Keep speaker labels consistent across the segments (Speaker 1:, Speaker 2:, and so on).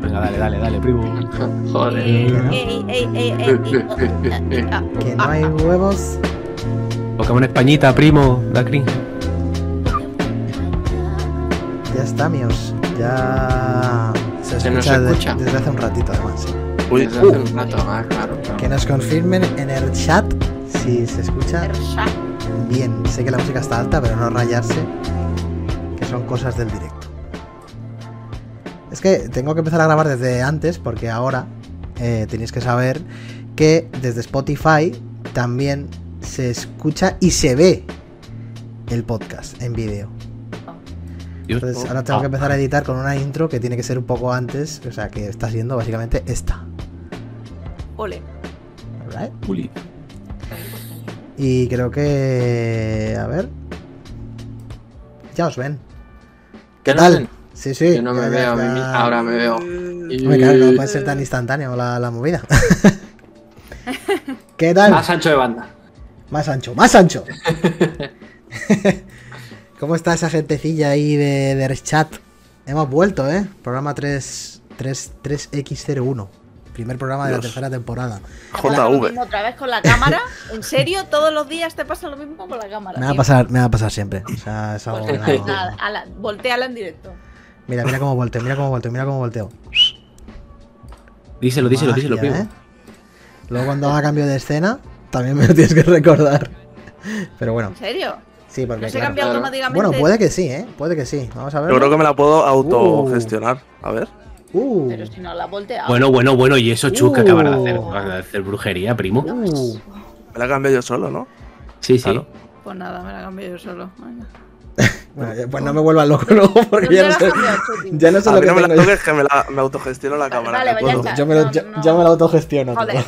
Speaker 1: Venga, dale, dale, dale, primo.
Speaker 2: Joder.
Speaker 3: Ey, ey, ey, ey, ey, ey. Eh, Ah,
Speaker 4: Que no hay huevos.
Speaker 1: Pokémon Españita, primo. Da cringe.
Speaker 4: Ya está, míos. Ya. Se
Speaker 2: Se nos
Speaker 4: escucha, de-
Speaker 2: escucha.
Speaker 4: desde hace un ratito, además. sí.
Speaker 2: Uy, desde hace un rato, ah, claro. claro.
Speaker 4: Que nos confirmen en el chat si se escucha
Speaker 3: perra.
Speaker 4: bien. Sé que la música está alta, pero no rayarse. Que son cosas del directo. Es que tengo que empezar a grabar desde antes, porque ahora eh, tenéis que saber que desde Spotify también se escucha y se ve el podcast en vídeo. Entonces
Speaker 2: Oh,
Speaker 1: Ah,
Speaker 4: ahora tengo que empezar a
Speaker 2: ah,
Speaker 4: editar con una intro que tiene que ser un poco antes, o sea que está siendo básicamente esta.
Speaker 3: Ole.
Speaker 4: Alright.
Speaker 1: Uli.
Speaker 4: Y creo que... A ver. Ya os ven.
Speaker 2: ¿Qué
Speaker 4: Tal.
Speaker 2: tal?
Speaker 4: Sí, sí.
Speaker 2: Yo no
Speaker 4: ya,
Speaker 2: me
Speaker 4: ya,
Speaker 2: veo a mí
Speaker 4: ya.
Speaker 2: mismo. Ahora me veo.
Speaker 4: Hombre, claro, no
Speaker 2: pues.
Speaker 4: puede ser tan instantáneo la, la movida. ¿Qué tal?
Speaker 2: Más ancho Ah, de banda.
Speaker 4: Más ancho, más ancho. ¿Cómo está esa gentecilla ahí de, de chat? Hemos vuelto, ¿eh? Programa 3, 3, 3X01. Primer programa de la
Speaker 5: Dios.
Speaker 4: tercera temporada.
Speaker 3: Pasa lo mismo
Speaker 5: JV.
Speaker 3: Otra vez con la cámara. ¿En serio? Todos los días te pasa lo mismo con la cámara.
Speaker 4: Me va a
Speaker 3: tío.
Speaker 4: pasar, me va a pasar siempre. O sea, es algo
Speaker 3: Pues
Speaker 4: que no-
Speaker 3: nada, ala, volteala en directo.
Speaker 4: Mira, mira cómo volteo, mira cómo volteo, mira cómo volteo.
Speaker 1: Díselo, díselo, díselo,
Speaker 4: Magia,
Speaker 1: primo.
Speaker 4: ¿eh? Luego cuando haga cambio de escena, también me lo tienes que recordar. Pero bueno,
Speaker 3: ¿En serio?
Speaker 4: sí, porque
Speaker 3: No se
Speaker 4: claro.
Speaker 3: cambia
Speaker 2: claro.
Speaker 3: automáticamente.
Speaker 4: Bueno, puede que sí, ¿eh? Puede que sí. Vamos a ver.
Speaker 5: Yo creo que me la puedo autogestionar. A ver.
Speaker 4: Uh,
Speaker 3: Pero si no la voltea.
Speaker 1: Bueno, bueno, bueno. ¿Y eso, Chus, que
Speaker 4: Uh.
Speaker 1: acabará de hacer?
Speaker 5: Oh.
Speaker 1: ¿Van a hacer brujería, primo?
Speaker 4: uh.
Speaker 5: Me la cambié yo solo, ¿no?
Speaker 1: Sí, sí.
Speaker 5: Claro.
Speaker 3: Pues nada, me la cambio yo solo. Venga.
Speaker 4: Bueno, ya- pues no me vuelvas loco luego porque
Speaker 3: ¿Dónde
Speaker 4: ya no
Speaker 3: la has
Speaker 4: sé,
Speaker 3: cambiado tú, tío?
Speaker 4: ya no sé
Speaker 5: A
Speaker 4: lo
Speaker 5: mí
Speaker 4: que
Speaker 5: no me la
Speaker 4: tengo.
Speaker 5: toques, que me, la, me autogestiono la cámara.
Speaker 3: vale,
Speaker 5: ¿de
Speaker 3: ya
Speaker 5: acuerdo?
Speaker 3: está.
Speaker 4: Yo me lo,
Speaker 3: No,
Speaker 4: yo,
Speaker 3: no.
Speaker 4: yo me lo autogestiono. tío.
Speaker 3: Joder.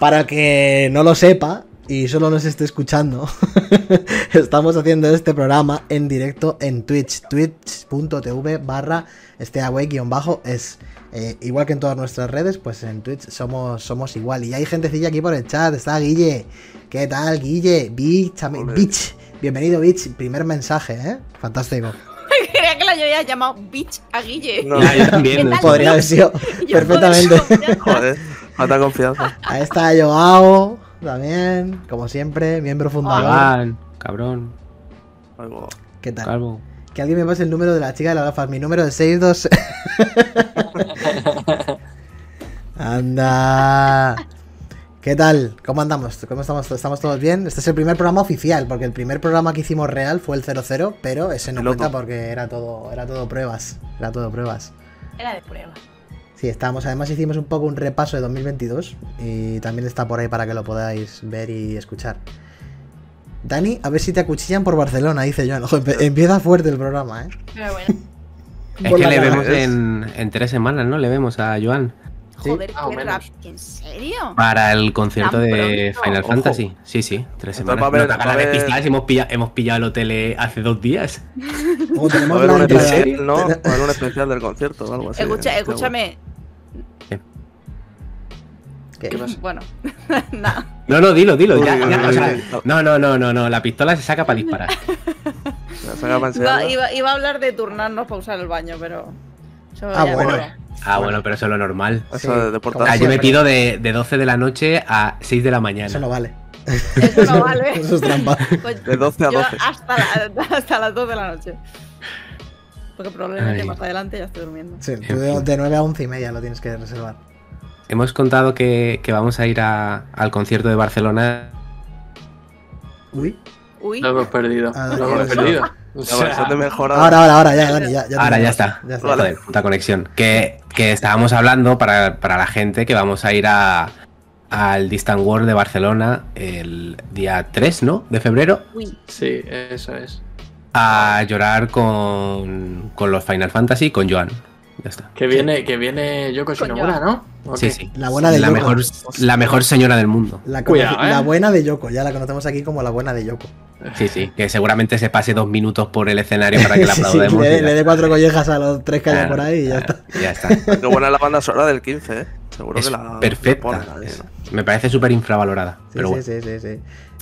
Speaker 4: Para que no lo sepa y solo nos esté escuchando, estamos haciendo este programa en directo en Twitch, twitch.tv barra steaway-es. Eh, igual que en todas nuestras redes, pues en Twitch somos, somos igual. Y hay gentecilla aquí por el chat, está Guille. ¿Qué tal, Guille? Bitch, ami-
Speaker 5: Ole.
Speaker 4: bitch. Bienvenido, bitch. Primer mensaje, ¿eh? Fantástico.
Speaker 3: Creía que la yo había llamado bitch a Guille.
Speaker 5: No,
Speaker 1: Ah, yo
Speaker 3: ¿Qué
Speaker 1: también.
Speaker 3: tal?
Speaker 4: Podría haber sido
Speaker 3: Y yo,
Speaker 4: perfectamente.
Speaker 3: joder, ya está.
Speaker 5: joder. Falta confianza.
Speaker 4: Ahí está Joao, también, como siempre, miembro fundador.
Speaker 1: Cabán, cabrón,
Speaker 5: Ay, bo.
Speaker 4: ¿Qué tal?
Speaker 1: calvo.
Speaker 4: Que alguien me pase el número de la chica de la gafa. Mi número es 62. Anda. ¿Qué tal? ¿Cómo andamos? ¿Cómo estamos? ¿Estamos todos bien? Este es el primer programa oficial, porque el primer programa que hicimos real fue el 00, pero ese no
Speaker 5: Piloto.
Speaker 4: cuenta porque era todo, era todo pruebas. Era todo pruebas.
Speaker 3: Era de prueba.
Speaker 4: Sí, estábamos. Además hicimos un poco un repaso de 2022 y también está por ahí para que lo podáis ver y escuchar. Dani, a ver si te acuchillan por Barcelona, dice Joan. Ojo, empe- empieza fuerte el programa, ¿eh?
Speaker 3: Pero bueno,
Speaker 1: Es
Speaker 4: Por
Speaker 1: que
Speaker 4: la
Speaker 1: le
Speaker 4: cara.
Speaker 1: vemos
Speaker 5: Es-
Speaker 1: en, en tres semanas, ¿no? Le vemos a Joan
Speaker 4: Sí.
Speaker 3: joder,
Speaker 2: Más o
Speaker 3: qué
Speaker 2: menos.
Speaker 3: rápido. ¿En serio?
Speaker 1: para el concierto
Speaker 3: Tan
Speaker 1: de
Speaker 3: pronto.
Speaker 1: Final
Speaker 5: Ojo.
Speaker 1: Fantasy. Sí, sí, tres
Speaker 5: Entonces,
Speaker 1: semanas.
Speaker 5: va a haber-
Speaker 1: Nos da
Speaker 5: va a
Speaker 1: ganas de
Speaker 5: haber-
Speaker 1: pistar si hemos pillado, hemos pillado el hotel eh, hace dos días.
Speaker 4: Luego
Speaker 5: Va a
Speaker 4: tenemos
Speaker 5: haber
Speaker 4: la
Speaker 5: un
Speaker 4: entrada-
Speaker 5: especial, ¿no? Va a haber un especial del concierto o algo así. ¿eh?
Speaker 3: Escucha-
Speaker 5: Qué
Speaker 3: escúchame.
Speaker 4: ¿Qué?
Speaker 2: ¿Qué pasa?
Speaker 3: Bueno, nada.
Speaker 1: No, no, dilo, dilo. ya,
Speaker 5: Uy,
Speaker 1: ya,
Speaker 5: uy,
Speaker 1: o sea,
Speaker 5: uy, uy.
Speaker 1: no, no, no, no, no. La pistola se saca para disparar.
Speaker 5: bueno. Me la saca para
Speaker 3: Iba,
Speaker 5: enseñarla.
Speaker 3: iba- iba a hablar de turnarnos para usar el baño, pero. eso
Speaker 4: Ah,
Speaker 3: ya
Speaker 4: bueno.
Speaker 3: no.
Speaker 1: Ah, bueno, pero eso es lo normal.
Speaker 5: Eso de
Speaker 1: O
Speaker 5: deportar.
Speaker 1: sea, yo me
Speaker 4: siempre.
Speaker 1: pido de, de 12 de la noche a 6 de la
Speaker 4: Eso
Speaker 1: mañana.
Speaker 4: no vale.
Speaker 3: Eso no vale.
Speaker 4: Eso es trampa.
Speaker 3: Pues
Speaker 5: De 12 a
Speaker 3: yo
Speaker 5: 12.
Speaker 3: Hasta, la- hasta las 2 de la noche. Porque probablemente
Speaker 1: Ay.
Speaker 3: más adelante ya estoy durmiendo.
Speaker 4: Sí,
Speaker 1: En
Speaker 4: tú de,
Speaker 1: fin.
Speaker 4: de 9 a 11 y media lo tienes que reservar.
Speaker 1: Hemos contado que, que vamos a ir a- al concierto de Barcelona.
Speaker 4: Uy.
Speaker 3: Uy,
Speaker 2: Lo hemos perdido.
Speaker 4: Ah,
Speaker 2: Lo hemos
Speaker 4: eso.
Speaker 2: perdido. O
Speaker 5: La versión
Speaker 2: sea,
Speaker 5: de mejorada.
Speaker 4: Ahora, ahora, ahora, ya, Dani, ya, ya
Speaker 1: Ahora
Speaker 4: tenemos.
Speaker 1: ya está.
Speaker 4: Ya está.
Speaker 5: Vale.
Speaker 1: Joder, puta conexión. Que, que estábamos hablando para, para la gente que vamos a ir a, al Distant World de Barcelona el día 3, ¿no? De febrero.
Speaker 3: uy.
Speaker 2: sí, eso es.
Speaker 1: A llorar con, con los Final Fantasy, con Joan. Ya está.
Speaker 2: Que viene, que viene Yoko
Speaker 3: Coño.
Speaker 2: Shinobuena, ¿no? ¿O
Speaker 1: Sí,
Speaker 2: qué?
Speaker 1: sí.
Speaker 4: La buena de
Speaker 1: la
Speaker 4: Yoko.
Speaker 1: mejor, la mejor señora del mundo.
Speaker 4: La,
Speaker 2: Cuidado,
Speaker 4: conoce- la
Speaker 2: ¿eh?
Speaker 4: buena de Yoko, ya la conocemos aquí como la buena de Yoko.
Speaker 1: Sí, sí. Que seguramente se pase dos minutos por el escenario para que la
Speaker 4: Sí, sí,
Speaker 1: aplaudemos.
Speaker 4: le,
Speaker 1: y ya
Speaker 4: le dé cuatro collejas a los tres que hay
Speaker 1: Claro,
Speaker 4: por ahí y ya está.
Speaker 1: está. Ya está.
Speaker 5: Qué buena es la banda sonora del 15, ¿eh? Seguro
Speaker 1: Es
Speaker 5: que la.
Speaker 1: perfecta.
Speaker 5: la ponen ahí,
Speaker 1: Es-
Speaker 5: eh, ¿no?
Speaker 1: me parece súper infravalorada.
Speaker 4: Sí,
Speaker 1: pero
Speaker 4: sí,
Speaker 1: bueno.
Speaker 4: sí, sí, sí. Eh,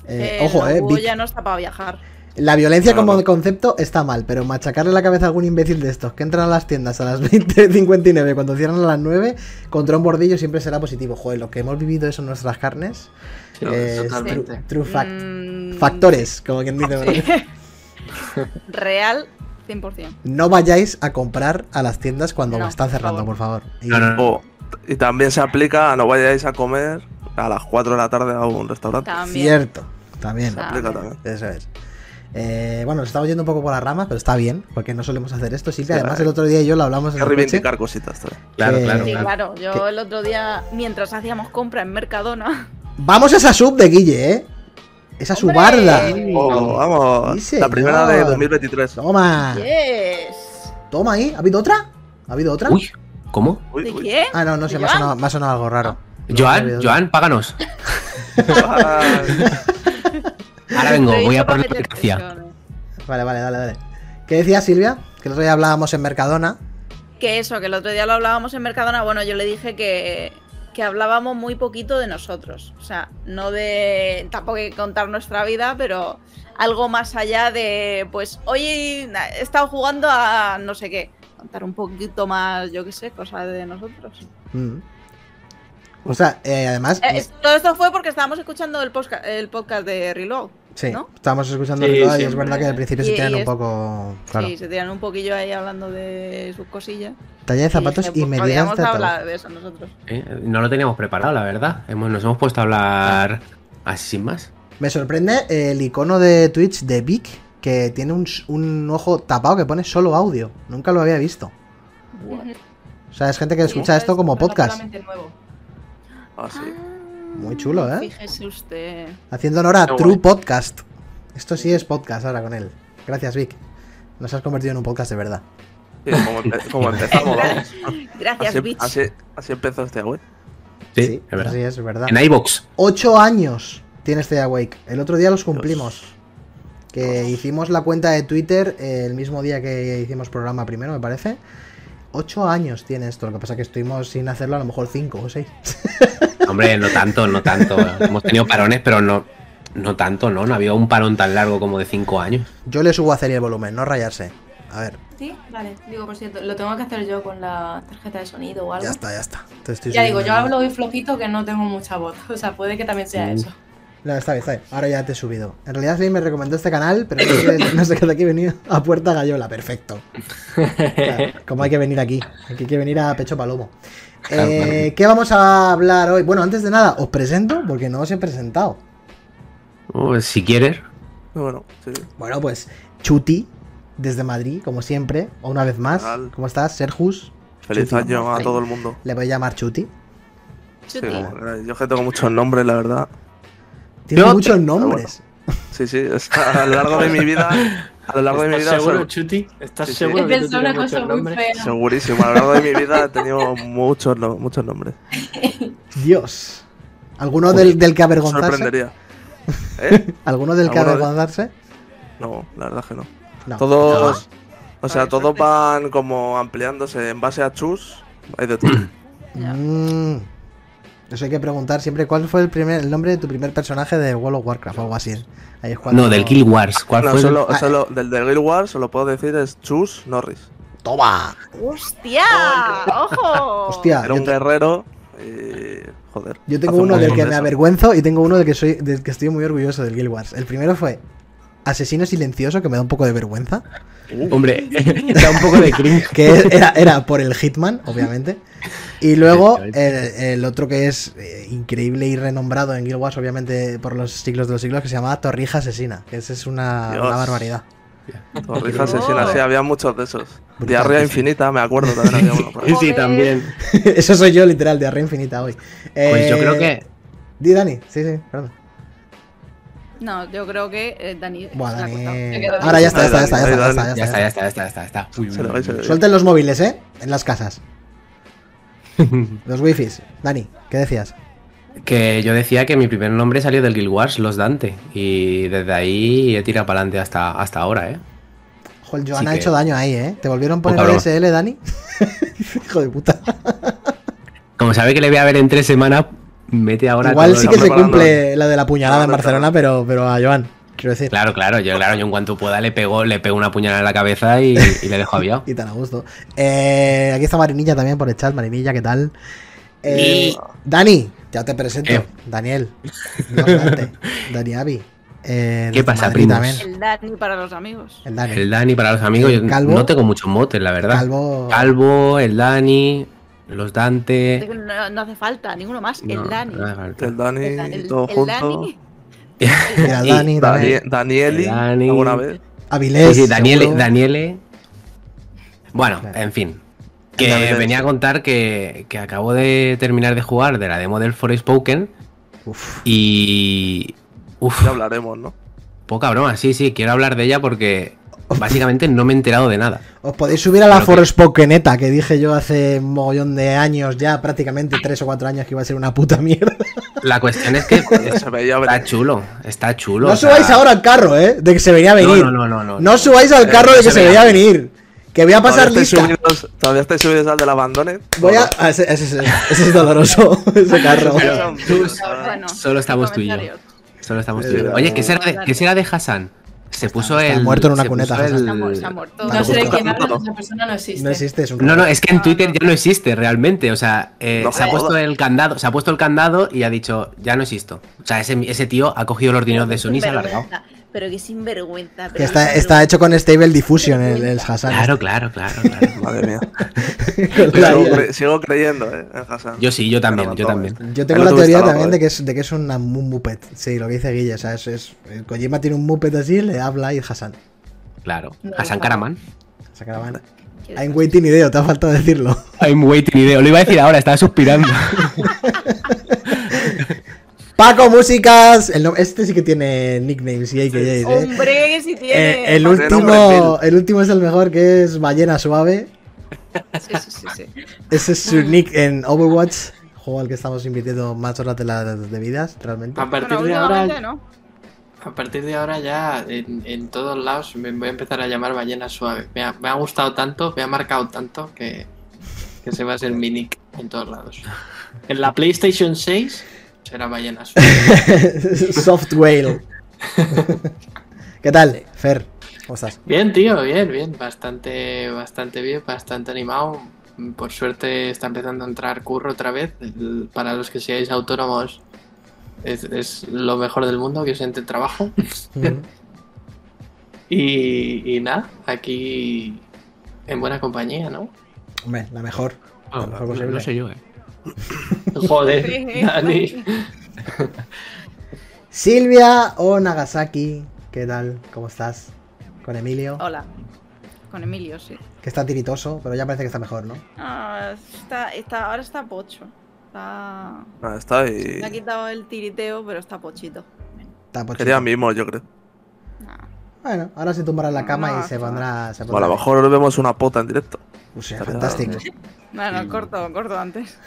Speaker 3: Eh,
Speaker 4: ojo,
Speaker 3: la
Speaker 4: eh,
Speaker 3: Hugo
Speaker 4: Vic-
Speaker 3: ya no está para viajar.
Speaker 4: La violencia
Speaker 5: No,
Speaker 4: como
Speaker 5: no.
Speaker 4: concepto está mal, pero machacarle la cabeza a algún imbécil de estos que entran a las tiendas a las 20.59 cuando cierran a las 9 contra un bordillo siempre será positivo. Joder, lo que hemos vivido eso en nuestras carnes
Speaker 2: Sí,
Speaker 4: es
Speaker 2: totalmente.
Speaker 4: tru- true fact.
Speaker 3: Mm,
Speaker 4: Factores, como quien dice. ¿verdad?
Speaker 3: sí. Real, 100%.
Speaker 4: No vayáis a comprar a las tiendas cuando
Speaker 3: No,
Speaker 4: están
Speaker 3: por
Speaker 4: cerrando, por
Speaker 3: favor.
Speaker 4: favor. Y-
Speaker 1: No, no, no.
Speaker 5: O- y también se aplica a no vayáis a comer a las 4 de la tarde a un restaurante.
Speaker 3: También.
Speaker 4: Cierto, también.
Speaker 5: Se aplica también.
Speaker 4: Eso es. Eh, bueno, nos estamos yendo un poco por las ramas, pero está bien, porque no solemos hacer esto. Silvia,
Speaker 5: Sí,
Speaker 4: además
Speaker 5: hay-
Speaker 4: el otro día y yo lo hablamos en
Speaker 5: Hay que
Speaker 4: el coche.
Speaker 5: reivindicar cositas también.
Speaker 1: Claro,
Speaker 4: que-
Speaker 1: claro,
Speaker 3: Sí,
Speaker 1: claro.
Speaker 3: claro. Yo
Speaker 4: ¿Qué?
Speaker 3: el otro día, mientras hacíamos compra en Mercadona,
Speaker 4: Vamos a esa sub de Guille, ¿eh? Esa
Speaker 3: ¡Hombre!
Speaker 4: subarda.
Speaker 5: Oh, vamos,
Speaker 4: Sí,
Speaker 5: la primera de
Speaker 4: señor.
Speaker 5: 2023.
Speaker 4: Toma.
Speaker 3: yes.
Speaker 4: Toma ahí. ¿Ha habido otra? ¿Ha habido otra?
Speaker 1: Uy, ¿cómo?
Speaker 5: Uy,
Speaker 3: ¿De
Speaker 5: uy.
Speaker 3: quién?
Speaker 4: Ah, no, no sé,
Speaker 3: ¿De
Speaker 4: me ha,
Speaker 3: Joan?
Speaker 4: sonado, me ha sonado algo raro. No, no ha habido
Speaker 1: Joan,
Speaker 4: otra.
Speaker 1: Joan, páganos.
Speaker 5: Ay,
Speaker 1: Ahora vengo,
Speaker 3: Te he
Speaker 1: voy a poner
Speaker 3: dicho
Speaker 1: la
Speaker 3: para meter
Speaker 1: noticia.
Speaker 3: presión.
Speaker 4: Vale, vale, dale, dale. ¿Qué decías, Silvia? Que el otro día hablábamos en Mercadona.
Speaker 3: Que eso, que el otro día lo hablábamos en Mercadona. Bueno, yo le dije que, que hablábamos muy poquito de nosotros. O sea, no de tampoco hay que contar nuestra vida, pero algo más allá de, pues, hoy he estado jugando a no sé qué. Contar un poquito más, yo qué sé, cosas de nosotros.
Speaker 4: Mm. O sea, eh, además.
Speaker 3: Eh, es- todo esto fue porque estábamos escuchando el, posca- el podcast de Reload.
Speaker 4: sí,
Speaker 3: ¿no?
Speaker 4: estábamos escuchando
Speaker 2: Sí,
Speaker 4: el otro día y es
Speaker 2: siempre.
Speaker 4: verdad que al principio se
Speaker 3: Y-
Speaker 4: tiran
Speaker 3: y
Speaker 4: un
Speaker 3: es-
Speaker 4: poco. Claro.
Speaker 3: Sí, se tiran un poquillo ahí hablando de sus cosillas.
Speaker 4: Talla de zapatos
Speaker 3: dije,
Speaker 4: y,
Speaker 3: pues,
Speaker 4: medidas
Speaker 3: podríamos
Speaker 4: de ataúd.
Speaker 3: hablar de eso nosotros.
Speaker 1: Eh, No lo teníamos preparado, la verdad. Hemos- nos hemos puesto a hablar así sin más.
Speaker 4: Me sorprende el icono de Twitch de Vic que tiene un, s- un ojo tapado que pone solo audio. Nunca lo había visto. O sea, es gente que escucha esto como podcast.
Speaker 5: Ah, sí.
Speaker 4: Muy chulo, ¿eh?
Speaker 3: Fíjese usted.
Speaker 4: Haciendo honor a
Speaker 2: Qué
Speaker 4: True
Speaker 2: guay.
Speaker 4: Podcast. Esto sí es podcast ahora con él. Gracias, Vic. Nos has convertido en un podcast de verdad.
Speaker 5: Sí, como, empe- como empezamos, vamos.
Speaker 3: Gracias,
Speaker 5: Así, em-,
Speaker 3: bitch.
Speaker 5: así, así empezó este güey.
Speaker 1: Sí, es verdad.
Speaker 4: Sí, es verdad.
Speaker 1: En iBox.
Speaker 4: Ocho años tiene este Awake. El otro día los cumplimos. Que hicimos la cuenta de Twitter eh, el mismo día que hicimos programa primero, me parece. Ocho años tiene esto. Lo que pasa que estuvimos sin hacerlo a lo mejor cinco o seis.
Speaker 1: Hombre, no tanto, no tanto. Hemos tenido parones, pero no, no tanto, ¿no? No había un parón tan largo como de cinco años.
Speaker 4: Yo le subo a hacer el volumen, no rayarse. A ver,
Speaker 6: Sí, vale. Digo, por cierto, lo tengo que hacer yo con la tarjeta de sonido o algo.
Speaker 4: ya está, ya está. Te estoy
Speaker 6: Ya digo, yo
Speaker 4: subiendo el-
Speaker 6: hablo hoy flojito que no tengo mucha voz. O sea, puede que también sea
Speaker 1: Mm.
Speaker 6: eso.
Speaker 4: No, está bien, está bien. Ahora ya te he subido. En realidad sí me recomendó este canal, pero no sé, no sé qué de aquí venía a Puerta Gallola. Perfecto. Claro, como hay que venir aquí. Aquí hay que venir a Pecho Palomo.
Speaker 1: Claro,
Speaker 4: Eh,
Speaker 1: claro.
Speaker 4: ¿Qué vamos a hablar hoy? Bueno, antes de nada, os presento porque no os he presentado.
Speaker 1: Oh, si quieres.
Speaker 5: Bueno, sí.
Speaker 4: Bueno, pues Chuti, desde Madrid, como siempre, o una vez más.
Speaker 5: Tal.
Speaker 4: ¿Cómo estás, Serjus?
Speaker 5: Feliz
Speaker 4: Chuti.
Speaker 5: año a
Speaker 4: Sí.
Speaker 5: todo el mundo.
Speaker 4: Le voy a llamar Chuti.
Speaker 5: Sí,
Speaker 3: Chuti.
Speaker 5: como- eh, yo que tengo muchos nombres, la verdad.
Speaker 4: Tiene
Speaker 1: Yo te-
Speaker 5: Ah,
Speaker 4: muchos nombres.
Speaker 5: Sí, sí, o sea, a lo largo de mi vida, a lo largo de mi vida,
Speaker 2: ¿Estás seguro,
Speaker 5: solo-
Speaker 2: Chuti? ¿Estás
Speaker 5: Sí, sí.
Speaker 6: He
Speaker 2: seguro que tú
Speaker 6: pensado
Speaker 2: tienes
Speaker 6: una
Speaker 2: muchos
Speaker 6: cosa muy
Speaker 2: nombres?
Speaker 6: fea.
Speaker 5: segurísimo, a lo largo de mi vida he tenido muchos, no- muchos nombres.
Speaker 4: Dios. ¿Alguno del, del que
Speaker 5: Me
Speaker 4: avergonzarse?
Speaker 5: sorprendería. ¿Eh?
Speaker 4: ¿Alguno del que
Speaker 5: Alguno de-
Speaker 4: avergonzarse?
Speaker 5: No, la verdad que no.
Speaker 4: No.
Speaker 5: Todos, o sea,
Speaker 3: Vale,
Speaker 5: todos
Speaker 3: suerte.
Speaker 5: van como ampliándose en base a chus. Hay de todo.
Speaker 3: Ya.
Speaker 4: Mm. Eso hay que preguntar siempre cuál fue el primer el nombre de tu primer personaje de World of Warcraft o algo así. ¿eh? Ahí es cuando-
Speaker 1: No, del Guild Wars. ¿Cuál
Speaker 5: No,
Speaker 1: fue?
Speaker 5: solo,
Speaker 4: Ah.
Speaker 5: solo- del de Guild Wars solo puedo decir es Chus Norris.
Speaker 4: ¡Toma!
Speaker 3: ¡Hostia! ¡Ojo!
Speaker 4: Hostia,
Speaker 5: Era
Speaker 4: Ah, yo,
Speaker 5: un
Speaker 4: te- Ah.
Speaker 5: guerrero y... Joder.
Speaker 4: yo tengo
Speaker 5: hace
Speaker 4: uno
Speaker 5: un
Speaker 4: del
Speaker 5: montón
Speaker 4: que
Speaker 5: de
Speaker 4: me
Speaker 5: eso.
Speaker 4: avergüenzo y tengo uno del que soy del que estoy muy orgulloso del Guild Wars. El primero fue Asesino Silencioso, que me da un poco de vergüenza.
Speaker 1: Hombre, da un poco de cringe.
Speaker 4: Que era, era por el Hitman, obviamente. Y luego el, el otro que es eh, increíble y renombrado en Guild Wars, obviamente por los siglos de los siglos, que se llamaba Torrija Asesina. Que esa es una- una
Speaker 5: Dios.
Speaker 4: barbaridad.
Speaker 5: Torrija
Speaker 3: Oh.
Speaker 5: asesina, sí, había muchos de esos. Diarrea
Speaker 4: Brutal.
Speaker 5: infinita, me acuerdo también había uno. por ahí.
Speaker 1: Sí, sí, también.
Speaker 4: Eso soy yo, literal, de Arre Infinita hoy.
Speaker 1: Pues yo
Speaker 4: Eh,
Speaker 1: creo que.
Speaker 4: Di Dani, sí, sí, perdón.
Speaker 3: No, yo creo que eh, Dani.
Speaker 4: Buah,
Speaker 3: se la ha
Speaker 4: Dani. Ah.
Speaker 3: cortado. Se quedó
Speaker 4: Ahora ya está, ya está, ya está, ya
Speaker 5: Ahí,
Speaker 4: está, ya
Speaker 5: Dani,
Speaker 4: está,
Speaker 1: Ya está, ya está, ya está, ya está. ya está. Uy, uy,
Speaker 5: Se lo veis, se lo
Speaker 1: uy.
Speaker 5: veis.
Speaker 4: Suelten los móviles, ¿eh? En las casas. Los wifis. Dani, ¿qué decías?
Speaker 1: Que yo decía que mi primer nombre salió del Guild Wars, Los Dante. Y desde ahí he tirado para adelante hasta, hasta ahora, ¿eh?
Speaker 4: Joel, Joan
Speaker 1: Sí
Speaker 4: ha
Speaker 1: que-
Speaker 4: hecho daño ahí, ¿eh? ¿Te volvieron a
Speaker 1: Poca
Speaker 4: poner el
Speaker 1: broma.
Speaker 4: SL, Dani? Hijo de puta.
Speaker 1: Como sabe que le voy a ver en tres semanas, mete ahora.
Speaker 4: Igual
Speaker 1: todo
Speaker 4: sí
Speaker 1: el-
Speaker 4: que se
Speaker 5: preparando.
Speaker 4: cumple la de la puñalada en
Speaker 5: Preparando,
Speaker 4: Barcelona, pero, pero a Joan. Quiero decir,
Speaker 1: Claro, claro, yo, claro, yo en cuanto pueda le pego, le pego una puñalada en la cabeza y, y le dejo aviado.
Speaker 4: y tan a gusto. Eh, aquí está Marinilla también por el chat. Marinilla, ¿qué tal? Eh,
Speaker 1: Y-
Speaker 4: Dani, ya te presento.
Speaker 1: Eh.
Speaker 4: Daniel. no, Dante. Dani Abi. Eh,
Speaker 1: ¿Qué
Speaker 4: desde
Speaker 1: pasa,
Speaker 4: Madrid
Speaker 1: primos?
Speaker 4: también.
Speaker 3: El Dani para los amigos.
Speaker 4: El Dani.
Speaker 1: El Dani para los amigos, yo
Speaker 4: Calvo.
Speaker 1: no tengo muchos motes, la verdad. Calvo,
Speaker 4: Calvo.
Speaker 1: el Dani, los Dante.
Speaker 3: No, no hace falta, ninguno más.
Speaker 1: no,
Speaker 3: el Dani.
Speaker 1: no hace falta.
Speaker 5: El Dani,
Speaker 3: El Dani-
Speaker 5: todo
Speaker 3: el
Speaker 5: junto.
Speaker 3: Dani.
Speaker 4: Mira, el
Speaker 1: Y
Speaker 4: Dani también.
Speaker 5: Dani- Danieli,
Speaker 1: Dani.
Speaker 5: alguna vez.
Speaker 4: Avilés.
Speaker 1: Sí, sí, Daniele,
Speaker 4: seguro.
Speaker 1: Daniele. Bueno,
Speaker 4: Claro.
Speaker 1: en fin.
Speaker 5: Daniele,
Speaker 1: Que
Speaker 5: sí.
Speaker 1: venía a contar que, que acabo de terminar de jugar de la demo del Forspoken
Speaker 4: Uf,
Speaker 1: y. Uf,
Speaker 5: Ya hablaremos, ¿no?
Speaker 1: poca broma, sí, sí, quiero hablar de ella porque básicamente no me he enterado de nada.
Speaker 4: Os podéis subir a la
Speaker 1: Pero que-
Speaker 4: Forspokeneta que dije yo hace un mogollón de años ya, prácticamente tres o cuatro años que iba a ser una puta mierda.
Speaker 1: La cuestión es que
Speaker 5: Se veía
Speaker 1: está
Speaker 5: venir.
Speaker 1: chulo, está chulo.
Speaker 4: No
Speaker 1: o sea,
Speaker 4: subáis ahora al carro, eh, de que se venía a
Speaker 1: No,
Speaker 4: venir.
Speaker 1: no, no, no, no,
Speaker 4: No subáis al
Speaker 1: Eh,
Speaker 4: carro de
Speaker 1: no
Speaker 4: que se veía a venir. Que voy a pasar
Speaker 5: ¿Todavía estáis
Speaker 4: lista.
Speaker 5: subidos- Todavía estáis subidos al del abandono.
Speaker 4: Voy a. ah, ese, ese- ese- ese es doloroso, ese carro.
Speaker 5: Pero-
Speaker 3: Bueno,
Speaker 1: Solo estamos tú y yo.
Speaker 3: comentarios.
Speaker 1: Solo estamos
Speaker 4: Eh,
Speaker 1: tú. Oye, ¿qué será de, qué será de Hassan? Se puso
Speaker 4: está
Speaker 1: el.
Speaker 4: muerto en una
Speaker 1: se puso
Speaker 4: cuneta,
Speaker 1: el-
Speaker 4: Hassan.
Speaker 3: Está, mu- está muerto.
Speaker 6: No sé de
Speaker 5: Tampoco.
Speaker 6: quién hablas, esa persona no existe.
Speaker 4: No existe, es un
Speaker 1: No, no,
Speaker 4: robot.
Speaker 1: es que en Twitter ya no existe realmente. O sea, eh,
Speaker 5: No
Speaker 1: se ha
Speaker 5: jodas.
Speaker 1: puesto el candado, se ha puesto el candado y ha dicho, ya no existo. O sea, ese, ese tío ha cogido los dineros de Sony y se ha largado.
Speaker 3: Sinvergüenza, Pero que sinvergüenza. pero
Speaker 4: Que
Speaker 3: qué
Speaker 4: está,
Speaker 3: sinvergüenza.
Speaker 4: está hecho con Stable Diffusion el, el Hassan.
Speaker 1: Claro, claro, claro, claro.
Speaker 5: Madre mía.
Speaker 4: Con la
Speaker 5: Sigo,
Speaker 4: IA.
Speaker 5: cre- sigo creyendo, eh, en Hassan.
Speaker 1: Yo sí, yo también,
Speaker 5: Me
Speaker 1: yo
Speaker 5: lo
Speaker 1: también.
Speaker 5: mató, eh.
Speaker 4: Yo tengo
Speaker 5: Él
Speaker 4: la
Speaker 5: lo
Speaker 4: teoría
Speaker 5: instalaba,
Speaker 4: también
Speaker 5: eh.
Speaker 4: de que es, de que es una- un Muppet. Sí, lo que dice Guille. O sea, es, es- el Kojima tiene un Muppet así, le habla y Hassan.
Speaker 1: Claro.
Speaker 6: No,
Speaker 1: Hassan
Speaker 6: no.
Speaker 1: Karaman.
Speaker 4: Se acaban.
Speaker 3: Qué
Speaker 4: I'm waiting idea, te ha faltado decirlo.
Speaker 1: I'm waiting idea. Lo iba a decir ahora, estaba suspirando.
Speaker 4: Paco Músicas. el nom- este sí que tiene nicknames y AKJs. ¿eh?
Speaker 3: Hombre, que si
Speaker 4: Eh,
Speaker 3: Oh, tiene.
Speaker 4: el,
Speaker 5: Tiene
Speaker 4: último,
Speaker 5: nombre,
Speaker 4: el último es el mejor, que es Ballena Suave.
Speaker 3: Sí, sí, sí, sí.
Speaker 4: Ese es su nick en Overwatch, juego al que estamos invirtiendo más horas de las debidas, realmente.
Speaker 2: A partir
Speaker 3: Bueno,
Speaker 2: de ahora,
Speaker 3: últimamente no.
Speaker 2: a partir de ahora ya en, en todos lados me voy a empezar a llamar ballena suave. Me ha, me ha gustado tanto, me ha marcado tanto que, que se va a ser mi nick en todos lados. En la PlayStation 6 será ballena suave.
Speaker 4: Soft Whale. ¿Qué tal, Fer? ¿Cómo estás?
Speaker 2: Bien, tío, bien, bien. Bastante, bastante bien, bastante animado. Por suerte está empezando a entrar curro otra vez. El- Para los que seáis autónomos, es, es lo mejor del mundo que os entre trabajo. Y, y nada, aquí en buena compañía, ¿no?
Speaker 4: Hombre, la mejor.
Speaker 1: No,
Speaker 4: mejor posible.
Speaker 1: no Ah, sé yo, eh.
Speaker 2: Joder, Dani.
Speaker 4: Silvia o Nagasaki, ¿qué tal? ¿Cómo estás? Con Emilio,
Speaker 3: Hola. Con Emilio, sí.
Speaker 4: que está tiritoso, pero ya parece que está mejor, ¿no?
Speaker 3: Ah, está, está, ahora está pocho. Está.
Speaker 5: Ah, está y...
Speaker 3: Le ha quitado el tiriteo, pero está pochito.
Speaker 4: Está pochito.
Speaker 5: Quería mimo, yo creo.
Speaker 3: Nah.
Speaker 4: Bueno, ahora se tumbará en la cama y
Speaker 3: No,
Speaker 4: se
Speaker 3: está-
Speaker 4: pondrá. Se
Speaker 5: O a
Speaker 4: pondrá
Speaker 5: lo mejor vemos una pota en directo.
Speaker 4: O sea, fantástico.
Speaker 3: Bueno, corto, corto antes.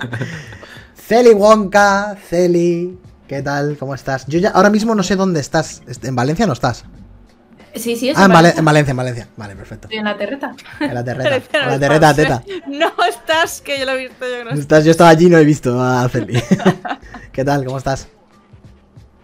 Speaker 4: Celi Wonka, Celi, ¿qué tal? ¿Cómo estás? Yo ya ahora mismo no sé dónde estás. Est- ¿En Valencia no estás?
Speaker 6: Sí, sí, es
Speaker 4: Ah, en, Vale-
Speaker 6: Valencia.
Speaker 4: en Valencia, en Valencia. Vale, perfecto.
Speaker 6: Estoy en la terreta.
Speaker 4: En la terreta.
Speaker 3: Tercera
Speaker 4: En la
Speaker 3: vez
Speaker 4: terreta,
Speaker 3: por
Speaker 4: teta.
Speaker 3: No estás, que yo lo he visto yo no
Speaker 4: Estás, yo estaba allí y no he visto a Celi. ¿Qué tal? ¿Cómo estás?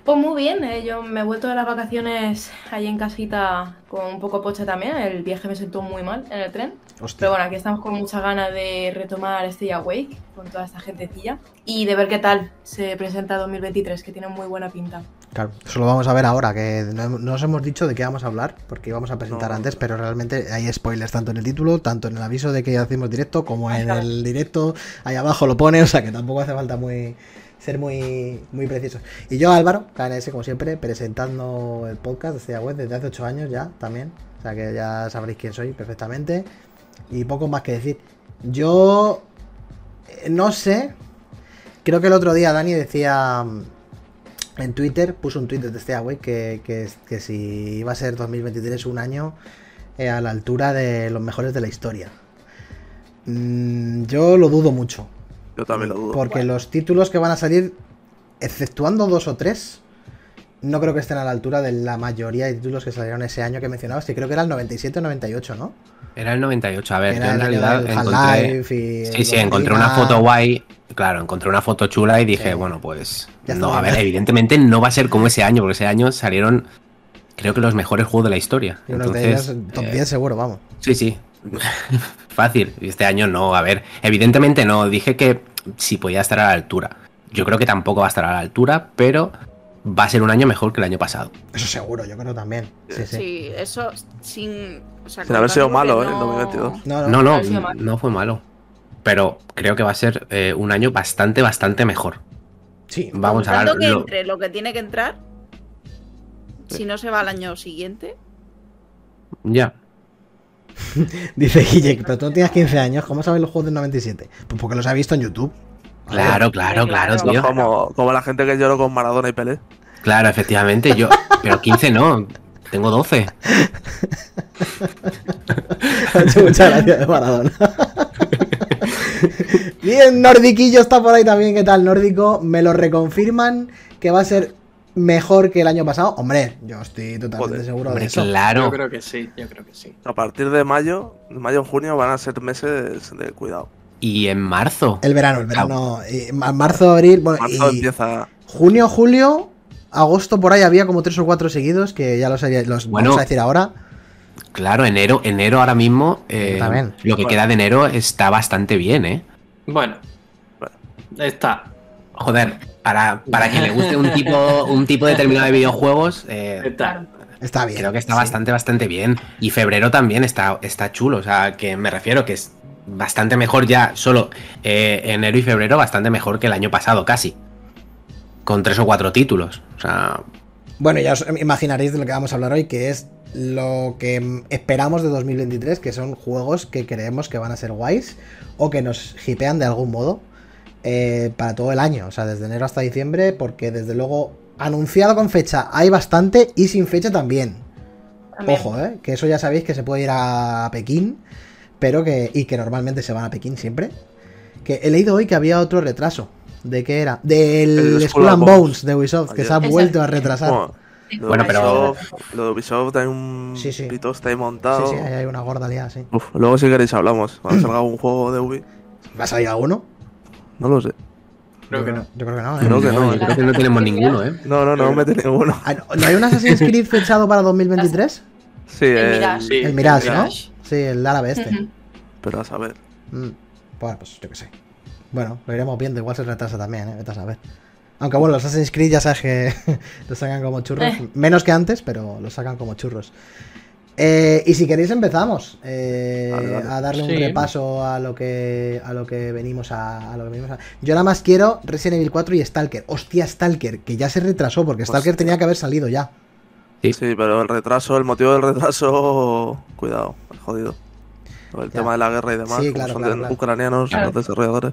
Speaker 6: Pues muy bien, eh, yo me he vuelto de las vacaciones allí en casita con un poco pocha también. El viaje me sentó muy mal en el tren. Pero bueno, aquí estamos con muchas ganas de retomar este Awake con toda esta gentecilla y de ver qué tal se presenta 2023, que tiene muy buena pinta.
Speaker 4: Claro, eso lo vamos a ver ahora, que no, hem- no os hemos dicho de qué vamos a hablar, porque íbamos a presentar
Speaker 5: No.
Speaker 4: antes, pero realmente hay spoilers tanto en el título, tanto en el aviso de que hacemos directo, como en
Speaker 6: Ajá.
Speaker 4: el directo, ahí abajo lo pone, o sea que tampoco hace falta muy ser muy, muy precisos. Y yo, Álvaro, KNS, como siempre, presentando el podcast de Cedia Web desde hace 8 años ya, también, o sea que ya sabréis quién soy perfectamente, y poco más que decir. Yo eh, no sé, creo que el otro día Dani decía... mm, en Twitter, puso un tweet de este güey que, que, que si iba a ser 2023 un año eh, a la altura de los mejores de la historia. Mm, yo lo dudo mucho.
Speaker 5: Yo también lo dudo.
Speaker 4: Porque los títulos que van a salir, exceptuando dos o tres, no creo que estén a la altura de la mayoría de títulos que salieron ese año que mencionabas, que creo que era el 97 o 98, ¿no?
Speaker 1: Era el 98. A ver,
Speaker 4: Que
Speaker 1: yo en
Speaker 4: el año
Speaker 1: realidad
Speaker 4: del
Speaker 1: encontré.
Speaker 4: Half-Life y el
Speaker 1: Sí, sí, encontré una
Speaker 4: Kojima.
Speaker 1: foto guay Claro, encontré una foto chula y dije,
Speaker 4: Sí.
Speaker 1: bueno, pues.
Speaker 4: Ya
Speaker 1: No,
Speaker 4: está
Speaker 1: a
Speaker 4: bien.
Speaker 1: ver, evidentemente no va a ser como ese año, porque ese año salieron, creo que los mejores juegos de la historia.
Speaker 4: Y unos de
Speaker 1: Entonces,
Speaker 4: ellas, top
Speaker 1: eh,
Speaker 4: 10 seguro, vamos.
Speaker 1: Sí, sí. Fácil. Y Este año no, a ver. Evidentemente no. Dije que si podía estar a la altura. Yo creo que tampoco va a estar a la altura, pero va a ser un año mejor que el año pasado.
Speaker 4: Eso seguro, yo creo también. Sí, sí.
Speaker 3: Sí, eso sin. o sea,
Speaker 5: Sin haber sido
Speaker 3: contando
Speaker 5: malo,
Speaker 3: que
Speaker 5: ¿eh? el 2022.
Speaker 4: No,
Speaker 1: No,
Speaker 4: no.
Speaker 1: no,
Speaker 6: ha sido malo.
Speaker 1: no fue malo. Pero creo que va a ser eh, un año bastante, bastante mejor.
Speaker 4: Sí.
Speaker 1: Vamos a
Speaker 3: Contando
Speaker 1: ver.
Speaker 3: que
Speaker 1: lo-
Speaker 3: entre lo que tiene que entrar, si no se va al año siguiente,
Speaker 1: Ya.
Speaker 4: Dice Guille, pero tú no tienes 15 años, ¿cómo sabes los juegos del 97? Pues porque los has visto en YouTube.
Speaker 1: Claro, claro, claro,
Speaker 6: Claro.
Speaker 1: tío.
Speaker 5: Como, como la gente que lloró con Maradona y Pelé.
Speaker 1: Claro, efectivamente. Yo. Pero 15 no. Tengo 12.
Speaker 4: Ha hecho Muchas gracias de Maradona. Bien, Nordiquillo está por ahí también. ¿Qué tal, Nórdico? Me lo reconfirman que va a ser mejor que el año pasado. Hombre, yo estoy totalmente
Speaker 5: Joder,
Speaker 4: seguro de
Speaker 1: Hombre,
Speaker 4: eso.
Speaker 2: Yo
Speaker 1: claro.
Speaker 2: creo que sí, yo creo que sí.
Speaker 5: A partir de mayo, mayo junio van a ser meses de cuidado.
Speaker 1: Y en marzo.
Speaker 4: El verano, el verano. y ma- marzo, abril. Bueno,
Speaker 5: Marzo
Speaker 4: y
Speaker 5: empieza.
Speaker 4: junio, julio, agosto por ahí había como tres o cuatro seguidos que ya los, había- los
Speaker 1: Bueno.
Speaker 4: vamos a decir ahora.
Speaker 1: Claro, enero, enero ahora mismo. eh,
Speaker 4: También.
Speaker 1: Lo que
Speaker 5: Bueno.
Speaker 1: queda de enero está bastante bien, ¿eh?
Speaker 2: Bueno,
Speaker 5: Bueno.
Speaker 2: está.
Speaker 1: Joder, para, para que le guste un tipo, un tipo determinado de videojuegos, eh,
Speaker 2: Está.
Speaker 4: Está bien.
Speaker 1: creo que está
Speaker 4: sí.
Speaker 1: bastante, bastante bien. Y febrero también está, está chulo. O sea, que me refiero que es bastante mejor ya, solo eh, enero y febrero, bastante mejor que el año pasado, casi. Con tres o cuatro títulos. O sea,
Speaker 4: Bueno, ya os imaginaréis de lo que vamos a hablar hoy, que es lo que mm, esperamos de 2023, que son juegos que creemos que van a ser guays o que nos hipean de algún modo eh, para todo el año, o sea, desde enero hasta diciembre, porque desde luego anunciado con fecha hay bastante y sin fecha también.
Speaker 6: También.
Speaker 4: Ojo, eh, que eso ya sabéis que se puede ir a Pekín, pero que y que normalmente se van a Pekín siempre. Que he leído hoy que había otro retraso. ¿De qué era? Del
Speaker 5: El
Speaker 4: Skull and Bones de Ubisoft, que se ha
Speaker 6: Ayer.
Speaker 4: vuelto a
Speaker 6: Exacto.
Speaker 4: retrasar.
Speaker 5: Bueno, lo de
Speaker 1: Bueno, pero-
Speaker 5: Ubisoft- lo de Ubisoft trae un
Speaker 4: Sí, sí.
Speaker 5: pito está ahí
Speaker 4: Sí,
Speaker 5: montado.
Speaker 4: sí, ahí hay una gorda liada, sí.
Speaker 5: Uf, luego si queréis hablamos. Cuando salga un juego de Ubi,
Speaker 4: ¿Va a salir alguno?
Speaker 5: no lo sé.
Speaker 2: Creo
Speaker 4: yo
Speaker 2: que no.
Speaker 4: Yo creo que no, ¿eh?
Speaker 5: Creo que no,
Speaker 1: yo creo que no tenemos ninguno, ¿eh?
Speaker 5: No, no, no me mete ninguno.
Speaker 4: Ah, ¿no- ¿No hay un Assassin's Creed fechado para 2023?
Speaker 5: Sí, eh,
Speaker 6: El
Speaker 5: el-
Speaker 6: Mirage.
Speaker 2: Sí,
Speaker 4: El Mirage, ¿no?
Speaker 2: Mirage.
Speaker 4: Sí, el árabe este.
Speaker 6: Ujú.
Speaker 5: Pero a saber.
Speaker 4: Mm, Bueno, pues yo qué sé. Bueno, lo iremos viendo. Igual se retrasa también, ¿eh? Vete a saber. Aunque bueno, los Assassin's Creed ya sabes que los sacan como churros.
Speaker 6: Eh.
Speaker 4: Menos que antes, pero los sacan como churros. Eh, y si queréis empezamos eh,
Speaker 5: Vale, vale.
Speaker 4: a darle
Speaker 2: Sí.
Speaker 4: un repaso a lo que a lo que venimos a, a lo que venimos a- Yo nada más quiero Resident Evil 4 y Stalker. Hostia, Stalker, que ya se retrasó porque Stalker
Speaker 5: Hostia.
Speaker 4: tenía que haber salido ya.
Speaker 1: Sí.
Speaker 5: Sí, pero el retraso, el motivo del retraso, cuidado, jodido. El
Speaker 4: Ya.
Speaker 5: tema de la guerra y demás,
Speaker 4: Sí,
Speaker 5: como
Speaker 4: claro,
Speaker 5: son
Speaker 4: claro,
Speaker 5: de-
Speaker 4: claro.
Speaker 5: ucranianos,
Speaker 6: Claro.
Speaker 5: los desarrolladores.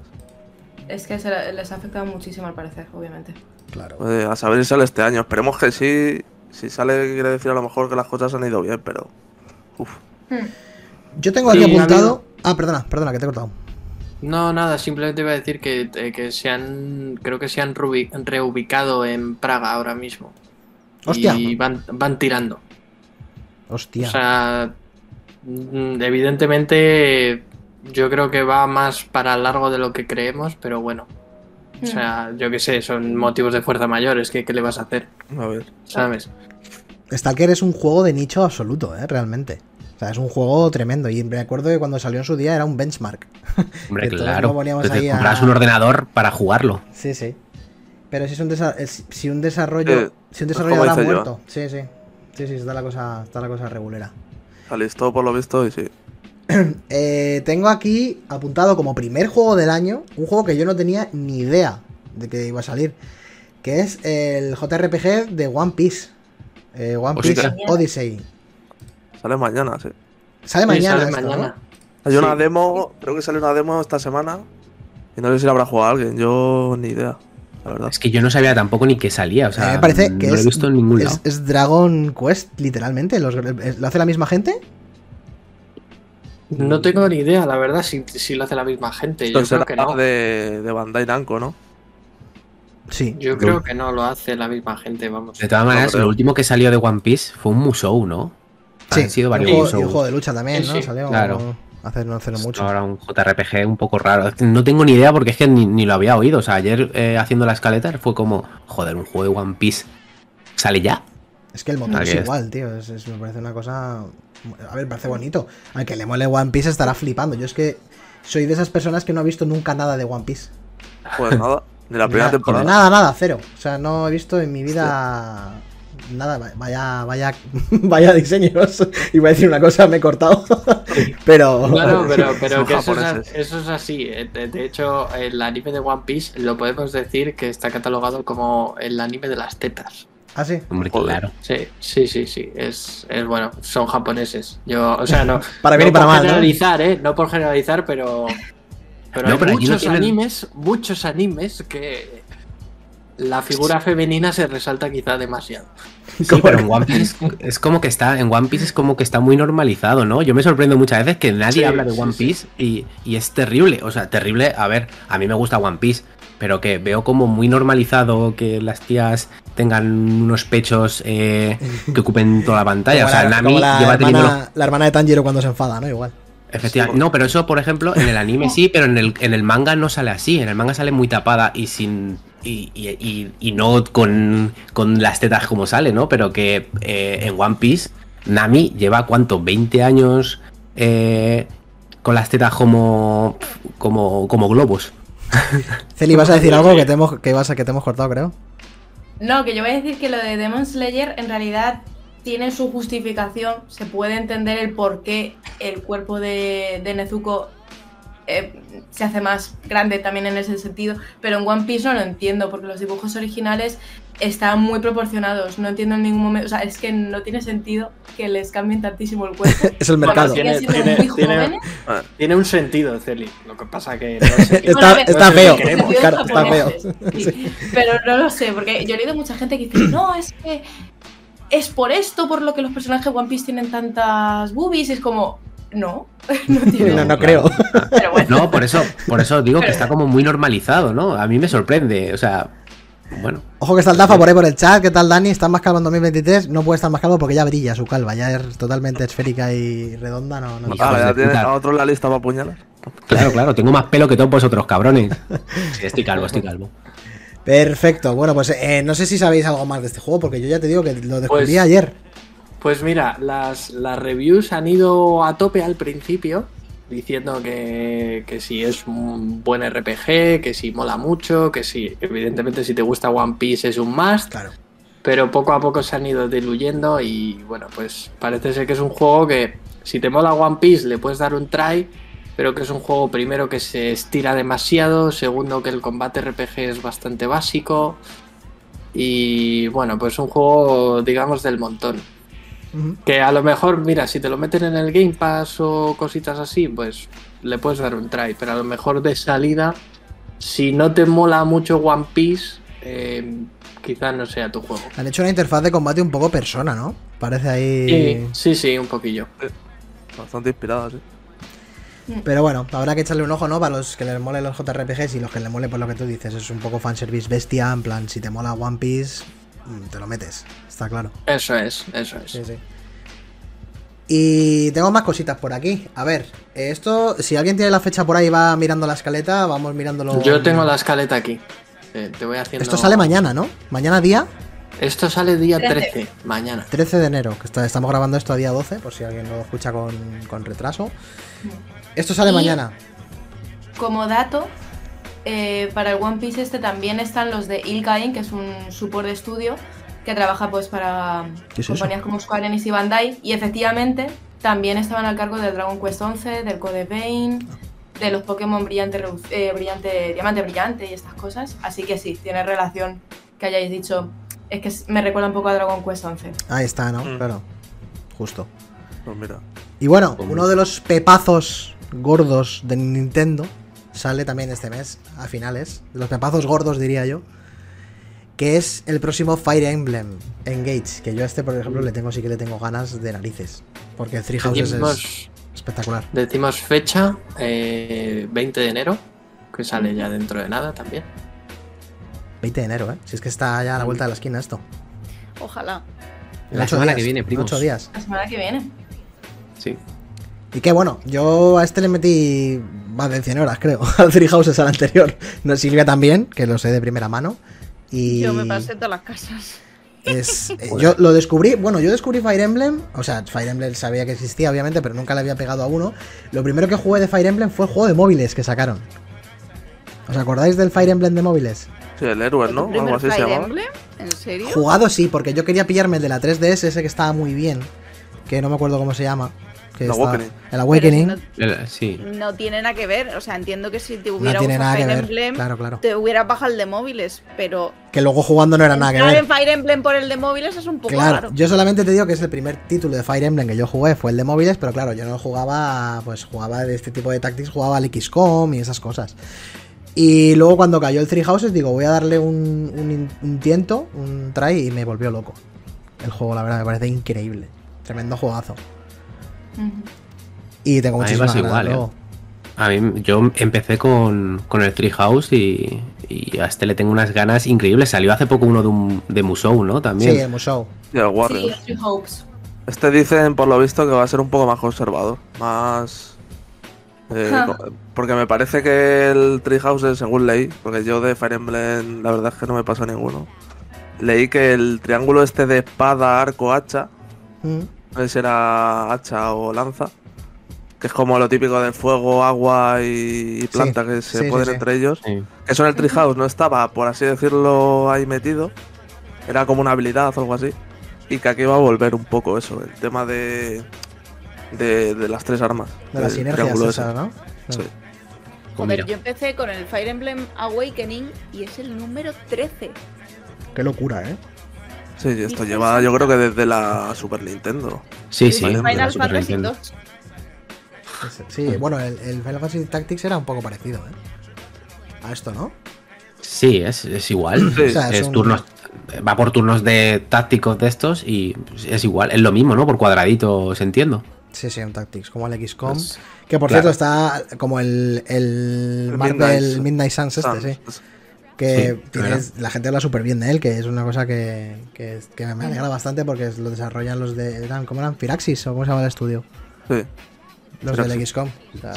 Speaker 6: Es que se les ha afectado muchísimo al parecer, obviamente.
Speaker 4: Claro.
Speaker 5: Pues, a saber si sale este año. Esperemos que sí. Si sale, quiere decir a lo mejor que las cosas han ido bien, pero. Uf.
Speaker 2: Hmm.
Speaker 4: Yo tengo aquí
Speaker 2: Sí,
Speaker 4: apuntado.
Speaker 2: amigo.
Speaker 4: Ah, perdona, perdona, que te he cortado.
Speaker 2: No, nada, simplemente iba a decir que, eh, que se han. Creo que se han rubi- reubicado en Praga ahora mismo.
Speaker 4: Hostia.
Speaker 2: Y van, van tirando.
Speaker 4: Hostia.
Speaker 2: O sea, mm, evidentemente yo creo que va más para largo de lo que creemos, pero bueno. O
Speaker 4: Mm.
Speaker 2: sea, yo qué sé, son motivos de fuerza mayor, es que ¿qué le vas a hacer?
Speaker 5: A ver.
Speaker 2: ¿Sabes?
Speaker 4: Stalker es un juego de nicho absoluto, ¿eh? realmente. O sea, es un juego tremendo. Y me acuerdo que cuando salió en su día era un benchmark.
Speaker 1: Hombre,
Speaker 4: Que todos
Speaker 1: claro.
Speaker 4: nos poníamos
Speaker 1: Entonces,
Speaker 4: ahí a-
Speaker 1: compras un ordenador para jugarlo.
Speaker 4: Sí, sí. Pero si es un, desa- es- si un desarrollo.
Speaker 5: Eh,
Speaker 4: si un
Speaker 5: es como
Speaker 4: desarrollador ha
Speaker 5: hice yo.
Speaker 4: muerto. Sí, sí. Sí, sí, está la cosa, está la cosa regulera.
Speaker 5: Alistó por lo visto y sí.
Speaker 4: Eh, tengo aquí apuntado como primer juego del año un juego que yo no tenía ni idea de que iba a salir. Que es el JRPG de One Piece. Eh, One
Speaker 1: Hostia.
Speaker 4: Piece Odyssey.
Speaker 5: Sale mañana, sí.
Speaker 4: Sale
Speaker 2: Sí,
Speaker 4: mañana.
Speaker 2: sale
Speaker 4: esto, ¿no?
Speaker 2: mañana.
Speaker 5: Hay
Speaker 2: Sí.
Speaker 5: una demo, creo que sale una demo esta semana. Y no sé si la habrá jugado alguien, yo ni idea, la verdad.
Speaker 1: Es que yo no sabía tampoco ni que salía. O
Speaker 4: A mí
Speaker 1: sea,
Speaker 4: me parece
Speaker 1: no
Speaker 4: que
Speaker 1: lo
Speaker 4: es,
Speaker 1: he visto en ningún
Speaker 4: es-
Speaker 1: lado.
Speaker 4: es Dragon Quest, literalmente. Los- eh, ¿Lo hace la misma gente?
Speaker 2: No tengo ni idea, la verdad, si, si lo hace la misma gente. Yo
Speaker 5: Esto será
Speaker 2: creo que no.
Speaker 5: de, de Bandai Namco, ¿no?
Speaker 4: Sí.
Speaker 2: Yo creo que no lo hace la misma gente, vamos.
Speaker 1: De todas maneras,
Speaker 5: creo.
Speaker 1: el último que salió de One Piece fue un Musou, ¿no? Han sido
Speaker 4: y un
Speaker 1: varios
Speaker 4: juego, y un
Speaker 1: Musou.
Speaker 4: juego de lucha también,
Speaker 2: Sí,
Speaker 4: ¿no?
Speaker 2: sí.
Speaker 4: Salió-
Speaker 1: Claro.
Speaker 4: Hace no, hace no mucho.
Speaker 1: Ahora un JRPG un poco raro. Es que No tengo ni idea porque es que ni, ni lo había oído. O sea, ayer eh, haciendo la escaleta fue como, joder, un juego de One Piece sale ya.
Speaker 4: Es que el motor
Speaker 1: Ah,
Speaker 4: es
Speaker 1: que es.
Speaker 4: igual, tío. Es, es- me parece una cosa. A ver, parece bonito. Al que le mole One Piece estará flipando. Yo es que soy de esas personas que no ha visto nunca nada de One Piece.
Speaker 5: Pues nada, de la
Speaker 4: Ni
Speaker 5: primera
Speaker 4: nada,
Speaker 5: temporada.
Speaker 4: Nada, nada, cero. O sea, no he visto en mi vida. Nada, va- vaya, vaya, vaya diseños. Iba a decir una cosa, me he cortado. pero.
Speaker 2: No, no, pero, pero
Speaker 5: Son
Speaker 2: que eso, es,
Speaker 5: japoneses.
Speaker 2: eso es así. Eh, De, de hecho, el anime de One Piece lo podemos decir que está catalogado como el anime de las tetas.
Speaker 4: Ah, sí.
Speaker 1: Hombre,
Speaker 5: Joder.
Speaker 1: claro.
Speaker 2: Sí, sí, sí, sí. Es, es bueno, son japoneses. Yo, o sea, no.
Speaker 4: Para bien
Speaker 2: no
Speaker 4: y para
Speaker 2: por
Speaker 4: mal, ¿no?
Speaker 2: generalizar, ¿eh? No por generalizar, pero. Pero
Speaker 1: No,
Speaker 2: hay
Speaker 1: pero allí no
Speaker 2: muchos
Speaker 1: tienen-
Speaker 2: animes, muchos animes que. La figura femenina se resalta quizá demasiado.
Speaker 1: Sí, pero en One Piece es como que está, en One Piece es como que está muy normalizado, ¿no? Yo me sorprendo muchas veces que nadie
Speaker 2: Sí,
Speaker 1: habla de
Speaker 2: sí,
Speaker 1: One
Speaker 2: sí.
Speaker 1: Piece y, y es terrible. O sea, terrible, a ver, a mí me gusta One Piece, pero que veo como muy normalizado que las tías tengan unos pechos eh, que ocupen toda la pantalla. o sea, Nami
Speaker 4: como la
Speaker 1: lleva teniendo los
Speaker 4: hermana, la hermana de Tanjiro cuando se enfada, ¿no? Igual.
Speaker 1: Efectivamente. No, pero eso, por ejemplo, en el anime sí, pero en el, en el manga no sale así. En el manga sale muy tapada y sin. Y, y- y- y no con, con las tetas como sale, ¿no? Pero que eh, en One Piece, Nami lleva cuánto, 20 años eh, con las tetas como. como. como globos.
Speaker 4: Celi, vas a decir algo que te hemos, que vas a, que te hemos cortado, creo.
Speaker 6: No, que yo voy a decir que lo de Demon Slayer en realidad tiene su justificación. Se puede entender el por qué el cuerpo de, de Nezuko eh, se hace más grande también en ese sentido. Pero en One Piece no lo entiendo, porque los dibujos originales están muy proporcionados. No entiendo en ningún momento. O sea, es que no tiene sentido que les cambien tantísimo el cuerpo.
Speaker 4: Es el
Speaker 2: Bueno,
Speaker 4: mercado.
Speaker 2: tiene-
Speaker 6: Siguen siendo muy jóvenes.
Speaker 2: Tiene un sentido, Celi. Lo que pasa que no sé qué-
Speaker 4: Está-
Speaker 6: Bueno, a ver,
Speaker 4: está
Speaker 2: no sé
Speaker 4: feo.
Speaker 2: si queremos.
Speaker 6: Sentidos
Speaker 4: claro, está feo.
Speaker 6: japoneses, sí. Pero no lo sé, porque yo he leído mucha gente que dice, no, es que es por esto por lo que los personajes de One Piece tienen tantas boobies. Y es como, no, no tiene.
Speaker 4: No, no
Speaker 1: claro.
Speaker 4: creo.
Speaker 6: Pero bueno,
Speaker 1: No, por eso, por eso digo que está como muy normalizado, ¿no? A mí me sorprende. O sea. Bueno.
Speaker 4: Ojo que está el Dafa por ahí por el chat. ¿Qué tal, Dani? ¿Estás más calvo en 2023? No puede estar más calvo porque ya brilla su calva. Ya es totalmente esférica y redonda. No, no.
Speaker 1: Vale.
Speaker 5: Ah,
Speaker 1: Hijos
Speaker 5: ya
Speaker 1: de
Speaker 5: tienes
Speaker 1: puta.
Speaker 5: a otro en la lista para apuñalar.
Speaker 1: Claro, claro, tengo más pelo que todos vosotros, cabrones. Sí, estoy calvo, estoy calvo.
Speaker 4: Perfecto. Bueno, pues eh, no sé si sabéis algo más de este juego porque yo ya te digo que lo descubrí
Speaker 2: Pues-
Speaker 4: ayer.
Speaker 2: Pues mira, las, las reviews han ido a tope al principio, diciendo que, que si es un buen RPG, que si mola mucho, que si, evidentemente, si te gusta One Piece es un must,
Speaker 4: Claro.
Speaker 2: pero poco a poco se han ido diluyendo y bueno, pues parece ser que es un juego que si te mola One Piece le puedes dar un try, pero que es un juego primero que se estira demasiado, segundo que el combate RPG es bastante básico y bueno, pues un juego digamos del montón.
Speaker 4: Ujú.
Speaker 2: Que a lo mejor, mira, si te lo meten en el Game Pass o cositas así, pues le puedes dar un try. Pero a lo mejor de salida, si no te mola mucho One Piece, eh, quizás no sea tu juego.
Speaker 4: Han hecho una interfaz de combate un poco persona, ¿no? Parece ahí.
Speaker 2: Sí, sí, sí, un poquillo.
Speaker 5: Bastante inspirado, sí.
Speaker 4: Pero bueno, habrá que echarle un ojo, ¿no? Para los que les mole los JRPGs y los que les mole por lo que tú dices. Es un poco fanservice bestia. En plan, si te mola One Piece, mm, te lo metes. Está claro.
Speaker 2: Eso es, eso es.
Speaker 4: Sí, sí. Y tengo más cositas por aquí. A ver, eh, esto, si alguien tiene la fecha por ahí y va mirando la escaleta, vamos mirándolo.
Speaker 2: Yo tengo la escaleta aquí. Eh, te voy haciendo.
Speaker 4: Esto sale mañana, ¿no? Mañana día
Speaker 2: Esto sale día
Speaker 6: Trece.
Speaker 2: 13, mañana.
Speaker 4: 13 de enero, que está- estamos grabando esto a día 12, por si alguien lo escucha con, con retraso. Esto sale
Speaker 6: Y-
Speaker 4: mañana.
Speaker 6: como dato, eh, para el One Piece este también están los de Ilkain, que es un support de estudio que trabaja pues para
Speaker 4: ¿Qué es
Speaker 6: compañías como Square Enix y Bandai. Y efectivamente también estaban al cargo del Dragon Quest 11, del Code Vein, de los Pokémon Brillante, Redu- eh, brillante Diamante Brillante y estas cosas. Así que sí, tiene relación que hayáis dicho. Es que s- me recuerda un poco a Dragon Quest 11.
Speaker 4: Ahí está, ¿no?
Speaker 5: Mm.
Speaker 4: Claro. Justo.
Speaker 5: Pues mira.
Speaker 4: Y bueno,
Speaker 1: Pues
Speaker 4: uno de los pepazos gordos de Nintendo sale también este mes, a finales. De los pepazos gordos, diría yo. Que es el próximo Fire Emblem Engage. Que yo a este, por ejemplo, le tengo sí que le tengo ganas de narices. Porque el Three Houses es
Speaker 2: Decimos,
Speaker 4: espectacular.
Speaker 2: decimos fecha, eh, 20 de enero, que sale ya dentro de nada también.
Speaker 4: 20 de enero, ¿eh? Si es que está ya a la vuelta de la esquina esto.
Speaker 7: Ojalá.
Speaker 1: La
Speaker 4: Ocho
Speaker 1: semana
Speaker 4: días,
Speaker 1: que viene,
Speaker 4: en
Speaker 1: primos.
Speaker 4: Ocho días.
Speaker 6: La semana que viene.
Speaker 1: Sí.
Speaker 4: Y que bueno, yo a este le metí más de 100 horas, creo, al Three Houses al anterior. No, Silvia también, que lo sé de primera mano. Y
Speaker 3: Yo me pasé todas las casas.
Speaker 4: es- eh, yo lo descubrí, bueno, yo descubrí Fire Emblem, o sea, Fire Emblem sabía que existía, obviamente, pero nunca le había pegado a uno. Lo primero que jugué de Fire Emblem fue el juego de móviles que sacaron. ¿Os acordáis del Fire Emblem de móviles?
Speaker 5: Sí, el héroe,
Speaker 3: ¿Tu
Speaker 5: Pues ¿no?
Speaker 3: primer
Speaker 5: Algo así se
Speaker 3: Fire
Speaker 5: llamaba.
Speaker 3: Emblem? ¿En serio?
Speaker 4: Jugado sí, porque yo quería pillarme el de la 3DS, ese que estaba muy bien, que no me acuerdo cómo se llama. Que
Speaker 5: El
Speaker 4: está-
Speaker 5: Awakening.
Speaker 4: El Awakening.
Speaker 3: Pero si
Speaker 1: El- Eh, Sí.
Speaker 3: no, no tiene nada que ver. O sea, entiendo que si te
Speaker 4: No
Speaker 3: hubiera
Speaker 4: tiene
Speaker 3: gustado
Speaker 4: nada que
Speaker 3: Fire
Speaker 4: ver.
Speaker 3: Emblem,
Speaker 4: Claro, claro.
Speaker 3: te hubieras bajado el de móviles, pero
Speaker 4: Que luego jugando no era nada que
Speaker 3: entrar
Speaker 4: ver.
Speaker 3: en Fire Emblem por el de móviles es un poco
Speaker 4: Claro,
Speaker 1: Pues
Speaker 3: raro.
Speaker 4: yo solamente te digo que es el primer título de Fire Emblem que yo jugué, fue el de móviles, pero claro, yo no jugaba, pues jugaba de este tipo de tactics, jugaba al XCOM y esas cosas. Y luego cuando cayó el Three Houses, digo, voy a darle un, un, in- un tiento, un try, y me volvió loco. El juego, la verdad, me parece increíble. Tremendo juegazo.
Speaker 6: Ujú.
Speaker 4: Y tengo
Speaker 1: A mí me
Speaker 4: muchísimas
Speaker 1: pasa
Speaker 4: ganas.
Speaker 1: igual, ¿eh?
Speaker 4: luego.
Speaker 1: A mí, yo empecé con, con el Treehouse y, y a este le tengo unas ganas increíbles. Salió hace poco uno de, un- de Musou, ¿no?
Speaker 4: Sí,
Speaker 1: También.
Speaker 4: el Musou.
Speaker 5: Y el
Speaker 6: Sí,
Speaker 5: Warriors.
Speaker 6: Three Hopes.
Speaker 5: Este dicen, por lo visto, que va a ser un poco más conservador. Más. eh,
Speaker 6: Ja.
Speaker 5: co- porque me parece que el Treehouse, según leí, porque yo de Fire Emblem la verdad es que no me pasó ninguno. Leí que el triángulo este de espada, arco, hacha,
Speaker 4: Mm.
Speaker 5: no sé si era hacha o lanza, que es como lo típico de fuego, agua y, y planta que se
Speaker 4: sí, sí,
Speaker 5: pueden
Speaker 4: sí.
Speaker 5: entre ellos.
Speaker 1: Sí.
Speaker 5: Eso en el Treehouse no estaba, por así decirlo, ahí metido. Era como una habilidad o algo así. Y que aquí va a volver un poco eso, el tema de. de, de las tres armas.
Speaker 4: De las
Speaker 5: del
Speaker 4: sinergias
Speaker 5: triángulo
Speaker 4: esas,
Speaker 5: ese.
Speaker 4: ¿no?
Speaker 5: Sí.
Speaker 1: Pues
Speaker 3: Joder,
Speaker 1: mira.
Speaker 3: yo empecé con el Fire Emblem Awakening y es el número 13.
Speaker 4: Qué locura, ¿eh?
Speaker 5: Sí, y esto lleva, yo creo que desde la Super Nintendo.
Speaker 1: Sí,
Speaker 3: Es
Speaker 1: sí.
Speaker 3: el
Speaker 1: de la
Speaker 3: Final
Speaker 1: Super
Speaker 3: Fantasy
Speaker 1: Nintendo.
Speaker 3: 2.
Speaker 4: Ese- Sí, bueno, el, el Final Fantasy Tactics era un poco parecido, ¿eh? A esto, ¿no?
Speaker 1: Sí, es, es igual.
Speaker 5: Sí.
Speaker 1: Es,
Speaker 5: O sea,
Speaker 4: es
Speaker 1: es
Speaker 4: un-
Speaker 1: turnos. Va por turnos de tácticos de estos y es igual. Es lo mismo, ¿no? Por cuadraditos, entiendo.
Speaker 4: Sí, sí, un Tactics, como el XCOM.
Speaker 1: Es-
Speaker 4: que por
Speaker 1: Pues, claro.
Speaker 4: cierto está como el, el
Speaker 5: El
Speaker 4: Marvel
Speaker 5: Midnight-
Speaker 4: Midnight Suns este,
Speaker 5: Sans,
Speaker 4: sí.
Speaker 5: es-
Speaker 4: Que
Speaker 1: Sí,
Speaker 4: tienes- la gente habla súper bien de él, que es una cosa que, que, que me
Speaker 6: Ujú.
Speaker 4: alegra bastante porque lo desarrollan los de. Eran, ¿Cómo eran? ¿Firaxis o cómo se llama el estudio?
Speaker 5: sí.
Speaker 4: Los
Speaker 5: Firaxis.
Speaker 4: del XCOM. O sea,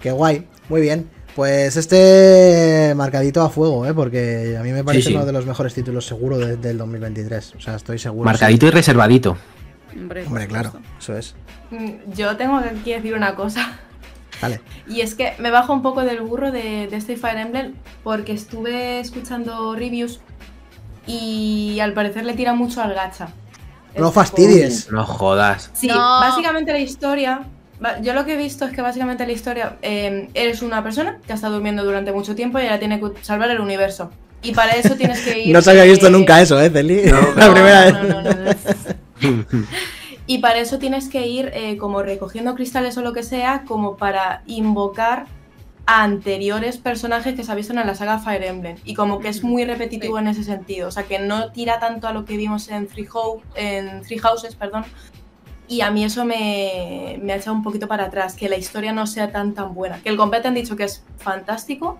Speaker 4: qué guay, muy bien. Pues este marcadito a fuego, ¿eh? porque a mí me parece
Speaker 1: sí.
Speaker 4: uno de los mejores títulos seguro de- del 2023. O sea, estoy seguro.
Speaker 1: Marcadito y reservadito.
Speaker 3: Hombre, pues
Speaker 4: sí. Hombre,
Speaker 3: por
Speaker 4: claro, eso
Speaker 3: supuesto.
Speaker 4: es.
Speaker 6: Mm, Yo tengo aquí decir una cosa.
Speaker 4: Vale.
Speaker 6: Y es que me bajo un poco del burro de, de este Fire Emblem porque estuve escuchando reviews y al parecer le tira mucho al gacha. Es
Speaker 4: No
Speaker 6: tipo-
Speaker 4: fastidies.
Speaker 1: No jodas.
Speaker 6: Sí,
Speaker 3: No.
Speaker 6: básicamente la historia. ba- Yo lo que he visto es que básicamente la historia eh, eres una persona que ha estado durmiendo durante mucho tiempo y ahora tiene que salvar el universo. Y para eso tienes que ir.
Speaker 4: No se había visto
Speaker 6: eh,
Speaker 4: nunca eso, ¿eh, Celi? la
Speaker 6: no,
Speaker 4: primera vez.
Speaker 6: no, no, no, no. Y para eso tienes que ir eh, como recogiendo cristales o lo que sea, como para invocar a anteriores personajes que se ha visto en la saga Fire Emblem. Y como que es muy repetitivo
Speaker 3: Sí.
Speaker 6: en ese sentido. O sea, que no tira tanto a lo que vimos en Three, Hou- en Three Houses. Perdón. Y a mí eso me, me ha echado un poquito para atrás, que la historia no sea tan tan buena. Que el combate han dicho que es fantástico,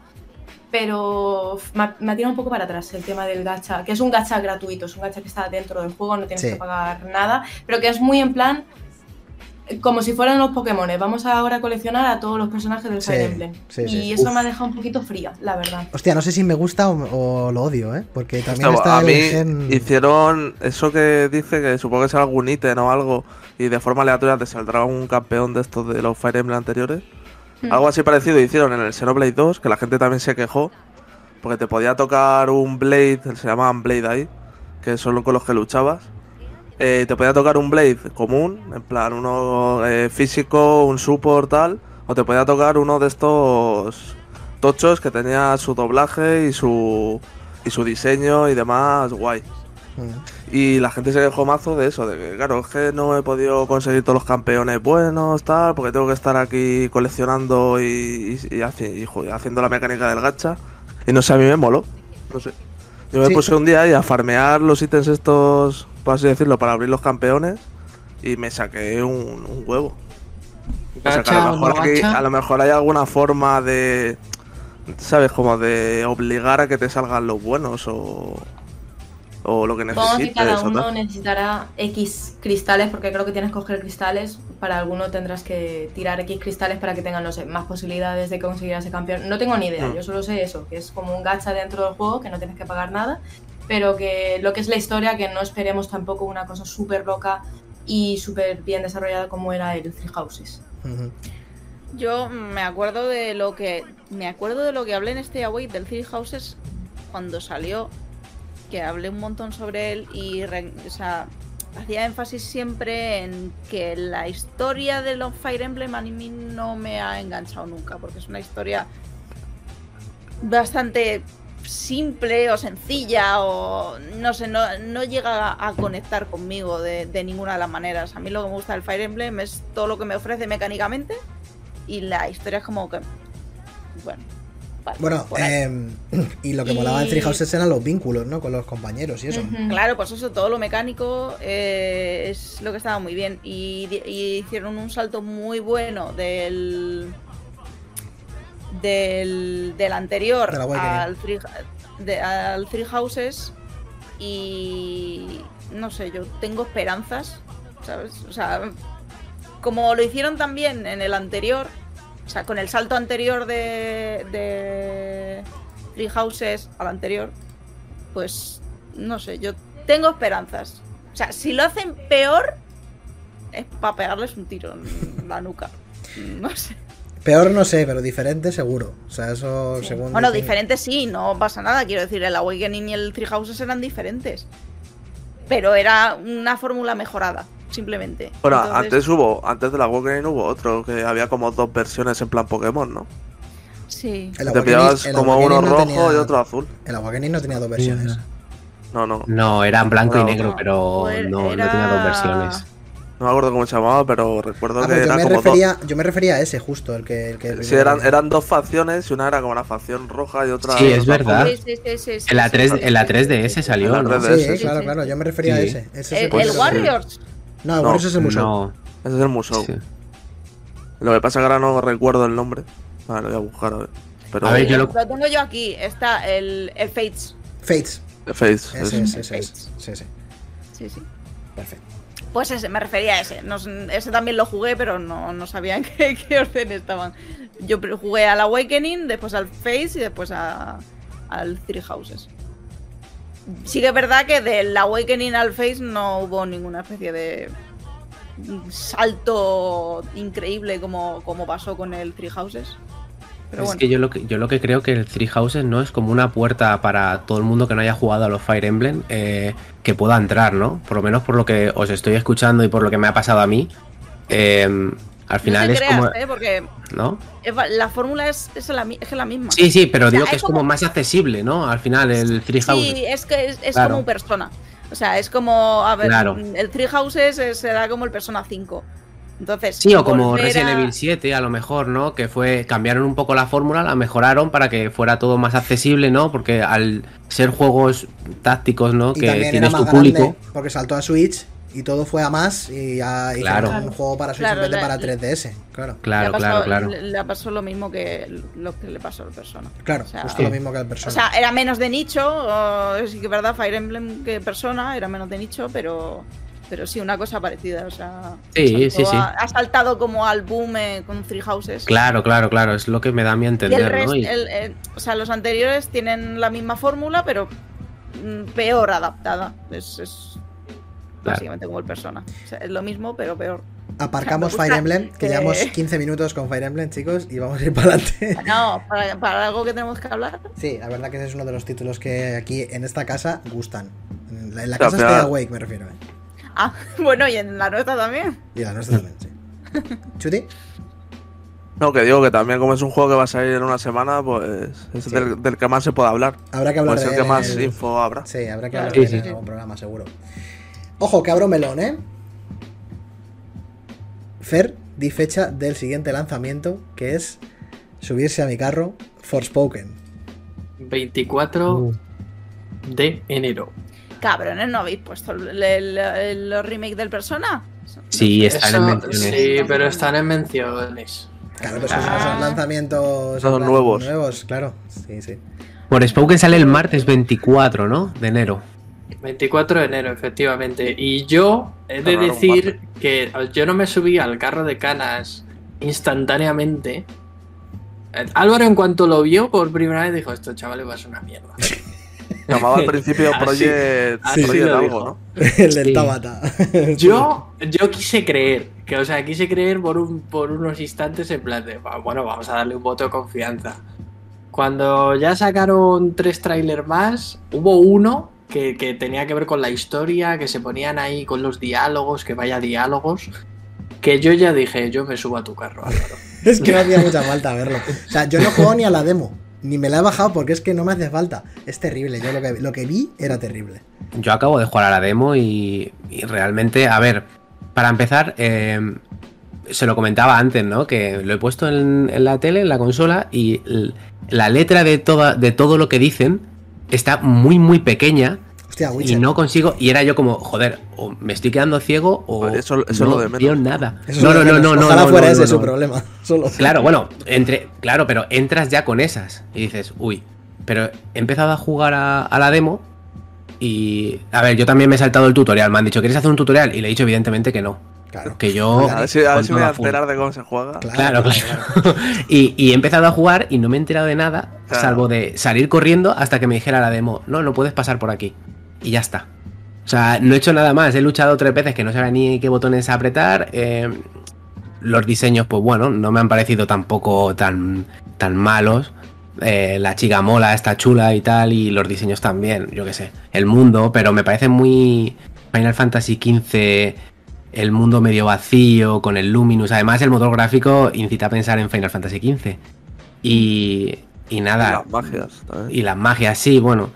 Speaker 6: pero uf, me ha, me ha tirado un poco para atrás el tema del gacha, que es un gacha gratuito, es un gacha que está dentro del juego, no tienes
Speaker 4: Sí.
Speaker 6: que pagar nada, pero que es muy en plan eh, como si fueran los Pokémon. Vamos ahora a coleccionar a todos los personajes del
Speaker 4: Sí,
Speaker 6: Fire Emblem.
Speaker 4: sí,
Speaker 6: y
Speaker 4: sí.
Speaker 6: eso
Speaker 4: Uf.
Speaker 6: me ha dejado un poquito fría, la verdad.
Speaker 4: Hostia, no sé si me gusta o, o lo odio, ¿eh? Porque también
Speaker 5: Estaba-
Speaker 4: está
Speaker 5: a
Speaker 4: el
Speaker 5: mí
Speaker 4: gen-
Speaker 5: hicieron eso que dice que supongo que será algún ítem o algo y de forma aleatoria te saldrá un campeón de estos de los Fire Emblem anteriores.
Speaker 3: Hmm.
Speaker 5: Algo así parecido hicieron en el Xenoblade 2, que la gente también se quejó porque te podía tocar un Blade, se llamaban Blade ahí, que son con los que luchabas. Eh, te podía tocar un Blade común, en plan uno eh, físico, un support tal, o te podía tocar uno de estos tochos que tenía su doblaje y su y su diseño y demás guay.
Speaker 4: Mm,
Speaker 5: Y la gente se quejó mazo de eso, de que claro, es que no he podido conseguir todos los campeones buenos, tal, porque tengo que estar aquí coleccionando y, y- y haci- y, joder, haciendo la mecánica del gacha. Y no sé, a mí me moló, no sé. Yo me
Speaker 4: Sí.
Speaker 5: puse un día ahí a farmear los ítems estos, por así decirlo, para abrir los campeones y me saqué un, un huevo. O sea, que a,
Speaker 2: Gacha
Speaker 5: lo
Speaker 2: o no
Speaker 5: mejor aquí-
Speaker 2: gacha.
Speaker 5: a lo mejor hay alguna forma de, ¿sabes? Como de obligar a que te salgan los buenos o, o lo que
Speaker 6: Supongo
Speaker 5: necesites.
Speaker 6: que cada
Speaker 5: o tal.
Speaker 6: uno necesitará X cristales, porque creo que tienes que coger cristales Para alguno tendrás que tirar X cristales para que tengan, no sé, más posibilidades de conseguir a ese campeón. No tengo ni idea,
Speaker 5: Mm.
Speaker 6: yo solo sé eso, que es como un gacha dentro del juego, que no tienes que pagar nada, pero que lo que es la historia, que no esperemos tampoco una cosa súper loca y súper bien desarrollada como era el Three Houses.
Speaker 4: Ujú.
Speaker 3: Yo me acuerdo de lo que me acuerdo de lo que hablé en este away del Three Houses cuando salió, que hablé un montón sobre él y re- o sea, hacía énfasis siempre en que la historia de los Fire Emblem a mí no me ha enganchado nunca, porque es una historia bastante simple o sencilla o no sé, no, no llega a conectar conmigo de, de ninguna de las maneras. A mí lo que me gusta del Fire Emblem es todo lo que me ofrece mecánicamente y la historia es como que... Bueno, vale,
Speaker 4: Bueno,
Speaker 3: por ahí.
Speaker 4: em, y lo que
Speaker 3: Y-
Speaker 4: molaba en Three Houses eran los vínculos, ¿no? Con los compañeros y eso.
Speaker 6: Ujú.
Speaker 3: Claro, pues eso, todo lo mecánico eh, es lo que estaba muy bien. Y, di- y hicieron un salto muy bueno del. del, del anterior
Speaker 4: De la Awakening.
Speaker 3: al Three, de- al Three Houses. Y. no sé, yo tengo esperanzas, ¿sabes? O sea, como lo hicieron también en el anterior, o sea, con el salto anterior de, de Three Houses al anterior, pues no sé, yo tengo esperanzas. O sea, si lo hacen peor, es para pegarles un tiro en la nuca. No sé.
Speaker 4: Peor no sé, pero diferente seguro. O sea, eso según.
Speaker 3: Bueno,
Speaker 4: dicen-
Speaker 3: diferentes sí, no pasa nada. Quiero decir, el Awakening y el Three Houses eran diferentes. Pero era una fórmula mejorada, simplemente.
Speaker 5: Bueno,
Speaker 3: Entonces-
Speaker 5: antes hubo, antes de la Walking hubo otro, que había como dos versiones en plan Pokémon, ¿no?
Speaker 3: Sí.
Speaker 4: El
Speaker 5: Te
Speaker 4: Awakening-
Speaker 5: pillabas
Speaker 4: el
Speaker 5: como
Speaker 4: Awakening
Speaker 5: uno
Speaker 4: no
Speaker 5: rojo
Speaker 4: tenía-
Speaker 5: y otro azul.
Speaker 4: El Awakening no tenía dos versiones. Ah,
Speaker 5: No, no.
Speaker 1: No, era en blanco y
Speaker 5: No,
Speaker 1: negro,
Speaker 3: no.
Speaker 1: pero
Speaker 3: Era-
Speaker 1: no, no tenía dos versiones.
Speaker 5: No me acuerdo cómo se llamaba, pero recuerdo
Speaker 4: Ah,
Speaker 5: que
Speaker 4: pero yo
Speaker 5: era
Speaker 4: me,
Speaker 5: como
Speaker 4: refería, yo me refería a ese justo, el que... El que
Speaker 5: dos. Sí, eran, eran dos facciones y una era como la facción roja y otra.
Speaker 1: Sí, es
Speaker 5: otra
Speaker 1: verdad.
Speaker 5: azul.
Speaker 3: Sí, sí, sí, sí, sí,
Speaker 1: En la,
Speaker 3: sí,
Speaker 1: 3,
Speaker 3: sí,
Speaker 1: en la
Speaker 3: sí.
Speaker 1: 3DS
Speaker 5: En la
Speaker 1: salió, ¿no?
Speaker 5: 3DS.
Speaker 4: Sí,
Speaker 5: Sí, sí,
Speaker 4: claro,
Speaker 3: sí.
Speaker 4: claro, yo me refería a
Speaker 1: Sí.
Speaker 4: ese. ese es
Speaker 3: El,
Speaker 5: Pues
Speaker 3: el
Speaker 5: sí.
Speaker 3: Warriors.
Speaker 4: No, el
Speaker 5: No,
Speaker 4: Warriors es el Musou.
Speaker 1: No,
Speaker 5: Ese es el museo.
Speaker 1: sí.
Speaker 5: Lo que pasa es que ahora no recuerdo el nombre. Vale, lo voy a buscar a ver. Pero
Speaker 1: A ver, eh, yo lo-
Speaker 3: tengo yo aquí. Está el, el Fates.
Speaker 4: Fates.
Speaker 5: Face. es-
Speaker 4: Ese, ese, ese,
Speaker 3: Fates.
Speaker 4: ese. Sí, sí.
Speaker 3: Sí, sí.
Speaker 4: Perfecto.
Speaker 3: Pues ese, me refería a ese. No sé, ese también lo jugué, pero no, no sabía en qué, qué orden estaban. Yo pre- jugué al Awakening, después al Face y después a- al Three Houses. Sí que es verdad que del Awakening al Face no hubo ninguna especie de salto increíble como, como pasó con el Three Houses. Pero
Speaker 1: es
Speaker 3: bueno,
Speaker 1: que yo lo que yo lo que creo que el Three Houses no es como una puerta para todo el mundo que no haya jugado a los Fire Emblem eh, que pueda entrar, ¿no? Por lo menos por lo que os estoy escuchando y por lo que me ha pasado a mí. eh, al
Speaker 3: no
Speaker 1: final
Speaker 3: te
Speaker 1: es
Speaker 3: creas,
Speaker 1: como.
Speaker 3: ¿eh? porque
Speaker 1: ¿No?
Speaker 3: es va- la fórmula es, es la, mi- es la misma.
Speaker 1: Sí, sí, pero
Speaker 3: sea,
Speaker 1: digo que
Speaker 3: hay
Speaker 1: es como,
Speaker 3: como-
Speaker 1: más accesible, ¿no? Al final el Three Houses.
Speaker 3: Sí, es que es, es
Speaker 1: Claro.
Speaker 3: como un persona. O sea, es como. A ver,
Speaker 1: Claro.
Speaker 3: el Three Houses es- será como el Persona 5. Entonces.
Speaker 1: Sí, o como
Speaker 3: volver a-
Speaker 1: Resident Evil 7, a lo mejor, ¿no? Que fue. Cambiaron un poco la fórmula, la mejoraron para que fuera todo más accesible, ¿no? Porque al ser juegos tácticos, ¿no?
Speaker 4: Y
Speaker 1: Que
Speaker 4: también era
Speaker 1: tienes
Speaker 4: más
Speaker 1: tu
Speaker 4: grande
Speaker 1: público.
Speaker 4: porque saltó a Switch y todo fue a más y ya hicieron
Speaker 1: Claro.
Speaker 4: un juego para Switch
Speaker 3: Claro,
Speaker 4: en vez de
Speaker 3: la-
Speaker 4: para 3DS. Claro,
Speaker 3: le ha
Speaker 1: Claro,
Speaker 3: pasado-
Speaker 1: claro, claro.
Speaker 3: Le, le ha pasado lo mismo que lo que le pasó al Persona.
Speaker 4: claro.
Speaker 3: O sea,
Speaker 4: justo lo mismo que el
Speaker 3: O
Speaker 4: Persona.
Speaker 3: sea, era menos de nicho. o- sí que es verdad, Fire Emblem que Persona era menos de nicho, pero. Pero sí, una cosa parecida, o sea...
Speaker 1: Sí,
Speaker 3: saltó
Speaker 1: sí, sí.
Speaker 3: a- Ha saltado como al boom eh, con Three Houses.
Speaker 1: Claro, claro, claro, es lo que me da a mí a
Speaker 3: Y el
Speaker 1: entender,
Speaker 3: rest-
Speaker 1: ¿no? Y-
Speaker 3: el- el- o sea, los anteriores tienen la misma fórmula, pero mm, peor adaptada. Es, es básicamente como el persona. O sea, es lo mismo, pero peor.
Speaker 4: Aparcamos
Speaker 3: me gusta
Speaker 4: Fire Emblem, que
Speaker 3: que-
Speaker 4: llevamos 15 minutos con Fire Emblem, chicos, y vamos a ir para adelante.
Speaker 3: No, para, para algo que tenemos que hablar.
Speaker 4: Sí, la verdad que ese es uno de los títulos que aquí en esta casa gustan. En la, en la
Speaker 5: Claro,
Speaker 4: casa
Speaker 5: pero-
Speaker 4: Stay Awake me refiero. ¿eh?
Speaker 3: Ah, bueno, y en la nota también.
Speaker 4: Y la nuestra también, sí. Chuti,
Speaker 5: No, que digo que también, como es un juego que va a salir en una semana, pues es
Speaker 4: Sí.
Speaker 5: del, del que más se puede hablar.
Speaker 4: habrá que hablar
Speaker 5: Pues
Speaker 4: de
Speaker 5: el que
Speaker 4: él
Speaker 5: más
Speaker 4: en el-
Speaker 5: info habrá.
Speaker 4: Sí, habrá que
Speaker 3: Claro,
Speaker 4: hablar
Speaker 1: sí,
Speaker 4: de él
Speaker 1: sí,
Speaker 4: en
Speaker 1: sí.
Speaker 4: algún programa, seguro. Ojo, que abro melón, ¿eh? Fer, di fecha del siguiente lanzamiento, que es subirse a mi carro, Forspoken.
Speaker 2: 24 de enero.
Speaker 3: Cabrones, ¿no habéis puesto el- el- el- los remakes del persona?
Speaker 6: Oh,
Speaker 1: Sí, están en
Speaker 2: Eso-
Speaker 1: menciones.
Speaker 2: Sí, pero están en menciones.
Speaker 4: Claro, pero es que
Speaker 1: Ah.
Speaker 4: son- son lanzamientos
Speaker 5: Son
Speaker 4: en plan,
Speaker 5: nuevos.
Speaker 4: Nuevos, claro. Sí, sí.
Speaker 1: Por Spoken sale el martes 24, ¿no? De enero.
Speaker 2: 24 de enero, efectivamente. Y yo he de
Speaker 5: Cerraron
Speaker 2: decir que yo no me subí al carro de canas instantáneamente. Eh, Álvaro, en cuanto lo vio por primera vez, dijo: Esto chaval va a ser una mierda.
Speaker 5: Llamaba al principio
Speaker 2: Así-
Speaker 5: Project,
Speaker 2: así
Speaker 5: Project
Speaker 2: lo
Speaker 5: algo,
Speaker 2: dijo.
Speaker 5: ¿no?
Speaker 4: El del
Speaker 2: Sí.
Speaker 4: Tabata.
Speaker 2: Yo, yo quise creer, que o sea, quise creer por, un, por unos instantes en plan de, "Va, bueno, vamos a darle un voto de confianza. Cuando ya sacaron tres trailers más, hubo uno que, que tenía que ver con la historia, que se ponían ahí con los diálogos, que vaya diálogos, que yo ya dije, yo me subo a tu carro, Álvaro.
Speaker 4: Es que me hacía mucha falta verlo. O sea, yo no juego ni a la demo. Ni me la he bajado porque es que no me hace falta. Es terrible. Yo lo que, lo que vi era terrible.
Speaker 1: Yo acabo de jugar a la demo y, y realmente, a ver, para empezar, eh, se lo comentaba antes, ¿no? Que lo he puesto en, en la tele, en la consola, y l- la letra de, toda, de todo lo que dicen está muy, muy pequeña
Speaker 4: Hostia,
Speaker 1: y
Speaker 4: Witcher.
Speaker 1: no consigo. Y era yo como, joder, o me estoy quedando ciego o
Speaker 5: Vale, eso- eso
Speaker 1: no
Speaker 5: lo de menos.
Speaker 1: veo nada.
Speaker 4: Eso
Speaker 1: no,
Speaker 4: es
Speaker 1: no,
Speaker 4: lo que
Speaker 1: no, no,
Speaker 4: menos.
Speaker 1: no.
Speaker 4: Ojalá
Speaker 1: no,
Speaker 4: fuera
Speaker 1: no,
Speaker 4: ese
Speaker 1: no,
Speaker 4: su
Speaker 1: no.
Speaker 4: problema. Solo.
Speaker 1: Claro, bueno, entre, claro, pero entras ya con esas y dices, uy, pero he empezado a jugar a, a la demo y, a ver, yo también me he saltado el tutorial, me han dicho, ¿quieres hacer un tutorial? Y le he dicho evidentemente que no,
Speaker 4: Claro.
Speaker 1: que yo...
Speaker 4: Claro,
Speaker 5: A ver si, a ver si me voy a
Speaker 1: contaba full.
Speaker 5: enterar de cómo se juega.
Speaker 1: Claro, claro. y, y he empezado a jugar y no me he enterado de nada,
Speaker 5: Claro.
Speaker 1: salvo de salir corriendo hasta que me dijera la demo, no, no puedes pasar por aquí. Y ya está. O sea, no he hecho nada más, he luchado tres veces que no sabía ni qué botones apretar. eh, los diseños, pues bueno, no me han parecido tampoco tan, tan malos. eh, la chica mola, está chula y tal, y los diseños también, yo qué sé. El mundo, pero me parece muy Final Fantasy XV el mundo medio vacío, con el Luminous. Además, el motor gráfico incita a pensar en Final Fantasy XV. Y, y nada.
Speaker 5: Las magias. también.
Speaker 1: Y las magias, sí, bueno.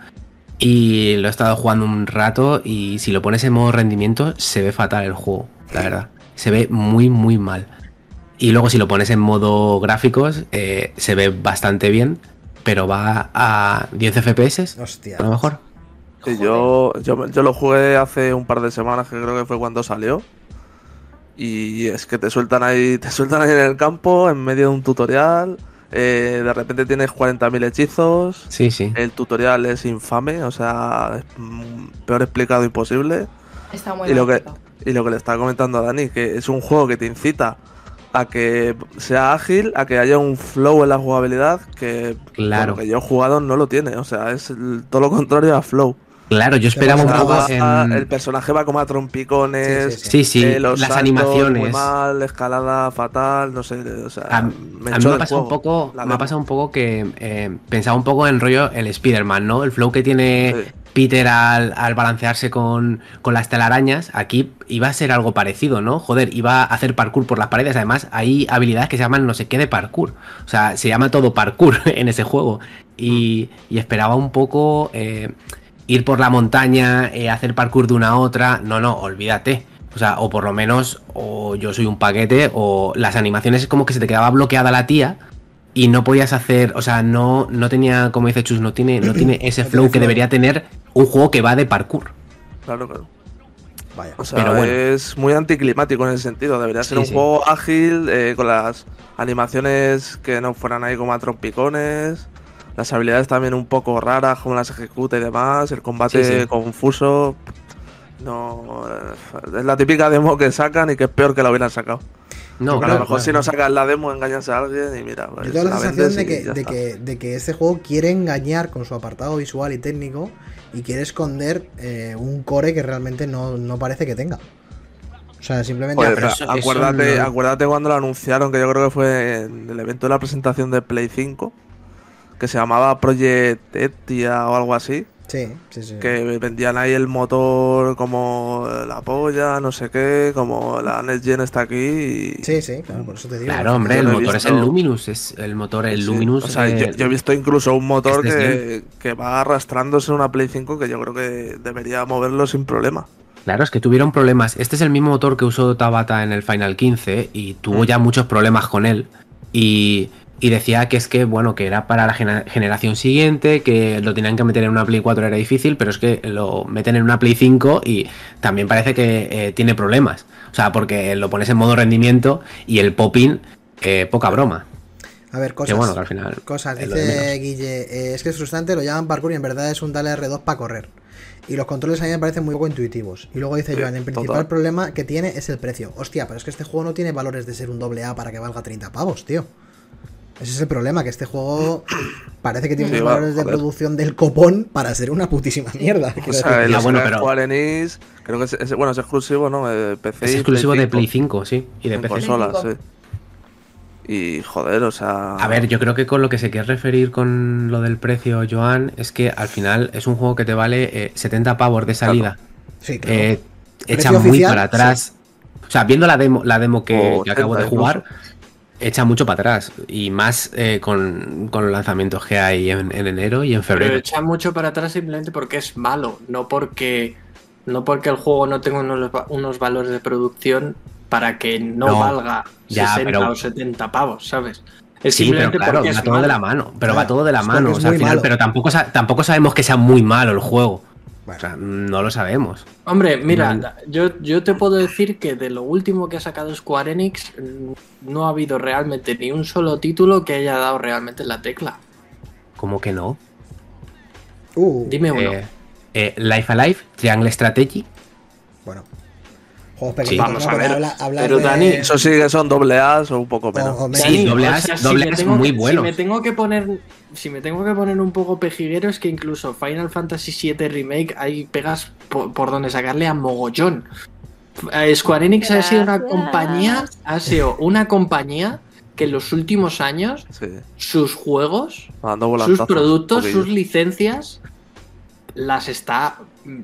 Speaker 1: Y lo he estado jugando un rato y si lo pones en modo rendimiento se ve fatal el juego, la verdad. Se ve muy, muy mal. Y luego si lo pones en modo gráficos eh, se ve bastante bien, pero va a 10 FPS,
Speaker 4: Hostia.
Speaker 1: a lo mejor.
Speaker 5: Sí, yo, yo, yo lo jugué hace un par de semanas, que creo que fue cuando salió. Y es que te sueltan ahí, te sueltan ahí en el campo, en medio de un tutorial. eh, de repente tienes 40.000 hechizos.
Speaker 1: Sí, sí.
Speaker 5: El tutorial es infame, o sea, es mm, peor explicado imposible.
Speaker 6: Está muy
Speaker 5: Y lo
Speaker 6: mal
Speaker 5: que-
Speaker 6: explicado.
Speaker 5: Y lo que le estaba comentando a Dani, que es un juego que te incita a que sea ágil, a que haya un flow en la jugabilidad que
Speaker 1: Claro.
Speaker 5: por lo que yo he jugado no lo tiene. O sea, es el- todo lo contrario a flow.
Speaker 1: Claro, yo esperaba un
Speaker 5: O sea,
Speaker 1: poco
Speaker 5: va-
Speaker 1: en...
Speaker 5: El personaje va como a trompicones.
Speaker 4: Sí, sí,
Speaker 1: Sí, sí,
Speaker 5: eh, los
Speaker 1: las
Speaker 5: saltos Muy
Speaker 1: animaciones.
Speaker 5: mal, escalada fatal, no sé. O sea,
Speaker 1: A, a
Speaker 5: echó
Speaker 1: mí me ha
Speaker 5: del
Speaker 1: pasado un
Speaker 5: juego,
Speaker 1: poco,
Speaker 5: la
Speaker 1: me ha
Speaker 5: demo.
Speaker 1: pasado un poco que eh, pensaba un poco en rollo el Spider-Man, ¿no? El flow que tiene
Speaker 5: Sí.
Speaker 1: Peter al, al balancearse con, con las telarañas, aquí iba a ser algo parecido, ¿no? Joder, iba a hacer parkour por las paredes, además hay habilidades que se llaman no sé qué de parkour, o sea, se llama todo parkour en ese juego y, y esperaba un poco eh, ir por la montaña, eh, hacer parkour de una a otra, no, no, olvídate. O sea, o por lo menos, o yo soy un paquete, o las animaciones es como que se te quedaba bloqueada la tía y no podías hacer, o sea, no, no tenía, como dice Chus, no tiene, no tiene ese
Speaker 4: No tiene
Speaker 1: flow que
Speaker 4: flow.
Speaker 1: debería tener un juego que va de parkour.
Speaker 5: Claro, claro.
Speaker 4: Vaya.
Speaker 5: O sea,
Speaker 1: Pero bueno.
Speaker 5: es muy anticlimático en ese sentido. Debería ser
Speaker 1: Sí,
Speaker 5: un
Speaker 1: sí.
Speaker 5: juego ágil, eh, con las animaciones que no fueran ahí como a trompicones. Las habilidades también un poco raras, como las ejecuta y demás. El combate
Speaker 1: Sí, sí.
Speaker 5: confuso. No. eh, Es la típica demo que sacan y que es peor que la hubieran sacado.
Speaker 1: No,
Speaker 5: Porque a
Speaker 1: claro,
Speaker 5: lo mejor
Speaker 1: claro.
Speaker 5: si no sacas la demo, engañas a alguien y mira. pues,
Speaker 4: Yo tengo la sensación
Speaker 5: vendes
Speaker 4: de
Speaker 5: y
Speaker 4: que,
Speaker 5: ya
Speaker 4: de,
Speaker 5: está.
Speaker 4: que, de que este juego quiere engañar con su apartado visual y técnico y quiere esconder eh, un core que realmente no, no parece que tenga. O sea, simplemente...
Speaker 5: Joder,
Speaker 1: pero
Speaker 5: pero
Speaker 1: eso- eso
Speaker 5: Pues acuérdate,
Speaker 1: no-
Speaker 5: acuérdate cuando lo anunciaron, que yo creo que fue en el evento de la presentación de Play 5, que se llamaba Project Etia o algo así,
Speaker 4: Sí, sí, sí.
Speaker 5: que vendían ahí el motor como la polla, no sé qué, como la Next Gen está aquí y...
Speaker 4: Sí, sí, claro, por eso te digo.
Speaker 1: Claro, hombre,
Speaker 5: Yo
Speaker 1: el
Speaker 5: lo he
Speaker 1: motor es el
Speaker 5: visto.
Speaker 1: Luminous, es el motor, el
Speaker 5: Sí.
Speaker 1: Luminous.
Speaker 5: O sea,
Speaker 1: eh,
Speaker 5: yo, yo he visto incluso un motor
Speaker 1: es
Speaker 5: que,
Speaker 1: Next
Speaker 5: que va arrastrándose en una Play 5 que yo creo que debería moverlo sin problema.
Speaker 1: Claro, es que tuvieron problemas. Este es el mismo motor que usó Tabata en el Final 15 y tuvo ya muchos problemas con él. Y, y decía que es que, bueno, que era para la gena- generación siguiente, que lo tenían que meter en una Play 4 era difícil, pero es que lo meten en una Play 5 y también parece que eh, tiene problemas. O sea, porque lo pones en modo rendimiento y el popping, eh, poca broma.
Speaker 4: A ver,
Speaker 1: Que
Speaker 4: cosas.
Speaker 1: bueno, que al final.
Speaker 4: Cosas,
Speaker 1: es lo de menos.
Speaker 4: dice Guille, eh, es que es frustrante, lo llaman parkour y en verdad es un tal R2 para correr. Y los controles a mí me parecen muy poco intuitivos. Y luego dice
Speaker 5: Sí,
Speaker 4: Joan, el principal
Speaker 5: total.
Speaker 4: problema que tiene es el precio. Hostia, pero es que este juego no tiene valores de ser un doble A para que valga 30 pavos, tío. Ese es el problema, que este juego parece que tiene
Speaker 5: Sí,
Speaker 4: unos
Speaker 5: va,
Speaker 4: valores de
Speaker 5: joder.
Speaker 4: producción del copón para ser una putísima mierda.
Speaker 5: O
Speaker 4: quiero
Speaker 5: sea,
Speaker 4: decir.
Speaker 5: el
Speaker 1: Ya, Ah, bueno,
Speaker 5: Sky
Speaker 1: pero-
Speaker 5: Square Enix, creo que es, es- bueno, es exclusivo, ¿no? Eh, PC
Speaker 1: Es
Speaker 5: y
Speaker 1: exclusivo de Play 5,
Speaker 5: 5,
Speaker 1: sí. Y de
Speaker 5: en
Speaker 1: PC.
Speaker 5: consolas,
Speaker 6: Play
Speaker 5: sí. Y joder, o sea.
Speaker 1: A ver, yo creo que con lo que se quiere referir con lo del precio, Joan, es que al final es un juego que te vale eh, 70 pavos de salida.
Speaker 4: sí, claro.
Speaker 1: eh, echa
Speaker 4: Precio
Speaker 1: muy
Speaker 4: oficial, Oh,
Speaker 1: para atrás. O sea, viendo la demo, la demo que,
Speaker 5: O
Speaker 1: que acabo de
Speaker 5: 80
Speaker 1: jugar, echa mucho para atrás. Y más eh, con, con los lanzamientos que hay en, en enero y en
Speaker 2: Pero
Speaker 1: febrero.
Speaker 2: echa mucho para atrás simplemente porque es malo, no porque no porque el juego no tenga unos, va- unos valores de producción para que no,
Speaker 1: No,
Speaker 2: valga
Speaker 1: ya,
Speaker 2: 60
Speaker 1: pero-
Speaker 2: o 70 pavos, ¿sabes? Es
Speaker 1: Sí, pero
Speaker 2: simplemente
Speaker 1: claro,
Speaker 2: porque
Speaker 1: va
Speaker 2: es
Speaker 1: todo
Speaker 2: malo.
Speaker 1: de la mano. Pero
Speaker 4: Ya,
Speaker 1: va todo de la
Speaker 4: es porque
Speaker 1: mano.
Speaker 4: es
Speaker 1: o sea, al
Speaker 4: muy
Speaker 1: final,
Speaker 4: malo.
Speaker 1: pero tampoco, sa- tampoco sabemos que sea muy malo el juego.
Speaker 4: Bueno.
Speaker 1: O sea, no lo sabemos.
Speaker 2: Hombre, mira,
Speaker 1: No.
Speaker 2: yo, yo te puedo decir que de lo último que ha sacado Square Enix mm, no ha habido realmente ni un solo título que haya dado realmente en la tecla.
Speaker 1: ¿Cómo que no?
Speaker 4: Uh,
Speaker 2: Dime uno.
Speaker 1: Eh, eh, Life Alive, Triangle Strategy.
Speaker 4: bueno. Juegos
Speaker 1: Sí,
Speaker 4: pequeños,
Speaker 2: vamos
Speaker 4: ¿no?
Speaker 2: a
Speaker 4: Pero
Speaker 2: ver.
Speaker 4: habla- habla
Speaker 2: Pero,
Speaker 4: de-
Speaker 2: Dani,
Speaker 5: Eso sí que son doble A o un poco
Speaker 4: o-
Speaker 5: menos.
Speaker 4: o
Speaker 1: Sí,
Speaker 4: menos.
Speaker 1: doble A es- doble
Speaker 2: me
Speaker 1: A es
Speaker 2: tengo
Speaker 1: muy
Speaker 2: que-
Speaker 1: bueno.
Speaker 2: Si me tengo que poner, si me tengo que poner un poco pejiguero es que incluso Final Fantasy VII Remake hay pegas po- por, donde sacarle a mogollón. Eh, Square Enix ha sido una
Speaker 6: Gracias.
Speaker 2: compañía, ha sido una compañía que en los últimos años
Speaker 5: Sí,
Speaker 2: sus juegos,
Speaker 5: mandando
Speaker 2: sus
Speaker 5: volantazos,
Speaker 2: productos, sus
Speaker 5: poquillo.
Speaker 2: licencias las está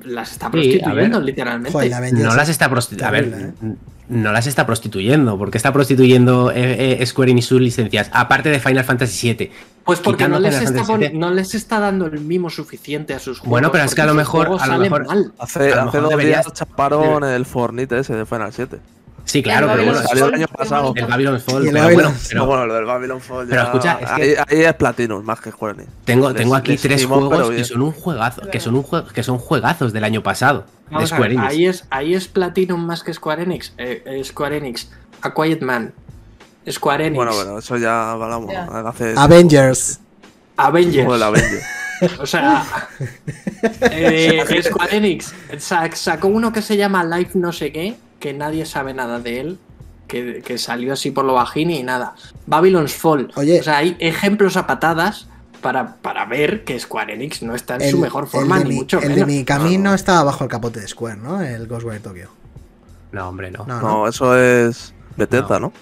Speaker 2: las está
Speaker 1: Sí,
Speaker 2: prostituyendo
Speaker 1: a ver.
Speaker 2: literalmente.
Speaker 4: Joder, la belleza.
Speaker 1: No las está prostituyendo. A ver,
Speaker 4: terrible, ¿eh?
Speaker 1: n- no las está prostituyendo. porque está prostituyendo eh, eh, Square Enix sus licencias? Aparte de Final Fantasy VII.
Speaker 2: Pues porque
Speaker 1: Quitando
Speaker 2: no les,
Speaker 1: Final
Speaker 2: está
Speaker 1: Fantasy
Speaker 2: pon-
Speaker 1: VII.
Speaker 2: no les está dando el mimo suficiente a sus juegos.
Speaker 1: Bueno, pero es que
Speaker 2: porque
Speaker 1: a lo
Speaker 2: sus
Speaker 1: mejor-
Speaker 2: juegos
Speaker 1: a lo
Speaker 2: salen
Speaker 1: mejor-
Speaker 2: mal.
Speaker 5: Hace,
Speaker 1: a lo
Speaker 5: hace
Speaker 1: mejor
Speaker 5: dos
Speaker 1: deberías-
Speaker 5: días chaparon el Fornite ese de Final 7.
Speaker 1: Sí, claro,
Speaker 6: El
Speaker 1: pero bueno.
Speaker 6: Babylon
Speaker 5: salió el
Speaker 6: Fall,
Speaker 5: año
Speaker 6: qué
Speaker 5: pasado.
Speaker 6: bonito.
Speaker 1: El Babylon Fall.
Speaker 4: Y el
Speaker 1: pero
Speaker 4: Babylon-
Speaker 1: bueno, pero
Speaker 5: Pero bueno, lo del Babylon Fall ya...
Speaker 1: Pero escucha, es que-
Speaker 5: ahí, ahí es Platinum más que Square Enix.
Speaker 1: tengo,
Speaker 5: Les-
Speaker 1: tengo aquí
Speaker 5: les
Speaker 1: tres
Speaker 5: timó, pero
Speaker 1: juegos que
Speaker 5: bien.
Speaker 1: son un juegazo, que son un jue- que son juegazos del año pasado. De
Speaker 2: Vamos a
Speaker 1: Square
Speaker 2: ver,
Speaker 1: Enix.
Speaker 2: ahí es, ahí es Platinum más que Square Enix. Eh, eh, Square Enix, A Quiet Man, Square Enix,
Speaker 5: Bueno, bueno, eso ya hablamos.
Speaker 6: Ya.
Speaker 5: Hace...
Speaker 4: Avengers.
Speaker 2: Avengers.
Speaker 5: Joder, la Avenger.
Speaker 2: O sea, eh, Square Enix sa- sacó uno que se llama Life no sé qué, que nadie sabe nada de él, que, que salió así por lo bajín y nada. Babylon's Fall.
Speaker 4: Oye.
Speaker 2: O sea, hay ejemplos a patadas para, para ver que Square Enix no está en su mejor forma,
Speaker 4: el de
Speaker 2: ni
Speaker 4: mi,
Speaker 2: mucho
Speaker 4: el
Speaker 2: menos.
Speaker 4: de mi camino estaba bajo el capote de Square, ¿no? El Ghostwire Tokyo.
Speaker 1: No, hombre, Ah, no.
Speaker 4: No, no.
Speaker 5: No, eso es Bethesda, ¿no?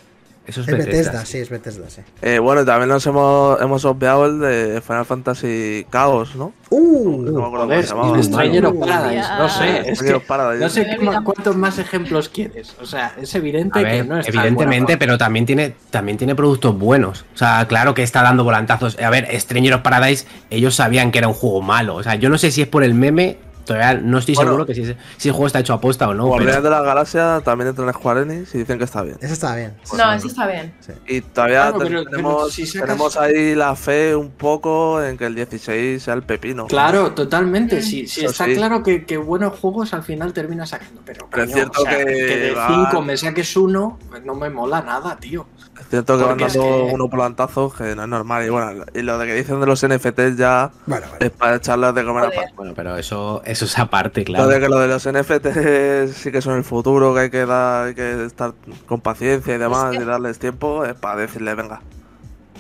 Speaker 1: Eso es
Speaker 4: es Bethesda,
Speaker 1: Bethesda.
Speaker 4: sí, es Bethesda, sí.
Speaker 5: Eh, bueno, también nos hemos, hemos obviado el de Final Fantasy Chaos, ¿no?
Speaker 4: ¡Uh!
Speaker 5: no me acuerdo cómo
Speaker 2: Joder,
Speaker 5: se llamaba.
Speaker 2: y
Speaker 5: Malo.
Speaker 2: de Stranger of
Speaker 4: Uh,
Speaker 2: Paradise, no sé.
Speaker 5: Stranger
Speaker 2: Es que
Speaker 5: of Paradise.
Speaker 2: no sé
Speaker 6: Me
Speaker 2: qué más-
Speaker 6: olvidaba.
Speaker 2: cuántos más ejemplos quieres. O sea, es evidente
Speaker 1: A
Speaker 2: que
Speaker 1: ver,
Speaker 2: no está en
Speaker 1: evidentemente,
Speaker 2: buena
Speaker 1: pero también tiene, también tiene productos buenos. O sea, claro que está dando volantazos. A ver, Stranger of Paradise, ellos sabían que era un juego malo. O sea, yo no sé si es por el meme, todavía no estoy
Speaker 5: Bueno.
Speaker 1: seguro que si, es- si el juego está hecho aposta o no.
Speaker 5: Guardianes
Speaker 1: Pero,
Speaker 5: de la Galaxia también entra en Square Enix y dicen que está bien.
Speaker 4: Ese estaba bien.
Speaker 6: No, eso está bien.
Speaker 5: Y todavía
Speaker 2: Claro, pero- pero
Speaker 5: tenemos,
Speaker 2: si sacas-
Speaker 5: tenemos ahí la fe un poco en que el 16 sea el pepino.
Speaker 2: Claro, totalmente.
Speaker 6: Mm.
Speaker 2: Si, si
Speaker 5: Eso
Speaker 2: está
Speaker 5: sí.
Speaker 2: claro que, que buenos juegos al final termina sacando. Pero,
Speaker 5: Pero es
Speaker 2: coño,
Speaker 5: cierto
Speaker 2: o sea,
Speaker 5: que
Speaker 2: de
Speaker 5: va-
Speaker 2: cinco me saques uno, pues no me mola nada, tío.
Speaker 5: Es cierto que van
Speaker 2: Porque es
Speaker 5: dando
Speaker 2: que-
Speaker 5: unos plantazos que no es normal. Y bueno, y lo de que dicen de los NFTs ya
Speaker 4: Bueno, bueno.
Speaker 5: es para echarlas de comer
Speaker 6: Joder.
Speaker 5: aparte.
Speaker 1: bueno, pero eso, eso es aparte,
Speaker 5: Lo de
Speaker 1: claro.
Speaker 5: que lo de los NFTs sí que son el futuro, que hay que dar, hay que estar con paciencia y demás,
Speaker 6: que-
Speaker 5: y darles tiempo, es para decirle, venga.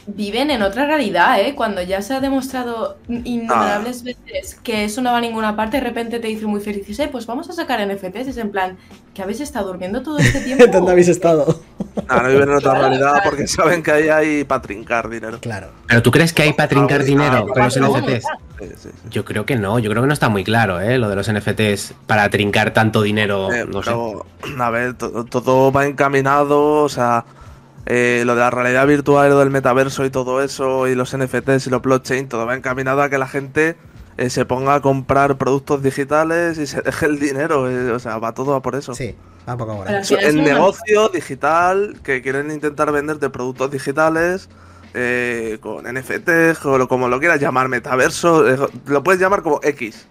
Speaker 6: Viven en otra realidad, ¿eh? Cuando ya se ha demostrado innumerables veces que eso no va a ninguna parte, de repente te dicen muy feliz, eh, pues vamos a sacar NFTs, es en plan, que habéis estado durmiendo todo este tiempo.
Speaker 4: ¿Dónde habéis estado?
Speaker 5: Nah, no viven en otra
Speaker 6: Claro,
Speaker 5: realidad
Speaker 6: claro.
Speaker 5: porque saben que ahí hay para trincar dinero.
Speaker 4: Claro.
Speaker 1: Pero tú crees que hay para trincar
Speaker 5: Ah,
Speaker 1: dinero
Speaker 5: ah,
Speaker 1: con los
Speaker 6: ah,
Speaker 1: NFTs?
Speaker 5: Sí, sí, sí.
Speaker 1: Yo creo que no, yo creo que no está muy claro, ¿eh? Lo de los NFTs para trincar tanto dinero,
Speaker 5: Eh,
Speaker 1: no sé.
Speaker 5: pero, a ver, to- todo va encaminado, o sea, eh, lo de la realidad virtual, lo del metaverso y todo eso, y los NFTs y los blockchain, todo va encaminado a que la gente eh, se ponga a comprar productos digitales y se deje el dinero, eh, o sea, va todo a por eso.
Speaker 4: Sí, va poco ahora.
Speaker 6: Pero-
Speaker 5: Eso,
Speaker 6: Al final
Speaker 5: el
Speaker 6: es una-
Speaker 5: negocio digital que quieren intentar venderte productos digitales eh, con NFTs o lo- como lo quieras llamar, metaverso, eh, lo puedes llamar como X,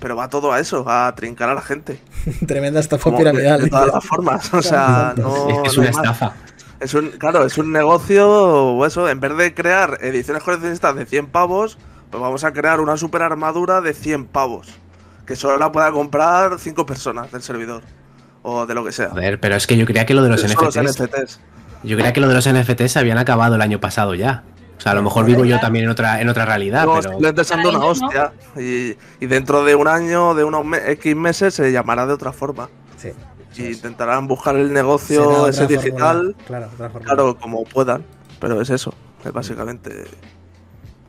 Speaker 5: pero va todo a eso, a trincar a la gente.
Speaker 4: Tremenda estafa
Speaker 5: Como de,
Speaker 4: piramidal.
Speaker 5: de todas las formas, o sea, no,
Speaker 1: es que es
Speaker 5: no
Speaker 1: una
Speaker 5: hay más.
Speaker 1: estafa.
Speaker 5: Es un, claro, es un negocio, o eso, en vez de crear ediciones coleccionistas de 100 pavos, pues vamos a crear una super armadura de 100 pavos. Que solo la pueda comprar 5 personas del servidor. O de lo que sea.
Speaker 1: Joder, pero es que yo creía que lo de los
Speaker 5: Son
Speaker 1: NFTs.
Speaker 5: NFTs.
Speaker 1: Yo creía que lo de los NFTs habían acabado el año pasado ya. O sea, a lo mejor vivo yo también en otra, en otra realidad,
Speaker 5: Luego
Speaker 1: Ah, pero.
Speaker 5: simplemente se han dado una
Speaker 6: Para ellos,
Speaker 5: hostia. Y, y dentro de un año, de unos me- X meses, se llamará de otra forma.
Speaker 8: Sí.
Speaker 5: Y intentarán buscar el
Speaker 8: Será
Speaker 5: negocio
Speaker 8: otra
Speaker 5: ese
Speaker 8: fórmula,
Speaker 5: digital,
Speaker 8: Claro, otra fórmula.
Speaker 5: claro, como puedan. Pero es eso. Es básicamente.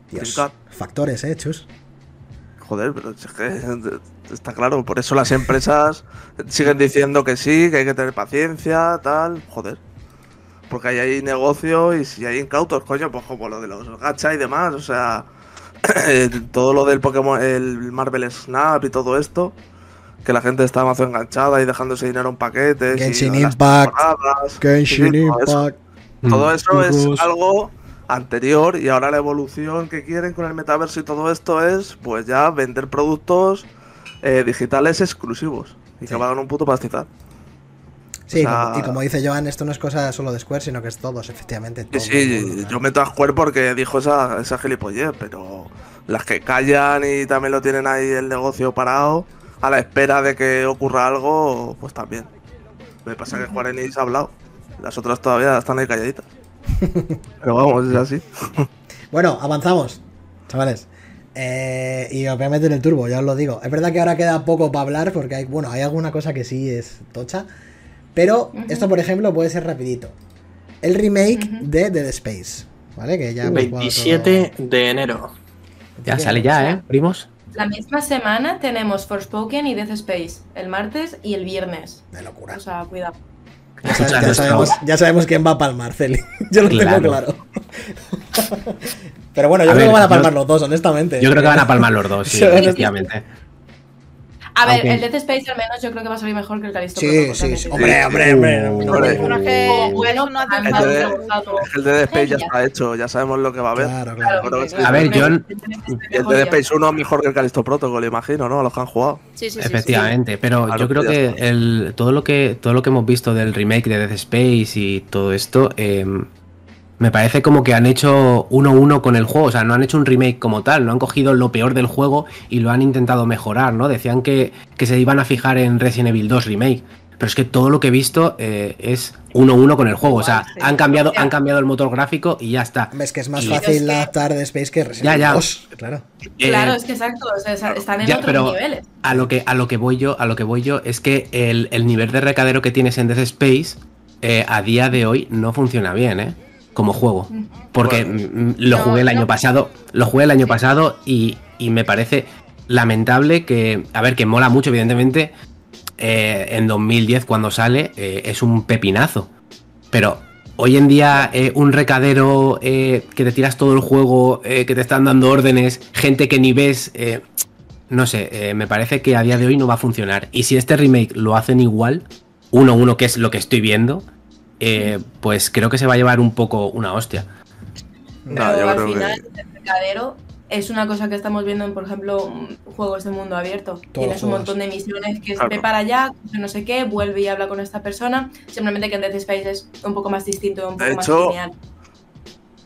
Speaker 8: Dios.
Speaker 5: Trincar.
Speaker 8: Factores, eh, chus.
Speaker 5: Joder, pero es que está claro, por eso las empresas siguen diciendo que sí, que hay que tener paciencia, tal, joder. Porque ahí hay negocio y si hay incautos, coño, pues como lo de los gacha y demás, o sea, eh, todo lo del Pokémon, el Marvel Snap y todo esto, que la gente está demasiado enganchada y dejándose dinero en paquetes. y
Speaker 8: Genshin
Speaker 5: las
Speaker 8: Impact.
Speaker 5: temporadas,
Speaker 8: Genshin
Speaker 5: sí, todo eso.
Speaker 8: Impact.
Speaker 1: Mm.
Speaker 5: Todo eso
Speaker 8: Chicos.
Speaker 5: es algo anterior y ahora la evolución que quieren con el metaverso y todo esto es pues ya vender productos eh, digitales exclusivos y
Speaker 8: Sí.
Speaker 5: que valgan un puto pastizal.
Speaker 8: Sí,
Speaker 5: O sea-
Speaker 8: como- y como dice Joan, esto no es cosa solo de Square, sino que es todos, efectivamente.
Speaker 5: Y
Speaker 8: todo el mundo,
Speaker 5: sí,
Speaker 8: claro.
Speaker 5: yo meto a Square porque dijo esa, esa gilipollez, pero las que callan y también lo tienen ahí el negocio parado a la espera de que ocurra algo, pues también. Me pasa que Square Enix ha hablado. Las otras todavía están ahí calladitas. Pero vamos, es así.
Speaker 8: Bueno, avanzamos, chavales. Eh, y os voy a meter el turbo, ya os lo digo. Es verdad que ahora queda poco para hablar porque hay, bueno, hay alguna cosa que sí es tocha. Pero
Speaker 6: Ujú.
Speaker 8: esto, por ejemplo, puede ser rapidito. El remake
Speaker 6: Ujú.
Speaker 8: de Dead Space, ¿vale? Que
Speaker 5: pues,
Speaker 8: ya hemos jugado todo-
Speaker 2: 27 de enero.
Speaker 1: Ya sale ya, ¿eh, primos?
Speaker 6: La misma semana tenemos Forspoken y Death Space, el martes y el viernes.
Speaker 8: De locura.
Speaker 6: O sea, cuidado.
Speaker 8: Ya, sabes-
Speaker 1: Claro,
Speaker 8: ya
Speaker 1: es
Speaker 8: sabemos, ya sabemos quién va a palmar, Celi. Yo lo tengo
Speaker 1: Claro.
Speaker 8: claro. Pero bueno, yo
Speaker 1: A
Speaker 8: creo
Speaker 1: ver,
Speaker 8: que van a
Speaker 1: yo-
Speaker 8: palmar los dos, honestamente.
Speaker 1: Yo creo que van a palmar los dos, sí,
Speaker 8: Sí, honestamente.
Speaker 1: efectivamente.
Speaker 6: A ver,
Speaker 1: Ok.
Speaker 6: el Death Space al menos yo creo que va a salir mejor que el Calisto.
Speaker 8: Sí,
Speaker 6: Protocol,
Speaker 8: sí, sí.
Speaker 6: realmente.
Speaker 8: Hombre, hombre, hombre.
Speaker 1: Hombre.
Speaker 3: Personaje-
Speaker 6: Bueno,
Speaker 3: eso no hace
Speaker 6: además,
Speaker 5: Entonces-
Speaker 6: me ha gustado.
Speaker 5: El de Space ya está hecho, ya sabemos lo que va a haber.
Speaker 8: Claro,
Speaker 6: Claro,
Speaker 8: claro.
Speaker 5: Bueno,
Speaker 6: porque-
Speaker 5: a
Speaker 1: ver,
Speaker 6: porque
Speaker 1: yo-
Speaker 5: Y el de Space 1 es mejor que el Callisto Protocol, imagino, ¿no? A los que han jugado.
Speaker 3: Sí, sí, sí, sí.
Speaker 1: Efectivamente, pero
Speaker 5: Claro,
Speaker 1: yo creo
Speaker 5: ya
Speaker 1: que
Speaker 5: está.
Speaker 1: el, todo lo que todo lo que hemos visto del remake de Death Space y todo esto eh, me parece como que han hecho uno uno con el juego, o sea, no han hecho un remake como tal, no han cogido lo peor del juego y lo han intentado mejorar, ¿no? Decían que, que se iban a fijar en Resident Evil 2 remake, pero es que todo lo que he visto eh, es uno uno con el juego, o sea,
Speaker 3: Igual, sí.
Speaker 1: han cambiado han cambiado el motor gráfico y ya está.
Speaker 8: Hombre, Es que es más
Speaker 1: Y-
Speaker 3: Es
Speaker 8: fácil
Speaker 3: que-
Speaker 8: adaptar Dead Space que Resident
Speaker 1: Ya,
Speaker 8: Evil
Speaker 1: ya.
Speaker 8: 2. Claro.
Speaker 6: Claro,
Speaker 1: Eh,
Speaker 6: es que exacto, o sea, están en
Speaker 1: Ya,
Speaker 6: otros
Speaker 1: pero-
Speaker 6: niveles.
Speaker 1: A lo que, a lo que voy yo, a lo que voy yo es que el, el nivel de recadero que tienes en Death Space eh, a día de hoy no funciona bien, ¿eh? Como juego. Porque
Speaker 5: Bueno.
Speaker 1: mm, mm, lo
Speaker 6: No,
Speaker 1: jugué el
Speaker 6: no.
Speaker 1: año pasado. Lo jugué el año pasado y, y me parece lamentable que. A ver, que mola mucho, evidentemente. eh, en 2010, cuando sale, eh, es un pepinazo. Pero hoy en día, eh, un recadero eh, que te tiras todo el juego, eh, que te están dando órdenes, gente que ni ves. eh, no sé, eh, me parece que a día de hoy no va a funcionar. Y si este remake lo hacen igual, uno a uno, que es lo que estoy viendo, eh, pues creo que se va a llevar un poco una hostia.
Speaker 5: No,
Speaker 6: pero
Speaker 5: yo
Speaker 6: al
Speaker 5: creo
Speaker 6: final, el mercadero es una cosa que estamos viendo en, por ejemplo, mm, juegos de mundo abierto. Tienes un
Speaker 8: juegos.
Speaker 6: montón de misiones que es
Speaker 5: Claro.
Speaker 6: ve para allá, coge no sé qué, vuelve y habla con esta persona. Simplemente que en Death Space es un poco más distinto, un poco
Speaker 5: De
Speaker 6: más
Speaker 5: hecho,
Speaker 6: lineal.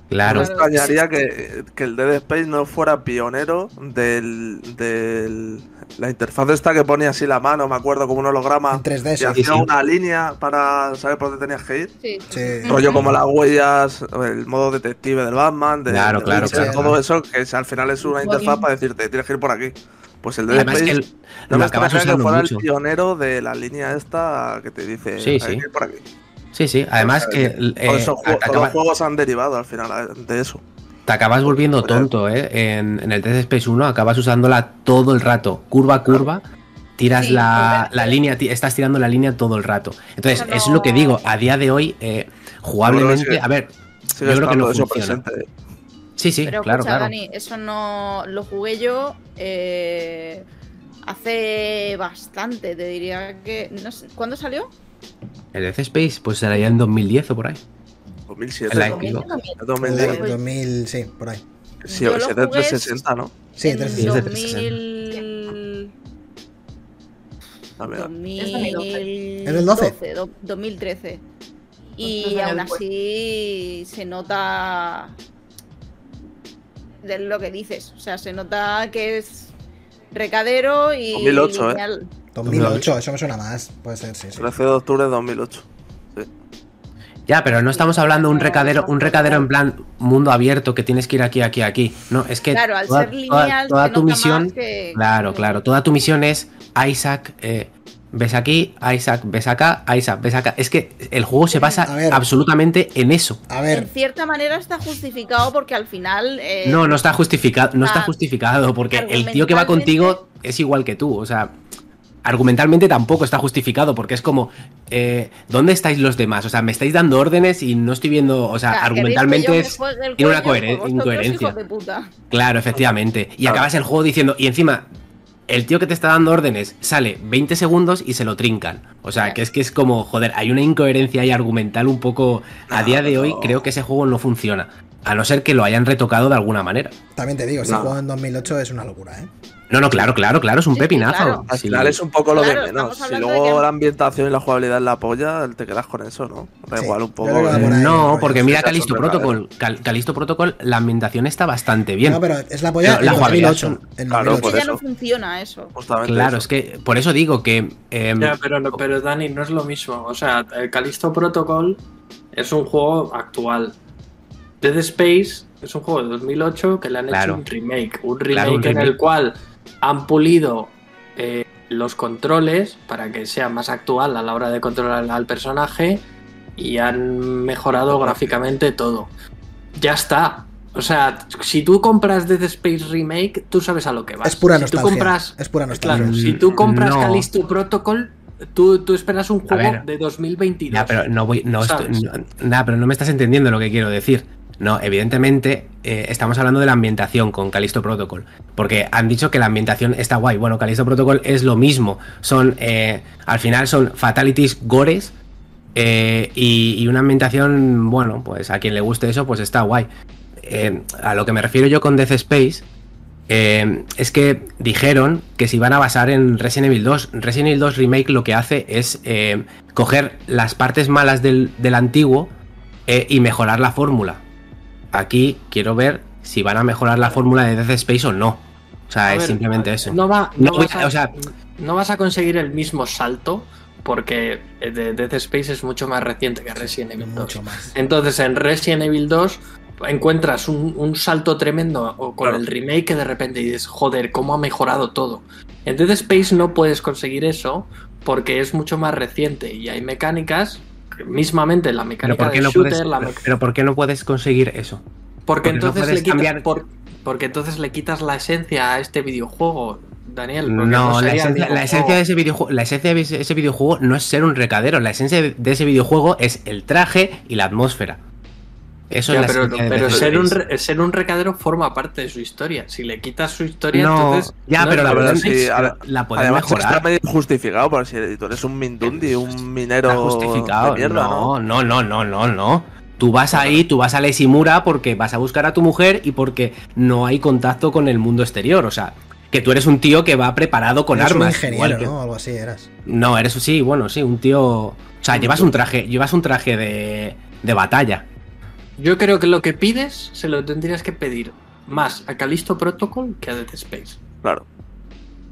Speaker 1: Claro.
Speaker 5: Me extrañaría que, que el Dead Space no fuera pionero del, del- La interfaz esta que ponía así la mano, me acuerdo, como un holograma.
Speaker 8: En 3D,
Speaker 5: Y
Speaker 8: sí.
Speaker 5: hacía
Speaker 1: sí.
Speaker 5: una línea para saber por dónde tenías que ir.
Speaker 3: Sí.
Speaker 8: Sí.
Speaker 5: Rollo como las huellas, el modo detective del Batman, de,
Speaker 1: Claro,
Speaker 5: de
Speaker 1: claro,
Speaker 5: Witcher,
Speaker 8: claro.
Speaker 5: todo eso, que es- al final es una
Speaker 6: Joaquín.
Speaker 5: interfaz para decirte, tienes que ir por aquí. Pues el Dead
Speaker 1: Además
Speaker 5: Space
Speaker 1: que el-
Speaker 5: no
Speaker 1: lo
Speaker 5: me
Speaker 1: acabas
Speaker 5: extraña que
Speaker 1: usando
Speaker 5: fuera
Speaker 1: mucho.
Speaker 5: el pionero de la línea esta que te dice
Speaker 1: Sí,
Speaker 5: "Hay
Speaker 1: sí.
Speaker 5: que ir por aquí.
Speaker 1: Sí, sí. Además
Speaker 5: O sea,
Speaker 1: que eh,
Speaker 5: Todos esos
Speaker 1: te,
Speaker 5: juegos- todos
Speaker 1: acaba-
Speaker 5: los juegos han derivado al final eh, de eso.
Speaker 1: te acabas volviendo tonto, ¿eh? En, en el Dead Space 1 acabas usándola todo el rato. Curva, curva. Tiras
Speaker 6: Sí,
Speaker 1: la,
Speaker 6: correcto.
Speaker 1: la línea, ti- estás tirando la línea todo el rato. Entonces,
Speaker 6: Eso
Speaker 1: es
Speaker 6: no-
Speaker 1: lo que digo, a día de hoy, eh, jugablemente,
Speaker 5: sí.
Speaker 1: a ver,
Speaker 5: Sigue
Speaker 1: Yo creo que
Speaker 5: estando
Speaker 1: no
Speaker 5: eso
Speaker 1: funciona.
Speaker 5: presente. eh,
Speaker 1: sí, sí,
Speaker 3: Pero
Speaker 1: claro,
Speaker 3: escucha,
Speaker 1: claro.
Speaker 3: Dani, eso no lo jugué yo eh, hace bastante, te diría que. No sé, ¿Cuándo salió?
Speaker 1: El Dead Space, pues será ya en 2010 o por ahí.
Speaker 5: 2007.
Speaker 1: En la
Speaker 5: ¿no?
Speaker 1: Xbox.
Speaker 8: En
Speaker 5: 2010.
Speaker 8: la- 2000, sí, por ahí.
Speaker 5: Sí,
Speaker 3: Yo lo
Speaker 5: ese
Speaker 3: jugué
Speaker 5: 360, ¿no?
Speaker 8: Sí,
Speaker 3: en
Speaker 8: 360.
Speaker 3: 2000...
Speaker 5: A ver,
Speaker 3: 2012.
Speaker 8: ¿Es el 12?
Speaker 3: 2013. Y aún así se nota de lo que dices. O sea, se nota que es recadero y
Speaker 5: 2008, ¿eh?
Speaker 3: lineal.
Speaker 4: 2008, eso me suena más. Puede ser, sí. sí.
Speaker 5: 13 de octubre de 2008.
Speaker 1: Ya, pero no estamos hablando un recadero, un recadero en plan mundo abierto que tienes que ir aquí, aquí, aquí. No, es que
Speaker 3: Claro, al
Speaker 1: toda,
Speaker 3: ser
Speaker 1: toda-
Speaker 3: lineal
Speaker 1: toda
Speaker 3: se
Speaker 1: tu
Speaker 3: nota
Speaker 1: misión,
Speaker 3: más que-
Speaker 1: claro, claro, toda tu misión es Isaac, eh, ves aquí, Isaac, ves acá, Isaac, ves acá. Es que el juego se basa
Speaker 4: A ver.
Speaker 1: absolutamente en eso.
Speaker 4: A
Speaker 3: En
Speaker 4: ver,
Speaker 3: cierta manera está justificado porque al final. eh,
Speaker 1: No, no está justificado, no está
Speaker 3: Ah.
Speaker 1: justificado porque el tío que va contigo es igual que tú, o sea, argumentalmente tampoco está justificado porque es como eh, ¿dónde estáis los demás? O sea, me estáis dando órdenes y no estoy viendo, o sea,
Speaker 3: o sea,
Speaker 1: argumentalmente
Speaker 3: queréis
Speaker 1: es
Speaker 3: que yo me juegue el
Speaker 1: tiene una
Speaker 3: cuello
Speaker 1: cohere-
Speaker 3: por vosotros,
Speaker 1: incoherencia.
Speaker 3: hijos de puta.
Speaker 1: Claro, efectivamente. Y
Speaker 5: Claro.
Speaker 1: acabas el juego diciendo, y encima, el tío que te está dando órdenes sale 20 segundos y se lo trincan. O sea, que es que es como, joder, hay una incoherencia ahí argumental un poco. A día de hoy, creo que ese juego no funciona. A no ser que lo hayan retocado de alguna manera.
Speaker 4: también te digo, este
Speaker 5: No.
Speaker 4: juego en 2008 es una locura, ¿eh?
Speaker 1: No, no, claro, claro, claro, es un
Speaker 3: Sí, sí,
Speaker 1: pepinazo.
Speaker 3: claro.
Speaker 5: Al
Speaker 1: Sí.
Speaker 5: final es un poco lo
Speaker 3: Claro,
Speaker 5: de menos.
Speaker 3: estamos
Speaker 5: Si
Speaker 3: hablando de
Speaker 5: luego
Speaker 3: que-
Speaker 5: la ambientación y la jugabilidad la polla, te quedas con eso, ¿no? Da
Speaker 4: Sí,
Speaker 5: igual un
Speaker 4: yo
Speaker 5: poco.
Speaker 4: creo que va por ahí.
Speaker 5: eh,
Speaker 1: No,
Speaker 4: rollo,
Speaker 1: porque
Speaker 5: sí,
Speaker 1: mira
Speaker 5: esas
Speaker 1: Calisto
Speaker 5: son verdaderas.
Speaker 1: Protocol. Cal- Calisto Protocol, la ambientación está bastante bien.
Speaker 4: No, pero es la polla
Speaker 1: Pero
Speaker 4: en
Speaker 1: la jugabilidad
Speaker 4: 2008.
Speaker 1: son-
Speaker 4: En
Speaker 5: Claro,
Speaker 4: 2008.
Speaker 5: por
Speaker 3: ya
Speaker 5: eso.
Speaker 3: no funciona eso.
Speaker 5: Justamente
Speaker 1: Claro,
Speaker 5: eso.
Speaker 1: es que por eso digo que. em,
Speaker 2: Ya, pero, no- pero Dani, no es lo mismo. O sea, el Callisto Protocol es un juego actual. Dead Space es un juego de 2008 que le han
Speaker 1: Claro.
Speaker 2: hecho un remake. Un remake
Speaker 1: Claro, un
Speaker 2: en
Speaker 1: remake.
Speaker 2: el cual han pulido eh, los controles para que sea más actual a la hora de controlar al personaje y han mejorado gráficamente todo. Ya está. O sea, si tú compras Dead Space Remake, tú sabes a lo que vas.
Speaker 4: Es pura
Speaker 2: si tú
Speaker 4: nostalgia.
Speaker 2: compras
Speaker 4: Es pura nostalgia.
Speaker 2: Claro,
Speaker 1: Mm,
Speaker 2: si tú compras
Speaker 1: no.
Speaker 2: Callisto Protocol, tú, tú esperas un juego
Speaker 1: ver.
Speaker 2: de 2022.
Speaker 1: Ya, pero no voy. No, esto-
Speaker 2: ¿Sabes?
Speaker 1: no- nada, pero no me estás entendiendo lo que quiero decir. No, evidentemente eh, estamos hablando de la ambientación con Callisto Protocol. Porque han dicho que la ambientación está guay. Bueno, Callisto Protocol es lo mismo. Son. eh, al final son fatalities gores. eh, y, y una ambientación. Bueno, pues a quien le guste eso, pues está guay. Eh, a lo que me refiero yo con Death Space. eh, es que dijeron que se iban a basar en Resident Evil 2. Resident Evil 2 Remake lo que hace es eh, coger las partes malas del, del antiguo eh, y mejorar la fórmula. Aquí quiero ver si van a mejorar la fórmula de Death Space o no. O sea,
Speaker 2: A
Speaker 1: es
Speaker 2: ver,
Speaker 1: simplemente eso.
Speaker 2: No, va,
Speaker 1: No
Speaker 2: no,
Speaker 1: voy
Speaker 2: vas
Speaker 1: a-
Speaker 2: a,
Speaker 1: o sea-
Speaker 2: no vas a conseguir el mismo salto porque eh, de- Death Space es mucho más reciente que Resident Evil 2.
Speaker 4: Mucho más.
Speaker 2: Entonces en Resident Evil 2 encuentras un, un salto tremendo o con
Speaker 5: Claro.
Speaker 2: el remake que de repente dices, joder, cómo ha mejorado todo. En Dead Space no puedes conseguir eso porque es mucho más reciente y hay mecánicas, que mismamente la
Speaker 1: Pero
Speaker 2: mecánica
Speaker 1: ¿por,
Speaker 2: de
Speaker 1: qué no
Speaker 2: shooter,
Speaker 1: puedes,
Speaker 2: la
Speaker 1: pero-
Speaker 2: meca-
Speaker 1: pero ¿por qué no puedes conseguir eso?
Speaker 2: porque
Speaker 1: porque no
Speaker 2: entonces
Speaker 1: puedes
Speaker 2: le quitas
Speaker 1: cambiar-
Speaker 2: por- porque entonces le quitas la esencia a este videojuego, Daniel.
Speaker 1: No,
Speaker 2: porque
Speaker 1: la,
Speaker 2: sería el
Speaker 1: esencia,
Speaker 2: mismo
Speaker 1: la esencia
Speaker 2: juego.
Speaker 1: de ese videojuego, la esencia de ese- ese videojuego no es ser un recadero. La esencia de- de ese videojuego es el traje y la atmósfera. Eso es
Speaker 2: Ya,
Speaker 1: la
Speaker 2: pero
Speaker 1: esencia de
Speaker 2: pero
Speaker 1: Death
Speaker 2: ser, un,
Speaker 1: Space.
Speaker 2: re- ser un recadero forma parte de su historia. Si le quitas su historia,
Speaker 1: No,
Speaker 2: entonces.
Speaker 1: ya,
Speaker 2: no
Speaker 1: pero
Speaker 2: es
Speaker 1: la
Speaker 5: pero
Speaker 1: verdad
Speaker 5: sí,
Speaker 1: es
Speaker 5: a-
Speaker 1: la podemos
Speaker 5: Además,
Speaker 1: mejorar.
Speaker 5: está medio justificado, porque si tú eres un Mindundi, un minero.
Speaker 1: Está justificado.
Speaker 5: de mierda,
Speaker 1: no, no, no, no, no, no. Tú vas ahí, tú vas a la Isimura porque vas a buscar a tu mujer y porque no hay contacto con el mundo exterior. O sea, que tú eres un tío que va preparado con
Speaker 4: Eres
Speaker 1: armas.
Speaker 4: un
Speaker 1: igual
Speaker 4: ingeniero,
Speaker 1: que-
Speaker 4: ¿no? Algo así eras.
Speaker 1: No, eres sí, bueno, sí, un tío. O sea, llevas un traje, llevas un traje de, de batalla.
Speaker 2: Yo creo que lo que pides se lo tendrías que pedir más a Calisto Protocol que a Dead Space.
Speaker 5: Claro.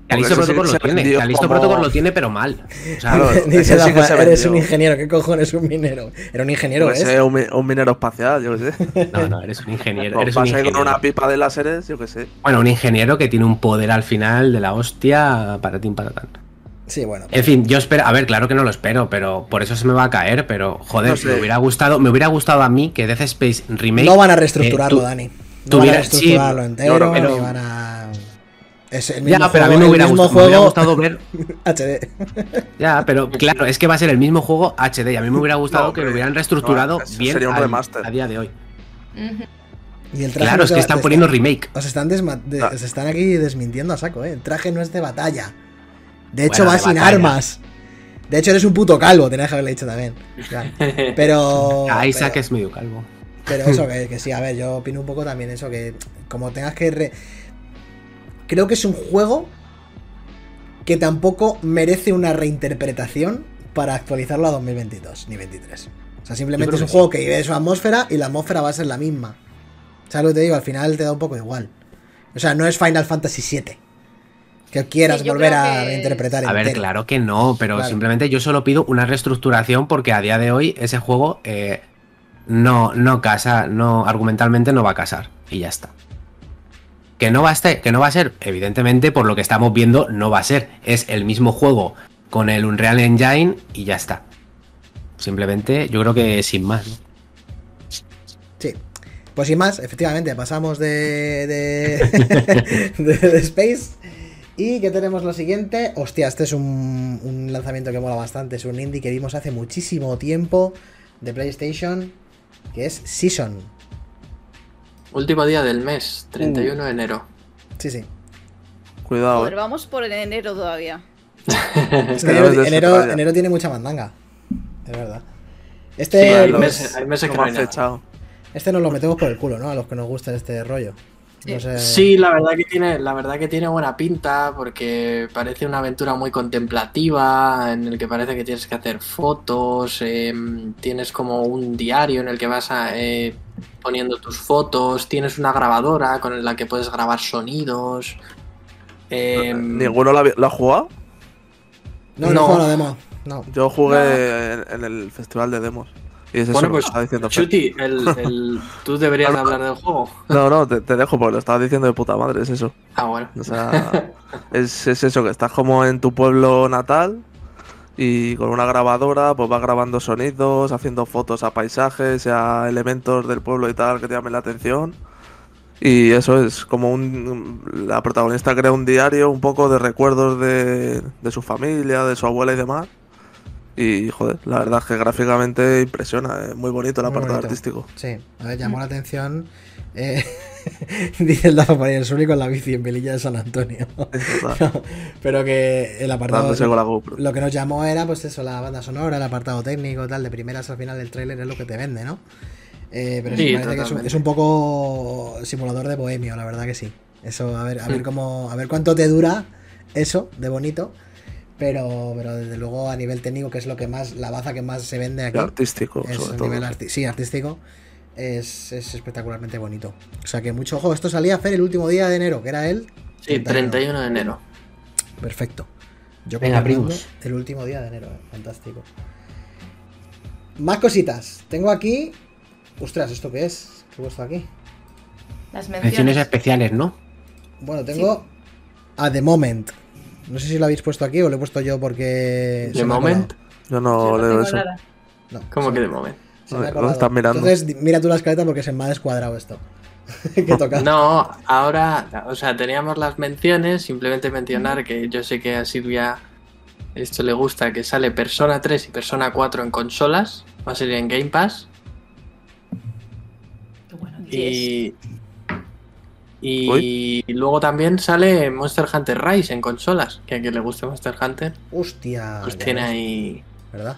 Speaker 1: Calisto
Speaker 5: eso sí
Speaker 1: Protocol
Speaker 5: que
Speaker 1: lo
Speaker 5: se
Speaker 1: tiene.
Speaker 5: vendió
Speaker 1: Calisto
Speaker 5: como-
Speaker 1: Protocol lo tiene, pero mal. O sea,
Speaker 5: Claro,
Speaker 4: Dice
Speaker 5: ese sí que
Speaker 4: Rafa,
Speaker 5: se
Speaker 4: eres
Speaker 5: vendió.
Speaker 4: un ingeniero. ¿Qué cojones un minero? Era un ingeniero,
Speaker 5: Puede
Speaker 4: ¿es?
Speaker 5: ser un, mi- un minero espacial, yo qué sé. Pues
Speaker 1: no, no, eres un ingeniero.
Speaker 5: O
Speaker 1: Eres un
Speaker 5: pasa ahí
Speaker 1: ingeniero.
Speaker 5: con una pipa de láseres, yo qué sé.
Speaker 1: Bueno, un ingeniero que tiene un poder al final de la hostia para ti, para tanto.
Speaker 4: Sí, bueno.
Speaker 1: En fin, yo espero, a ver, claro que no lo espero, pero por eso se me va a caer, pero joder,
Speaker 5: No sé.
Speaker 1: me hubiera gustado, me hubiera gustado a mí que Death Space Remake.
Speaker 4: No van a reestructurarlo,
Speaker 1: eh, tú-
Speaker 4: Dani. No van a
Speaker 1: tuviera-
Speaker 4: reestructurarlo
Speaker 1: sí,
Speaker 4: entero,
Speaker 5: no,
Speaker 1: pero-
Speaker 4: ni van a. Es el
Speaker 1: ya,
Speaker 4: mismo
Speaker 1: pero a mí
Speaker 4: juego,
Speaker 1: me
Speaker 4: el
Speaker 1: hubiera,
Speaker 4: mismo
Speaker 1: gustado, me hubiera
Speaker 4: juego
Speaker 1: gustado ver.
Speaker 4: HD.
Speaker 1: Ya, pero claro, es que va a ser el mismo juego HD y a mí me hubiera gustado
Speaker 5: No,
Speaker 1: que lo
Speaker 5: hombre,
Speaker 1: hubieran reestructurado
Speaker 5: no, eso
Speaker 1: bien
Speaker 5: sería un
Speaker 1: al-
Speaker 5: remaster.
Speaker 1: a día de hoy.
Speaker 6: Ujú.
Speaker 4: Y el traje
Speaker 1: Claro,
Speaker 4: no
Speaker 1: es
Speaker 4: se
Speaker 1: que
Speaker 4: va-
Speaker 1: están
Speaker 4: te
Speaker 1: poniendo remake.
Speaker 4: Os están, desma- de-
Speaker 5: Ah.
Speaker 4: os están aquí desmintiendo a saco, ¿eh? El traje no es de batalla. De hecho,
Speaker 1: Bueno,
Speaker 4: va
Speaker 1: de
Speaker 4: sin
Speaker 1: batalla.
Speaker 4: armas. De hecho, eres un puto calvo, tenías que haberle dicho también. Claro. Pero.
Speaker 1: A Isaac
Speaker 4: pero-
Speaker 1: es medio calvo.
Speaker 4: Pero eso que, que sí, a ver, yo opino un poco también eso, que como tengas que... re- Creo que es un juego que tampoco merece una reinterpretación para actualizarlo a 2022 ni 23. O sea, simplemente es
Speaker 1: creo
Speaker 4: un
Speaker 1: que
Speaker 4: juego que vive de su atmósfera y la atmósfera va a ser la misma. ¿Sabes lo que te digo? Al final te da un poco igual. O sea, no es Final Fantasy VII. Que quieras
Speaker 3: Sí, yo
Speaker 4: volver
Speaker 3: creo
Speaker 4: a
Speaker 3: que-
Speaker 4: interpretar
Speaker 1: A ver,
Speaker 4: entero.
Speaker 1: claro que no, pero
Speaker 4: Claro.
Speaker 1: simplemente yo solo pido una reestructuración porque a día de hoy ese juego eh, no, no casa, no, argumentalmente no va a casar. Y ya está. Que no, va a ser, que no va a ser, evidentemente, por lo que estamos viendo, no va a ser. Es el mismo juego con el Unreal Engine y ya está. Simplemente, yo creo que sin más. ¿no?
Speaker 4: Sí. Pues sin más, efectivamente, pasamos de, de, de- de Space. ¿Y que tenemos lo siguiente? Hostia, este es un, un lanzamiento que mola bastante. Es un indie que vimos hace muchísimo tiempo de PlayStation, que es Season.
Speaker 2: Último día del mes, 31 de enero.
Speaker 4: Sí, sí.
Speaker 5: Cuidado,
Speaker 3: Joder,
Speaker 5: eh.
Speaker 3: vamos por enero todavía.
Speaker 4: Es que
Speaker 5: Pero
Speaker 4: enero,
Speaker 5: desde
Speaker 4: enero,
Speaker 5: Australia.
Speaker 4: enero tiene mucha mandanga. Es verdad. Este,
Speaker 2: Sí, hay
Speaker 4: lo-
Speaker 2: meses, hay meses
Speaker 5: No
Speaker 2: que
Speaker 5: me
Speaker 2: no
Speaker 5: ha
Speaker 2: hay nada.
Speaker 5: fechado.
Speaker 4: este nos lo metemos por el culo, ¿no? A los que nos gusta este rollo. No
Speaker 3: Sí.
Speaker 4: sé-
Speaker 2: Sí, la verdad que tiene, la verdad que tiene buena pinta porque parece una aventura muy contemplativa en el que parece que tienes que hacer fotos, eh, tienes como un diario en el que vas a, eh, poniendo tus fotos, tienes una grabadora con la que puedes grabar sonidos. eh,
Speaker 5: ¿Ninguno lo, ha vi- lo ha jugado?
Speaker 4: No, no,
Speaker 2: No.
Speaker 4: juego la demo. No.
Speaker 5: Yo jugué en, en el festival de demos. Y es eso
Speaker 2: Bueno,
Speaker 5: lo que
Speaker 2: pues,
Speaker 5: estaba diciendo Fer.
Speaker 2: Chuti, el, el- tú deberías de hablar del juego.
Speaker 5: No, no, te, te dejo porque lo estaba diciendo de puta madre, es eso.
Speaker 2: Ah, bueno.
Speaker 5: O sea, es, es eso, que estás como en tu pueblo natal y con una grabadora pues vas grabando sonidos, haciendo fotos a paisajes, a elementos del pueblo y tal que te llamen la atención. Y eso es como un... La protagonista crea un diario un poco de recuerdos de, de su familia, de su abuela y demás. Y joder, la verdad es que gráficamente impresiona, es muy bonito el
Speaker 4: Muy
Speaker 5: apartado
Speaker 4: bonito.
Speaker 5: artístico.
Speaker 4: Sí, a ver, llamó la atención. eh, dice el Dafa por ahí, el Suri con la bici en Velilla de San Antonio.
Speaker 5: Total,
Speaker 4: Pero que el apartado.
Speaker 5: dándose con la GoPro.
Speaker 4: Lo que nos llamó era, pues eso, la banda sonora, el apartado técnico, tal. De primeras al final, el tráiler es lo que te vende, ¿no? Eh, pero sí,
Speaker 2: Sí,
Speaker 4: parece que es un,
Speaker 2: totalmente.
Speaker 4: es un poco simulador de bohemio, la verdad que sí. Eso, a ver, a ver cómo. A ver cuánto te dura eso de bonito. Pero, pero desde luego a nivel técnico, que es lo que más, la baza que más se vende
Speaker 5: Y
Speaker 4: aquí
Speaker 5: artístico,
Speaker 4: es
Speaker 5: sobre
Speaker 4: a
Speaker 5: todo.
Speaker 4: nivel arti- sí, artístico. Es, es espectacularmente bonito. O sea que mucho ojo. Esto salía a hacer el último día de enero, que era el.
Speaker 2: Sí, 31 de enero.
Speaker 4: Perfecto. Yo
Speaker 1: Venga,
Speaker 4: confirmando
Speaker 1: primos.
Speaker 4: El último día de enero, eh. fantástico. Más cositas. Tengo aquí. Ostras, ¿esto qué es? ¿Qué he puesto aquí?
Speaker 6: Las
Speaker 1: Menciones
Speaker 6: menciones.
Speaker 1: especiales, ¿no?
Speaker 4: Bueno, tengo. A The Moment. No sé si lo habéis puesto aquí o lo he puesto yo porque.
Speaker 2: ¿De
Speaker 4: se me ha
Speaker 2: moment?
Speaker 4: colado.
Speaker 5: Yo no
Speaker 6: Yo no
Speaker 5: leo
Speaker 6: tengo
Speaker 5: eso.
Speaker 6: nada.
Speaker 4: No,
Speaker 2: ¿Cómo
Speaker 4: se-
Speaker 2: que de momento?
Speaker 4: se me ha
Speaker 5: ¿Dónde
Speaker 4: colado.
Speaker 5: estás mirando?
Speaker 4: Entonces, di- mira tú la escaleta porque se me ha descuadrado esto. que toca.
Speaker 2: No, ahora, o sea, teníamos las menciones, simplemente mencionar que yo sé que a Silvia esto le gusta, que sale Persona 3 y Persona 4 en consolas, va a salir en Game Pass
Speaker 6: Qué bueno, tío.
Speaker 2: y... Y, luego también sale Monster Hunter Rise en consolas, que a quien le guste Monster Hunter,
Speaker 4: Hostia.
Speaker 2: pues
Speaker 4: Ah, ya
Speaker 2: tiene
Speaker 4: ves,
Speaker 2: ahí,
Speaker 4: ¿Verdad?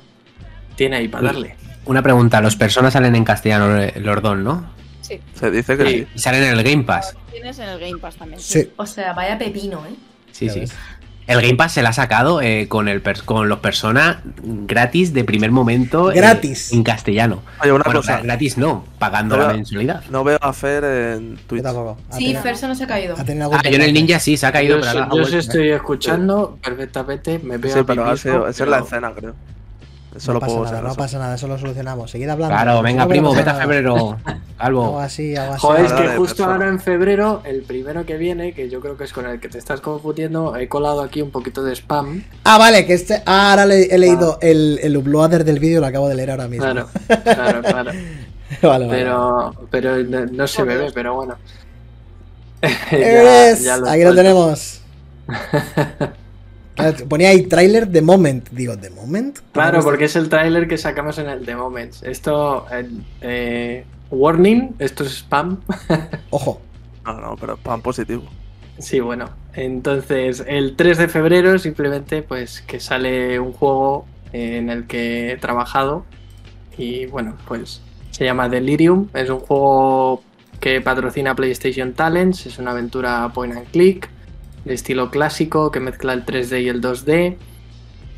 Speaker 2: tiene ahí para
Speaker 1: Uy.
Speaker 2: darle.
Speaker 1: Una pregunta, los personas salen en castellano, eh, los dos, ¿no?
Speaker 3: Sí.
Speaker 5: Se dice que sí.
Speaker 2: Sí.
Speaker 1: Y salen en el Game Pass.
Speaker 3: Tienes en el Game Pass también.
Speaker 4: Sí.
Speaker 6: O sea, vaya pepino, ¿eh?
Speaker 1: Sí,
Speaker 4: ya
Speaker 1: sí.
Speaker 4: ves.
Speaker 1: El Game Pass se la ha sacado eh, con, el per- con los personas gratis de primer momento. eh,
Speaker 4: Gratis.
Speaker 1: en castellano.
Speaker 5: Oye, una
Speaker 1: Bueno,
Speaker 5: cosa.
Speaker 4: eh,
Speaker 1: gra- gratis no, pagando
Speaker 5: Ahora-
Speaker 1: la mensualidad.
Speaker 5: No veo a Fer en
Speaker 4: Yo
Speaker 5: Twitch.
Speaker 4: tampoco. Ha
Speaker 6: Sí,
Speaker 4: tenido-
Speaker 6: Ferso no se ha caído.
Speaker 4: ha tenido algún
Speaker 1: Ah, yo en el
Speaker 4: percance.
Speaker 1: Ninja sí, se ha caído.
Speaker 2: Yo,
Speaker 1: pero
Speaker 2: se-
Speaker 1: ahora ha
Speaker 2: yo os
Speaker 1: vuelto, ¿eh?
Speaker 2: estoy escuchando perfectamente, me veo
Speaker 5: Sí,
Speaker 2: a mí
Speaker 5: pero ha
Speaker 2: mismo,
Speaker 5: sido- esa es la
Speaker 2: pero-
Speaker 5: escena, creo. Eso
Speaker 4: No
Speaker 5: lo
Speaker 4: pasa
Speaker 5: puedo
Speaker 4: nada,
Speaker 5: usar.
Speaker 4: no
Speaker 5: eso.
Speaker 4: pasa nada, eso lo solucionamos. Seguid hablando.
Speaker 1: Claro,
Speaker 4: No
Speaker 1: venga,
Speaker 4: pasa
Speaker 1: primo,
Speaker 4: nada.
Speaker 1: vete a febrero.
Speaker 4: Hago
Speaker 1: Calvo.
Speaker 4: así, hago así.
Speaker 2: Joder, es
Speaker 5: Ahora
Speaker 2: que
Speaker 5: de
Speaker 2: justo
Speaker 5: persona.
Speaker 2: ahora en febrero, el primero que viene, que yo creo que es con el que te estás confundiendo, he colado aquí un poquito de spam.
Speaker 4: Ah, vale, que este. ah, ahora le- he leído el, el uploader del vídeo, lo acabo de leer ahora mismo.
Speaker 2: Claro, claro, claro.
Speaker 4: vale, vale.
Speaker 2: Pero, pero no, no se me ve, pero bueno.
Speaker 4: Eres-
Speaker 2: ya lo
Speaker 4: aquí lo
Speaker 2: suelto.
Speaker 4: tenemos. Claro, Ponía ahí trailer de moment. Digo, ¿de moment?
Speaker 2: Claro, porque es el tráiler que sacamos en el The Moments. Esto, eh, eh, warning, esto es spam.
Speaker 4: Ojo,
Speaker 5: No, no, pero pan positivo.
Speaker 2: Sí, bueno. Entonces, el 3 de febrero simplemente pues que sale un juego en el que he trabajado y bueno, pues se llama Delirium, es un juego que patrocina PlayStation Talents, es una aventura point and click de estilo clásico que mezcla el 3D y el 2D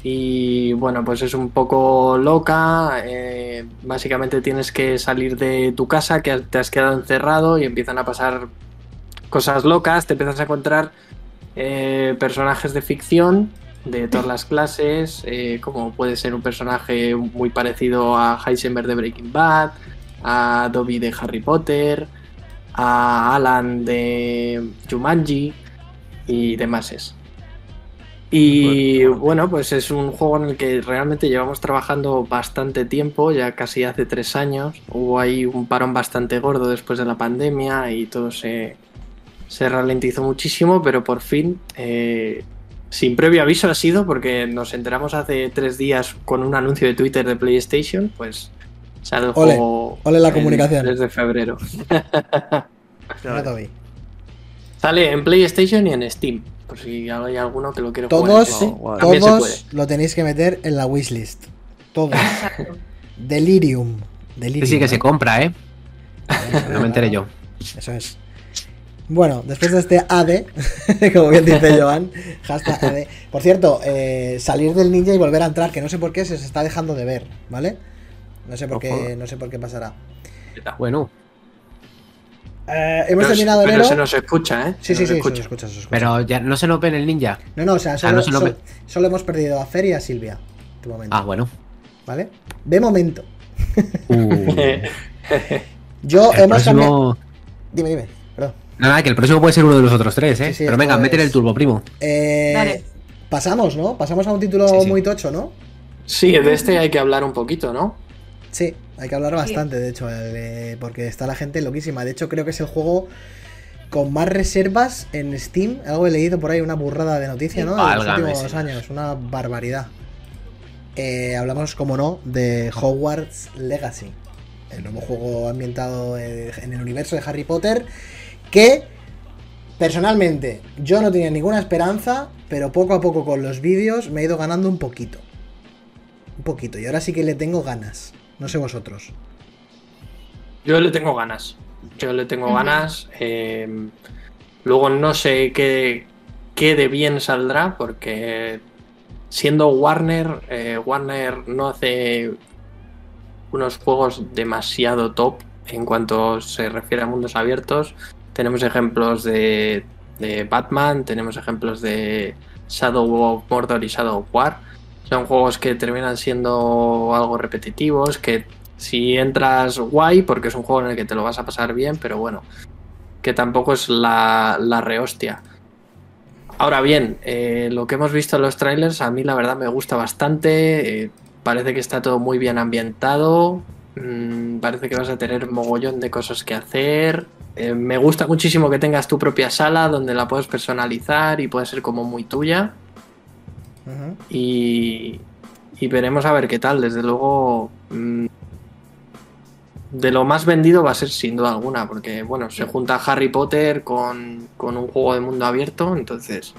Speaker 2: Y bueno, pues es un poco loca. eh, básicamente tienes que salir de tu casa, que te has quedado encerrado y empiezan a pasar cosas locas. Te empiezas a encontrar eh, personajes de ficción de todas las clases, eh, como puede ser un personaje muy parecido a Heisenberg de Breaking Bad, a Dobby de Harry Potter, a Alan de Jumanji y demás. es. Y bueno, pues es un juego en el que realmente llevamos trabajando bastante tiempo, ya casi hace tres años. Hubo ahí un parón bastante gordo después de la pandemia y todo se, se ralentizó muchísimo, pero por fin, eh, sin previo aviso ha sido, porque nos enteramos hace tres días con un anuncio de Twitter de PlayStation, pues sale el
Speaker 4: Ole,
Speaker 2: juego
Speaker 4: ole la
Speaker 2: el
Speaker 4: comunicación.
Speaker 2: 3 de febrero.
Speaker 4: Mira, Toby.
Speaker 2: Sale en PlayStation y en Steam, por si hay alguno que lo quiere jugar.
Speaker 4: Todos,
Speaker 2: Ese
Speaker 5: guay.
Speaker 2: también se puede.
Speaker 4: todos lo tenéis que meter en la wishlist. Todos. Delirium. Delirium.
Speaker 1: Sí, sí, que se compra, ¿eh?
Speaker 4: Eso,
Speaker 1: No me enteré yo.
Speaker 4: Eso es. Bueno, después de este AD, como bien dice Joan, hashtag AD. Por cierto, eh, salir del ninja y volver a entrar, que no sé por qué se os está dejando de ver, ¿vale? No sé por
Speaker 5: Ojo.
Speaker 4: qué, no sé por qué pasará.
Speaker 1: Bueno,
Speaker 4: Eh, hemos
Speaker 2: Pero-
Speaker 4: terminado
Speaker 2: pero
Speaker 4: enero.
Speaker 2: se nos escucha, ¿eh?
Speaker 4: Sí,
Speaker 2: Se nos
Speaker 4: sí, sí, se os
Speaker 2: escucha.
Speaker 4: escucha, se os escucha.
Speaker 1: pero ya no se nos ve en el ninja.
Speaker 4: No, no, o sea, solo,
Speaker 1: no se lo
Speaker 4: solo-
Speaker 1: ve.
Speaker 4: solo hemos perdido a Fer y a Silvia. De momento.
Speaker 1: Ah, bueno.
Speaker 4: ¿Vale? De momento.
Speaker 1: Uh,
Speaker 2: Eh,
Speaker 4: Yo
Speaker 1: el
Speaker 4: hemos cambiado.
Speaker 1: próximo...
Speaker 4: Dime, dime. Perdón.
Speaker 1: Nada, que el próximo puede ser uno de los otros tres, ¿eh?
Speaker 4: Sí, sí,
Speaker 1: pero venga,
Speaker 4: esto
Speaker 1: métele
Speaker 4: es-
Speaker 1: el turbo, primo.
Speaker 4: Eh,
Speaker 6: Dale.
Speaker 4: pasamos, ¿no? Pasamos a un título
Speaker 1: Sí, sí.
Speaker 4: muy tocho, ¿no?
Speaker 2: sí, de este hay que hablar un poquito, ¿no?
Speaker 4: Sí, hay que hablar
Speaker 6: Sí.
Speaker 4: bastante, de hecho, eh, porque está la gente loquísima. De hecho, creo que es el juego con más reservas en Steam. Algo he leído por ahí, una burrada de noticia, ¿no? De los
Speaker 1: Válgame,
Speaker 4: últimos
Speaker 1: señor.
Speaker 4: años, una barbaridad. Eh, hablamos, como no, de Hogwarts Legacy, el nuevo juego ambientado eh, en el universo de Harry Potter, que personalmente yo no tenía ninguna esperanza, pero poco a poco con los vídeos me he ido ganando un poquito. Un poquito, y ahora sí que le tengo ganas. No sé vosotros.
Speaker 2: Yo le tengo ganas. Yo le tengo
Speaker 6: Ujú.
Speaker 2: ganas. eh, luego no sé qué, qué de bien saldrá, porque siendo Warner, eh, Warner no hace unos juegos demasiado top en cuanto se refiere a mundos abiertos. Tenemos ejemplos de, de Batman, tenemos ejemplos de Shadow of Mordor y Shadow of War. Son juegos que terminan siendo algo repetitivos, que si entras guay, porque es un juego en el que te lo vas a pasar bien, pero bueno, que tampoco es la, la rehostia. Ahora bien, eh, lo que hemos visto en los trailers a mí la verdad me gusta bastante, eh, parece que está todo muy bien ambientado, mm, parece que vas a tener mogollón de cosas que hacer, eh, me gusta muchísimo que tengas tu propia sala donde la puedes personalizar y puede ser como muy tuya
Speaker 4: Ujú.
Speaker 2: y, y veremos a ver qué tal. Desde luego, mm, de lo más vendido va a ser sin duda alguna, porque bueno, se junta Harry Potter con, con un juego de mundo abierto, entonces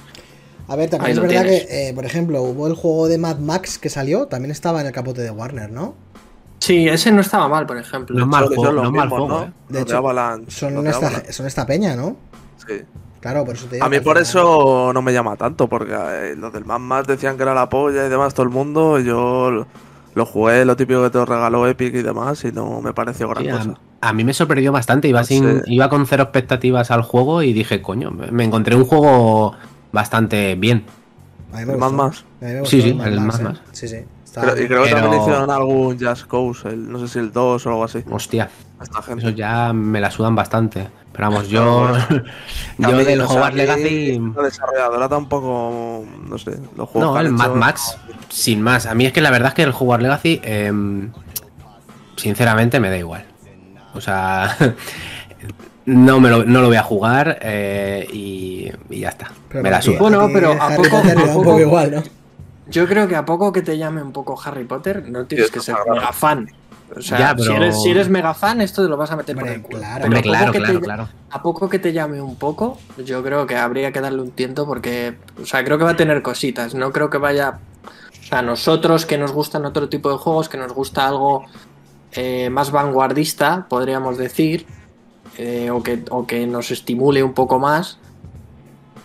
Speaker 4: A ver, también
Speaker 2: Ahí
Speaker 4: es
Speaker 2: lo
Speaker 4: verdad
Speaker 2: tienes.
Speaker 4: que, eh, por ejemplo, hubo el juego de Mad Max que salió, también estaba en el capote de Warner, ¿no?
Speaker 2: sí, ese no estaba mal, por ejemplo.
Speaker 1: No es mal
Speaker 5: Creo que
Speaker 1: juego,
Speaker 5: son los
Speaker 1: no es mal
Speaker 5: mismos,
Speaker 1: juego,
Speaker 5: ¿no?
Speaker 1: ¿eh?
Speaker 4: De
Speaker 5: Los
Speaker 4: hecho,
Speaker 5: Avalanche,
Speaker 4: Son,
Speaker 5: los de
Speaker 4: esta,
Speaker 5: Avalanche,
Speaker 4: son esta peña, ¿no?
Speaker 5: sí.
Speaker 4: Claro, por eso te digo.
Speaker 5: A mí
Speaker 4: que al
Speaker 5: por
Speaker 4: final-
Speaker 5: eso no me llama tanto, porque eh, los del Mad Max decían que era la polla y demás, todo el mundo. y Yo lo- lo jugué, lo típico que te regaló Epic y demás, y no me pareció gran
Speaker 1: Sí, a,
Speaker 5: cosa.
Speaker 1: a mí me sorprendió bastante.
Speaker 4: Pues,
Speaker 1: Iba,
Speaker 5: No
Speaker 1: sin,
Speaker 4: eh,
Speaker 5: sé.
Speaker 1: iba con cero expectativas al juego y dije, coño, me me encontré un juego bastante bien.
Speaker 4: A mí me
Speaker 5: El Mad
Speaker 4: gustó.
Speaker 5: Max.
Speaker 4: A mí me
Speaker 1: Sí,
Speaker 4: gustó
Speaker 1: sí, el Mad
Speaker 4: ¿eh?
Speaker 1: Max.
Speaker 4: Sí, sí. Estaba
Speaker 5: Creo- y
Speaker 4: bien.
Speaker 5: creo que
Speaker 1: Pero-
Speaker 5: también hicieron algún Just Cause, el- no sé si el 2 o algo así.
Speaker 1: Hostia,
Speaker 5: a Esta gente.
Speaker 1: eso ya me la sudan bastante. Pero vamos, yo, yo
Speaker 5: También,
Speaker 1: del
Speaker 5: o sea,
Speaker 1: Hogwarts
Speaker 5: a mí
Speaker 1: Legacy...
Speaker 5: La desarrolladora tampoco. No sé, los juegos.
Speaker 1: No,
Speaker 5: que han
Speaker 1: el Mad
Speaker 5: hecho-
Speaker 1: Max, sin más. A mí es que la verdad es que el Hogwarts Legacy, em, sinceramente, me da igual. O sea, no, me lo, no lo voy a jugar eh, y, y ya está.
Speaker 4: Pero
Speaker 1: me la
Speaker 4: a ti-
Speaker 1: suda.
Speaker 2: Bueno,
Speaker 4: a ti
Speaker 2: pero ¿a
Speaker 4: Harry
Speaker 2: poco-
Speaker 4: Potter le
Speaker 2: a
Speaker 4: da un
Speaker 2: poco-
Speaker 4: poco igual, ¿no?
Speaker 2: Yo creo que a poco que te llame un poco Harry Potter, no tienes
Speaker 5: Sí,
Speaker 2: que
Speaker 5: eso
Speaker 2: ser
Speaker 5: está
Speaker 2: mega fan. O sea,
Speaker 1: Ya, pero-
Speaker 2: si, eres, si eres mega fan, esto te lo vas a meter por
Speaker 4: Hombre,
Speaker 2: el culo.
Speaker 4: claro.
Speaker 1: Hombre,
Speaker 2: Pero a
Speaker 1: claro,
Speaker 2: poco que
Speaker 1: claro,
Speaker 2: te-
Speaker 1: claro.
Speaker 2: A poco que te llame un poco, yo creo que habría que darle un tiento porque, o sea, creo que va a tener cositas, no creo que vaya... O sea, a nosotros que nos gustan otro tipo de juegos, que nos gusta algo eh, más vanguardista, podríamos decir, eh, o, que, o que nos estimule un poco más,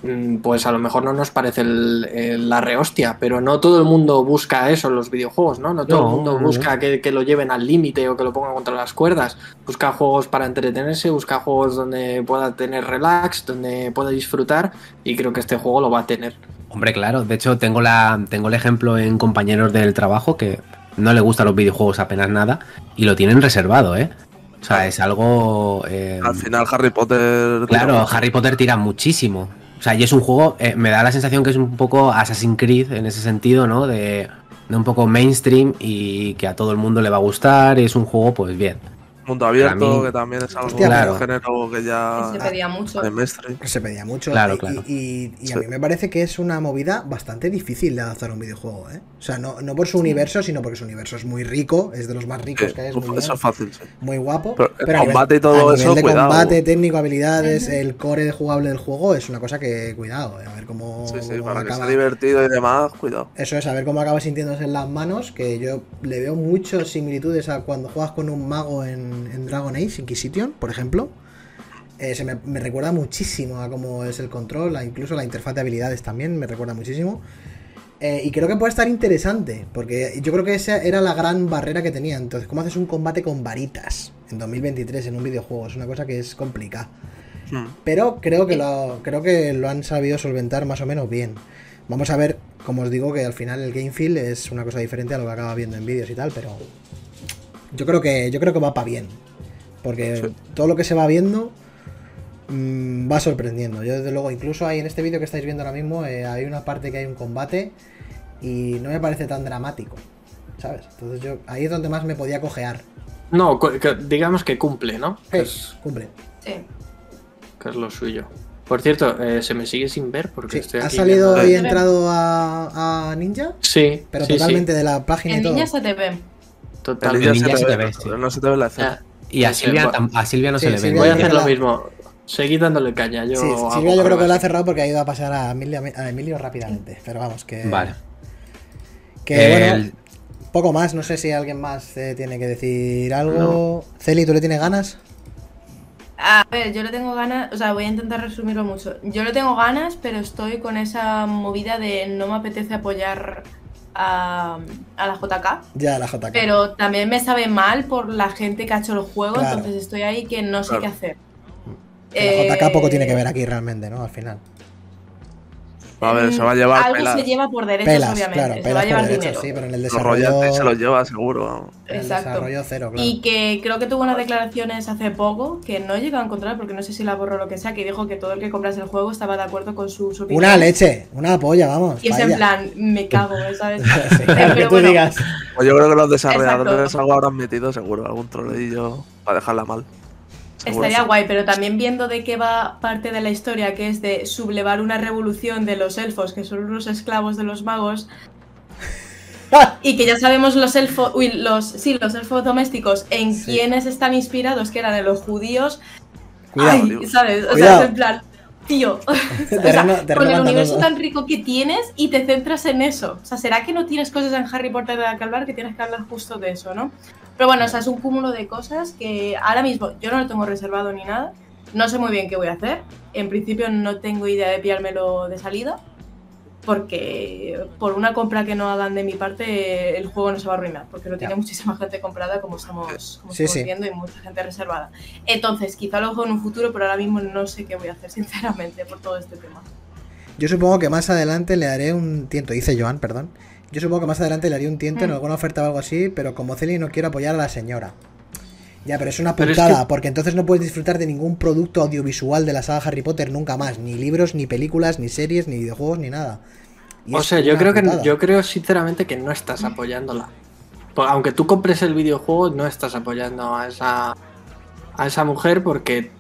Speaker 2: mm, pues a lo mejor no nos parece el- el- la rehostia, pero no todo el mundo busca eso en los videojuegos, ¿no? No todo
Speaker 1: No,
Speaker 2: el mundo
Speaker 1: no, no.
Speaker 2: busca que, que lo lleven al límite o que lo pongan contra las cuerdas. Busca juegos para entretenerse, busca juegos donde pueda tener relax, donde pueda disfrutar y creo que este juego lo va a tener.
Speaker 1: Hombre, claro. De hecho, tengo, la, tengo el ejemplo en compañeros del trabajo que no le gustan los videojuegos apenas nada y lo tienen reservado, ¿eh? O sea, es algo... eh,
Speaker 5: Al final Harry Potter...
Speaker 1: Claro,
Speaker 5: digamos,
Speaker 1: Harry Potter tira muchísimo. O sea, y es un juego, eh, me da la sensación que es un poco Assassin's Creed en ese sentido, ¿no? De, de un poco mainstream y que a todo el mundo le va a gustar. Es un juego, pues bien.
Speaker 5: Mundo abierto,
Speaker 1: Para mí-
Speaker 5: que también es algo
Speaker 4: Hostia,
Speaker 1: Claro.
Speaker 5: un género que
Speaker 6: se
Speaker 5: ya...
Speaker 6: pedía mucho.
Speaker 5: de mainstream.
Speaker 4: Se pedía mucho.
Speaker 1: Claro,
Speaker 4: y,
Speaker 1: claro.
Speaker 4: Y, y- y a
Speaker 5: Sí.
Speaker 4: mí me parece que es una movida bastante difícil de adaptar a un videojuego, ¿eh? O sea, no, no por su universo, sino porque su universo es muy rico, es de los más ricos
Speaker 5: Sí,
Speaker 4: que hay, es
Speaker 5: uf,
Speaker 4: muy, bien,
Speaker 5: eso es fácil, sí.
Speaker 4: muy guapo.
Speaker 5: Pero
Speaker 4: a
Speaker 5: el
Speaker 4: nivel-
Speaker 5: combate y todo
Speaker 4: a nivel
Speaker 5: eso,
Speaker 4: de
Speaker 5: cuidado.
Speaker 4: combate, técnico, habilidades,
Speaker 6: Ujú.
Speaker 4: el core jugable del juego es una cosa que, cuidado, eh, a ver cómo,
Speaker 5: Sí, sí,
Speaker 4: cómo
Speaker 5: para que sea
Speaker 4: acaba.
Speaker 5: divertido y demás, cuidado.
Speaker 4: Eso es, a ver cómo acaba sintiéndose en las manos, que yo le veo muchas similitudes a cuando juegas con un mago en, en Dragon Age Inquisition, por ejemplo. Eh, se me, me recuerda muchísimo a cómo es el control, a incluso la interfaz de habilidades también me recuerda muchísimo. Eh, y creo que puede estar interesante, porque yo creo que esa era la gran barrera que tenía. Entonces, ¿cómo haces un combate con varitas en 2023 en un videojuego? Es una cosa que es complicada.
Speaker 5: Hmm.
Speaker 4: Pero creo que lo, creo que lo han sabido solventar más o menos bien. Vamos a ver, como os digo, que al final el game feel es una cosa diferente a lo que acaba viendo en vídeos y tal, pero yo creo que yo creo que va para bien. Porque
Speaker 5: Sí.
Speaker 4: todo lo que se va viendo mm, va sorprendiendo. Yo desde luego, incluso hay en este vídeo que estáis viendo ahora mismo, eh, hay una parte que hay un combate y no me parece tan dramático. ¿Sabes? Entonces yo ahí es donde más me podía cojear.
Speaker 2: No, cu- que- digamos que cumple, ¿no? Que
Speaker 4: Hey,
Speaker 2: es-
Speaker 4: cumple.
Speaker 6: Sí.
Speaker 2: que es lo suyo. Por cierto, eh, se me sigue sin ver porque
Speaker 4: Sí,
Speaker 2: estoy
Speaker 4: ha
Speaker 2: aquí
Speaker 4: salido
Speaker 2: viendo-
Speaker 4: y entrado a, a Ninja.
Speaker 2: Sí,
Speaker 4: Pero
Speaker 2: sí, sí,
Speaker 4: totalmente de la página y
Speaker 6: En
Speaker 4: todo.
Speaker 6: niñas se te ven.
Speaker 5: El
Speaker 2: totalmente.
Speaker 5: ninja
Speaker 1: El ninja
Speaker 5: se te ve,
Speaker 1: sí.
Speaker 5: no se te ve la escena.
Speaker 2: Ya,
Speaker 1: Y a
Speaker 2: Sí,
Speaker 1: Silvia,
Speaker 2: bueno.
Speaker 1: tam- a Silvia no
Speaker 4: Sí,
Speaker 1: se le ve.
Speaker 4: Silvia
Speaker 2: voy a
Speaker 4: ya
Speaker 2: hacer
Speaker 4: que
Speaker 2: lo
Speaker 4: la-
Speaker 2: mismo. Seguí dándole caña. Yo
Speaker 4: Sí,
Speaker 2: hago
Speaker 4: Silvia yo creo que lo ha
Speaker 2: pruebas.
Speaker 4: cerrado porque ha ido a pasar a Emilio, a Emilio rápidamente. Pero vamos, que.
Speaker 1: Eh, Vale.
Speaker 4: Que
Speaker 1: El-
Speaker 4: bueno, poco más. No sé si alguien más eh, tiene que decir algo. Celi, ¿tú le tienes ganas?
Speaker 6: A ver, yo le tengo ganas, o sea, voy a intentar resumirlo mucho. Yo le tengo ganas, pero estoy con esa movida de no me apetece apoyar a, a la JK.
Speaker 4: Ya, la JK.
Speaker 6: Pero también me sabe mal por la gente que ha hecho el juego,
Speaker 4: Claro.
Speaker 6: entonces estoy ahí que no sé
Speaker 5: Claro.
Speaker 6: qué hacer.
Speaker 4: Que la JK poco
Speaker 6: Eh,
Speaker 4: tiene que ver aquí realmente, ¿no? Al final.
Speaker 5: A ver, se va a
Speaker 6: Mm,
Speaker 5: llevar
Speaker 6: Algo
Speaker 5: pelas.
Speaker 6: se lleva por derechos,
Speaker 4: Pelas,
Speaker 6: obviamente.
Speaker 4: claro,
Speaker 6: se va
Speaker 4: pelas
Speaker 6: a
Speaker 4: por
Speaker 6: llevar
Speaker 4: derechos,
Speaker 6: dinero.
Speaker 4: sí, pero en el
Speaker 5: Los
Speaker 4: desarrollo.
Speaker 5: royalties se los lleva, seguro. vamos.
Speaker 4: en el
Speaker 6: Exacto.
Speaker 4: desarrollo cero, claro.
Speaker 6: Y que creo que tuvo unas declaraciones hace poco que no he llegado a encontrar porque no sé si la borró o lo que sea, que dijo que todo el que comprase el juego estaba de acuerdo con su, su
Speaker 4: Una
Speaker 6: opinión.
Speaker 4: leche, una polla, vamos.
Speaker 6: Y es en
Speaker 4: vaya.
Speaker 6: plan, me cago, ¿sabes?
Speaker 4: Sí, claro, que
Speaker 6: Pero
Speaker 4: tú
Speaker 6: bueno,
Speaker 4: digas.
Speaker 5: Pues yo creo que los desarrolladores
Speaker 6: Exacto.
Speaker 5: algo habrán metido, seguro. Algún troleillo para dejarla mal. Seguro
Speaker 6: Estaría
Speaker 5: sí.
Speaker 6: guay, pero también viendo de qué va parte de la historia, que es de sublevar una revolución de los elfos, que son unos esclavos de los magos. Y que ya sabemos los elfos, uy, los, sí, los elfos domésticos, en
Speaker 4: Sí.
Speaker 6: quienes están inspirados, que eran en los judíos.
Speaker 4: Cuidado,
Speaker 6: Ay,
Speaker 5: tío.
Speaker 6: ¿sabes? O
Speaker 4: Cuidado.
Speaker 6: sea, es en plan, tío, o sea,
Speaker 4: Terreno- terreno
Speaker 6: con el universo
Speaker 4: pantanoso.
Speaker 6: tan rico que tienes y te centras en eso. O sea, ¿será que no tienes cosas en Harry Potter de la que hablar que tienes que hablar justo de eso, no? Pero bueno, o sea, es un cúmulo de cosas que ahora mismo yo no lo tengo reservado ni nada. No sé muy bien qué voy a hacer. En principio no tengo idea de pillármelo de salida. Porque por una compra que no hagan de mi parte, el juego no se va a arruinar. Porque lo tiene
Speaker 4: Ya.
Speaker 6: muchísima gente comprada, como estamos, como
Speaker 4: Sí,
Speaker 6: estamos
Speaker 4: sí.
Speaker 6: viendo, y mucha gente reservada. Entonces, quizá lo juego en un futuro, pero ahora mismo no sé qué voy a hacer, sinceramente, por todo este tema.
Speaker 4: Yo supongo que más adelante le haré un tiento, dice Joan, perdón. Yo supongo que más adelante le haré un tiento en
Speaker 6: Mm.
Speaker 4: alguna oferta o algo así, pero como Celi no quiero apoyar a la señora. Ya, pero es una
Speaker 2: Pero es
Speaker 4: putada,
Speaker 2: que-
Speaker 4: porque entonces no puedes disfrutar de ningún producto audiovisual de la saga Harry Potter nunca más, ni libros, ni películas, ni series, ni videojuegos, ni nada. Y
Speaker 2: O
Speaker 4: es
Speaker 2: sea, yo
Speaker 4: una
Speaker 2: creo que
Speaker 4: putada. Mm.
Speaker 2: yo creo sinceramente que no estás apoyándola. Por- aunque tú compres el videojuego, no estás apoyando a esa a esa mujer porque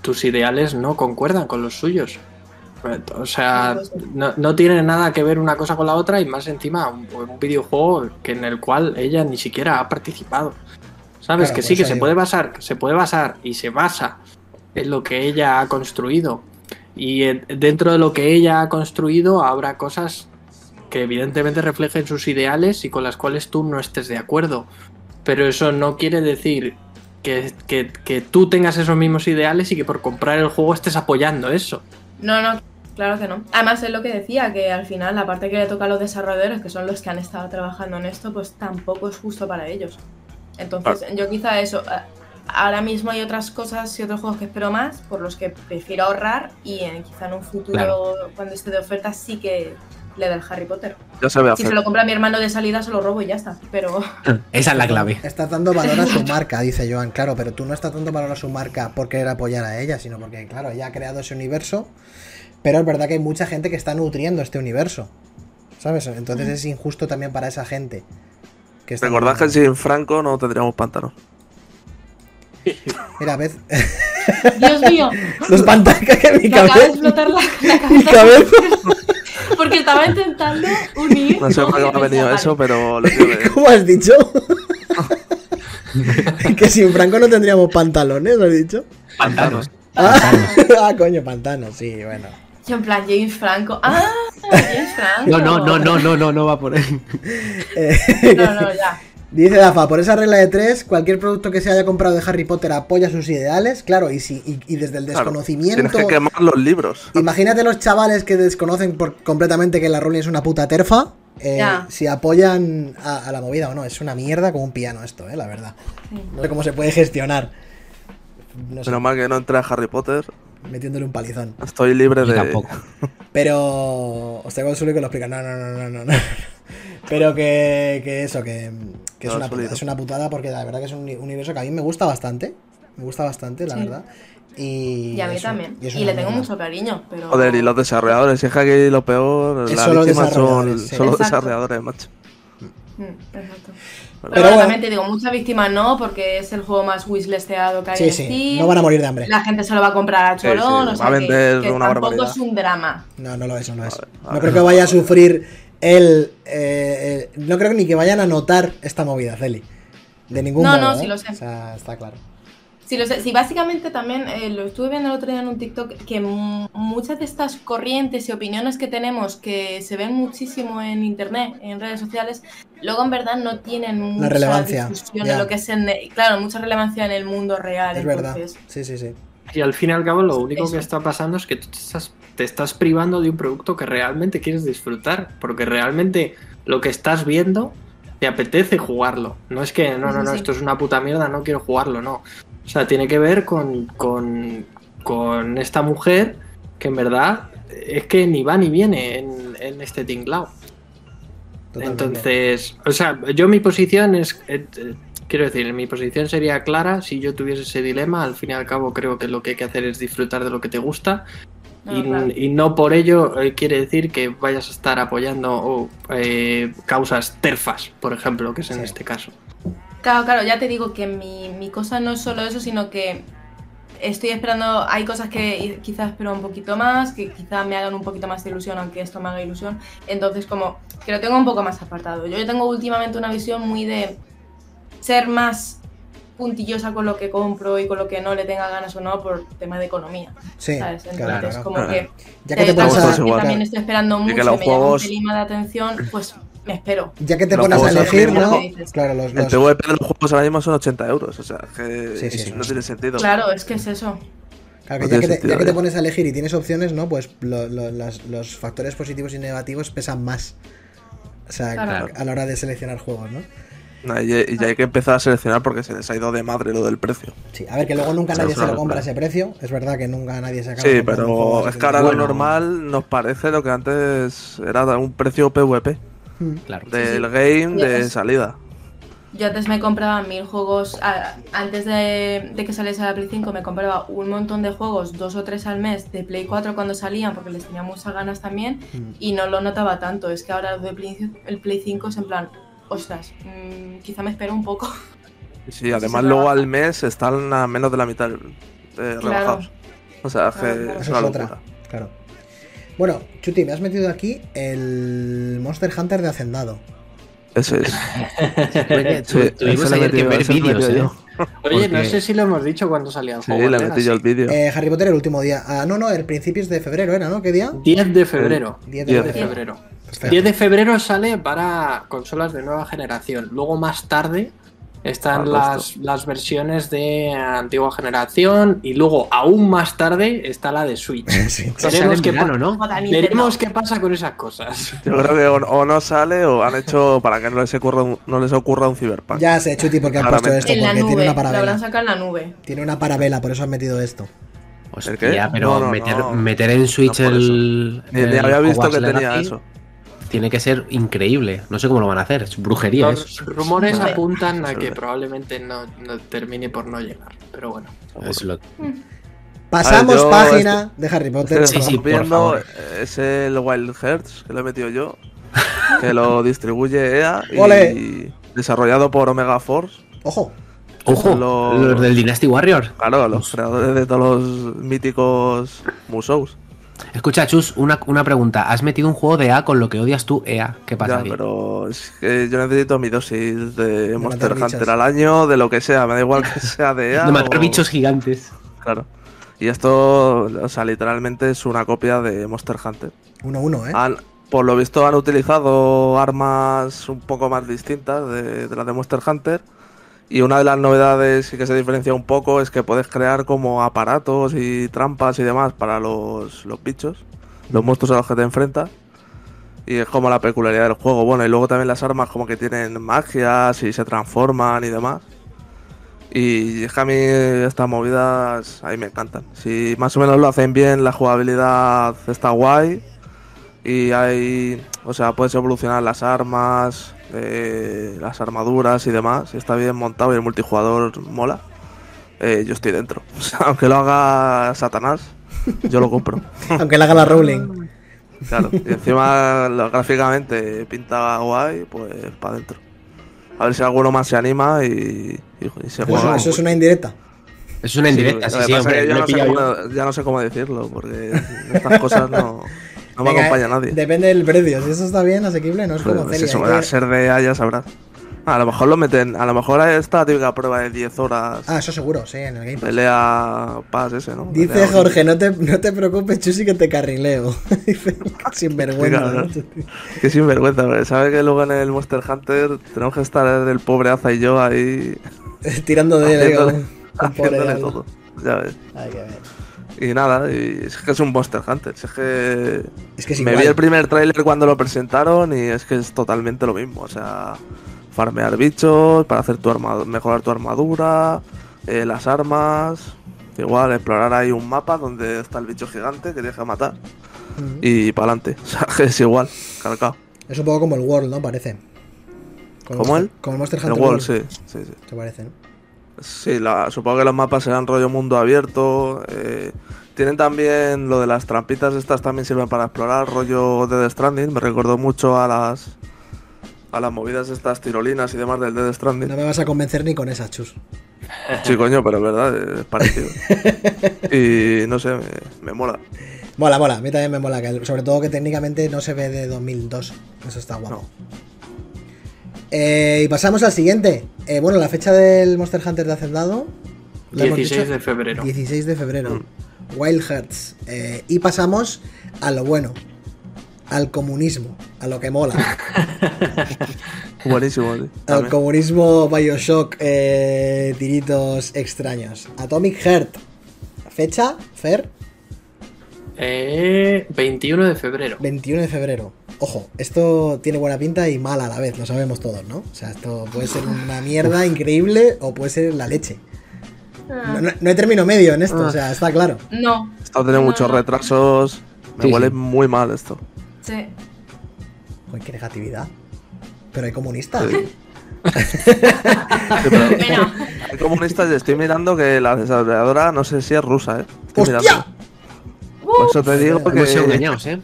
Speaker 2: tus ideales no concuerdan con los suyos. O sea, no, no tiene nada que ver una cosa con la otra y más encima un, un videojuego que en el cual ella ni siquiera ha participado. Sabes
Speaker 4: Claro,
Speaker 2: que
Speaker 4: por
Speaker 2: sí, que
Speaker 4: eso
Speaker 2: se
Speaker 4: digo.
Speaker 2: puede basar, se puede basar y se basa en lo que ella ha construido. Y eh, dentro de lo que ella ha construido habrá cosas que evidentemente reflejen sus ideales y con las cuales tú no estés de acuerdo. Pero eso no quiere decir que, que- que tú tengas esos mismos ideales y que por comprar el juego estés apoyando eso.
Speaker 6: No, no, Claro que no. Además es lo que decía, que al final la parte que le toca a los desarrolladores, que son los que han estado trabajando en esto, pues tampoco es justo para ellos. Entonces, yo quizá eso, a- ahora mismo hay otras cosas y otros juegos que espero más, por los que prefiero ahorrar y en- quizá en un futuro,
Speaker 1: Claro.
Speaker 6: cuando esté de oferta, sí que le da el Harry Potter.
Speaker 5: Ya se ve a
Speaker 6: Si se
Speaker 5: Fer.
Speaker 6: lo compra mi hermano de salida, se lo robo y ya está. Pero
Speaker 1: Esa es la clave.
Speaker 4: Estás dando valor a su marca, dice Joan. Claro, pero tú no estás dando valor a su marca por querer apoyar a ella, sino porque, claro, ella ha creado ese universo. Pero es verdad que hay mucha gente que está nutriendo este universo. ¿Sabes? Entonces es injusto también para esa gente. Que está-
Speaker 5: Recordad que sin Franco no tendríamos pantanos.
Speaker 4: Mira, ves.
Speaker 6: Dios mío,
Speaker 4: Los pantacas que mi
Speaker 6: me acaba de
Speaker 4: cabeza.
Speaker 6: explotar la, la
Speaker 4: Mi
Speaker 6: cabeza
Speaker 4: cabeza.
Speaker 6: porque estaba intentando unir.
Speaker 5: No sé por qué me ha venido
Speaker 6: Vale.
Speaker 5: eso, pero lo quiero leer.
Speaker 4: ¿Cómo has dicho? que sin Franco no tendríamos pantalones, ¿has dicho?
Speaker 1: Pantanos.
Speaker 4: Ah, ah, coño, pantano, sí, bueno.
Speaker 6: Yo en plan James Franco. Ah, James
Speaker 1: No,
Speaker 6: Franco.
Speaker 1: no, no, no, no, no, no va por ahí.
Speaker 4: Eh,
Speaker 6: No, no, ya.
Speaker 4: Dice Dafa, por esa regla de tres, cualquier producto que se haya comprado de Harry Potter apoya sus ideales, claro, y, si, y, y desde el
Speaker 5: Claro,
Speaker 4: desconocimiento...
Speaker 5: Tienes que quemar los libros.
Speaker 4: Imagínate los chavales que desconocen por, completamente que la Rowling es una puta terfa, eh,
Speaker 6: Ya.
Speaker 4: si apoyan a, a la movida o no, es una mierda como un piano esto, eh, la verdad.
Speaker 6: Sí.
Speaker 4: No sé cómo se puede gestionar. No sé,
Speaker 5: Menos mal que no entré a Harry Potter.
Speaker 4: metiéndole un palizón.
Speaker 5: Estoy libre
Speaker 1: Yo
Speaker 5: de.
Speaker 1: tampoco.
Speaker 4: Pero. Hostia, con Sully que lo explica. No, no, no, no, no. no. Pero que, que eso, que, que es,
Speaker 5: No,
Speaker 4: una
Speaker 5: Sully
Speaker 4: putada,
Speaker 5: no.
Speaker 4: es una putada porque la verdad que es un uni- universo que a mí me gusta bastante. Me gusta bastante, la
Speaker 6: Sí.
Speaker 4: verdad. Y,
Speaker 6: Y a mí
Speaker 4: es un-
Speaker 6: también.
Speaker 4: es
Speaker 6: Y,
Speaker 4: una
Speaker 6: le tengo
Speaker 4: mierda.
Speaker 6: mucho cariño, pero.
Speaker 5: Joder, y los desarrolladores. Si es que aquí lo peor.
Speaker 4: Es
Speaker 5: la
Speaker 4: solo
Speaker 5: víctima son,
Speaker 4: desarrolladores, sí.
Speaker 5: son los
Speaker 6: Exacto.
Speaker 5: desarrolladores, macho.
Speaker 6: Mm, exacto. Pero,
Speaker 4: Pero bueno.
Speaker 6: realmente digo, muchas víctimas no, porque es el juego más wishlisteado que hay
Speaker 4: Sí,
Speaker 6: en
Speaker 4: sí.
Speaker 6: Steam.
Speaker 4: No van a morir de hambre.
Speaker 6: La gente se lo va a comprar a
Speaker 5: Sí, sí,
Speaker 6: Cholón,
Speaker 5: va
Speaker 6: o
Speaker 5: a
Speaker 6: sea que-
Speaker 5: vender
Speaker 6: que,
Speaker 5: una
Speaker 6: tampoco
Speaker 5: barbaridad.
Speaker 6: es un drama.
Speaker 4: No, no lo es, no lo es.
Speaker 5: Vale, vale.
Speaker 4: No creo que vaya a sufrir el, eh, el- No creo ni que vayan a notar esta movida, Celi. De ningún
Speaker 6: No,
Speaker 4: modo.
Speaker 6: no,
Speaker 4: ¿eh?
Speaker 6: sí lo sé.
Speaker 4: O sea, está claro.
Speaker 6: Sí, lo sé. Sí, básicamente también eh, lo estuve viendo el otro día en un TikTok que mu- muchas de estas corrientes y opiniones que tenemos que se ven muchísimo en internet, en redes sociales, luego en verdad no tienen mucha
Speaker 4: relevancia,
Speaker 6: difusión
Speaker 4: ya.
Speaker 6: en lo que es en, claro, mucha relevancia en el mundo real.
Speaker 4: Es verdad.
Speaker 6: entonces.
Speaker 4: Sí, sí, sí.
Speaker 2: Y al fin y al cabo lo único
Speaker 6: Eso.
Speaker 2: que está pasando es que tú te estás, te estás privando de un producto que realmente quieres disfrutar, porque realmente lo que estás viendo te apetece jugarlo. No es que, no,
Speaker 6: Sí,
Speaker 2: no, no,
Speaker 6: sí.
Speaker 2: esto es una puta mierda, no quiero jugarlo, no. O sea, tiene que ver con, con, con esta mujer que en verdad es que ni va ni viene en, en este tinglao.
Speaker 4: Totalmente.
Speaker 2: Entonces, o sea, yo mi posición es, eh, eh, quiero decir, mi posición sería clara si yo tuviese ese dilema, al fin y al cabo creo que lo que hay que hacer es disfrutar de lo que te gusta
Speaker 6: No,
Speaker 2: y,
Speaker 6: claro.
Speaker 2: y no por ello eh, quiere decir que vayas a estar apoyando oh, eh, causas terfas, por ejemplo, que es en
Speaker 4: Sí.
Speaker 2: este caso.
Speaker 6: Claro, claro, ya te digo que mi, mi cosa no es solo eso, sino que estoy esperando, hay cosas que quizás espero un poquito más, que quizás me hagan un poquito más de ilusión, aunque esto me haga ilusión. Entonces, como que lo tengo un poco más apartado. Yo tengo últimamente una visión muy de ser más puntillosa con lo que compro y con lo que no le tenga ganas o no por tema de economía,
Speaker 4: Sí,
Speaker 6: ¿sabes? Entonces,
Speaker 4: claro.
Speaker 1: claro,
Speaker 6: como
Speaker 5: claro.
Speaker 6: que
Speaker 4: Ya que te
Speaker 6: hay otras
Speaker 5: pones a-
Speaker 6: cosas
Speaker 4: pasa.
Speaker 6: que
Speaker 5: Igual.
Speaker 6: también estoy esperando mucho y me
Speaker 5: los
Speaker 6: llama
Speaker 5: juegos-
Speaker 6: un pelín más la atención, pues me espero.
Speaker 4: Ya que te
Speaker 5: Los
Speaker 4: pones a
Speaker 5: juegos
Speaker 4: elegir,
Speaker 5: online,
Speaker 4: ¿no?
Speaker 6: lo que dices.
Speaker 4: Claro, los,
Speaker 5: El
Speaker 4: los-
Speaker 5: PvP de los juegos ahora mismo son 80 euros. O sea, que
Speaker 4: Sí, sí, sí.
Speaker 5: no tiene sentido.
Speaker 6: Claro, es que es eso.
Speaker 4: claro,
Speaker 5: no
Speaker 4: que ya,
Speaker 5: tiene
Speaker 4: que te,
Speaker 5: sentido, ¿eh?
Speaker 4: ya que te
Speaker 5: ya.
Speaker 4: pones a elegir y tienes opciones, ¿no? Pues lo- lo- las- los factores positivos y negativos pesan más. O sea,
Speaker 6: Claro.
Speaker 4: a la hora de seleccionar juegos, ¿no?
Speaker 5: No, y, y ya hay que empezar a seleccionar porque se les ha ido de madre lo del precio.
Speaker 4: Sí, a ver, que luego nunca
Speaker 5: Claro,
Speaker 4: nadie se lo
Speaker 5: claro,
Speaker 4: compra a
Speaker 5: claro.
Speaker 4: ese precio. Es verdad que nunca nadie se acaba
Speaker 5: Sí,
Speaker 4: comprando un juego
Speaker 5: pero
Speaker 4: a
Speaker 5: es que ahora lo
Speaker 1: Bueno.
Speaker 5: normal nos parece lo que antes era un precio PvP
Speaker 4: Mm,
Speaker 1: Claro.
Speaker 5: del game
Speaker 6: Ya
Speaker 5: de
Speaker 6: ves.
Speaker 5: salida.
Speaker 6: Yo antes me compraba mil juegos. a- antes de, de que saliese la Play 5, me compraba un montón de juegos, dos o tres al mes, de Play 4 cuando salían, porque les tenía muchas ganas también,
Speaker 4: mm,
Speaker 6: y no lo notaba tanto. Es que ahora de Play- el Play 5 es en plan, ostras, mm, quizá me espero un poco.
Speaker 5: Y Sí, además
Speaker 6: se
Speaker 5: luego
Speaker 6: rebaja.
Speaker 5: al mes están a menos de la mitad eh, rebajados. O sea, que
Speaker 6: Claro, claro.
Speaker 5: es
Speaker 4: Eso
Speaker 5: una
Speaker 4: es otra.
Speaker 5: locura.
Speaker 4: Claro. Bueno, Chuti, me has metido aquí el Monster Hunter de Hacendado.
Speaker 5: Eso es.
Speaker 1: Porque tu-
Speaker 5: Sí,
Speaker 1: tuvimos
Speaker 5: eso le he
Speaker 1: ayer que
Speaker 5: metido-
Speaker 1: ver
Speaker 5: eso le he
Speaker 1: vídeos,
Speaker 5: metido
Speaker 1: ¿eh?
Speaker 5: yo.
Speaker 2: Oye, no
Speaker 1: Porque-
Speaker 2: sé si lo hemos dicho cuando salía el
Speaker 5: Sí,
Speaker 2: juego.
Speaker 5: le
Speaker 2: ¿verdad?
Speaker 5: metí yo el vídeo.
Speaker 4: Eh, Harry Potter el último día. Ah, no, no, el principios de febrero era, ¿no? ¿Qué día?
Speaker 2: 10 de febrero.
Speaker 4: 10
Speaker 5: 10
Speaker 2: 10 de
Speaker 6: Bien.
Speaker 2: febrero.
Speaker 4: Pues
Speaker 2: 10
Speaker 4: fíjate.
Speaker 2: de febrero sale para consolas de nueva generación. Luego más tarde, Están
Speaker 5: Al
Speaker 2: las, las versiones de antigua generación y luego, aún más tarde, está la de Switch.
Speaker 4: Sí.
Speaker 1: Esa sale
Speaker 2: Veremos
Speaker 1: en
Speaker 2: qué
Speaker 1: verano,
Speaker 2: pa-
Speaker 1: ¿no?
Speaker 6: Joder, Nintendo.
Speaker 2: Veremos qué pasa con esas cosas.
Speaker 5: Yo creo que o, o no sale o han hecho para que no les ocurra un, no les ocurra un cyberpunk.
Speaker 4: Ya sé, Chuti, porque han puesto esto,
Speaker 5: Claramente.
Speaker 6: En la
Speaker 4: porque tiene
Speaker 6: nube.
Speaker 4: una
Speaker 6: Lo habrán
Speaker 4: parabela.
Speaker 6: sacado en la nube.
Speaker 4: Tiene una parabela, por eso han metido esto.
Speaker 5: ¿El qué?
Speaker 1: Hostia, pero
Speaker 5: No, no,
Speaker 1: meter,
Speaker 5: no.
Speaker 1: meter en Switch
Speaker 5: No, por
Speaker 1: el,
Speaker 5: Ni, ni
Speaker 1: el
Speaker 5: había visto
Speaker 1: Eh, Hogwarts
Speaker 5: que tenía
Speaker 1: Legacy
Speaker 5: eso.
Speaker 1: Tiene que ser increíble. No sé cómo lo van a hacer. Es brujería. eso.
Speaker 2: Los rumores
Speaker 6: Vale.
Speaker 2: apuntan a
Speaker 5: Vale.
Speaker 2: que probablemente no, no termine por no llegar. Pero bueno.
Speaker 1: Es lo-
Speaker 4: Pasamos
Speaker 5: A ver, yo-
Speaker 4: página de Harry Potter.
Speaker 5: Este
Speaker 1: Sí,
Speaker 5: que
Speaker 1: sí,
Speaker 5: estamos
Speaker 1: por
Speaker 5: viendo
Speaker 1: favor.
Speaker 5: es el Wild Hearts que lo he metido yo, que lo distribuye EA y
Speaker 4: Ole.
Speaker 5: desarrollado por Omega Force.
Speaker 4: Ojo,
Speaker 1: Ojo,
Speaker 5: Los-
Speaker 1: los del Dynasty Warrior.
Speaker 5: Claro, los creadores de todos los míticos Musous.
Speaker 1: Escucha, Chus, una, una pregunta. ¿Has metido un juego de E A con lo que odias tú, EA? ¿Qué pasa
Speaker 5: Ya,
Speaker 1: aquí?
Speaker 5: pero es que yo necesito mi dosis de Monster
Speaker 4: matar
Speaker 5: Hunter
Speaker 4: bichos.
Speaker 5: al año, de lo que sea, me da igual que sea de EA.
Speaker 1: De matar
Speaker 5: E o-
Speaker 1: bichos gigantes.
Speaker 5: Claro. Y esto, o sea, literalmente es una copia de Monster Hunter.
Speaker 4: 1-1, ¿eh?
Speaker 5: Han- por lo visto han utilizado armas un poco más distintas de, de las de Monster Hunter. Y una de las novedades y que se diferencia un poco es que puedes crear como aparatos y trampas y demás para los, los bichos, los monstruos a los que te enfrentas. Y es como la peculiaridad del juego. Bueno, y luego también las armas como que tienen magias y se transforman y demás. Y es que a mí estas movidas ahí me encantan. Si más o menos lo hacen bien, la jugabilidad está guay. Y hay, o sea, puedes evolucionar las armas, eh, las armaduras y demás. Está bien montado y el multijugador mola. Eh, yo estoy dentro. O sea, aunque lo haga Satanás, yo lo compro.
Speaker 4: Aunque le haga la Rowling.
Speaker 5: Claro. Y encima lo- gráficamente pinta guay, pues para dentro. A ver si alguno más se anima y, y- y se
Speaker 4: Eso,
Speaker 5: juega.
Speaker 4: eso es una indirecta.
Speaker 1: Es una indirecta,
Speaker 5: Sí,
Speaker 1: sí,
Speaker 5: lo que
Speaker 1: sí,
Speaker 5: pasa es
Speaker 1: hombre.
Speaker 5: que
Speaker 1: lo
Speaker 5: yo
Speaker 1: he
Speaker 5: no sé
Speaker 1: pillado yo.
Speaker 5: cómo- ya no sé cómo decirlo, porque estas cosas no, no me
Speaker 4: Venga,
Speaker 5: acompaña
Speaker 4: eh,
Speaker 5: nadie.
Speaker 4: Depende del precio. Si eso está bien, asequible, no es como
Speaker 5: Pues
Speaker 4: Celia.
Speaker 5: eso,
Speaker 4: hay
Speaker 5: al
Speaker 4: que-
Speaker 5: ser de allá sabrás. A lo mejor lo meten, a lo mejor esta típica prueba de 10 horas.
Speaker 4: Ah, eso seguro, sí, en el Game Pass.
Speaker 5: Pelea Paz ese, ¿no?
Speaker 4: Dice
Speaker 5: Pelea-
Speaker 4: Jorge, no te, no te preocupes, Chusi, que te carrileo. Dice, sinvergüenza.
Speaker 5: Venga,
Speaker 4: ¿no?
Speaker 5: Qué sinvergüenza, porque sabe que luego en el Monster Hunter tenemos que estar el pobre Aza y yo ahí
Speaker 4: Tirando de él.
Speaker 5: Haciéndole-
Speaker 4: como un pobre
Speaker 5: haciéndole
Speaker 4: alma.
Speaker 5: todo. Ya ves.
Speaker 4: Hay que ver.
Speaker 5: Y nada, y es que es un Monster Hunter. si Es que.
Speaker 4: Es que es
Speaker 5: me
Speaker 4: igual.
Speaker 5: vi el primer tráiler cuando lo presentaron y es que es totalmente lo mismo. O sea, farmear bichos para hacer tu arma- mejorar tu armadura, eh, las armas. Igual, explorar ahí un mapa donde está el bicho gigante que deja matar.
Speaker 4: Ujú.
Speaker 5: Y para adelante. O sea, que es igual, calcao.
Speaker 4: Es un poco como el World, ¿no? Parece.
Speaker 5: ¿Cómo
Speaker 4: el?
Speaker 5: él?
Speaker 4: Como el Monster
Speaker 5: El
Speaker 4: Hunter
Speaker 5: World, sí. sí, sí.
Speaker 4: Te parece, ¿no?
Speaker 5: pues, Sí, la- supongo que los mapas serán rollo mundo abierto. eh, tienen también lo de las trampitas, estas también sirven para explorar, rollo Dead Stranding. Me recordó mucho a las a las movidas estas tirolinas y demás del Dead Stranding.
Speaker 4: No me vas a convencer ni con esa, Chus.
Speaker 5: Sí, coño, pero es verdad, es parecido. y no sé, me, me mola.
Speaker 4: Mola, mola. A mí también me mola. que el- sobre todo que técnicamente no se ve de 2002. Eso está guapo.
Speaker 5: No.
Speaker 4: Eh, y pasamos al siguiente. Eh, bueno, la fecha del Monster Hunter de Hacendado. ¿la hemos
Speaker 2: 16
Speaker 4: dicho?
Speaker 2: de febrero.
Speaker 4: 16 de febrero.
Speaker 5: Mm.
Speaker 4: Wild Hearts. Eh, y pasamos a lo bueno. Al comunismo. A lo que mola.
Speaker 5: Buenísimo, sí.
Speaker 4: al
Speaker 5: también.
Speaker 4: comunismo Bioshock. eh, tiritos extraños. Atomic Heart. Fecha, Fer,
Speaker 2: Eh, 21 de febrero.
Speaker 4: 21 de febrero. Ojo, esto tiene buena pinta y mala a la vez, lo sabemos todos, ¿no? O sea, esto puede ser una mierda increíble o puede ser la leche.
Speaker 6: Ah.
Speaker 4: No, no- no hay término medio en esto, o sea, está claro.
Speaker 6: No,
Speaker 5: Esto tiene
Speaker 6: No,
Speaker 5: muchos
Speaker 6: no.
Speaker 5: retrasos. Me
Speaker 1: Sí,
Speaker 5: huele
Speaker 1: sí.
Speaker 5: muy mal esto.
Speaker 6: sí.
Speaker 4: Uy, qué negatividad. Pero hay comunistas.
Speaker 5: Sí. Sí, pero-
Speaker 6: Bueno,
Speaker 5: Hay comunistas y estoy mirando que la desarrolladora no sé si es rusa, ¿eh? Estoy
Speaker 4: ¡Hostia!
Speaker 5: mirando. Por eso te digo
Speaker 1: Hemos sido
Speaker 5: que,
Speaker 1: engañados, ¿eh?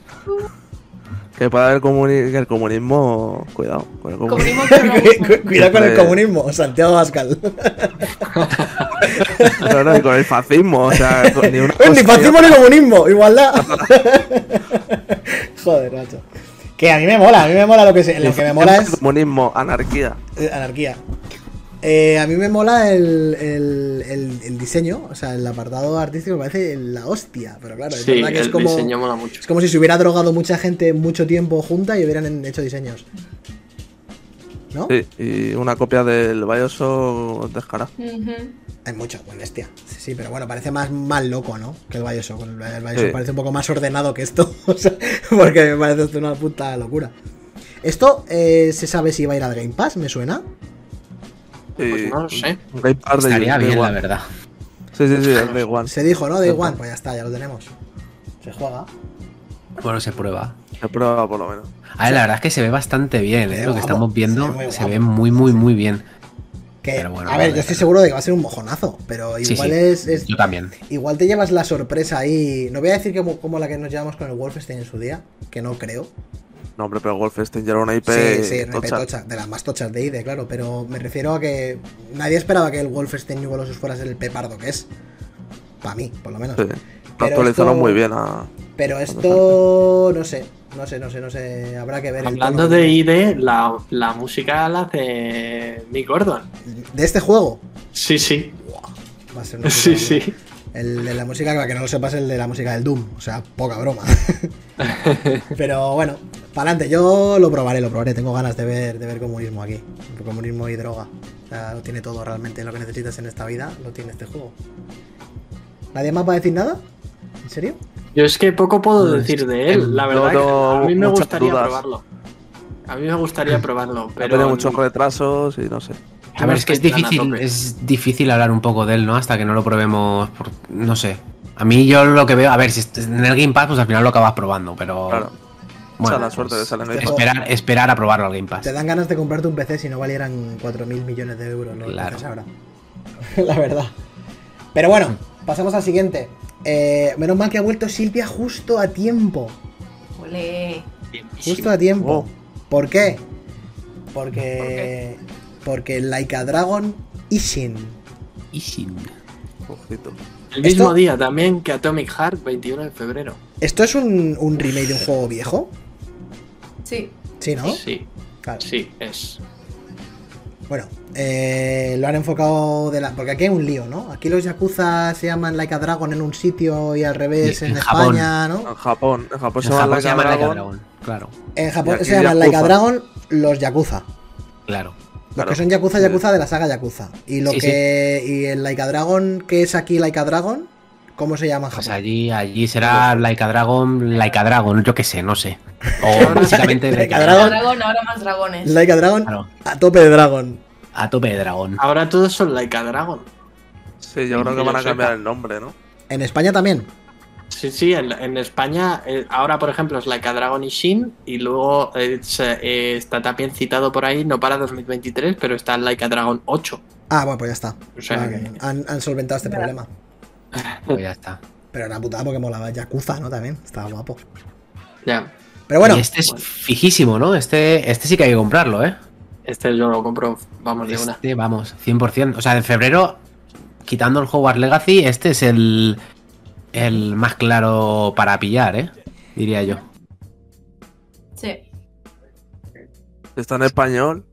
Speaker 5: que puede haber comuni- que el comunismo... Cuidado con el comunismo.
Speaker 6: comunismo que no
Speaker 4: Cu-
Speaker 6: gusta.
Speaker 4: cu- Cuidado con el
Speaker 5: Eh.
Speaker 4: comunismo, Santiago Pascal.
Speaker 5: No, no, y con el fascismo, o sea, con- ni una cosa
Speaker 4: ni
Speaker 5: ni
Speaker 4: fascismo
Speaker 5: otra.
Speaker 4: ni comunismo, igualdad. Joder, macho. Que a mí me mola, a mí me mola lo que, se- lo que me mola es.
Speaker 5: Comunismo, anarquía.
Speaker 4: Eh, Anarquía. Eh, a mí me mola el, el- el- el diseño, o sea, el apartado artístico me parece la hostia, pero claro, es
Speaker 2: Sí,
Speaker 4: verdad que es
Speaker 2: el
Speaker 4: como,
Speaker 2: diseño mola mucho.
Speaker 4: es como si se hubiera drogado mucha gente mucho tiempo junta y hubieran hecho diseños. ¿no?
Speaker 5: Sí, y una copia del Bioshock descarada.
Speaker 6: Ujú.
Speaker 4: Hay mucho, muy bestia. Sí, sí, pero bueno, parece más, más loco, ¿no? Que el Bioshock. El, el Bioshock
Speaker 5: Sí.
Speaker 4: parece un poco más ordenado que esto. o sea, porque me parece esto una puta locura. Esto eh, se sabe si va a ir al Game Pass, me suena.
Speaker 5: Y
Speaker 2: Pues no lo sé.
Speaker 5: un Game Pass de
Speaker 1: Estaría
Speaker 5: Day
Speaker 1: bien, la
Speaker 5: One.
Speaker 1: verdad.
Speaker 5: Sí, sí, sí, el Day One.
Speaker 4: Se dijo, ¿no? Da
Speaker 5: Ajá.
Speaker 4: igual, pues ya está, ya lo tenemos. Se juega.
Speaker 1: Bueno, se prueba.
Speaker 5: Se prueba por lo menos.
Speaker 1: A ver, la verdad es que se ve bastante bien,
Speaker 4: Se
Speaker 1: ¿eh?
Speaker 4: ve
Speaker 1: Lo que
Speaker 4: guapo,
Speaker 1: estamos
Speaker 4: se ve
Speaker 1: viendo
Speaker 4: muy
Speaker 1: se
Speaker 4: guapo.
Speaker 1: ve muy, muy, muy bien.
Speaker 4: Que,
Speaker 1: Pero bueno,
Speaker 4: a ver,
Speaker 1: vale.
Speaker 4: yo estoy seguro de que va a ser un mojonazo, pero igual
Speaker 1: Sí, sí.
Speaker 4: es, es-
Speaker 1: Yo también.
Speaker 4: Igual te llevas la sorpresa ahí. No voy a decir que como, como la que nos llevamos con el Wolfenstein en su día, que no creo.
Speaker 5: No, hombre, pero Wolfenstein ya era una IP.
Speaker 4: Sí, sí, RP
Speaker 5: tocha.
Speaker 4: tocha, de las más tochas de ID, claro, pero me refiero a que nadie esperaba que el Wolfenstein New Colossus fuera a ser el pepardo que es. Para mí, por lo menos.
Speaker 5: Sí. Lo
Speaker 4: Pero
Speaker 5: actualizaron
Speaker 4: esto-
Speaker 5: muy bien a.
Speaker 4: Pero esto, no sé, no sé, no sé, no sé, habrá que ver. el
Speaker 2: Hablando
Speaker 4: tono que
Speaker 2: de
Speaker 4: tiene.
Speaker 2: ID, la, la música la hace Nick Gordon.
Speaker 4: De este juego.
Speaker 2: Sí, sí.
Speaker 4: Va a ser una
Speaker 2: Sí,
Speaker 4: puta locura.
Speaker 2: sí.
Speaker 4: El de la música, para que no lo sepas, el de la música del Doom. O sea, poca broma. Pero bueno, para adelante. Yo lo probaré, lo probaré. Tengo ganas de ver, de ver comunismo aquí. Comunismo y droga. O sea, lo tiene todo realmente. Lo que necesitas en esta vida lo tiene este juego. ¿Nadie más va a decir nada? ¿En serio?
Speaker 2: Yo es que poco puedo
Speaker 1: Pues,
Speaker 2: decir de él, la
Speaker 5: no
Speaker 2: verdad.
Speaker 5: tengo
Speaker 2: que a mí me
Speaker 5: muchas
Speaker 2: gustaría
Speaker 5: dudas.
Speaker 2: probarlo. A mí me gustaría probarlo,
Speaker 5: Pero
Speaker 2: pero.
Speaker 5: muchos retrasos y no sé.
Speaker 1: A ver, es que es
Speaker 2: estoy tan a
Speaker 1: difícil,
Speaker 2: tope.
Speaker 1: es difícil hablar un poco de él, ¿no? Hasta que no lo probemos, por- no sé. A mí yo lo que veo, a ver, si est- en el Game Pass, pues al final lo acabas probando, pero...
Speaker 5: Claro.
Speaker 1: bueno,
Speaker 5: Mucha la suerte de
Speaker 1: pues,
Speaker 5: salir en
Speaker 4: este
Speaker 5: Game Pass.
Speaker 1: esperar, esperar a probarlo al Game Pass.
Speaker 4: Te dan ganas de comprarte un PC si no valieran 4.000 millones de euros los
Speaker 1: Claro.
Speaker 4: PCs ahora. La verdad. Pero bueno, pasamos al siguiente. Eh, menos mal que ha vuelto Silvia justo a tiempo.
Speaker 6: Ole.
Speaker 4: Justo a tiempo.
Speaker 5: Oh.
Speaker 4: ¿Por qué? Porque. Porque Like a Dragon Ishin.
Speaker 1: Y sin-
Speaker 5: Ojito.
Speaker 2: El mismo
Speaker 4: Esto-
Speaker 2: día también que Atomic Heart, 21 de febrero.
Speaker 4: ¿Esto es un, un remake de un juego viejo?
Speaker 6: Sí.
Speaker 4: Sí, ¿no?
Speaker 2: Sí,
Speaker 4: Claro.
Speaker 2: sí, es.
Speaker 4: Bueno, eh, lo han enfocado de la. Porque aquí hay un lío, ¿no? Aquí los Yakuza se llaman Like a Dragon en un sitio y al revés
Speaker 1: Sí,
Speaker 4: en,
Speaker 1: en Japón.
Speaker 4: España, ¿no?
Speaker 5: En Japón, en
Speaker 1: En
Speaker 5: Japón se llama
Speaker 1: Japón se llama
Speaker 5: Like a
Speaker 1: Like a
Speaker 5: Dragon.
Speaker 1: Dragon, claro,
Speaker 4: En Japón
Speaker 5: Y aquí
Speaker 4: se llaman
Speaker 5: Yakuza.
Speaker 4: Like a Dragon los Yakuza.
Speaker 1: claro.
Speaker 4: Los
Speaker 5: Claro.
Speaker 4: que son Yakuza, Yakuza de la saga Yakuza. Y lo
Speaker 1: Sí,
Speaker 4: que. Y el Like a Dragon, que es aquí Like a Dragon, ¿cómo se llama en
Speaker 1: Pues
Speaker 4: Japón?
Speaker 1: allí, allí será Like a Dragon, Like a Dragon, yo qué sé, no sé. O
Speaker 2: Ahora-
Speaker 1: básicamente Like a Dragon,
Speaker 4: Dragon.
Speaker 6: Dragón, ahora más dragones.
Speaker 4: Like a Dragon
Speaker 1: claro,
Speaker 4: a tope de Dragon.
Speaker 1: a tope de dragón.
Speaker 2: Ahora todos son Like a Dragon.
Speaker 5: Sí, yo
Speaker 2: Sí,
Speaker 5: creo que
Speaker 2: que
Speaker 5: van
Speaker 2: yo
Speaker 5: a cambiar
Speaker 2: sepa.
Speaker 5: el nombre, ¿no?
Speaker 4: En España también.
Speaker 2: Sí, sí, en, en España eh, ahora, por ejemplo, es Like a Dragon y Shin, y luego eh, se- eh, está también citado por ahí, no para 2023, pero está Like a Dragon 8.
Speaker 4: Ah, bueno, pues ya está.
Speaker 2: O sea,
Speaker 4: Vale,
Speaker 2: que-
Speaker 4: han, han solventado este problema.
Speaker 1: Pues ya está.
Speaker 4: Pero era putada porque molaba Yakuza, ¿no? También. Estaba guapo.
Speaker 2: ya,
Speaker 4: Pero bueno,
Speaker 1: y este es fijísimo, ¿no? Este, este sí que hay que comprarlo, ¿eh?
Speaker 2: este yo lo compro, vamos, de una.
Speaker 1: Este, vamos, 100%. O sea, en febrero, quitando el Hogwarts Legacy, este es el, el más claro para pillar, ¿eh? Diría yo.
Speaker 6: Sí.
Speaker 5: Está en español.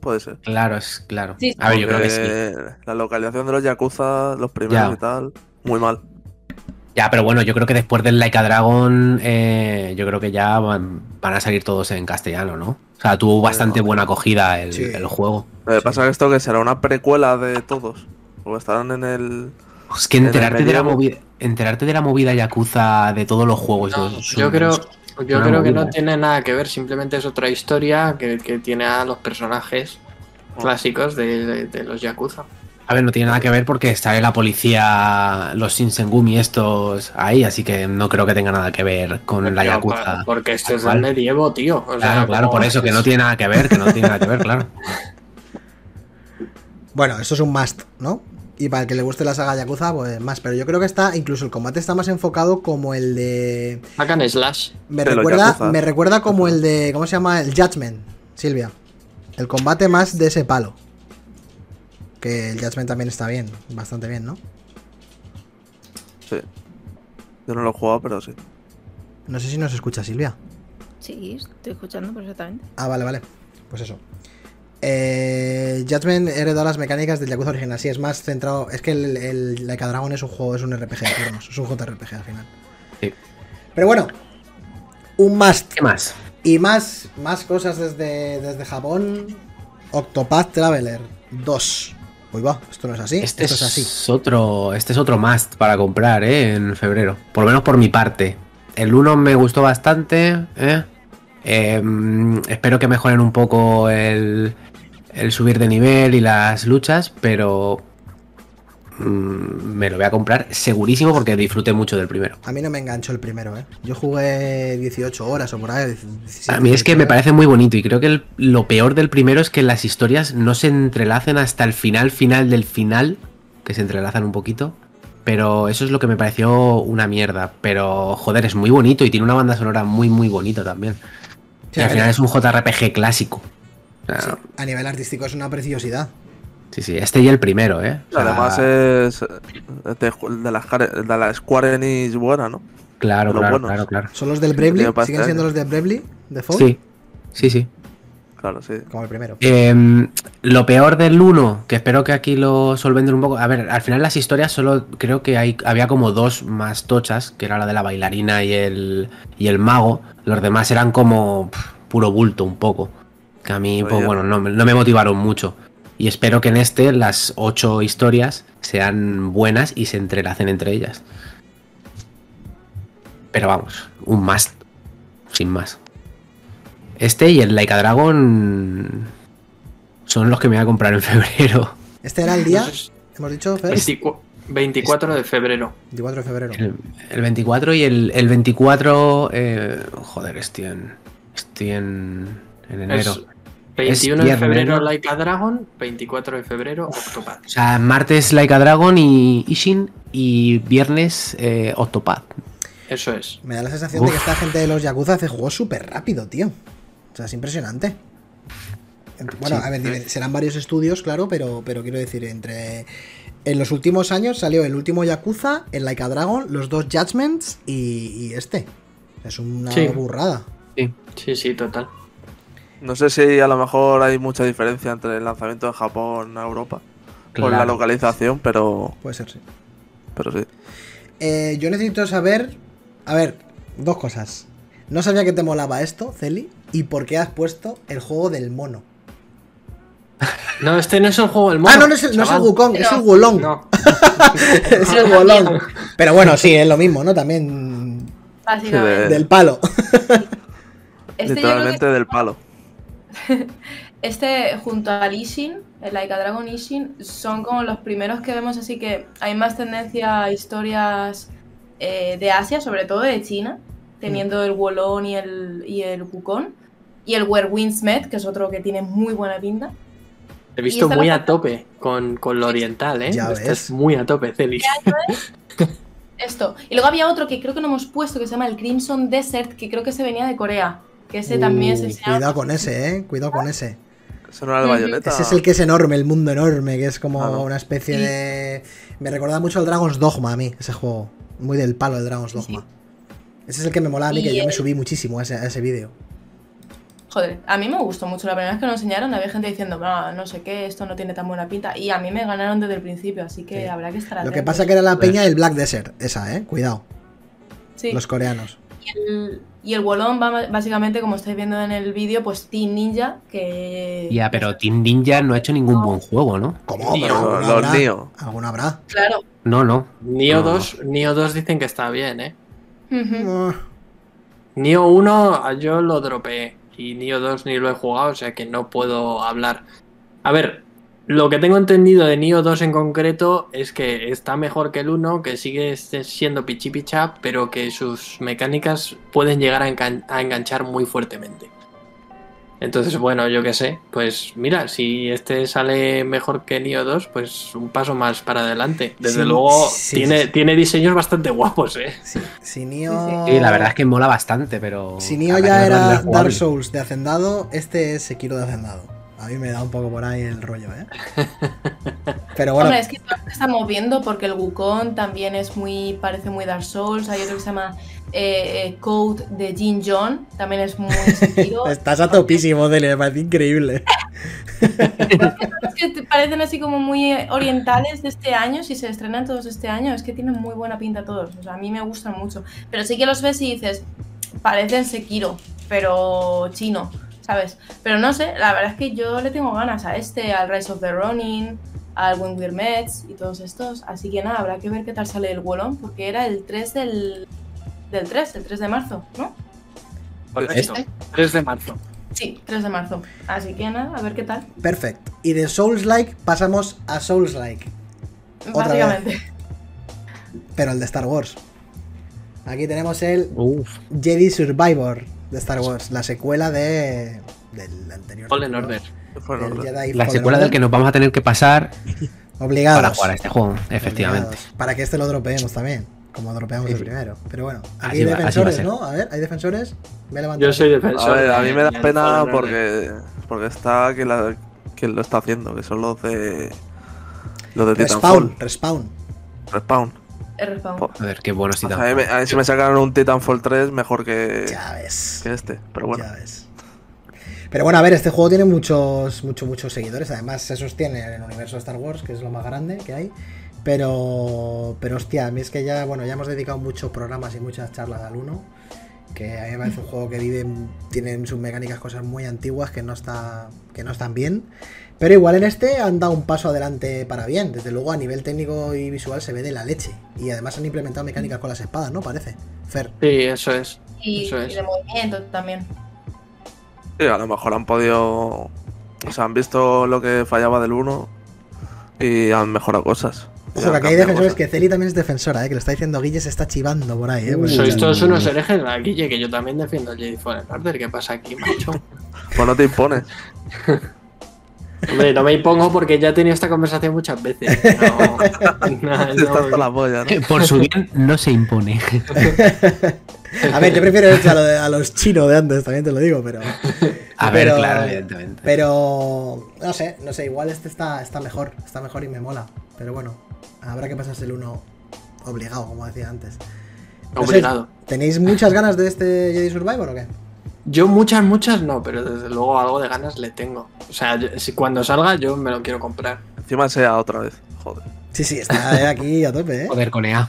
Speaker 5: Puede ser.
Speaker 1: Claro, es claro.
Speaker 6: Sí.
Speaker 1: A ver, yo creo que sí.
Speaker 5: Porque La localización de los Yakuza, los primeros
Speaker 1: Ya.
Speaker 5: y tal, muy mal.
Speaker 1: Ya, pero bueno, yo creo que después del Like a Dragon, eh, yo creo que ya van, van a salir todos en castellano, ¿no? O sea, tuvo bastante buena acogida el,
Speaker 4: Sí.
Speaker 1: el juego.
Speaker 5: Lo que pasa es que esto que será una precuela de todos. Porque estarán en el.
Speaker 1: Es que
Speaker 5: En el
Speaker 1: enterarte de la
Speaker 5: medievo.
Speaker 1: movida, enterarte de la movida yakuza de todos los juegos.
Speaker 2: No,
Speaker 1: pues es
Speaker 2: yo
Speaker 1: un-
Speaker 2: creo, yo
Speaker 1: una
Speaker 2: creo que no
Speaker 1: movida.
Speaker 2: tiene nada que ver, simplemente es otra historia que, que tiene a los personajes
Speaker 4: Ah.
Speaker 2: clásicos de, de- de los Yakuza.
Speaker 1: A ver, no tiene nada que ver porque está la policía, los Shinsengumi estos ahí, así que no creo que tenga nada que ver con la
Speaker 2: Pero,
Speaker 1: Yakuza.
Speaker 2: por- Porque esto
Speaker 1: Tal
Speaker 2: es
Speaker 1: cual.
Speaker 2: del medievo, tío. O sea,
Speaker 1: Claro, claro,
Speaker 2: como-
Speaker 1: por eso, que no tiene nada que ver, que no tiene nada que ver, claro.
Speaker 4: bueno, eso es un must, ¿no? Y para el que le guste la saga Yakuza, pues más. Pero yo creo que está, incluso el combate está más enfocado como el de.
Speaker 2: Hagan Slash.
Speaker 4: Me
Speaker 5: De los
Speaker 4: recuerda,
Speaker 5: Yakuza.
Speaker 4: me recuerda como el de. ¿Cómo se llama? El Judgment, Silvia. El combate más de ese palo. Que el Judgment también está bien, bastante bien, ¿no?
Speaker 5: Sí. Yo no lo he jugado, pero sí.
Speaker 4: No sé si nos escucha Silvia.
Speaker 3: Sí, estoy escuchando perfectamente.
Speaker 4: Ah, vale, vale. Pues eso. Eh, Judgment heredó las mecánicas del Yakuza original. Sí, es más centrado. Es que el, el Like a Dragon es un juego, es un RPG de turnos. Es un JRPG al final.
Speaker 1: Sí.
Speaker 4: Pero bueno, un must.
Speaker 1: ¿Qué más?
Speaker 4: Y más, más cosas desde, desde Japón. Octopath Traveler 2. Uy, va, esto no es así.
Speaker 1: Este
Speaker 4: esto
Speaker 1: es,
Speaker 4: es así.
Speaker 1: otro, este es otro must para comprar, ¿eh? En febrero. Por lo menos por mi parte. El 1 me gustó bastante, ¿eh? Eh, mm, espero que mejoren un poco el, el subir de nivel y las luchas, pero mm, me lo voy a comprar segurísimo porque disfruté mucho del primero.
Speaker 4: A mí no me enganchó el primero, ¿eh? Yo jugué 18 horas o por ahí. 17,
Speaker 1: A mí es que me
Speaker 4: 18.
Speaker 1: parece muy bonito y creo que el- lo peor del primero es que las historias no se entrelacen hasta el final final del final, que se entrelazan un poquito, pero eso es lo que me pareció una mierda, pero joder, es muy bonito y tiene una banda sonora muy muy bonita también.
Speaker 4: Sí,
Speaker 1: y al
Speaker 4: a
Speaker 1: final
Speaker 4: ver,
Speaker 1: es un JRPG clásico. O sea,
Speaker 4: sí, a nivel artístico es una preciosidad.
Speaker 1: sí, sí, este y el primero, ¿eh? O sea,
Speaker 5: Además es eh, de, de la, Jare- de la Square Enix buena, ¿no?
Speaker 1: claro,
Speaker 5: lo
Speaker 1: claro,
Speaker 5: bueno.
Speaker 1: claro, claro.
Speaker 4: ¿Son los del Bravely?
Speaker 5: Tío, pasta,
Speaker 4: ¿Siguen siendo
Speaker 5: ¿eh?
Speaker 4: los del Bravely? ¿De Fall?
Speaker 1: Sí. Sí, sí.
Speaker 5: Claro, sí.
Speaker 4: Como el primero.
Speaker 1: Eh, lo peor del 1, que espero que aquí lo solventen un poco. A ver, al final las historias solo creo que hay, había como dos más tochas, que era la de la bailarina y el, y el mago. Los demás eran como pf, puro bulto un poco. Que a mí, pues
Speaker 5: Oye.
Speaker 1: bueno, no, me- no me motivaron mucho. Y espero que en este las ocho historias sean buenas y se entrelacen entre ellas. Pero vamos, un must. Sin más. Este y el Laika Dragon son los que me voy a comprar en febrero.
Speaker 4: Este era el día,
Speaker 2: No sé si-
Speaker 4: hemos dicho, Fer,
Speaker 2: 24 24 de febrero.
Speaker 4: 24 de febrero.
Speaker 2: eh,
Speaker 1: El, el 24 y el, el 24... eh, joder, estoy en... Estoy en, en enero.
Speaker 2: Es 21 de
Speaker 1: viernes,
Speaker 2: febrero
Speaker 1: ¿no?
Speaker 2: Like a Dragon, 24 de febrero Octopath.
Speaker 1: O sea, martes Laika Dragon y Ishin y viernes eh, Octopath.
Speaker 2: Eso es.
Speaker 4: Me da la sensación de que esta gente de los Yakuza hace juegos súper rápido, tío. O sea, es impresionante. Bueno,
Speaker 1: Sí.
Speaker 4: a ver, diver- serán varios estudios, claro, pero, pero quiero decir, entre. En los últimos años salió el último Yakuza, el Like a Dragon, los dos Judgments y, y este. Es una
Speaker 2: Sí.
Speaker 4: burrada.
Speaker 2: Sí, sí, total.
Speaker 5: No sé si a lo mejor hay mucha diferencia entre el lanzamiento de Japón a Europa por la
Speaker 1: Claro.
Speaker 5: localización, pero,
Speaker 4: Puede ser, sí.
Speaker 5: pero sí.
Speaker 6: Este
Speaker 4: Eh, yo necesito saber. A ver, dos cosas. No sabía que te molaba esto, Celi, y por qué has puesto el juego del mono.
Speaker 2: No, este no es el juego del mono.
Speaker 4: ah, no, no es el, no es el
Speaker 2: chaval.
Speaker 4: Wukong, es el
Speaker 6: No.
Speaker 4: Wulong.
Speaker 2: No.
Speaker 4: es el bolón. Pero bueno, sí, es lo mismo, ¿no? También
Speaker 5: Joder.
Speaker 2: Eh.
Speaker 6: Básicamente.
Speaker 4: del palo.
Speaker 6: Este, yo creo
Speaker 5: Literalmente
Speaker 6: que,
Speaker 5: del palo.
Speaker 6: este junto al Ishin, el Laika Dragon Ishin, son como los primeros que vemos, así que hay más tendencia a historias eh, de Asia, sobre todo de China, teniendo el Wolon y el, y el Wukong. Y el Where Winds Met, que es otro que tiene muy buena pinta.
Speaker 2: Te he visto
Speaker 6: Y esta
Speaker 2: muy
Speaker 6: la-
Speaker 2: a tope con, con lo oriental, ¿eh?
Speaker 4: Ya ves.
Speaker 2: Estás muy a tope, Celi.
Speaker 6: Esto. Y luego había otro que creo que no hemos puesto, que se llama el Crimson Desert, que creo que se venía de Corea. Que ese también se
Speaker 4: Uh,
Speaker 6: enseñaba-
Speaker 4: Cuidado con ese, eh. Cuidado con ese.
Speaker 5: Eso no era el
Speaker 6: Ujú.
Speaker 5: bayoneta.
Speaker 4: Ese es el que es enorme, el mundo enorme, que es como
Speaker 5: Ah, no.
Speaker 4: una especie
Speaker 6: Sí.
Speaker 4: de. Me recordaba mucho al Dragon's Dogma a mí, ese juego. Muy del palo de Dragon's Dogma. Ese es el que me molaba a mí,
Speaker 6: Y
Speaker 4: que yo me
Speaker 6: el-
Speaker 4: subí muchísimo a ese, a ese vídeo.
Speaker 6: Joder, a mí me gustó mucho. La primera vez que lo enseñaron había gente diciendo, "Ah, no sé qué, esto no tiene tan buena pinta. Y a mí me ganaron desde el principio, así que
Speaker 4: Sí.
Speaker 6: habrá que estar
Speaker 4: Lo
Speaker 6: atentos.
Speaker 4: que pasa que era la peña del Black Desert, esa, eh. Cuidado,
Speaker 6: Sí,
Speaker 4: los coreanos.
Speaker 6: Y el, y el Wolong va ba- básicamente, como estáis viendo en el vídeo, pues Team Ninja, que... pues,
Speaker 1: Ya, pero Team Ninja no ha hecho ningún buen juego, ¿no?
Speaker 4: ¿Cómo?
Speaker 2: Tío,
Speaker 4: Pero alguno
Speaker 5: los
Speaker 4: habrá.
Speaker 5: Neo.
Speaker 4: Alguno habrá.
Speaker 6: Claro.
Speaker 1: No, no.
Speaker 2: Neo
Speaker 1: No.
Speaker 2: 2, Neo 2 dicen que está bien, ¿eh?
Speaker 6: Ujú.
Speaker 4: Ah.
Speaker 2: Neo 1 yo lo dropeé y Neo 2 ni lo he jugado, o sea que no puedo hablar. A ver, lo que tengo entendido de Neo 2 en concreto es que está mejor que el 1, que sigue este- siendo pichipicha, pero que sus mecánicas pueden llegar a, engan- a enganchar muy fuertemente. Entonces, bueno, yo qué sé, pues mira, si este sale mejor que Neo 2, pues un paso más para adelante. Desde
Speaker 4: Sí,
Speaker 2: luego,
Speaker 4: sí,
Speaker 2: tiene,
Speaker 4: sí, sí.
Speaker 2: tiene diseños bastante guapos, ¿eh?
Speaker 4: Sí, si Nioh-
Speaker 1: Sí, la verdad es que mola bastante, pero...
Speaker 4: Si Nioh
Speaker 1: habrá que
Speaker 4: ya
Speaker 1: verlo en la
Speaker 4: era
Speaker 1: jugabilidad.
Speaker 4: Dark Souls de Hacendado, este es Sekiro de Hacendado. A mí me da un poco por ahí el rollo, ¿eh? Pero bueno,
Speaker 6: Hombre, es que todos estamos viendo porque el Wukong también es muy, parece muy Dark Souls. Hay otro que se llama eh, eh, Code de Jin John, también es muy sentido.
Speaker 4: estás a topísimo, Dele, me parece increíble.
Speaker 6: Es que te- parecen así como muy eh, orientales de este año, si se estrenan todos este año, es que tienen muy buena pinta todos. O sea, a mí me gustan mucho. Pero sí que los ves y dices, parecen Sekiro. pero chino, ¿sabes? Pero no sé, la verdad es que yo le tengo ganas a este, al Rise of the Ronin, al Wingwear Mets y todos estos, así que nada, habrá que ver qué tal sale el Wolong, porque era el 3 del, del 3, el 3 de marzo, ¿no?
Speaker 2: Correcto.
Speaker 4: ¿Este?
Speaker 2: 3 de marzo.
Speaker 6: Sí, 3 de marzo. Así que nada, a ver qué tal.
Speaker 4: Perfecto. Y de Souls Like pasamos a Souls Like. Otra
Speaker 6: Básicamente.
Speaker 4: vez. Pero el de Star Wars. Aquí tenemos el
Speaker 1: Uf.
Speaker 4: Jedi Survivor de Star Wars, la secuela de del anterior.
Speaker 2: Fallen
Speaker 4: título,
Speaker 2: Order.
Speaker 5: Bueno, pues,
Speaker 4: del Jedi
Speaker 1: La
Speaker 4: Fallen
Speaker 1: secuela del
Speaker 4: Order.
Speaker 1: que nos vamos a tener que pasar
Speaker 4: obligados.
Speaker 1: para jugar a este juego, efectivamente.
Speaker 4: Obligados. Para que este lo dropeemos también, como dropeamos el
Speaker 1: Sí.
Speaker 4: primero. Pero bueno, aquí
Speaker 1: Así
Speaker 4: hay
Speaker 1: va- así va a
Speaker 4: defensores,
Speaker 1: ser.
Speaker 4: ¿no? A ver, hay defensores. Me levanto.
Speaker 2: Yo soy
Speaker 5: A
Speaker 2: defensor.
Speaker 5: ver, a mí me da
Speaker 2: del
Speaker 5: pena
Speaker 2: Fallen Order.
Speaker 5: porque, porque está quien, la- quien lo está haciendo, que son los de. Los de
Speaker 4: Respawn,
Speaker 5: Titanfall.
Speaker 4: respawn.
Speaker 5: Respawn.
Speaker 6: El respawn.
Speaker 5: Po-
Speaker 1: Joder, qué bueno si
Speaker 5: O sea, a, mí, me- a mí si me sacaron un Titanfall 3 mejor que,
Speaker 4: Ya ves.
Speaker 5: Eh, que este, pero bueno.
Speaker 4: Ya ves. Pero bueno, a ver, este juego tiene muchos, muchos, muchos seguidores. Además, se sostiene en el universo de Star Wars, que es lo más grande que hay. Pero, pero hostia, a mí es que ya, bueno, ya hemos dedicado muchos programas y muchas charlas al 1. Que a mí me parece un juego que vive, tiene en sus mecánicas cosas muy antiguas que no, está, que no están bien. Pero igual en este han dado un paso adelante para bien. Desde luego, a nivel técnico y visual se ve de la leche. Y además han implementado mecánicas con las espadas, ¿no? Parece. Fer.
Speaker 2: Sí, eso es.
Speaker 6: Y,
Speaker 2: Eso es.
Speaker 6: y de movimiento también.
Speaker 5: Sí, a lo mejor han podido. O sea, han visto lo que fallaba del 1 y han mejorado cosas. Y
Speaker 4: Ojo,
Speaker 5: han
Speaker 4: que aquí hay
Speaker 5: cambiado
Speaker 4: defensores
Speaker 5: cosas.
Speaker 4: que Celi también es defensora, ¿eh? que lo está diciendo Guille, se está chivando por ahí. ¿eh? Por
Speaker 1: Uy.
Speaker 4: el
Speaker 2: Sois
Speaker 4: chat.
Speaker 2: todos unos herejes, la Guille, que yo también defiendo el Jedi Fallen Order. ¿Qué pasa aquí, macho?
Speaker 5: Pues no te impones.
Speaker 2: Hombre, no me impongo porque ya he tenido esta conversación muchas veces. No, no,
Speaker 5: Estás hasta
Speaker 2: no.
Speaker 5: la polla, ¿no?
Speaker 1: Por su bien no se impone.
Speaker 4: A ver, yo prefiero esto a, lo de- a los chinos de antes, también te lo digo, pero.
Speaker 1: A ver,
Speaker 4: Pero- eh,
Speaker 1: claro, evidentemente.
Speaker 4: Pero. No sé, no sé, igual este está, está mejor, está mejor y me mola. Pero bueno, habrá que pasarse el uno obligado, como decía antes. No sé,
Speaker 2: Obligado.
Speaker 4: ¿Tenéis muchas ganas de este Jedi Survivor o qué?
Speaker 2: Yo muchas, muchas no, pero desde luego algo de ganas le tengo. O sea, yo- si cuando salga yo me lo quiero comprar.
Speaker 5: Encima sea otra vez. Joder.
Speaker 4: Sí, sí, está aquí a tope, ¿eh?
Speaker 1: Joder, con E EA.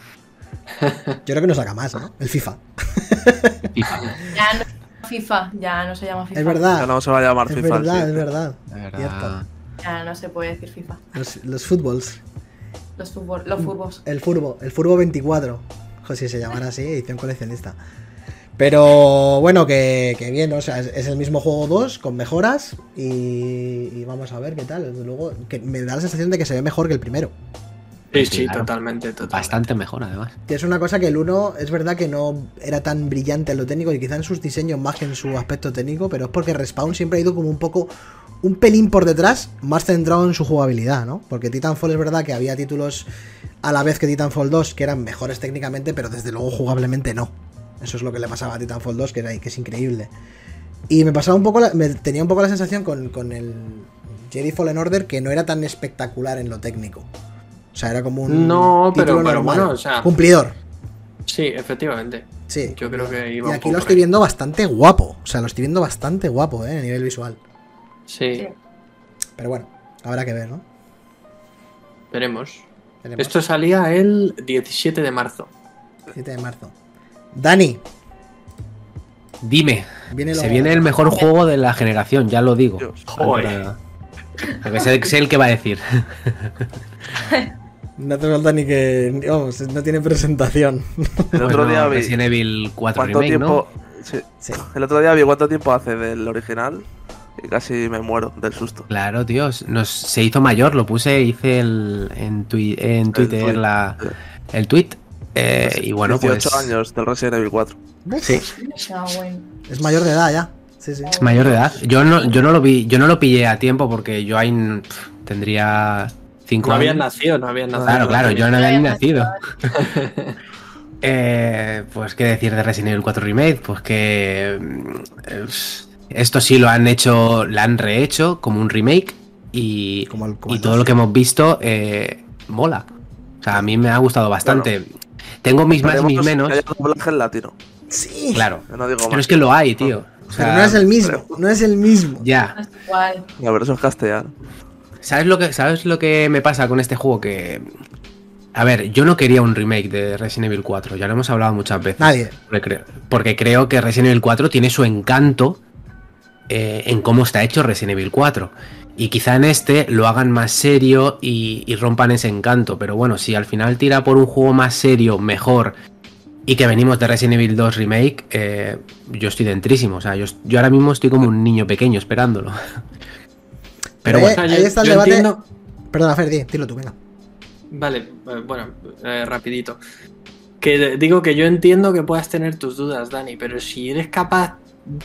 Speaker 4: Yo creo que no saca más, ¿no? El FIFA.
Speaker 1: FIFA,
Speaker 6: Ya no se llama FIFA, ya no se llama FIFA.
Speaker 4: Es
Speaker 5: Ya
Speaker 4: verdad.
Speaker 5: no se va a llamar
Speaker 4: Ah, Es
Speaker 5: FIFA. el
Speaker 4: verdad, es
Speaker 5: siguiente.
Speaker 4: verdad.
Speaker 1: la
Speaker 4: Cierto.
Speaker 1: verdad.
Speaker 6: Ya no se puede decir FIFA.
Speaker 4: Los, los fútbols.
Speaker 6: Los fútbol,
Speaker 4: Mm.
Speaker 6: los fútbols.
Speaker 4: El Furbo, el Furbo 24. Ojo, si se llamara así, edición coleccionista. Pero bueno, que, que bien, o sea, es, es el mismo juego 2 con mejoras y, y vamos a ver qué tal. Desde luego, que me da la sensación de que se ve mejor que el primero.
Speaker 2: Sí,
Speaker 1: Sí,
Speaker 2: sí,
Speaker 1: claro.
Speaker 2: totalmente, totalmente.
Speaker 1: Bastante mejor, además.
Speaker 4: Que es una cosa que el 1 es verdad que no era tan brillante en lo técnico y quizá en sus diseños más que en su aspecto técnico, pero es porque Respawn siempre ha ido como un poco, un pelín por detrás, más centrado en su jugabilidad, ¿no? Porque Titanfall es verdad que había títulos a la vez que Titanfall 2 que eran mejores técnicamente, pero desde luego jugablemente no. Eso es lo que le pasaba a Titanfall 2, que, era, que es increíble. Y me pasaba un poco, la- me tenía un poco la sensación con, con el Jedi Fallen Order que no era tan espectacular en lo técnico. O sea, era como un.
Speaker 2: No, pero-
Speaker 4: título
Speaker 2: pero
Speaker 4: normal.
Speaker 2: bueno, o sea-
Speaker 4: Cumplidor.
Speaker 2: Sí, efectivamente.
Speaker 4: Sí.
Speaker 2: Yo creo que
Speaker 4: Y
Speaker 2: iba un
Speaker 4: aquí
Speaker 2: poco
Speaker 4: lo
Speaker 2: por
Speaker 4: estoy
Speaker 2: ahí.
Speaker 4: viendo bastante guapo. O sea, lo estoy viendo bastante guapo, ¿eh? A nivel visual.
Speaker 2: Sí,
Speaker 6: Sí.
Speaker 4: Pero bueno, habrá que ver, ¿no?
Speaker 2: veremos.
Speaker 4: Veremos.
Speaker 2: Esto salía el 17 de marzo.
Speaker 4: 7 de marzo. Dani,
Speaker 1: Dime,
Speaker 4: viene lo
Speaker 1: se viene el mejor juego de la generación, ya lo digo.
Speaker 5: Dios.
Speaker 2: Joder.
Speaker 1: Porque sé, sé el que va a decir.
Speaker 4: No te falta ni que. ni- Vamos, no tiene presentación.
Speaker 5: El otro
Speaker 1: Bueno,
Speaker 5: día vi.
Speaker 1: Resident Evil 4
Speaker 5: ¿Cuánto
Speaker 1: Remake,
Speaker 5: tiempo? sí.
Speaker 4: Sí.
Speaker 5: El otro día vi cuánto tiempo hace del original y casi me muero del susto.
Speaker 1: ¿no? Claro, Dios. Nos, se hizo mayor, lo puse, hice el, en, tui- en Twitter
Speaker 5: tuit.
Speaker 1: la, el tweet. y bueno,
Speaker 5: 18
Speaker 1: pues.
Speaker 5: años del Resident Evil 4.
Speaker 1: Sí,
Speaker 6: Ah, bueno.
Speaker 4: Es mayor de edad ya. Sí, sí.
Speaker 1: es mayor de edad. Yo no, yo no lo vi, yo no lo pillé a tiempo porque yo ahí pf, tendría 5
Speaker 2: No habían
Speaker 1: años.
Speaker 2: nacido, no habían nacido.
Speaker 1: Claro, claro, yo no había ni
Speaker 6: habían
Speaker 1: nacido.
Speaker 6: nacido.
Speaker 1: Eh, pues qué decir de Resident Evil 4 Remake, pues que mm, eh, esto sí lo han hecho, lo han rehecho como un remake y,
Speaker 4: Como el- como
Speaker 1: y
Speaker 4: el
Speaker 1: todo
Speaker 4: dos.
Speaker 1: lo que hemos visto eh, mola. O sea, a mí me ha gustado bastante. Tengo mis más y mis
Speaker 5: Esperemos
Speaker 1: menos.
Speaker 5: Que haya doblaje en latino.
Speaker 4: Sí.
Speaker 1: Claro,
Speaker 5: Yo no digo más.
Speaker 1: pero es que lo hay, tío. O sea,
Speaker 4: Pero no es el mismo. No es el mismo.
Speaker 1: Ya.
Speaker 6: No Ah, es igual.
Speaker 5: La versión castellana.
Speaker 1: ¿Sabes lo que, sabes lo que me pasa con este juego? Que A ver, yo no quería un remake de Resident Evil 4, ya lo hemos hablado muchas veces.
Speaker 4: Nadie.
Speaker 1: Porque creo, porque creo que Resident Evil 4 tiene su encanto eh, en cómo está hecho Resident Evil 4. Y quizá en este lo hagan más serio y, y rompan ese encanto. Pero bueno, si al final tira por un juego más serio, mejor, y que venimos de Resident Evil 2 Remake, eh, yo estoy dentrísimo. O sea, yo, yo ahora mismo estoy como un niño pequeño esperándolo. Pero
Speaker 4: Eh,
Speaker 1: bueno,
Speaker 4: ahí está el
Speaker 2: yo
Speaker 4: debate.
Speaker 2: entiendo-
Speaker 4: Perdona, Fer, di- dilo tú, venga.
Speaker 2: Vale, eh, bueno, eh, rapidito. Que de- digo que yo entiendo que puedas tener tus dudas, Dani, pero si eres capaz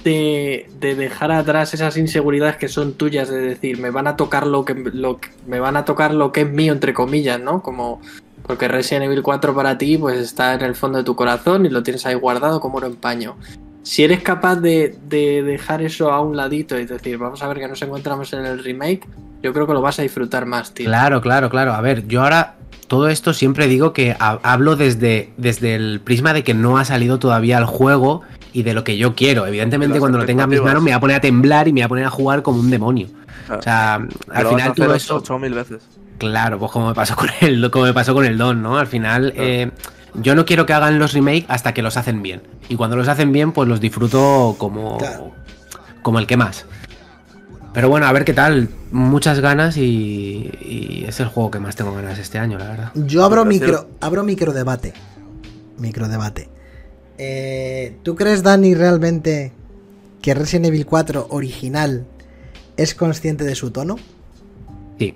Speaker 2: de, de dejar atrás esas inseguridades que son tuyas, de decir, me van a tocar lo que, lo que- me van a tocar lo que es mío, entre comillas, ¿no? Como porque Resident Evil 4 para ti, pues está en el fondo de tu corazón y lo tienes ahí guardado como oro en paño. Si eres capaz de, de dejar eso a un ladito y decir, vamos a ver que nos encontramos en el remake, yo creo que lo vas a disfrutar más, tío.
Speaker 1: claro, claro, claro. A ver, yo ahora todo esto siempre digo que ha- hablo desde, desde el prisma de que no ha salido todavía el juego y de lo que yo quiero. Evidentemente,
Speaker 5: las
Speaker 1: cuando lo tenga en mis
Speaker 5: expectativas.
Speaker 1: manos, me va a poner a temblar y me va a poner a jugar como un demonio. O sea, al final todo eso.
Speaker 5: 8000 veces.
Speaker 1: Claro, pues como me pasó con el, como me pasó con el Don, ¿no? Al final,
Speaker 5: Claro.
Speaker 1: eh, yo no quiero que hagan los remakes hasta que los hacen bien. Y cuando los hacen bien, pues los disfruto como,
Speaker 4: Claro.
Speaker 1: como el que más. Pero bueno, a ver qué tal. Muchas ganas y, y es el juego que más tengo ganas este año, la verdad.
Speaker 4: Yo abro
Speaker 5: Pero
Speaker 4: micro, abro micro debate. Micro debate. Eh, ¿Tú crees, Dani, realmente que Resident Evil 4 original es consciente de su tono?
Speaker 1: Sí.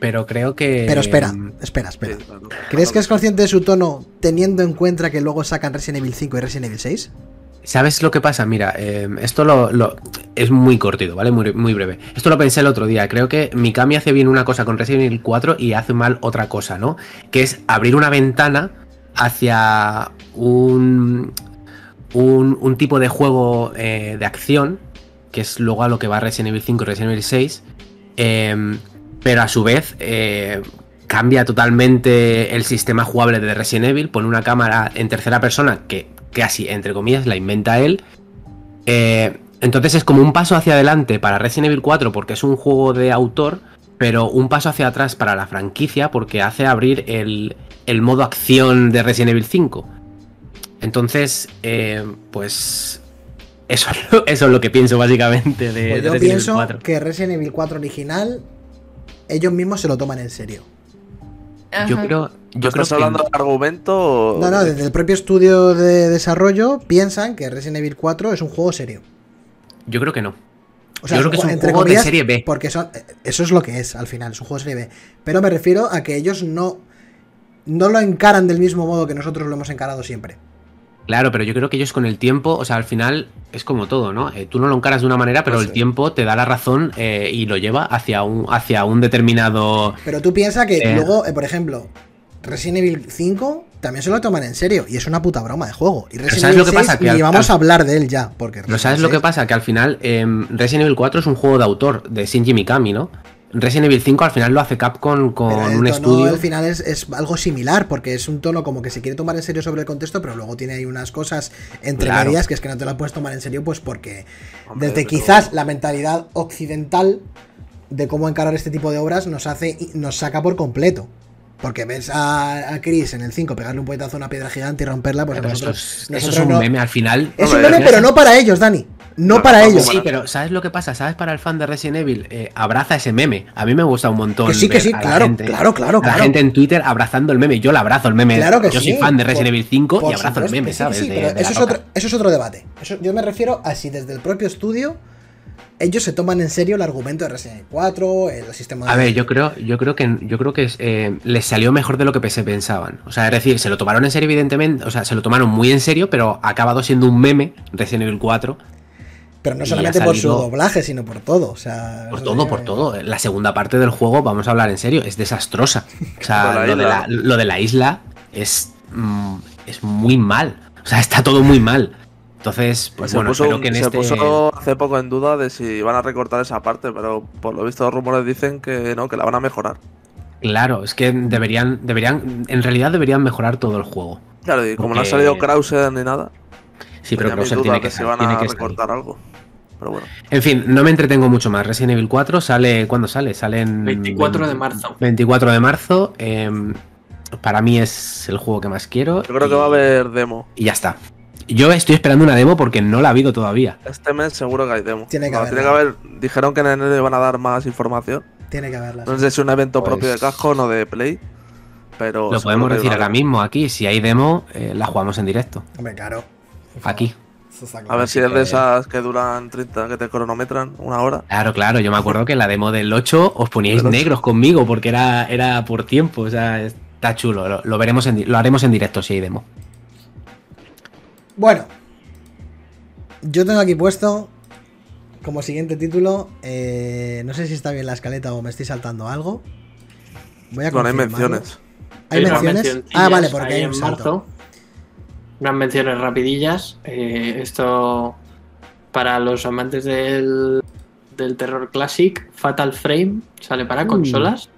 Speaker 1: Pero creo que.
Speaker 4: Pero espera,
Speaker 1: mm,
Speaker 4: espera, espera.
Speaker 5: Sí, claro.
Speaker 4: ¿Crees que es consciente de su tono teniendo en cuenta que luego sacan Resident Evil 5 y Resident Evil 6?
Speaker 1: ¿Sabes lo que pasa? Mira, eh, esto lo, lo- es muy cortito, ¿vale? Muy, muy breve. Esto lo pensé el otro día. Creo que Mikami hace bien una cosa con Resident Evil 4 y hace mal otra cosa, ¿no? Que es abrir una ventana hacia un, un, un tipo de juego eh, de acción, que es luego a lo que va Resident Evil 5 y Resident Evil 6, eh, pero a su vez eh, cambia totalmente el sistema jugable de Resident Evil, pone una cámara en tercera persona que casi, entre comillas, la inventa él. Eh, entonces es como un paso hacia adelante para Resident Evil 4 porque es un juego de autor, pero un paso hacia atrás para la franquicia porque hace abrir el, el modo acción de Resident Evil 5. Entonces, eh, pues eso, es lo- eso es lo que pienso básicamente de,
Speaker 4: Pues
Speaker 1: de
Speaker 4: yo
Speaker 1: Resident Evil
Speaker 4: pienso
Speaker 1: 4.
Speaker 4: que Resident Evil 4 original, ellos mismos se lo toman en serio.
Speaker 1: Yo
Speaker 6: Ajá.
Speaker 1: creo, yo creo
Speaker 5: ¿Estás
Speaker 1: que
Speaker 5: hablando de
Speaker 1: Oh,
Speaker 5: argumento o-
Speaker 4: No, no, desde el propio estudio de desarrollo piensan que Resident Evil 4 es un juego serio.
Speaker 1: yo creo que no.
Speaker 4: O sea,
Speaker 1: Yo creo que es un
Speaker 4: entre
Speaker 1: juego de
Speaker 4: comillas,
Speaker 1: serie B.
Speaker 4: Porque son, eso es lo que es al final, es un juego de serie B. Pero me refiero a que ellos no, no lo encaran del mismo modo que nosotros lo hemos encarado siempre.
Speaker 1: Claro, pero yo creo que ellos con el tiempo, o sea, al final es como todo, ¿no? Eh, tú no lo encaras de una manera, pero
Speaker 5: No
Speaker 4: Pues
Speaker 1: el
Speaker 5: sé.
Speaker 1: tiempo te da la razón eh, y lo lleva hacia un, hacia un determinado.
Speaker 4: Pero tú piensas que
Speaker 1: Eh.
Speaker 4: luego, eh, por ejemplo, Resident Evil 5 también se lo toman en serio y es una puta broma de juego. Y Resident
Speaker 1: ¿sabes
Speaker 4: Evil
Speaker 1: lo que pasa?
Speaker 4: VI
Speaker 1: Que
Speaker 4: ni
Speaker 1: al-
Speaker 4: vamos
Speaker 1: al-
Speaker 4: a hablar de él ya, porque
Speaker 1: Pero
Speaker 4: Resident
Speaker 1: ¿sabes
Speaker 4: Evil
Speaker 1: lo que
Speaker 4: 6
Speaker 1: pasa? Que al final em, Resident Evil 4 es un juego de autor de Shinji Mikami, ¿no? Resident Evil 5 al final lo hace Capcom con
Speaker 4: Pero el
Speaker 1: un
Speaker 4: tono
Speaker 1: estudio.
Speaker 4: al final es, es algo similar, porque es un tono como que se quiere tomar en serio sobre el contexto, pero luego tiene ahí unas cosas entre
Speaker 1: Claro.
Speaker 4: medias que es que no te las puedes tomar en serio, pues porque
Speaker 5: Hombre,
Speaker 4: desde
Speaker 5: pero-
Speaker 4: quizás la mentalidad occidental de cómo encarar este tipo de obras nos hace y- nos saca por completo. Porque ves a, a Chris en el 5 pegarle un puñetazo a una piedra gigante y romperla, pues a
Speaker 1: Pero eso,
Speaker 4: nosotros,
Speaker 1: es, eso es
Speaker 4: nosotros
Speaker 1: un
Speaker 4: no-
Speaker 1: meme al final.
Speaker 4: Es un
Speaker 5: Hombre,
Speaker 4: meme,
Speaker 1: al final
Speaker 4: pero no para ellos, Dani. No,
Speaker 5: No,
Speaker 4: para
Speaker 5: no,
Speaker 4: ellos.
Speaker 1: Sí, pero ¿sabes lo que pasa? ¿Sabes? Para el fan de Resident Evil, eh, abraza ese meme. A mí me gusta un montón.
Speaker 4: Que sí, que
Speaker 1: ver
Speaker 4: sí,
Speaker 1: a la
Speaker 4: claro,
Speaker 1: gente-
Speaker 4: claro, claro,
Speaker 1: a La
Speaker 4: claro.
Speaker 1: gente en Twitter abrazando el meme. Yo la abrazo el meme.
Speaker 4: Claro que
Speaker 1: Yo
Speaker 4: sí.
Speaker 1: soy fan de Resident
Speaker 4: Por-
Speaker 1: Evil 5
Speaker 4: Por
Speaker 1: y abrazo el
Speaker 4: supuesto
Speaker 1: meme,
Speaker 4: que sí,
Speaker 1: ¿sabes?
Speaker 4: que sí,
Speaker 1: De-
Speaker 4: pero
Speaker 1: de
Speaker 4: eso,
Speaker 1: la
Speaker 4: es
Speaker 1: roca.
Speaker 4: otro, eso es otro debate. Eso- yo me refiero a si desde el propio estudio ellos se toman en serio el argumento de Resident Evil 4, el sistema
Speaker 1: A
Speaker 4: de-
Speaker 1: ver, yo creo, yo creo que yo creo que eh, les salió mejor de lo que se pensaban. O sea, es decir, se lo tomaron en serio, evidentemente. O sea, se lo tomaron muy en serio, pero ha acabado siendo un meme Resident Evil 4.
Speaker 4: Pero no
Speaker 1: y
Speaker 4: solamente
Speaker 1: ha
Speaker 4: por su
Speaker 1: salido-
Speaker 4: doblaje, sino por todo. O sea,
Speaker 1: Por
Speaker 4: eso
Speaker 1: todo,
Speaker 4: de-
Speaker 1: por todo. La segunda parte del juego, vamos a hablar en serio, es desastrosa. O sea,
Speaker 5: Por la
Speaker 1: lo, de
Speaker 5: isla.
Speaker 1: la, lo de la isla es, mm, es muy mal. O sea, está todo muy mal. Entonces, pues
Speaker 5: se
Speaker 1: bueno,
Speaker 5: puso,
Speaker 1: espero
Speaker 5: un-
Speaker 1: que en
Speaker 5: se
Speaker 1: este.
Speaker 5: puso hace poco en duda de si van a recortar esa parte, pero por lo visto los rumores dicen que no, que la van a mejorar.
Speaker 1: Claro, es que deberían, deberían. En realidad deberían mejorar todo el juego.
Speaker 5: Claro, y como no ha
Speaker 1: Porque-
Speaker 5: salido Krause ni nada,
Speaker 1: Sí, pero
Speaker 5: tenía mis
Speaker 1: Krauser
Speaker 5: dudas
Speaker 1: tiene
Speaker 5: de
Speaker 1: que,
Speaker 5: si
Speaker 1: estar,
Speaker 5: van
Speaker 1: tiene
Speaker 5: a
Speaker 1: que estar.
Speaker 5: recortar algo. Pero bueno,
Speaker 1: En fin, no me entretengo mucho más. Resident Evil 4 sale. ¿Cuándo sale? Sale en.
Speaker 2: 24 de marzo.
Speaker 1: 24 de marzo. eh, Para mí es el juego que más quiero.
Speaker 5: Yo creo
Speaker 1: y-
Speaker 5: que va a haber demo.
Speaker 1: Y ya está. Yo estoy esperando una demo porque no la ha habido todavía.
Speaker 5: Este mes seguro que hay demo.
Speaker 4: Tiene que
Speaker 5: No,
Speaker 4: haber
Speaker 5: tiene que haber- Dijeron que en enero iban a dar más información.
Speaker 4: Tiene que haberlas.
Speaker 5: No sé si es un evento
Speaker 1: Pues-
Speaker 5: propio de casco, no de Play. Pero.
Speaker 1: Lo
Speaker 5: seguro
Speaker 1: podemos
Speaker 5: que
Speaker 1: decir
Speaker 5: va a
Speaker 1: ahora
Speaker 5: haber.
Speaker 1: mismo aquí. Si hay demo, eh, la jugamos en directo.
Speaker 4: Hombre, claro. Por favor,
Speaker 1: Aquí. Eh,
Speaker 4: eso está
Speaker 5: A
Speaker 4: claro.
Speaker 5: ver si
Speaker 1: Así
Speaker 5: es de
Speaker 1: que-
Speaker 5: esas que duran 30, que te cronometran una hora.
Speaker 1: Claro, claro. Yo me acuerdo que en la demo del 8 os poníais
Speaker 5: Del ocho.
Speaker 1: negros conmigo porque era, era por tiempo. O sea, está chulo. Lo, lo veremos en di- lo haremos en directo si hay demo.
Speaker 4: Bueno, yo tengo aquí puesto como siguiente título. eh, no sé si está bien la escaleta o me estoy saltando algo. Voy a
Speaker 5: Bueno, hay
Speaker 4: confirmarlo.
Speaker 5: menciones.
Speaker 4: ¿Hay
Speaker 2: unas
Speaker 4: menciones?
Speaker 2: mencioncillas
Speaker 4: Ah, vale, porque
Speaker 2: ahí
Speaker 4: hay un
Speaker 2: en
Speaker 4: salto.
Speaker 2: marzo. Unas menciones rapidillas. Eh, esto para los amantes del, del terror classic, Fatal Frame sale para
Speaker 4: Mm.
Speaker 2: consolas.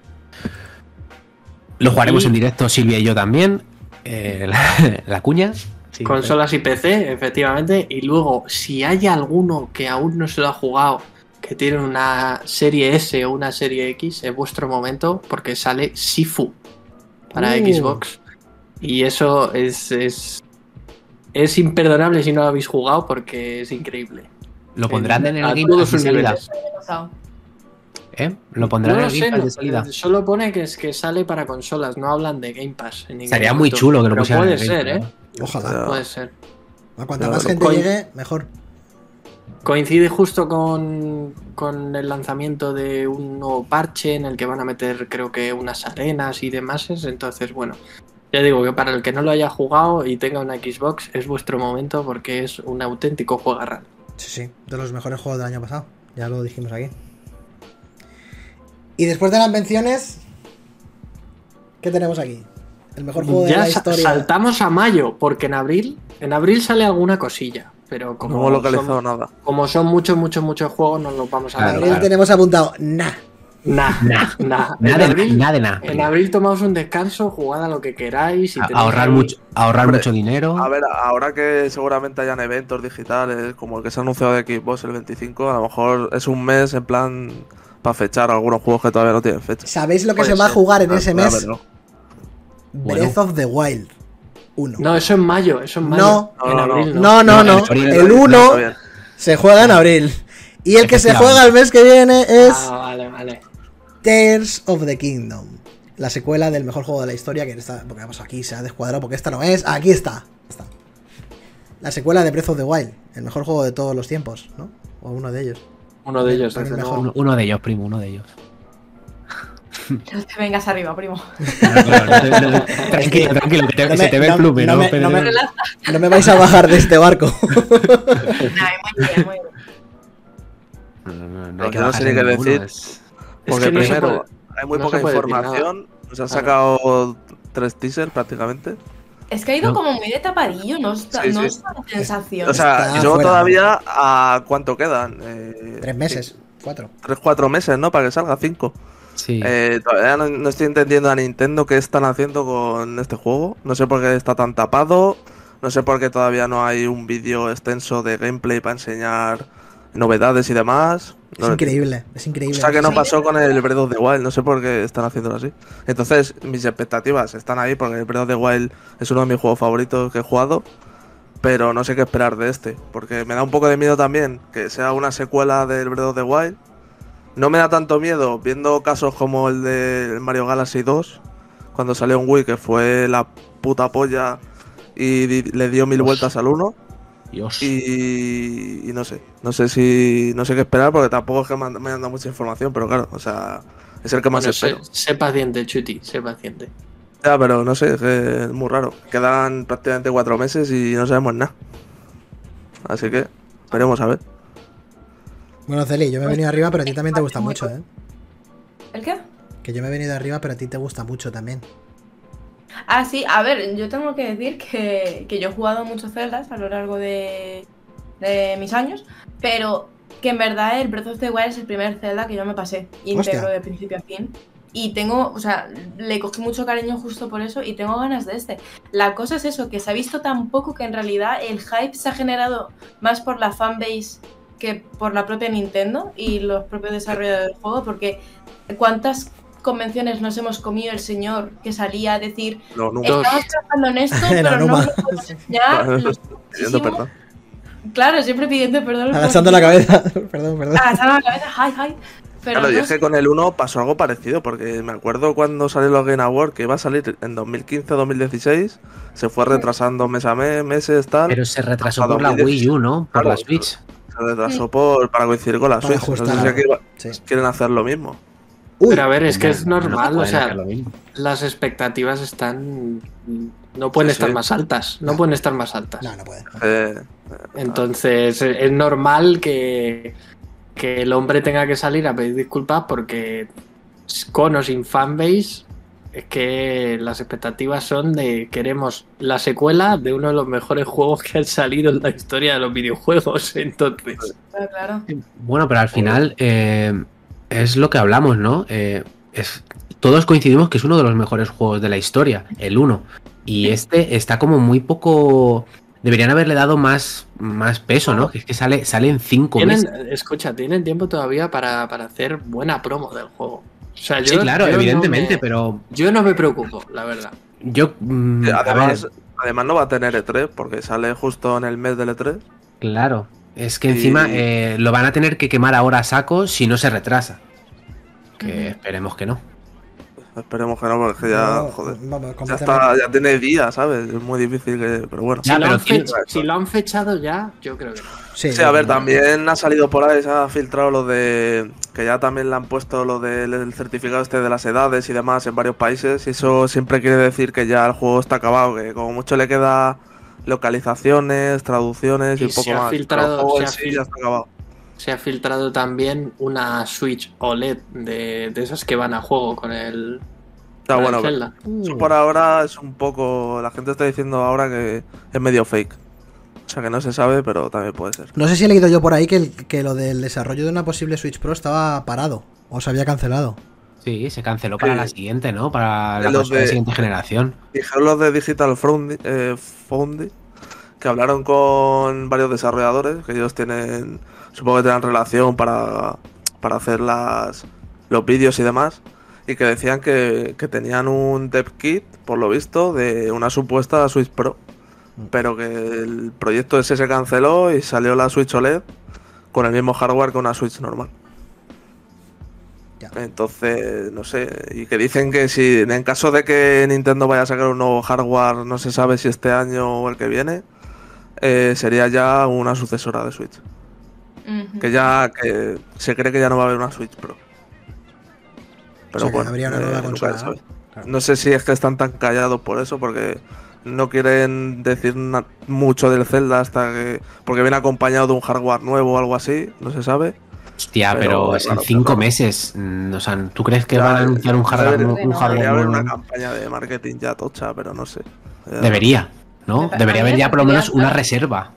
Speaker 1: Lo jugaremos
Speaker 2: Y-
Speaker 1: en directo Silvia y yo también. Eh, la, la cuña. Sí,
Speaker 2: consolas y PC, efectivamente. Y luego, si hay alguno que aún no se lo ha jugado, que tiene una serie S o una serie X, es vuestro momento porque sale Sifu para
Speaker 4: Uh.
Speaker 2: Xbox. Y eso es, es, es imperdonable si no lo habéis jugado porque es increíble.
Speaker 1: ¿Lo pondrán en el
Speaker 2: A
Speaker 1: Game
Speaker 2: todos
Speaker 1: Pass de
Speaker 2: sus
Speaker 1: salida?
Speaker 2: niveles.
Speaker 6: pasado.
Speaker 1: ¿Eh? ¿Lo pondrán
Speaker 2: No
Speaker 1: en
Speaker 2: lo
Speaker 1: el
Speaker 2: sé,
Speaker 1: Game Pass
Speaker 2: no.
Speaker 1: de salida?
Speaker 2: Solo pone que es que sale para consolas, no hablan de Game Pass. en ningún
Speaker 1: Estaría muy
Speaker 2: momento.
Speaker 1: chulo que lo
Speaker 2: Pero
Speaker 1: pusieran
Speaker 2: Puede
Speaker 1: en el Game
Speaker 2: ser, ¿eh?
Speaker 1: Pass,
Speaker 4: Ojalá.
Speaker 2: Puede ser.
Speaker 4: A cuanta
Speaker 5: Claro,
Speaker 4: más gente
Speaker 2: coño.
Speaker 4: llegue, mejor.
Speaker 2: Coincide justo con, con el lanzamiento de un nuevo parche en el que van a meter creo que unas arenas y demás. Entonces, bueno, ya digo que para el que no lo haya jugado y tenga una Xbox es vuestro momento porque es un auténtico juegarral.
Speaker 4: Sí, sí, de los mejores juegos del año pasado. Ya lo dijimos aquí. Y después de las menciones, ¿qué tenemos aquí? El mejor juego de
Speaker 2: Ya
Speaker 4: la
Speaker 2: sa-
Speaker 4: historia.
Speaker 2: saltamos a mayo porque en abril, en abril sale alguna cosilla, pero
Speaker 5: No
Speaker 2: como,
Speaker 5: hemos localizado
Speaker 2: son,
Speaker 5: nada.
Speaker 2: como son muchos, muchos, muchos juegos no los vamos a
Speaker 1: Claro,
Speaker 4: Abril
Speaker 2: ver.
Speaker 1: claro.
Speaker 4: tenemos apuntado, nah.
Speaker 2: Nah, nah, nah. En
Speaker 1: Nada de
Speaker 2: abril-
Speaker 1: nada. de nada.
Speaker 2: En abril tomaos un descanso, jugad a lo que queráis. y
Speaker 1: A-
Speaker 2: tenéis
Speaker 1: ahorrar
Speaker 2: ahí-
Speaker 1: mucho, ahorrar
Speaker 5: Hombre,
Speaker 1: mucho dinero.
Speaker 5: A ver, ahora que seguramente hayan eventos digitales, como el que se ha anunciado de Xbox el 25, a lo mejor es un mes en plan para fechar algunos juegos que todavía no tienen fecha.
Speaker 4: ¿Sabéis lo que
Speaker 2: Puede
Speaker 4: se va a
Speaker 2: ser.
Speaker 4: jugar en ese
Speaker 5: Ah,
Speaker 4: mes?
Speaker 5: claro,
Speaker 4: Breath of the Wild 1.
Speaker 2: No, eso en mayo, eso en mayo.
Speaker 4: No.
Speaker 2: En
Speaker 5: No, no,
Speaker 2: abril no.
Speaker 4: No, no,
Speaker 1: No,
Speaker 4: no.
Speaker 1: el abril,
Speaker 4: El
Speaker 5: no.
Speaker 4: 1
Speaker 5: Está bien.
Speaker 4: se juega en abril. Y el que se
Speaker 1: Efectivamente.
Speaker 4: juega el mes que viene es
Speaker 2: Ah, vale, vale.
Speaker 4: Tears of the Kingdom. La secuela del mejor juego de la historia, que en esta, porque vamos, aquí se ha descuadrado, porque esta no es. ah, Aquí está. Está. La secuela de Breath of the Wild, el mejor juego de todos los tiempos, ¿no? O uno de ellos.
Speaker 2: Uno de ellos,
Speaker 4: Para mí
Speaker 2: desde
Speaker 4: mejor.
Speaker 1: Uno,
Speaker 2: luego.
Speaker 1: uno de ellos, primo, uno de ellos.
Speaker 6: No te vengas arriba, primo.
Speaker 1: tranquilo, tranquilo, que te-
Speaker 4: No
Speaker 1: se
Speaker 4: me-
Speaker 1: te ve el
Speaker 4: no-
Speaker 1: plume,
Speaker 4: no
Speaker 1: ¿no?
Speaker 4: me-
Speaker 1: Pero-
Speaker 4: no me- No me vais a bajar de este barco.
Speaker 6: Nah, muy bien, muy bien.
Speaker 1: No, no, no
Speaker 5: No,
Speaker 1: hay que
Speaker 5: yo no
Speaker 1: bajarse
Speaker 5: sé ni qué
Speaker 1: ninguno,
Speaker 5: decir.
Speaker 1: es-
Speaker 2: Es
Speaker 5: Porque
Speaker 2: que no se
Speaker 5: primero,
Speaker 2: puede-
Speaker 5: hay muy
Speaker 2: no
Speaker 5: poca
Speaker 2: se puede decir
Speaker 5: información. Nos
Speaker 2: Claro.
Speaker 5: han sacado tres teasers prácticamente.
Speaker 6: Es que ha ido
Speaker 1: No.
Speaker 6: como muy de tapadillo, no os da,
Speaker 5: Sí,
Speaker 6: no
Speaker 5: sí.
Speaker 6: os da la sensación.
Speaker 5: O sea,
Speaker 4: Está
Speaker 5: yo
Speaker 4: fuera.
Speaker 5: todavía a cuánto quedan. Eh,
Speaker 4: Tres meses, cuatro.
Speaker 5: Tres, cuatro meses, ¿no? Para que salga cinco.
Speaker 1: Sí.
Speaker 5: Eh, todavía no, no estoy entendiendo a Nintendo qué están haciendo con este juego. No sé por qué está tan tapado. No sé por qué todavía no hay un vídeo extenso de gameplay para enseñar novedades y demás.
Speaker 4: Es
Speaker 5: No lo
Speaker 4: increíble, es increíble.
Speaker 5: O sea que no
Speaker 6: Sí.
Speaker 5: pasó con el Breath of the Wild, no sé por qué están haciéndolo así. Entonces, mis expectativas están ahí porque el Breath of the Wild es uno de mis juegos favoritos que he jugado, pero no sé qué esperar de este, porque me da un poco de miedo también que sea una secuela del Breath of the Wild. No me da tanto miedo viendo casos como el de Mario Galaxy 2, cuando salió un Wii que fue la puta polla y di- le dio mil
Speaker 1: Uf.
Speaker 5: vueltas al uno.
Speaker 1: Dios.
Speaker 5: Y, y no sé, no sé si no sé qué esperar porque tampoco es que me han, me han dado mucha información, pero claro, o sea, es el que más
Speaker 2: Bueno, sé,
Speaker 5: espero.
Speaker 2: sé paciente, Chuti, sé paciente.
Speaker 5: Ya, pero no sé, es, que es muy raro. Quedan prácticamente cuatro meses y no sabemos nada. Así que esperemos a ver.
Speaker 4: Bueno, Celi, yo me he venido arriba, pero a ti también te gusta mucho, ¿eh?
Speaker 6: ¿El qué?
Speaker 4: Que yo me he venido arriba, pero a ti te gusta mucho también.
Speaker 6: Ah, sí, a ver, yo tengo que decir que, que yo he jugado muchos celdas a lo largo de, de mis años, pero que en verdad el Breath of the Wild es el primer Zelda que yo me pasé íntegro
Speaker 4: Hostia.
Speaker 6: de principio a fin. Y tengo, o sea, le cogí mucho cariño justo por eso y tengo ganas de este. La cosa es eso, que se ha visto tan poco que en realidad el hype se ha generado más por la fanbase que por la propia Nintendo y los propios desarrolladores del juego, porque ¿cuántas convenciones nos hemos comido el señor que salía a decir
Speaker 5: No, nunca.
Speaker 6: estamos trabajando en esto,
Speaker 8: En
Speaker 6: pero no
Speaker 8: Anuma.
Speaker 6: os lo podemos enseñar.
Speaker 5: Claro,
Speaker 6: lo
Speaker 5: Pidiendo
Speaker 6: muchísimo".
Speaker 5: perdón.
Speaker 6: Claro, siempre pidiendo perdón. Ah,
Speaker 8: Agachando la cabeza. perdón, perdón.
Speaker 6: Agachando la cabeza, hi, hi. Pero
Speaker 5: Claro, y
Speaker 6: no
Speaker 5: es que con el 1 pasó algo parecido, porque me acuerdo cuando salió los Game Awards, que iba a salir en 2015-2016, se fue retrasando mes a mes, meses, tal,
Speaker 1: Pero se retrasó
Speaker 5: Hasta
Speaker 1: por la
Speaker 5: 2016.
Speaker 1: Wii U, ¿no? Por
Speaker 5: Claro,
Speaker 1: la Switch.
Speaker 5: se retrasó por, para coincidir con la
Speaker 8: Para
Speaker 5: Switch. No sé si
Speaker 8: ajustar.
Speaker 5: aquí va-
Speaker 8: Sí.
Speaker 5: quieren hacer lo mismo.
Speaker 8: Uy,
Speaker 2: Pero a ver, es que es
Speaker 1: No, no
Speaker 2: normal, o
Speaker 1: pueden
Speaker 2: sea,
Speaker 1: hacer lo mismo.
Speaker 2: las expectativas están. No pueden
Speaker 5: Sí,
Speaker 2: estar
Speaker 5: sí.
Speaker 2: más altas. No
Speaker 8: No.
Speaker 2: pueden estar más altas.
Speaker 8: no, no puede.
Speaker 5: Eh,
Speaker 2: Entonces, eh, es normal que, que el hombre tenga que salir a pedir disculpas porque con o sin fanbase es que las expectativas son de queremos la secuela de uno de los mejores juegos que han salido en la historia de los videojuegos. Entonces,
Speaker 6: Claro, claro.
Speaker 1: Bueno, pero al final eh, es lo que hablamos, ¿no? Eh, es, todos coincidimos que es uno de los mejores juegos de la historia, el 1. Y este está como muy poco... Deberían haberle dado más, más peso, ¿no? Que es que sale, sale en 5
Speaker 2: tienen,
Speaker 1: meses.
Speaker 2: escucha, tienen tiempo todavía para, para hacer buena promo del juego. O sea,
Speaker 1: Sí,
Speaker 2: yo-
Speaker 1: claro,
Speaker 2: yo no
Speaker 1: evidentemente,
Speaker 2: me-
Speaker 1: pero
Speaker 2: Yo no me preocupo, la verdad.
Speaker 1: yo... mm,
Speaker 5: que
Speaker 1: a
Speaker 5: Eh, además,
Speaker 1: ver,
Speaker 5: además no va a tener E3, porque sale justo en el mes del E E3.
Speaker 1: claro, es que
Speaker 5: y-
Speaker 1: encima eh, lo van a tener que quemar ahora a saco si no se retrasa. Que
Speaker 6: Ujú.
Speaker 1: esperemos que no.
Speaker 5: Esperemos que no, porque ya,
Speaker 8: No,
Speaker 5: joder,
Speaker 8: Vamos,
Speaker 5: ya,
Speaker 8: completamente.
Speaker 5: está, ya tiene días, ¿sabes? Es muy difícil que... Pero bueno.
Speaker 1: Ya,
Speaker 2: si, lo
Speaker 1: pero
Speaker 2: han
Speaker 1: tiene-
Speaker 2: fech- si lo han fechado ya, yo creo que no.
Speaker 8: Sí,
Speaker 5: Sí, a ver,
Speaker 8: no, no.
Speaker 5: también ha salido por ahí, se ha filtrado lo de. que ya también le han puesto lo del el certificado este de las edades y demás en varios países. Y eso siempre quiere decir que ya el juego está acabado, que como mucho le queda localizaciones, traducciones y,
Speaker 2: Y
Speaker 5: un poco
Speaker 2: se ha
Speaker 5: más.
Speaker 2: filtrado-
Speaker 5: Pero el juego
Speaker 2: se
Speaker 5: en
Speaker 2: ha
Speaker 5: sí
Speaker 2: fil-
Speaker 5: ya está acabado.
Speaker 2: se ha filtrado también una Switch OLED de, de esas que van a juego con el,
Speaker 4: Ah,
Speaker 5: Está
Speaker 2: con el
Speaker 5: bueno.
Speaker 2: Zelda.
Speaker 6: Uh.
Speaker 1: Uh.
Speaker 5: eso por ahora es un poco. La gente está diciendo ahora que es medio fake. O sea que no se sabe, pero también puede ser.
Speaker 8: No sé si he leído yo por ahí que, el- que lo del desarrollo de una posible Switch Pro estaba parado o se había cancelado.
Speaker 1: Sí, se canceló para
Speaker 5: Sí.
Speaker 1: la siguiente, ¿no? Para la
Speaker 5: Lo
Speaker 1: consola de
Speaker 5: de-
Speaker 1: siguiente generación.
Speaker 5: Dijeron los de Digital Foundry, eh, Foundry, que hablaron con varios desarrolladores, que ellos tienen, supongo que tienen relación para, para hacer las, los vídeos y demás, y que decían que, que tenían un dev kit, por lo visto, de una supuesta Switch Pro, pero que el proyecto ese se canceló y salió la Switch OLED con el mismo hardware que una Switch normal.
Speaker 8: Ya.
Speaker 5: Entonces, no sé. Y que dicen que si en caso de que Nintendo vaya a sacar un nuevo hardware, no se sabe si este año o el que viene, eh, sería ya una sucesora de Switch.
Speaker 6: Ujú.
Speaker 5: Que ya que se cree que ya no va a haber una Switch Pro. Pero
Speaker 8: O sea, que
Speaker 5: bueno, eh,
Speaker 8: habría una nueva
Speaker 5: nunca
Speaker 8: consola,
Speaker 5: se
Speaker 8: ¿no?
Speaker 5: sabe.
Speaker 8: Claro.
Speaker 5: No sé si es que están tan callados por eso, porque no quieren decir na- mucho del Zelda hasta que. Porque viene acompañado de un hardware nuevo o algo así, no se sabe.
Speaker 1: Hostia,
Speaker 5: Pero,
Speaker 1: pero, es en
Speaker 5: claro,
Speaker 1: cinco
Speaker 5: claro.
Speaker 1: meses. mm, O sea, ¿tú crees que
Speaker 5: Ya,
Speaker 1: van a anunciar un
Speaker 5: ya
Speaker 1: hardware,
Speaker 5: debería-
Speaker 1: un- un
Speaker 6: debería
Speaker 1: hardware
Speaker 5: Debería haber
Speaker 1: nuevo?
Speaker 5: una campaña de marketing ya tocha, pero no sé. Ya-
Speaker 1: Debería, ¿no?
Speaker 6: Me-
Speaker 1: Debería
Speaker 6: a mí
Speaker 1: haber
Speaker 6: me
Speaker 1: ya por lo menos
Speaker 6: parecería-
Speaker 1: una reserva.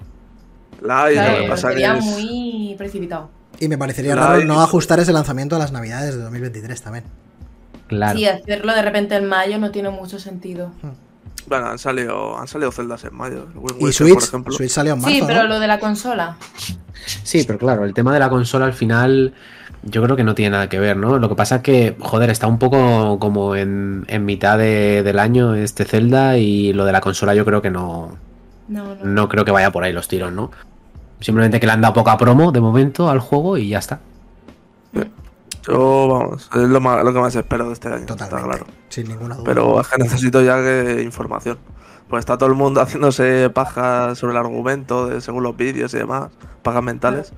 Speaker 5: La hay,
Speaker 6: Claro,
Speaker 5: lo que
Speaker 6: pero
Speaker 5: pasa que
Speaker 6: sería
Speaker 5: es-
Speaker 6: muy precipitado.
Speaker 8: Y me parecería
Speaker 5: Claro,
Speaker 8: raro
Speaker 5: y-
Speaker 8: no ajustar ese lanzamiento a las navidades de 2023 también.
Speaker 1: Claro.
Speaker 6: Sí, hacerlo de repente en mayo no tiene mucho sentido.
Speaker 5: Bueno, han salido, han salido celdas en mayo. El Wind
Speaker 8: Y
Speaker 5: Waker,
Speaker 8: Switch,
Speaker 5: Pues por ejemplo.
Speaker 8: Switch salió en marzo,
Speaker 6: sí, pero
Speaker 8: ¿no?
Speaker 6: lo de la consola.
Speaker 1: Sí, pero claro, el tema de la consola al final yo creo que no tiene nada que ver, ¿no? Lo que pasa es que, joder, está un poco como en, en mitad de- del año este Zelda y lo de la consola yo creo que no,
Speaker 6: No, no.
Speaker 1: no creo que vaya por ahí los tiros, ¿no? Simplemente que le han dado poca promo de momento al juego y ya está.
Speaker 5: Yo, vamos, es lo, más, lo que más espero de este año. Está
Speaker 8: Totalmente,
Speaker 5: claro.
Speaker 8: sin ninguna duda.
Speaker 5: Pero es que necesito ya que información. Pues está todo el mundo haciéndose pajas sobre el argumento, de, según los vídeos y demás, pajas mentales.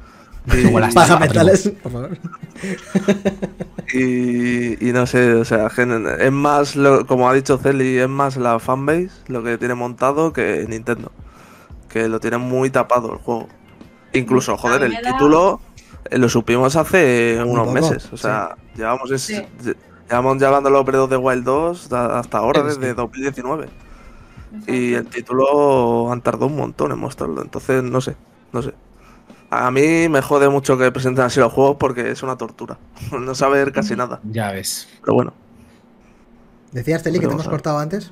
Speaker 5: Y,
Speaker 1: Igual hasta-
Speaker 8: Paja mentales, por favor.
Speaker 5: y- y no sé, o sea, que es más, lo- como ha dicho Celi, es más la fanbase lo que tiene montado que Nintendo. Que lo tiene muy tapado el juego. Incluso, joder,
Speaker 6: A mí
Speaker 5: el
Speaker 6: me da-
Speaker 5: título eh, lo supimos hace
Speaker 8: Muy
Speaker 5: unos
Speaker 8: poco,
Speaker 5: meses. O sea, llevamos, es-
Speaker 6: Sí.
Speaker 5: lle- llevamos ya hablando de los Breath of the Wild 2 da- hasta ahora,
Speaker 1: Sí, sí.
Speaker 5: desde 2019. Y el título han tardado un montón en mostrarlo, entonces no sé, no sé. A mí me jode mucho que presenten así los juegos porque es una tortura. No saber casi nada.
Speaker 1: Ya ves.
Speaker 5: Pero bueno,
Speaker 8: Decías, Teli, que te
Speaker 5: Pero,
Speaker 8: hemos
Speaker 5: a ver.
Speaker 8: cortado antes.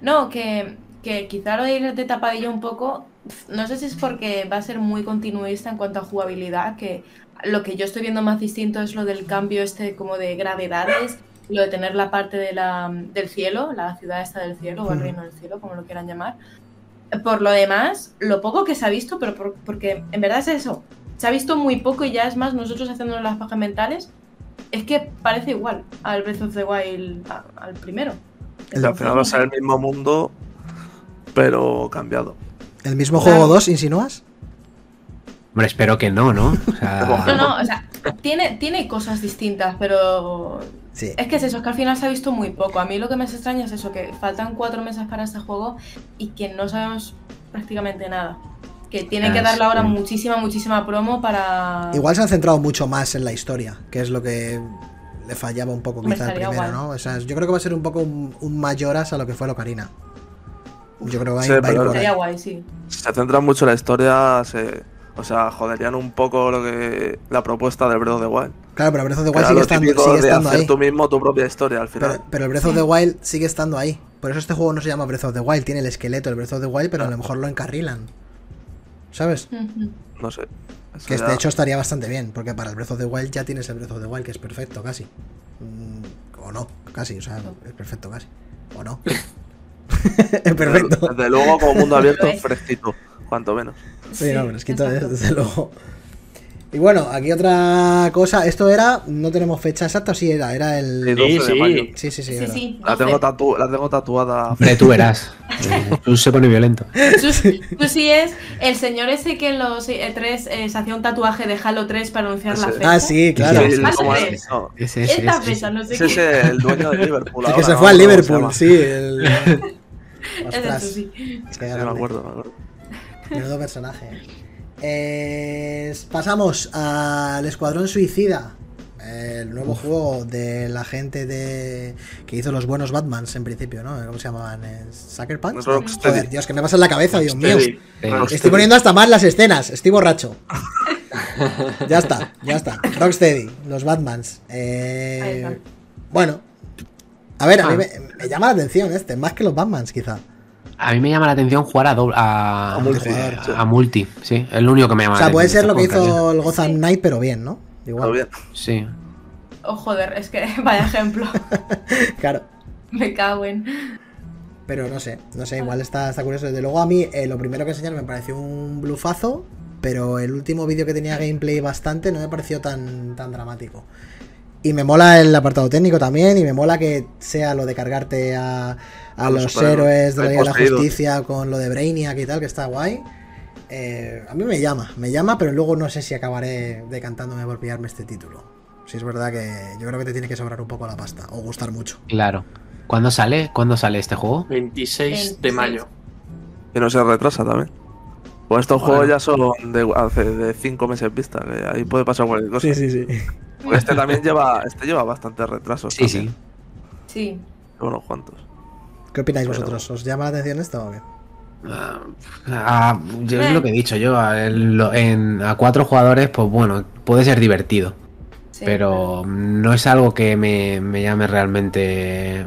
Speaker 6: No, que, que quizá lo de ir de tapadillo un poco no sé si es porque va a ser muy continuista en cuanto a jugabilidad, que lo que yo estoy viendo más distinto es lo del cambio este como de gravedades, lo de tener la parte de la, del cielo, la ciudad esta del cielo, o el reino del cielo, como lo quieran llamar. Por lo demás, lo poco que se ha visto, pero por- porque en verdad es eso, se ha visto muy poco y ya es más nosotros haciéndonos las pajas mentales, es que parece igual al Breath of the Wild, a- al primero.
Speaker 5: Y al final va a ser el mismo mundo, pero cambiado.
Speaker 4: ¿El mismo
Speaker 6: Claro.
Speaker 4: juego 2 insinúas?
Speaker 1: Hombre, espero que no, ¿no? O
Speaker 4: Ah,
Speaker 1: sea,
Speaker 6: No, no, o sea, tiene, tiene cosas distintas, pero
Speaker 4: Sí.
Speaker 6: Es que es eso, es que al final se ha visto muy poco. A mí lo que me extraña es eso, que faltan cuatro meses para este juego y que no sabemos prácticamente nada. Que tienen que
Speaker 1: Ah,
Speaker 6: darle ahora
Speaker 1: sí.
Speaker 6: muchísima, muchísima promo para...
Speaker 4: Igual se han centrado mucho más en la historia, que es lo que le fallaba un poco
Speaker 6: Hombre,
Speaker 4: quizá al
Speaker 6: estaría
Speaker 4: primero,
Speaker 6: guay.
Speaker 4: ¿no? O sea, yo creo que va a ser un poco un, un mayoras a lo que fue Locarina. Yo creo que va, a
Speaker 5: Sí,
Speaker 4: ir- va a ir
Speaker 5: pero-
Speaker 4: por ahí.
Speaker 6: Sería guay, sí.
Speaker 5: Si se centran mucho en la historia, se, o sea, joderían un poco lo que la propuesta del Breath of the Wild.
Speaker 4: Claro, pero Breath of the
Speaker 5: Que
Speaker 4: Wild
Speaker 5: era
Speaker 4: sigue
Speaker 5: lo
Speaker 4: estando,
Speaker 5: típico
Speaker 4: sigue
Speaker 5: de
Speaker 4: estando
Speaker 5: hacer
Speaker 4: ahí.
Speaker 5: tú mismo tu propia historia al final.
Speaker 4: Pero, pero el Breath of the Wild sigue estando ahí. Por eso este juego no se llama Breath of the Wild. Tiene el esqueleto del Breath of the Wild, pero a lo mejor lo encarrilan. ¿Sabes?
Speaker 6: Ujú.
Speaker 5: no sé. Eso
Speaker 4: Que
Speaker 5: ya-
Speaker 4: de hecho estaría bastante bien, porque para el Breath of the Wild ya tienes el Breath of the Wild, que es perfecto casi. Mm, o no, casi, o sea, es perfecto casi. O no. es
Speaker 5: desde-
Speaker 4: perfecto.
Speaker 5: Desde, luego, como mundo abierto,
Speaker 6: Lo es.
Speaker 5: fresquito, cuanto menos.
Speaker 4: Sí, no, pero es que todo
Speaker 6: exacto.
Speaker 4: es, desde luego. Y bueno, aquí otra cosa. Esto era. No tenemos fecha exacta, sí era. Era
Speaker 5: Sí,
Speaker 4: el.
Speaker 5: 12 de
Speaker 2: sí.
Speaker 5: mayo.
Speaker 4: Sí, sí, sí.
Speaker 6: Sí,
Speaker 4: era.
Speaker 6: sí.
Speaker 5: La tengo, tatu- la tengo tatuada.
Speaker 1: hombre, tú verás. Tú se pone violento.
Speaker 6: Sus- Susi es el señor ese que en los eh, tres eh, se hacía un tatuaje de Halo 3 para anunciar la
Speaker 5: Ese.
Speaker 6: fecha.
Speaker 4: Ah, sí, claro.
Speaker 5: Sí,
Speaker 4: Sí,
Speaker 6: Más
Speaker 5: como
Speaker 6: o
Speaker 5: es,
Speaker 6: menos.
Speaker 5: no,
Speaker 1: Ese, ese,
Speaker 6: Esta
Speaker 1: ese,
Speaker 6: fecha,
Speaker 1: ese.
Speaker 6: no sé
Speaker 5: es
Speaker 6: qué.
Speaker 5: ese, el dueño de Liverpool.
Speaker 4: que
Speaker 5: ahora,
Speaker 4: se
Speaker 5: no
Speaker 4: fue al
Speaker 5: me acuerdo cómo
Speaker 4: Liverpool,
Speaker 5: se
Speaker 4: sí. el-
Speaker 6: Es de
Speaker 4: Ostras.
Speaker 6: Susi.
Speaker 4: es que
Speaker 5: llama. Sí,
Speaker 4: grande.
Speaker 5: me acuerdo, me acuerdo.
Speaker 4: Menudo personaje. Eh, pasamos al Escuadrón Suicida. El nuevo juego de la gente de que hizo los buenos Batmans en principio, ¿no? ¿Cómo se llamaban? Eh, ¿Sucker Punch?
Speaker 5: Rocksteady.
Speaker 4: Joder, Dios, que me pasa en la cabeza, Dios mío.
Speaker 2: Steady.
Speaker 1: Venga.
Speaker 4: Estoy poniendo hasta más las escenas, estoy borracho. ya está, ya está. Rocksteady, los Batmans. Eh,
Speaker 6: Ahí está.
Speaker 4: bueno. A ver, a mí
Speaker 1: Ah.
Speaker 4: me, me llama la atención este, más que los Batmans quizá.
Speaker 1: A mí me llama la atención jugar a doble, a,
Speaker 5: A multi,
Speaker 1: a-
Speaker 5: sí.
Speaker 1: a multi, sí, es lo único que me llama
Speaker 4: O
Speaker 1: la
Speaker 4: sea, puede
Speaker 1: atención
Speaker 4: ser lo
Speaker 1: de
Speaker 4: que
Speaker 1: este juego,
Speaker 4: hizo el Gotham Knight, pero bien, ¿no?
Speaker 5: Todo
Speaker 4: Igual.
Speaker 5: bien.
Speaker 1: en realidad.
Speaker 6: Oh, joder, es que vaya ejemplo.
Speaker 4: Claro.
Speaker 6: Me cago en...
Speaker 4: Pero no sé, no sé, igual está, está curioso. Desde luego a mí eh, lo primero que enseñaron me pareció un blufazo, pero el último vídeo que tenía gameplay bastante no me pareció tan, tan dramático. Y me mola el apartado técnico también, y me mola que sea lo de cargarte a, a
Speaker 5: A los
Speaker 4: los
Speaker 5: superhéroes,
Speaker 4: héroes de la
Speaker 5: hay
Speaker 4: Liga de la
Speaker 5: poseídos.
Speaker 4: Justicia con lo de Brainiac y tal, que está guay. Eh, a mí me llama, me llama, pero luego no sé si acabaré decantándome por pillarme este título. Si es verdad que yo creo que te tiene que sobrar un poco la pasta, o gustar mucho.
Speaker 1: Sí, claro. ¿Cuándo sale? ¿Cuándo sale este juego?
Speaker 2: 26 de
Speaker 6: 26.
Speaker 2: mayo.
Speaker 5: Y no se retrasa también. Pues estos
Speaker 1: Bueno.
Speaker 5: juegos ya son de hace de cinco meses vista, que ahí puede pasar cualquier
Speaker 4: sí,
Speaker 5: cosa.
Speaker 4: sí.
Speaker 5: Porque este también lleva, este lleva bastante
Speaker 4: Pues
Speaker 5: retrasos.
Speaker 1: Sí,
Speaker 5: también.
Speaker 1: sí.
Speaker 6: Sí.
Speaker 5: Lleva unos cuantos.
Speaker 4: ¿Qué opináis
Speaker 5: Pero-
Speaker 4: vosotros? ¿Os llama la atención esto o qué?
Speaker 1: Ah, ah, yo es lo que he dicho yo. A, lo- en- a cuatro jugadores, pues bueno, puede ser divertido.
Speaker 6: sí,
Speaker 1: pero no es algo que me, me llame realmente.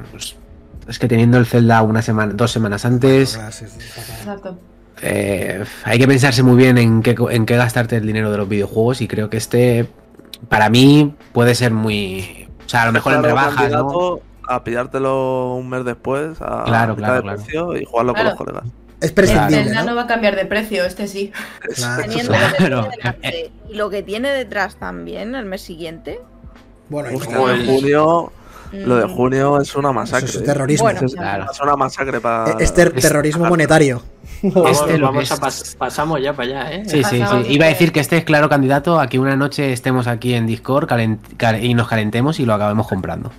Speaker 1: Es que teniendo el Zelda una semana, dos semanas antes,
Speaker 4: Ahora Ah, sí, sí, está claro.
Speaker 6: Exacto.
Speaker 1: eh, hay que pensarse muy bien en qué, co- en qué gastarte el dinero de los videojuegos. Y creo que este, para mí, puede ser muy. O sea, a lo mejor en
Speaker 5: Claro,
Speaker 1: rebajas, ¿no?
Speaker 5: candidato A pillártelo un mes después, a
Speaker 1: Claro,
Speaker 5: mitad
Speaker 1: claro,
Speaker 5: de
Speaker 1: claro.
Speaker 5: precio y jugarlo
Speaker 6: Claro.
Speaker 5: con los colegas.
Speaker 4: Es
Speaker 6: El
Speaker 4: prescindible,
Speaker 6: Zelda no
Speaker 4: ¿no?
Speaker 6: Este, va a cambiar de precio, este sí.
Speaker 4: Claro.
Speaker 3: Teniendo
Speaker 1: Claro.
Speaker 3: lo que
Speaker 1: Claro.
Speaker 3: tiene
Speaker 1: Eh,
Speaker 3: delante y lo que tiene detrás también el mes siguiente.
Speaker 4: Bueno, y
Speaker 5: Uf,
Speaker 4: luego-
Speaker 5: lo de
Speaker 2: Pues-
Speaker 5: junio, lo de
Speaker 3: mm,
Speaker 5: junio es una
Speaker 4: eso
Speaker 5: masacre.
Speaker 4: es
Speaker 5: ¿eh?
Speaker 4: terrorismo.
Speaker 6: Bueno,
Speaker 5: Es-
Speaker 1: Claro.
Speaker 5: Es una masacre para.
Speaker 1: E,
Speaker 4: es ter- terrorismo monetario.
Speaker 2: Vamos,
Speaker 1: Este lo
Speaker 2: vamos
Speaker 1: que
Speaker 2: a
Speaker 1: es-
Speaker 2: pas- pasamos ya para allá, ¿eh?
Speaker 1: Sí, sí,
Speaker 6: Pasamos
Speaker 1: sí. Iba a
Speaker 6: de-
Speaker 1: decir que este es claro candidato a que una noche estemos aquí en Discord calen- cal- y nos calentemos y lo acabemos comprando.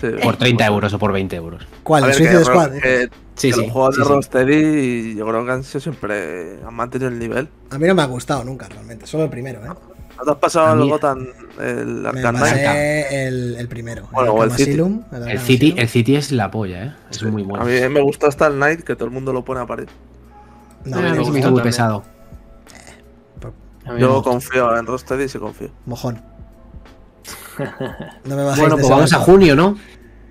Speaker 5: Sí.
Speaker 1: Por 30 euros o por 20 euros.
Speaker 4: ¿Cuál?
Speaker 5: A
Speaker 4: ¿El
Speaker 5: ver,
Speaker 4: Suicide
Speaker 5: que-
Speaker 4: Squad?
Speaker 5: que-
Speaker 1: ¿eh? Sí,
Speaker 5: que
Speaker 1: sí.
Speaker 5: Los juegos
Speaker 1: sí,
Speaker 5: de
Speaker 1: sí.
Speaker 5: Rocksteady, yo creo que han sido siempre. Han mantenido el nivel.
Speaker 4: A mí no me ha gustado nunca, realmente. Solo el primero, ¿eh?
Speaker 5: ¿No te has pasado
Speaker 1: A
Speaker 5: el
Speaker 1: mí-
Speaker 5: Gotham, el
Speaker 4: Me
Speaker 5: Arkham Knight?
Speaker 4: pasé el, el primero.
Speaker 5: Bueno,
Speaker 4: el
Speaker 5: o el
Speaker 4: Arkham
Speaker 5: City.
Speaker 4: Asylum, el
Speaker 1: El
Speaker 4: Arkham
Speaker 1: City,
Speaker 4: Asylum.
Speaker 1: el City es la polla, ¿eh? Es muy bueno.
Speaker 5: A mí me gustó hasta el Knight, que todo el mundo lo pone a parir.
Speaker 4: No,
Speaker 1: Eh, a
Speaker 4: me
Speaker 1: mí se
Speaker 2: gustó
Speaker 1: me hizo
Speaker 4: gusta.
Speaker 1: muy
Speaker 2: también.
Speaker 1: pesado.
Speaker 2: A mí me
Speaker 5: Yo
Speaker 2: gusta.
Speaker 5: confío en Rocksteady y sí confío.
Speaker 4: Mojón. No me bajéis
Speaker 1: Bueno,
Speaker 4: de
Speaker 1: pues
Speaker 4: ese
Speaker 1: vamos a
Speaker 4: barco.
Speaker 1: junio, ¿no?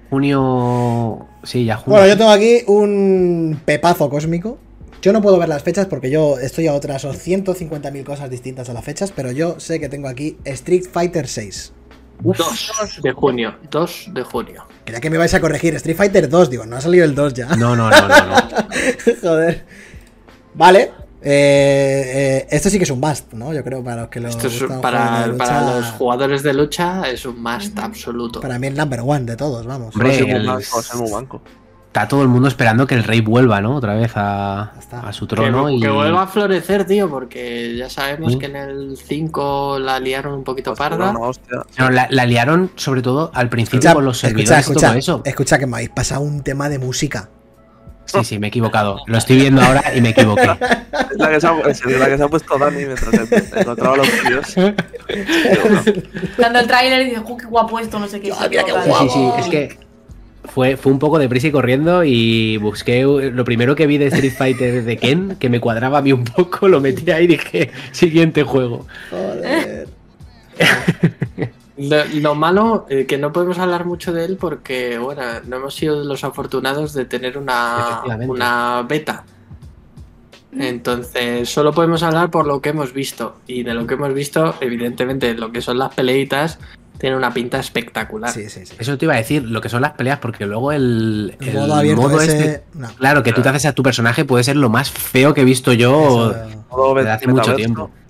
Speaker 1: Junio. Sí, ya junio.
Speaker 4: Bueno, yo tengo aquí un pepazo cósmico. Yo no puedo ver las fechas porque yo estoy a otras 150.000 cosas distintas a las fechas, pero yo sé que tengo aquí Street Fighter 6.
Speaker 2: 2 de junio, 2 de junio.
Speaker 4: Creía que me vais a corregir. Street Fighter 2, digo, no ha salido el 2 ya.
Speaker 1: No, no, no, no. no.
Speaker 4: Joder. Vale. Eh, eh, esto sí que es un must, ¿no? Yo creo para los que lo
Speaker 2: Esto es
Speaker 4: gustan jugar a
Speaker 2: para,
Speaker 4: la
Speaker 2: para
Speaker 4: lucha,
Speaker 2: los jugadores de lucha es un must absoluto.
Speaker 4: para mí el number one de todos, vamos.
Speaker 1: Hombre,
Speaker 5: soy muy
Speaker 1: el-
Speaker 5: banco, soy muy banco.
Speaker 1: Está todo el mundo esperando que el rey vuelva, ¿no? Otra vez a,
Speaker 4: Está.
Speaker 1: a su
Speaker 2: Que,
Speaker 1: trono. y...
Speaker 2: que vuelva a florecer, tío, porque ya sabemos
Speaker 1: Sí. Pues
Speaker 2: que en el 5 la liaron un poquito
Speaker 5: Pero
Speaker 2: parda.
Speaker 5: Pues, no, hostia.
Speaker 1: No, la, la liaron sobre todo al principio
Speaker 4: Escucha,
Speaker 1: con los servidores
Speaker 4: escucha,
Speaker 1: y
Speaker 4: escucha, Eh,
Speaker 1: todo eso.
Speaker 4: escucha que me habéis pasado un tema de música.
Speaker 1: Sí, sí, me he equivocado. Lo estoy viendo ahora y me equivoqué.
Speaker 5: Es la que se ha, es la que se ha puesto Dani mientras en- encontraba los vídeos.
Speaker 6: Dando el tráiler y dices, "Ju, qué guapo esto! No sé qué.
Speaker 4: Ah, mira qué
Speaker 1: Sí, sí, sí,
Speaker 4: guapo.
Speaker 1: es que fue, fue un poco deprisa y corriendo y busqué lo primero que vi de Street Fighter de Ken, que me cuadraba a mí un poco, lo metí ahí y dije, siguiente juego.
Speaker 4: Joder.
Speaker 2: Lo, lo malo, eh, que no podemos hablar mucho de él porque, bueno, no hemos sido los afortunados de tener una,
Speaker 1: Efectivamente.
Speaker 2: una beta. Entonces, solo podemos hablar por lo que hemos visto. Y de lo que hemos visto, evidentemente, lo que son las peleitas tiene una pinta espectacular.
Speaker 4: Sí, sí, sí.
Speaker 1: Eso te iba a decir, lo que son las peleas, porque luego el,
Speaker 4: El
Speaker 1: el
Speaker 4: modo abierto ese.
Speaker 1: este-
Speaker 4: no,
Speaker 1: Claro, que tú te haces a tu personaje puede ser lo más feo que he visto yo
Speaker 4: eso-
Speaker 5: Todo
Speaker 1: desde hace mucho
Speaker 5: metaverso.
Speaker 1: tiempo.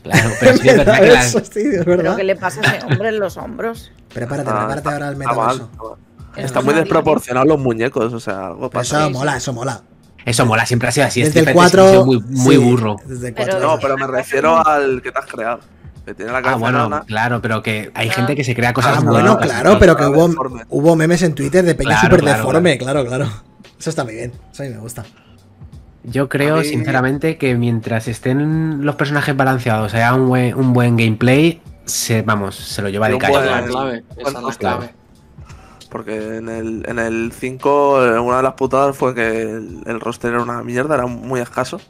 Speaker 1: Claro, Oh, pero sí que es verdad que las-
Speaker 4: Eso, sí, es
Speaker 3: Pero
Speaker 4: verdad.
Speaker 3: que le pasa a ese hombre en los hombros.
Speaker 4: Prepárate,
Speaker 5: Ah,
Speaker 4: prepárate ahora al
Speaker 5: Está mal,
Speaker 1: ah,
Speaker 4: metaverso.
Speaker 5: está mal.
Speaker 3: En los
Speaker 5: Está muy
Speaker 3: hombros.
Speaker 5: desproporcionado los muñecos, o sea, algo
Speaker 4: Pero
Speaker 5: pasa.
Speaker 4: eso mola, eso mola.
Speaker 1: Eso mola, siempre ha sido así.
Speaker 4: desde
Speaker 1: Street
Speaker 4: el
Speaker 1: Fighter siempre ha
Speaker 4: 4.
Speaker 1: sido muy, muy
Speaker 4: sí,
Speaker 1: burro.
Speaker 4: Desde el
Speaker 3: Pero-
Speaker 4: 4.
Speaker 5: No, pero me refiero al que te has creado. Que tiene la
Speaker 1: Ah,
Speaker 5: cabeza
Speaker 1: bueno,
Speaker 5: enana.
Speaker 1: claro, pero que hay
Speaker 3: Ah.
Speaker 1: gente que se crea cosas
Speaker 4: Ah,
Speaker 1: muy
Speaker 4: bueno,
Speaker 1: locas.
Speaker 4: claro, pero que
Speaker 5: claro,
Speaker 4: hubo,
Speaker 5: deforme.
Speaker 4: hubo memes en Twitter de peña
Speaker 1: Claro,
Speaker 4: súper
Speaker 1: claro,
Speaker 4: deforme, claro, claro, Eso está muy bien, eso a mí me gusta.
Speaker 1: Yo creo,
Speaker 5: A mí-
Speaker 1: sinceramente, que mientras estén los personajes balanceados, haya un buen, un buen gameplay, se, vamos, se lo lleva
Speaker 5: Y
Speaker 1: de
Speaker 5: un
Speaker 1: calle.
Speaker 2: Esa es
Speaker 5: Bueno,
Speaker 2: la clave, esa es la
Speaker 5: bueno,
Speaker 2: clave.
Speaker 5: Porque en el, en el 5, eh, una de las putadas fue que el, el roster era una mierda, era muy escaso.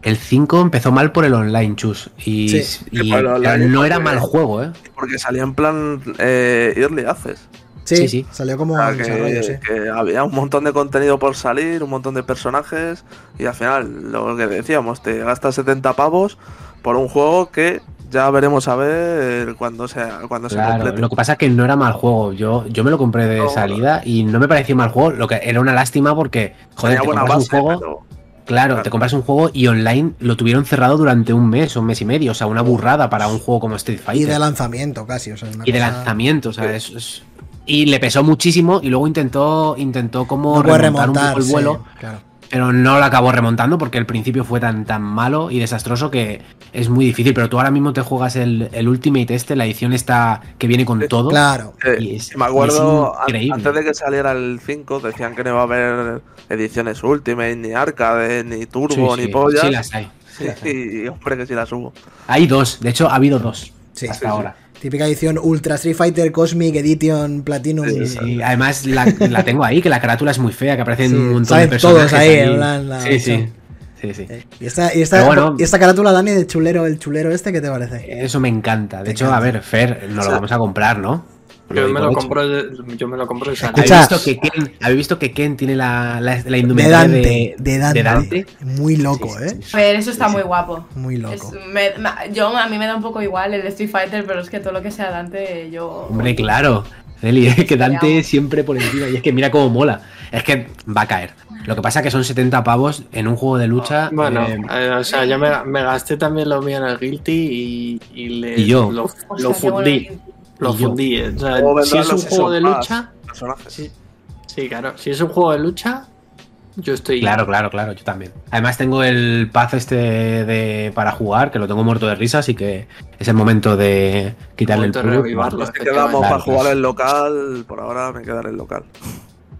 Speaker 1: El 5 empezó mal por el online, chus. Y,
Speaker 4: Sí,
Speaker 1: y-
Speaker 5: que por el
Speaker 1: pero
Speaker 5: online,
Speaker 1: no era
Speaker 5: porque-
Speaker 1: mal juego, ¿eh?
Speaker 5: Porque salía en plan eh, Early Access.
Speaker 4: Sí,
Speaker 1: Sí, sí. Ah,
Speaker 4: salió como
Speaker 5: O sea,
Speaker 4: en
Speaker 5: que,
Speaker 4: desarrollo, sí.
Speaker 5: que había un montón de contenido por salir, un montón de personajes. Y al final, lo que decíamos, te gastas 70 pavos por un juego que ya veremos a ver cuando, sea, cuando se
Speaker 1: Claro,
Speaker 5: complete.
Speaker 1: lo que pasa es que no era mal juego. Yo, yo me lo compré de
Speaker 5: No.
Speaker 1: salida y no me pareció mal juego. Lo que era una lástima porque, joder,
Speaker 5: Tenía
Speaker 1: te
Speaker 5: buena
Speaker 1: compras
Speaker 5: base,
Speaker 1: un juego.
Speaker 5: pero
Speaker 1: Claro, te
Speaker 5: Claro.
Speaker 1: compras un juego y online lo tuvieron cerrado durante un mes o un mes y medio. O sea, una burrada para un juego como Street Fighter.
Speaker 4: Y de lanzamiento casi, o sea, es una
Speaker 1: y de
Speaker 4: cosa-
Speaker 1: lanzamiento, o sea, es- es- y le pesó muchísimo y luego intentó intentó como
Speaker 4: No puede
Speaker 1: remontar,
Speaker 4: remontar
Speaker 1: un poco el
Speaker 4: sí,
Speaker 1: vuelo,
Speaker 4: claro.
Speaker 1: pero no lo acabó remontando porque el principio fue tan tan malo y desastroso que es muy difícil, pero tú ahora mismo te juegas el, el Ultimate este, la edición esta que viene con
Speaker 5: Sí,
Speaker 1: todo.
Speaker 4: Claro.
Speaker 5: Eh,
Speaker 1: Y es-
Speaker 5: me
Speaker 1: y
Speaker 5: acuerdo,
Speaker 1: es
Speaker 5: an-
Speaker 1: increíble.
Speaker 5: antes de que saliera el 5, decían que no iba a haber ediciones Ultimate, ni Arcade, ni
Speaker 1: Sí,
Speaker 5: Turbo,
Speaker 1: sí,
Speaker 5: ni pollas.
Speaker 1: sí las hay. sí las hay.
Speaker 5: y, hombre, que sí las hubo.
Speaker 1: Hay dos, de hecho ha habido dos
Speaker 4: Sí,
Speaker 1: hasta
Speaker 4: sí, sí.
Speaker 1: ahora.
Speaker 4: Típica edición Ultra Street Fighter Cosmic Edition Platinum.
Speaker 5: Sí,
Speaker 1: Sí, y además la, la tengo ahí, que la carátula es muy fea, que aparecen
Speaker 4: Sí,
Speaker 1: un montón
Speaker 4: salen
Speaker 1: de personajes.
Speaker 4: todos ahí, en plan, la- Eh,
Speaker 1: sí, sí, sí, sí.
Speaker 4: Y esta, y esta,
Speaker 1: Pero bueno. Eh,
Speaker 4: y esta carátula, Dani, de chulero, el chulero este, ¿qué te parece?
Speaker 1: Eso me encanta.
Speaker 4: Te
Speaker 1: De hecho,
Speaker 4: encanta.
Speaker 1: a ver, Fer, nos
Speaker 5: Sí.
Speaker 1: lo vamos a comprar, ¿no?
Speaker 2: Yo
Speaker 1: pues, digo
Speaker 2: me, lo
Speaker 1: hecho.
Speaker 2: compro, de- yo me lo compro y sale.
Speaker 1: ¿Habéis
Speaker 4: Escucha.
Speaker 1: visto, que Ken, habéis visto que Ken tiene la, la, la
Speaker 4: De
Speaker 1: indumentaria
Speaker 4: Dante, de Dante. Muy loco,
Speaker 1: Sí, sí,
Speaker 4: ¿eh?
Speaker 1: sí.
Speaker 6: A ver, eso está muy guapo.
Speaker 4: Muy
Speaker 6: Es-
Speaker 4: loco.
Speaker 6: me- me- yo, a mí me da un poco igual el Street Fighter, pero es que todo lo que sea Dante, yo.
Speaker 1: Hombre, claro. Eli, es que Dante
Speaker 6: Veamos.
Speaker 1: siempre por encima. Y es que mira cómo mola. Es que va a caer. Lo que pasa es que son 70 pavos en un juego de lucha.
Speaker 2: Bueno,
Speaker 1: eh,
Speaker 2: eh, o sea, yo me, me gasté también lo mío en el Guilty y, y le,
Speaker 1: Y yo.
Speaker 2: lo,
Speaker 6: Hostia,
Speaker 2: lo
Speaker 6: qué bueno.
Speaker 2: fundí. Lo
Speaker 1: Y yo.
Speaker 2: fundí. eh. O sea,
Speaker 5: Luego
Speaker 2: si
Speaker 5: vendrán
Speaker 2: es un
Speaker 5: los
Speaker 2: juego de
Speaker 5: Season Pass,
Speaker 2: lucha,
Speaker 5: personajes.
Speaker 2: sí, sí, claro. Si es un juego de lucha, yo estoy.
Speaker 1: Claro, claro, claro, yo también. Además tengo el paz este de para jugar, que lo tengo muerto de risa, así que es el momento de quitarle
Speaker 2: Momento
Speaker 1: el
Speaker 2: de
Speaker 1: pulo.
Speaker 2: revivarlo.
Speaker 5: Nos quedamos para
Speaker 1: Claro,
Speaker 5: jugar
Speaker 1: pues.
Speaker 5: el local. Por ahora me quedaré en local.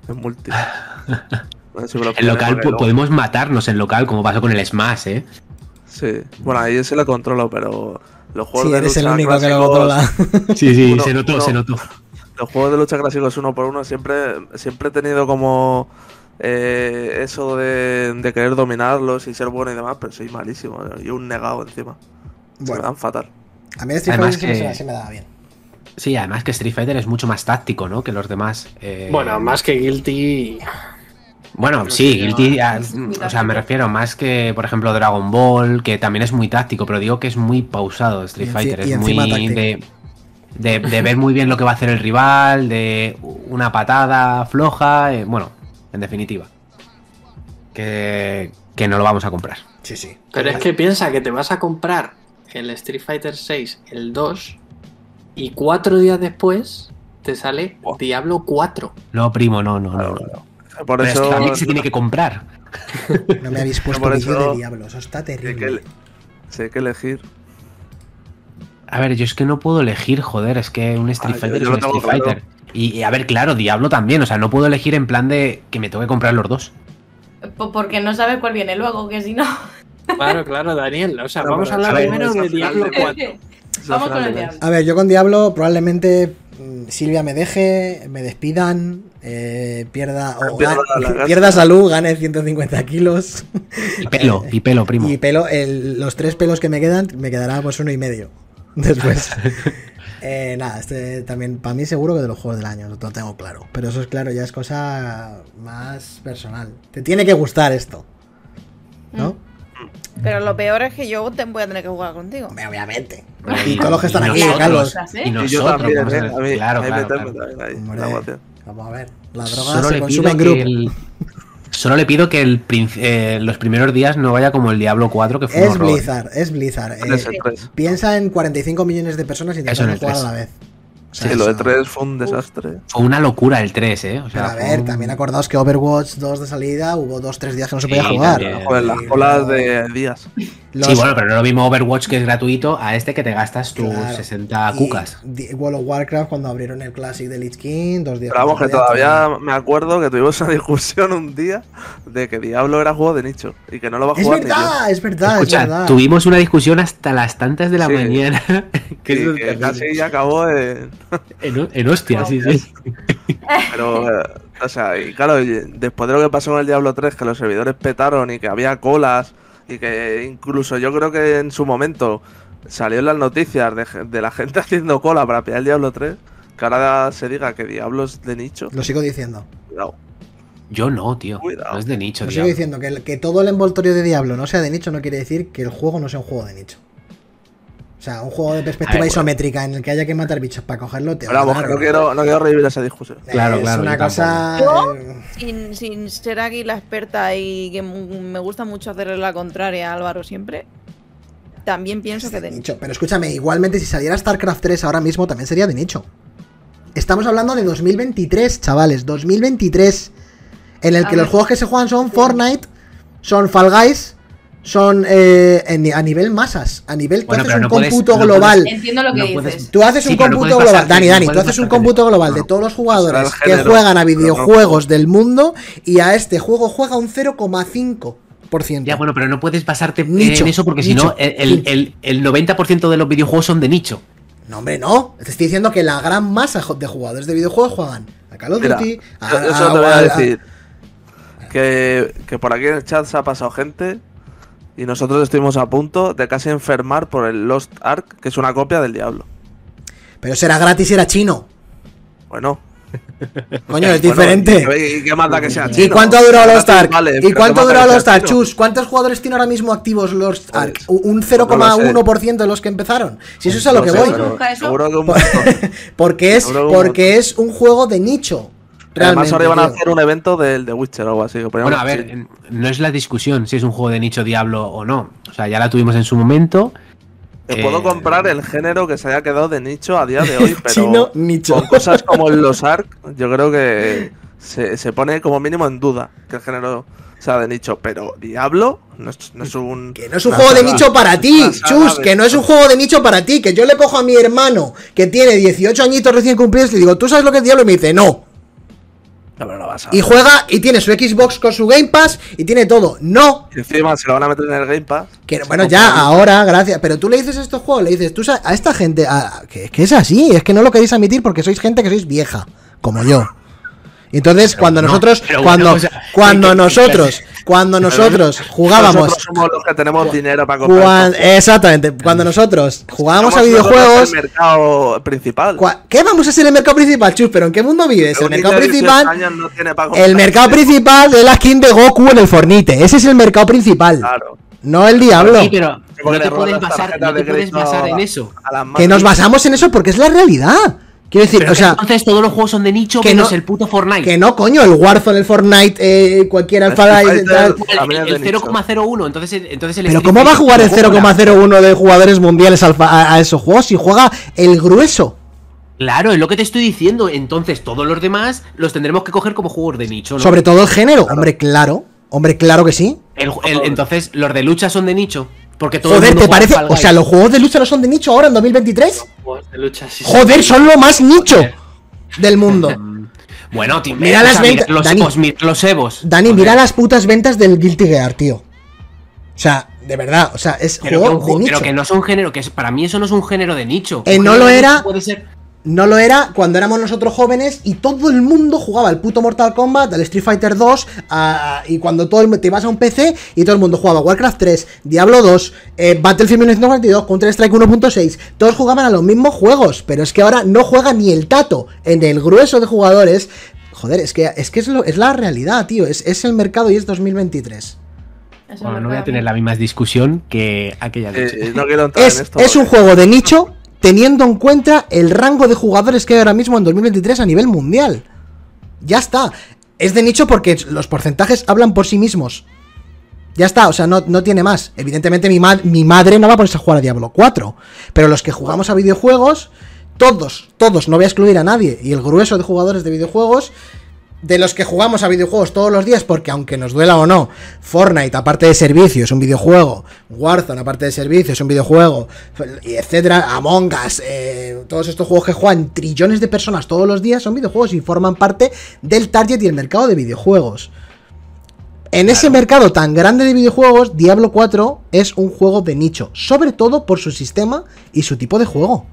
Speaker 5: En multi. No sé si me lo
Speaker 1: En
Speaker 5: pondré
Speaker 1: local
Speaker 5: porque
Speaker 1: po-
Speaker 5: no.
Speaker 1: podemos matarnos en local, como pasó con el Smash, ¿eh?
Speaker 5: Sí. Bueno, ahí se lo controlo, pero los
Speaker 4: Sí,
Speaker 5: juegos de
Speaker 4: eres
Speaker 5: lucha
Speaker 4: el único que lo
Speaker 5: clásicos-
Speaker 4: controla.
Speaker 1: Sí, sí,
Speaker 5: Uno-
Speaker 1: se notó,
Speaker 5: uno-
Speaker 1: se notó.
Speaker 5: Los juegos de lucha clásicos uno por uno siempre, siempre he tenido como eh, eso de, de querer dominarlos y ser bueno y demás, pero soy malísimo ¿no? y un negado encima. Se me
Speaker 4: Bueno,
Speaker 5: dan fatal.
Speaker 4: a mí Street
Speaker 1: Además
Speaker 4: Fighter siempre se me-
Speaker 1: que-
Speaker 4: se me daba bien.
Speaker 1: Sí, además que Street Fighter es mucho más táctico, ¿no? Que los demás. eh,
Speaker 2: Bueno, más que Guilty.
Speaker 1: Bueno,
Speaker 2: Creo
Speaker 1: sí,
Speaker 2: que
Speaker 1: Guilty,
Speaker 2: no.
Speaker 1: ah,
Speaker 6: muy
Speaker 1: o sea,
Speaker 6: táctico.
Speaker 1: me refiero más que, por ejemplo, Dragon Ball, que también es muy táctico, pero digo que es muy pausado Street
Speaker 4: Y enci-
Speaker 1: Fighter,
Speaker 4: y
Speaker 1: es
Speaker 4: encima
Speaker 1: muy
Speaker 4: táctico.
Speaker 1: de, de- de ver muy bien lo que va a hacer el rival, de una patada floja, eh, bueno, en definitiva, que, que no lo vamos a comprar.
Speaker 4: Sí, sí.
Speaker 2: Pero es que piensa que te vas a comprar el Street Fighter 6, el 2, y cuatro días después te sale
Speaker 5: Buah.
Speaker 2: Diablo 4.
Speaker 1: No, primo, no, no, no. no.
Speaker 5: Por
Speaker 1: Pero es
Speaker 5: eso.
Speaker 1: que también se tiene que comprar.
Speaker 4: No me habéis puesto
Speaker 5: Por
Speaker 4: vídeo
Speaker 5: eso-
Speaker 4: de diablo, eso está
Speaker 5: hay que
Speaker 4: terrible.
Speaker 5: ele- sí, hay que elegir.
Speaker 1: A ver, yo es que no puedo elegir, joder, es que un Street
Speaker 5: Ah, yo-
Speaker 1: Fighter
Speaker 5: yo
Speaker 1: es
Speaker 5: lo
Speaker 1: un
Speaker 5: tengo
Speaker 1: Street
Speaker 5: claro.
Speaker 1: Fighter. Y, y a ver, claro, Diablo también, o sea, no puedo elegir en plan de que me tengo que comprar los dos.
Speaker 6: Po- Porque no sabes cuál viene luego, que si no.
Speaker 2: Claro, claro, Daniel. O sea,
Speaker 5: No,
Speaker 2: vamos a
Speaker 5: pero
Speaker 2: hablar
Speaker 1: a ver,
Speaker 2: primero
Speaker 5: vamos a
Speaker 2: de
Speaker 5: hablar
Speaker 2: Diablo
Speaker 5: de-
Speaker 2: 4.
Speaker 6: Vamos con el
Speaker 5: Finales.
Speaker 6: diablo.
Speaker 4: A ver, yo con Diablo probablemente mm, Silvia me deje, me despidan, eh, pierda, o
Speaker 5: Pierda
Speaker 4: gan-
Speaker 5: la gasa.
Speaker 4: pierda salud, gane 150 kilos
Speaker 1: Y pelo, y pelo, primo.
Speaker 4: y pelo, el- los tres pelos que me quedan, me quedará pues uno y medio después. Eh, nada, este también para mí seguro que de los juegos del año, lo tengo claro. Pero eso es claro, ya es cosa más personal. Te tiene que gustar esto, ¿no?
Speaker 6: Mm.
Speaker 3: Pero lo peor es que yo te voy a tener que jugar contigo.
Speaker 4: Hombre, Obviamente.
Speaker 1: Ay,
Speaker 4: Y todos los que están
Speaker 1: y
Speaker 4: aquí,
Speaker 1: nosotros,
Speaker 4: Carlos.
Speaker 1: Y
Speaker 5: Y yo
Speaker 1: nosotros,
Speaker 5: también,
Speaker 1: vamos a
Speaker 5: ¿eh?
Speaker 1: ver,
Speaker 5: A mí,
Speaker 1: claro,
Speaker 5: a mí
Speaker 1: claro,
Speaker 5: me
Speaker 1: claro.
Speaker 5: meterme también ahí.
Speaker 4: Hombre, eh,
Speaker 5: la guación.
Speaker 4: vamos a ver. La droga
Speaker 1: Solo
Speaker 4: se
Speaker 1: le
Speaker 4: consume
Speaker 1: pido
Speaker 4: en
Speaker 1: que
Speaker 4: grupo.
Speaker 1: el- solo le pido que el princ- eh, los primeros días no vaya como el Diablo 4, que fue un
Speaker 4: Es
Speaker 1: horror.
Speaker 4: Blizzard, es Blizzard. eh,
Speaker 5: Tres en tres.
Speaker 4: piensa en 45 millones de personas y te
Speaker 1: Eso en el
Speaker 4: jugar a
Speaker 1: tres.
Speaker 4: la vez. O sea,
Speaker 5: Sí, lo de
Speaker 4: eso-
Speaker 5: 3 fue un desastre.
Speaker 1: Fue una locura el 3, ¿eh? O
Speaker 4: Pero
Speaker 1: sea,
Speaker 4: a ver,
Speaker 1: fue un-
Speaker 4: también acordaos que Overwatch 2 de salida hubo 2-3 días que no se podía
Speaker 1: Sí,
Speaker 4: jugar.
Speaker 1: también.
Speaker 5: Joder, las colas de días.
Speaker 4: Los-
Speaker 1: Sí, bueno, pero no lo mismo Overwatch que es gratuito a este que te gastas tus
Speaker 4: Claro.
Speaker 1: 60 cucas.
Speaker 4: y di- World of Warcraft cuando abrieron el Classic de Lich King, dos días.
Speaker 5: Pero vamos,
Speaker 4: no
Speaker 5: que
Speaker 4: podía jugar.
Speaker 5: todavía me acuerdo que tuvimos una discusión un día de que Diablo era juego de nicho y que no lo va a
Speaker 4: Es
Speaker 5: jugar ni Dios.
Speaker 4: verdad, es verdad, es
Speaker 1: Escucha,
Speaker 4: verdad.
Speaker 1: tuvimos una discusión hasta las tantas de la
Speaker 5: Sí.
Speaker 1: mañana. que
Speaker 5: Y
Speaker 1: eso es
Speaker 5: que
Speaker 1: terrible.
Speaker 5: casi ya acabó en.
Speaker 1: En, en hostia, sí, sí.
Speaker 5: Pero, eh, o sea, y claro, y después de lo que pasó con el Diablo 3, que los servidores petaron y que había colas, y que incluso yo creo que en su momento salió en las noticias de, ge- de la gente haciendo cola para pillar el Diablo 3, que ahora se diga que Diablo es de nicho.
Speaker 4: Lo sigo diciendo.
Speaker 5: Cuidado.
Speaker 1: Yo no, tío.
Speaker 5: Cuidado.
Speaker 1: No es de nicho,
Speaker 4: Lo
Speaker 1: tío.
Speaker 4: sigo diciendo. Que, el- que todo el envoltorio de Diablo no sea de nicho no quiere decir que el juego no sea un juego de nicho. O sea, un juego de perspectiva
Speaker 1: A ver,
Speaker 4: isométrica en el que haya que matar bichos para cogerlo. Te
Speaker 5: Pero
Speaker 4: van a
Speaker 5: vamos,
Speaker 4: dar,
Speaker 5: que no
Speaker 4: ¿no?
Speaker 5: quiero, no quiero revivir esa discusión.
Speaker 1: Claro,
Speaker 4: es
Speaker 1: claro,
Speaker 4: una
Speaker 1: yo
Speaker 4: cosa.
Speaker 3: tampoco.
Speaker 4: eh,
Speaker 3: Sin, sin ser aquí la experta y que m- me gusta mucho hacerle la contraria a Álvaro siempre, también pienso que
Speaker 4: de
Speaker 3: de nicho.
Speaker 4: nicho. Pero escúchame, igualmente si saliera StarCraft 3 ahora mismo también sería de nicho. Estamos hablando de 2023, chavales, 2023. En el que
Speaker 6: A
Speaker 4: los
Speaker 6: ver.
Speaker 4: juegos que se juegan son Fortnite, son Fall Guys, son eh, en- a nivel masas, a nivel... Tú
Speaker 1: Bueno,
Speaker 4: haces
Speaker 1: pero
Speaker 4: un
Speaker 1: no puedes-
Speaker 4: cómputo
Speaker 1: no puedes-
Speaker 4: global.
Speaker 6: Entiendo lo que
Speaker 1: No puedes-
Speaker 6: dices.
Speaker 4: Tú haces
Speaker 1: Sí,
Speaker 4: un
Speaker 1: pero no
Speaker 4: cómputo
Speaker 1: puedes
Speaker 4: global,
Speaker 1: pasarte-
Speaker 4: Dani,
Speaker 1: no
Speaker 4: Dani, tú
Speaker 1: puedes
Speaker 4: haces un
Speaker 1: pasarte
Speaker 4: cómputo
Speaker 1: de-
Speaker 4: global de
Speaker 1: no.
Speaker 4: todos los jugadores
Speaker 5: Eso era el
Speaker 4: que
Speaker 5: género.
Speaker 4: juegan a
Speaker 5: No, no.
Speaker 4: videojuegos del mundo y a este juego juega un 0,5%.
Speaker 1: Ya, bueno, pero no puedes basarte
Speaker 4: Nicho,
Speaker 1: en eso porque si
Speaker 4: nicho.
Speaker 1: no, el, el- el 90% de los videojuegos son de nicho.
Speaker 4: No, hombre, no. Te estoy diciendo que la gran masa jo- de jugadores de videojuegos juegan a Call of
Speaker 5: Mira,
Speaker 4: Duty, a,
Speaker 5: yo- yo
Speaker 4: a-
Speaker 5: solo te voy a
Speaker 4: a-
Speaker 5: decir
Speaker 4: ah.
Speaker 5: que, que por aquí en el chat se ha pasado gente y nosotros estuvimos a punto de casi enfermar por el Lost Ark, que es una copia del Diablo.
Speaker 4: Pero será gratis y era chino.
Speaker 5: Bueno,
Speaker 4: Coño, es
Speaker 5: Bueno,
Speaker 4: diferente.
Speaker 5: ¿Y qué más da que sea
Speaker 4: ¿Y
Speaker 5: chino?
Speaker 4: cuánto ha durado los Ark?
Speaker 5: Vale, pero
Speaker 4: ¿Y
Speaker 5: ¿qué
Speaker 4: cuánto ha
Speaker 5: más da
Speaker 4: durado
Speaker 5: que
Speaker 4: los
Speaker 5: sea
Speaker 4: Ark?
Speaker 5: chino?
Speaker 4: Chus, ¿cuántos jugadores tiene ahora mismo activos los
Speaker 5: Joder,
Speaker 4: Ark? U- Un
Speaker 5: no
Speaker 4: 0,1% de los que empezaron. Si eso es a lo
Speaker 5: No
Speaker 4: que
Speaker 5: sé,
Speaker 4: voy. Pues,
Speaker 5: pero
Speaker 6: Busca eso.
Speaker 5: Seguro que un montón.
Speaker 4: Porque es,
Speaker 5: Seguro que un
Speaker 4: porque es un juego de nicho.
Speaker 5: Además,
Speaker 4: Realmente.
Speaker 5: ahora iban a
Speaker 4: tío.
Speaker 5: hacer un evento del The Witcher o algo así. que ponían
Speaker 1: Bueno, a
Speaker 5: un
Speaker 1: ver,
Speaker 5: chip.
Speaker 1: en- no es la discusión si es un juego de nicho Diablo o no. O sea, ya la tuvimos en su momento.
Speaker 5: Te puedo
Speaker 1: eh,
Speaker 5: comprar el género que se haya quedado de nicho a día de hoy, pero.
Speaker 4: Chino, nicho.
Speaker 5: Con cosas como los Ark, yo creo que se, se pone como mínimo en duda que el género sea de nicho. Pero Diablo no es, no es un.
Speaker 4: Que no es un
Speaker 5: una
Speaker 4: juego de
Speaker 5: saga.
Speaker 4: nicho para ti,
Speaker 5: Una saga
Speaker 4: chus,
Speaker 5: de-
Speaker 4: que no es un juego de nicho para ti, que yo le cojo a mi hermano que tiene 18 añitos recién cumplidos y le digo, ¿tú sabes lo que es Diablo? Y me dice, no.
Speaker 5: No, pero no vas a-
Speaker 4: Y juega y tiene su Xbox con su Game Pass y tiene todo. No.
Speaker 5: Y Encima se lo van a meter en el Game Pass.
Speaker 4: Que, bueno, ya, ah, ahora, gracias. Pero tú le dices a estos juegos, le dices, tú sa- a esta gente, a- que, que es así, es que no lo queréis admitir porque sois gente que sois vieja, como yo. Entonces, cuando
Speaker 1: no,
Speaker 4: nosotros,
Speaker 1: pero una
Speaker 5: pues,
Speaker 4: cuando,
Speaker 1: cosa-
Speaker 4: cuando
Speaker 1: que-
Speaker 4: nosotros, cuando nosotros jugábamos,
Speaker 5: Nosotros somos los que tenemos dinero para comprar.
Speaker 4: cuan-
Speaker 5: esto.
Speaker 4: exactamente, cuando nosotros jugábamos a
Speaker 5: Somos nosotros
Speaker 4: videojuegos,
Speaker 5: El mercado principal.
Speaker 4: cua- ¿qué vamos a ser el mercado principal, Chus? ¿Pero en qué mundo vives? El
Speaker 5: Un niño
Speaker 4: mercado
Speaker 5: de 18
Speaker 4: principal,
Speaker 5: años no tiene para comprar
Speaker 4: el mercado
Speaker 5: esto.
Speaker 4: principal es la skin de Goku en el Fornite. Ese es el mercado principal,
Speaker 5: Claro.
Speaker 4: no el diablo.
Speaker 1: Sí, pero no
Speaker 5: Porque
Speaker 1: te
Speaker 5: le
Speaker 1: puedes
Speaker 5: roban las
Speaker 1: basar,
Speaker 5: tarjetas
Speaker 1: no te
Speaker 5: de
Speaker 1: puedes
Speaker 5: crédito
Speaker 1: basar en
Speaker 5: a-
Speaker 1: eso.
Speaker 5: a las
Speaker 4: Que
Speaker 5: madres.
Speaker 4: nos basamos en eso porque es la realidad. Quiero decir,
Speaker 1: Pero
Speaker 4: o sea,
Speaker 1: entonces todos los juegos son de nicho
Speaker 4: que
Speaker 1: menos
Speaker 4: no-
Speaker 1: el puto Fortnite.
Speaker 4: que no, coño, el Warzone, el Fortnite, eh, cualquier
Speaker 5: El
Speaker 4: alfa tal.
Speaker 5: Street Fighter.
Speaker 1: El-
Speaker 5: También es
Speaker 1: el,
Speaker 5: de nicho.
Speaker 1: 0,01, entonces, el- entonces el
Speaker 4: Pero
Speaker 1: Street
Speaker 4: ¿cómo va a
Speaker 1: Fighter
Speaker 4: jugar el
Speaker 1: es una bola.
Speaker 4: 0,01 de jugadores mundiales alfa- a, a esos juegos si juega el grueso?
Speaker 1: Claro, es lo que te estoy diciendo. Entonces, todos los demás los tendremos que coger como juegos de nicho. ¿no?
Speaker 4: Sobre todo el género. Hombre, claro. Hombre, claro que sí.
Speaker 1: El- el- entonces, los de lucha son de nicho. Porque todo el
Speaker 4: Joder,
Speaker 1: mundo
Speaker 4: ¿te
Speaker 1: juega
Speaker 4: parece?
Speaker 1: al Fall
Speaker 4: O sea,
Speaker 1: Guys.
Speaker 4: los juegos de lucha no son de nicho ahora en 2023.
Speaker 2: Juegos de lucha sí.
Speaker 4: Joder, son lo más nicho del mundo.
Speaker 1: Bueno, tío,
Speaker 4: Mira
Speaker 1: o sea,
Speaker 4: las
Speaker 1: mira
Speaker 4: ventas-
Speaker 1: los,
Speaker 4: Dani.
Speaker 1: os- mira los Evos.
Speaker 4: Dani,
Speaker 1: Joder,
Speaker 4: mira las putas ventas del Guilty Gear, tío. O sea, de verdad, o sea, es
Speaker 1: Pero, que, un
Speaker 4: juego de
Speaker 1: ju- pero
Speaker 4: nicho.
Speaker 1: que no es un género, que es, para mí eso no es un género de nicho.
Speaker 4: Eh,
Speaker 1: Un
Speaker 4: no
Speaker 1: género
Speaker 4: lo
Speaker 1: de
Speaker 4: era.
Speaker 1: nicho Puede ser
Speaker 4: No lo era cuando éramos nosotros jóvenes y todo el mundo jugaba al puto Mortal Kombat, al Street Fighter 2, a- y cuando todo el, mu- te ibas a un PC y todo el mundo jugaba Warcraft 3, Diablo 2, eh, Battlefield 1942, Counter Strike 1.6, todos jugaban a los mismos juegos, pero es que ahora no juega ni el tato en el grueso de jugadores. Joder, es que es, que es, lo- es la realidad, tío, es, es el mercado y es 2023.
Speaker 1: Bueno,
Speaker 6: Eso es
Speaker 1: no voy a
Speaker 6: verdad.
Speaker 1: tener la misma discusión que aquella noche.
Speaker 5: Eh, no quiero entrar
Speaker 4: Es,
Speaker 5: en esto.
Speaker 4: es un
Speaker 5: porque-
Speaker 4: juego de nicho teniendo en cuenta el rango de jugadores que hay ahora mismo en 2023 a nivel mundial. Ya está. Es de nicho porque los porcentajes hablan por sí mismos. Ya está, o sea, no, no tiene más. Evidentemente mi, ma- mi madre no va a ponerse a jugar a Diablo 4. Pero los que jugamos a videojuegos, todos, todos, no voy a excluir a nadie. Y el grueso de jugadores de videojuegos, de los que jugamos a videojuegos todos los días, porque aunque nos duela o no, Fortnite, aparte de servicio, es un videojuego, Warzone, aparte de servicio, es un videojuego, y etcétera, Among Us, eh, todos estos juegos que juegan trillones de personas todos los días son videojuegos y forman parte del target y el mercado de videojuegos. En ese mercado tan grande de videojuegos, Diablo 4 es un juego de nicho, sobre todo por su sistema y su tipo de juego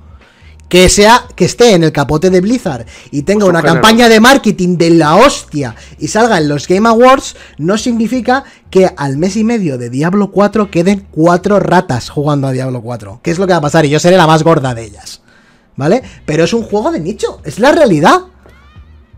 Speaker 4: que sea que esté en el capote de Blizzard y tenga
Speaker 5: Pues un
Speaker 4: una
Speaker 5: género.
Speaker 4: campaña de marketing de la hostia y salga en los Game Awards no significa que al mes y medio de Diablo 4 queden cuatro ratas jugando a Diablo 4, que es lo que va a pasar y yo seré la más gorda de ellas. ¿Vale? Pero es un juego de nicho, es la realidad.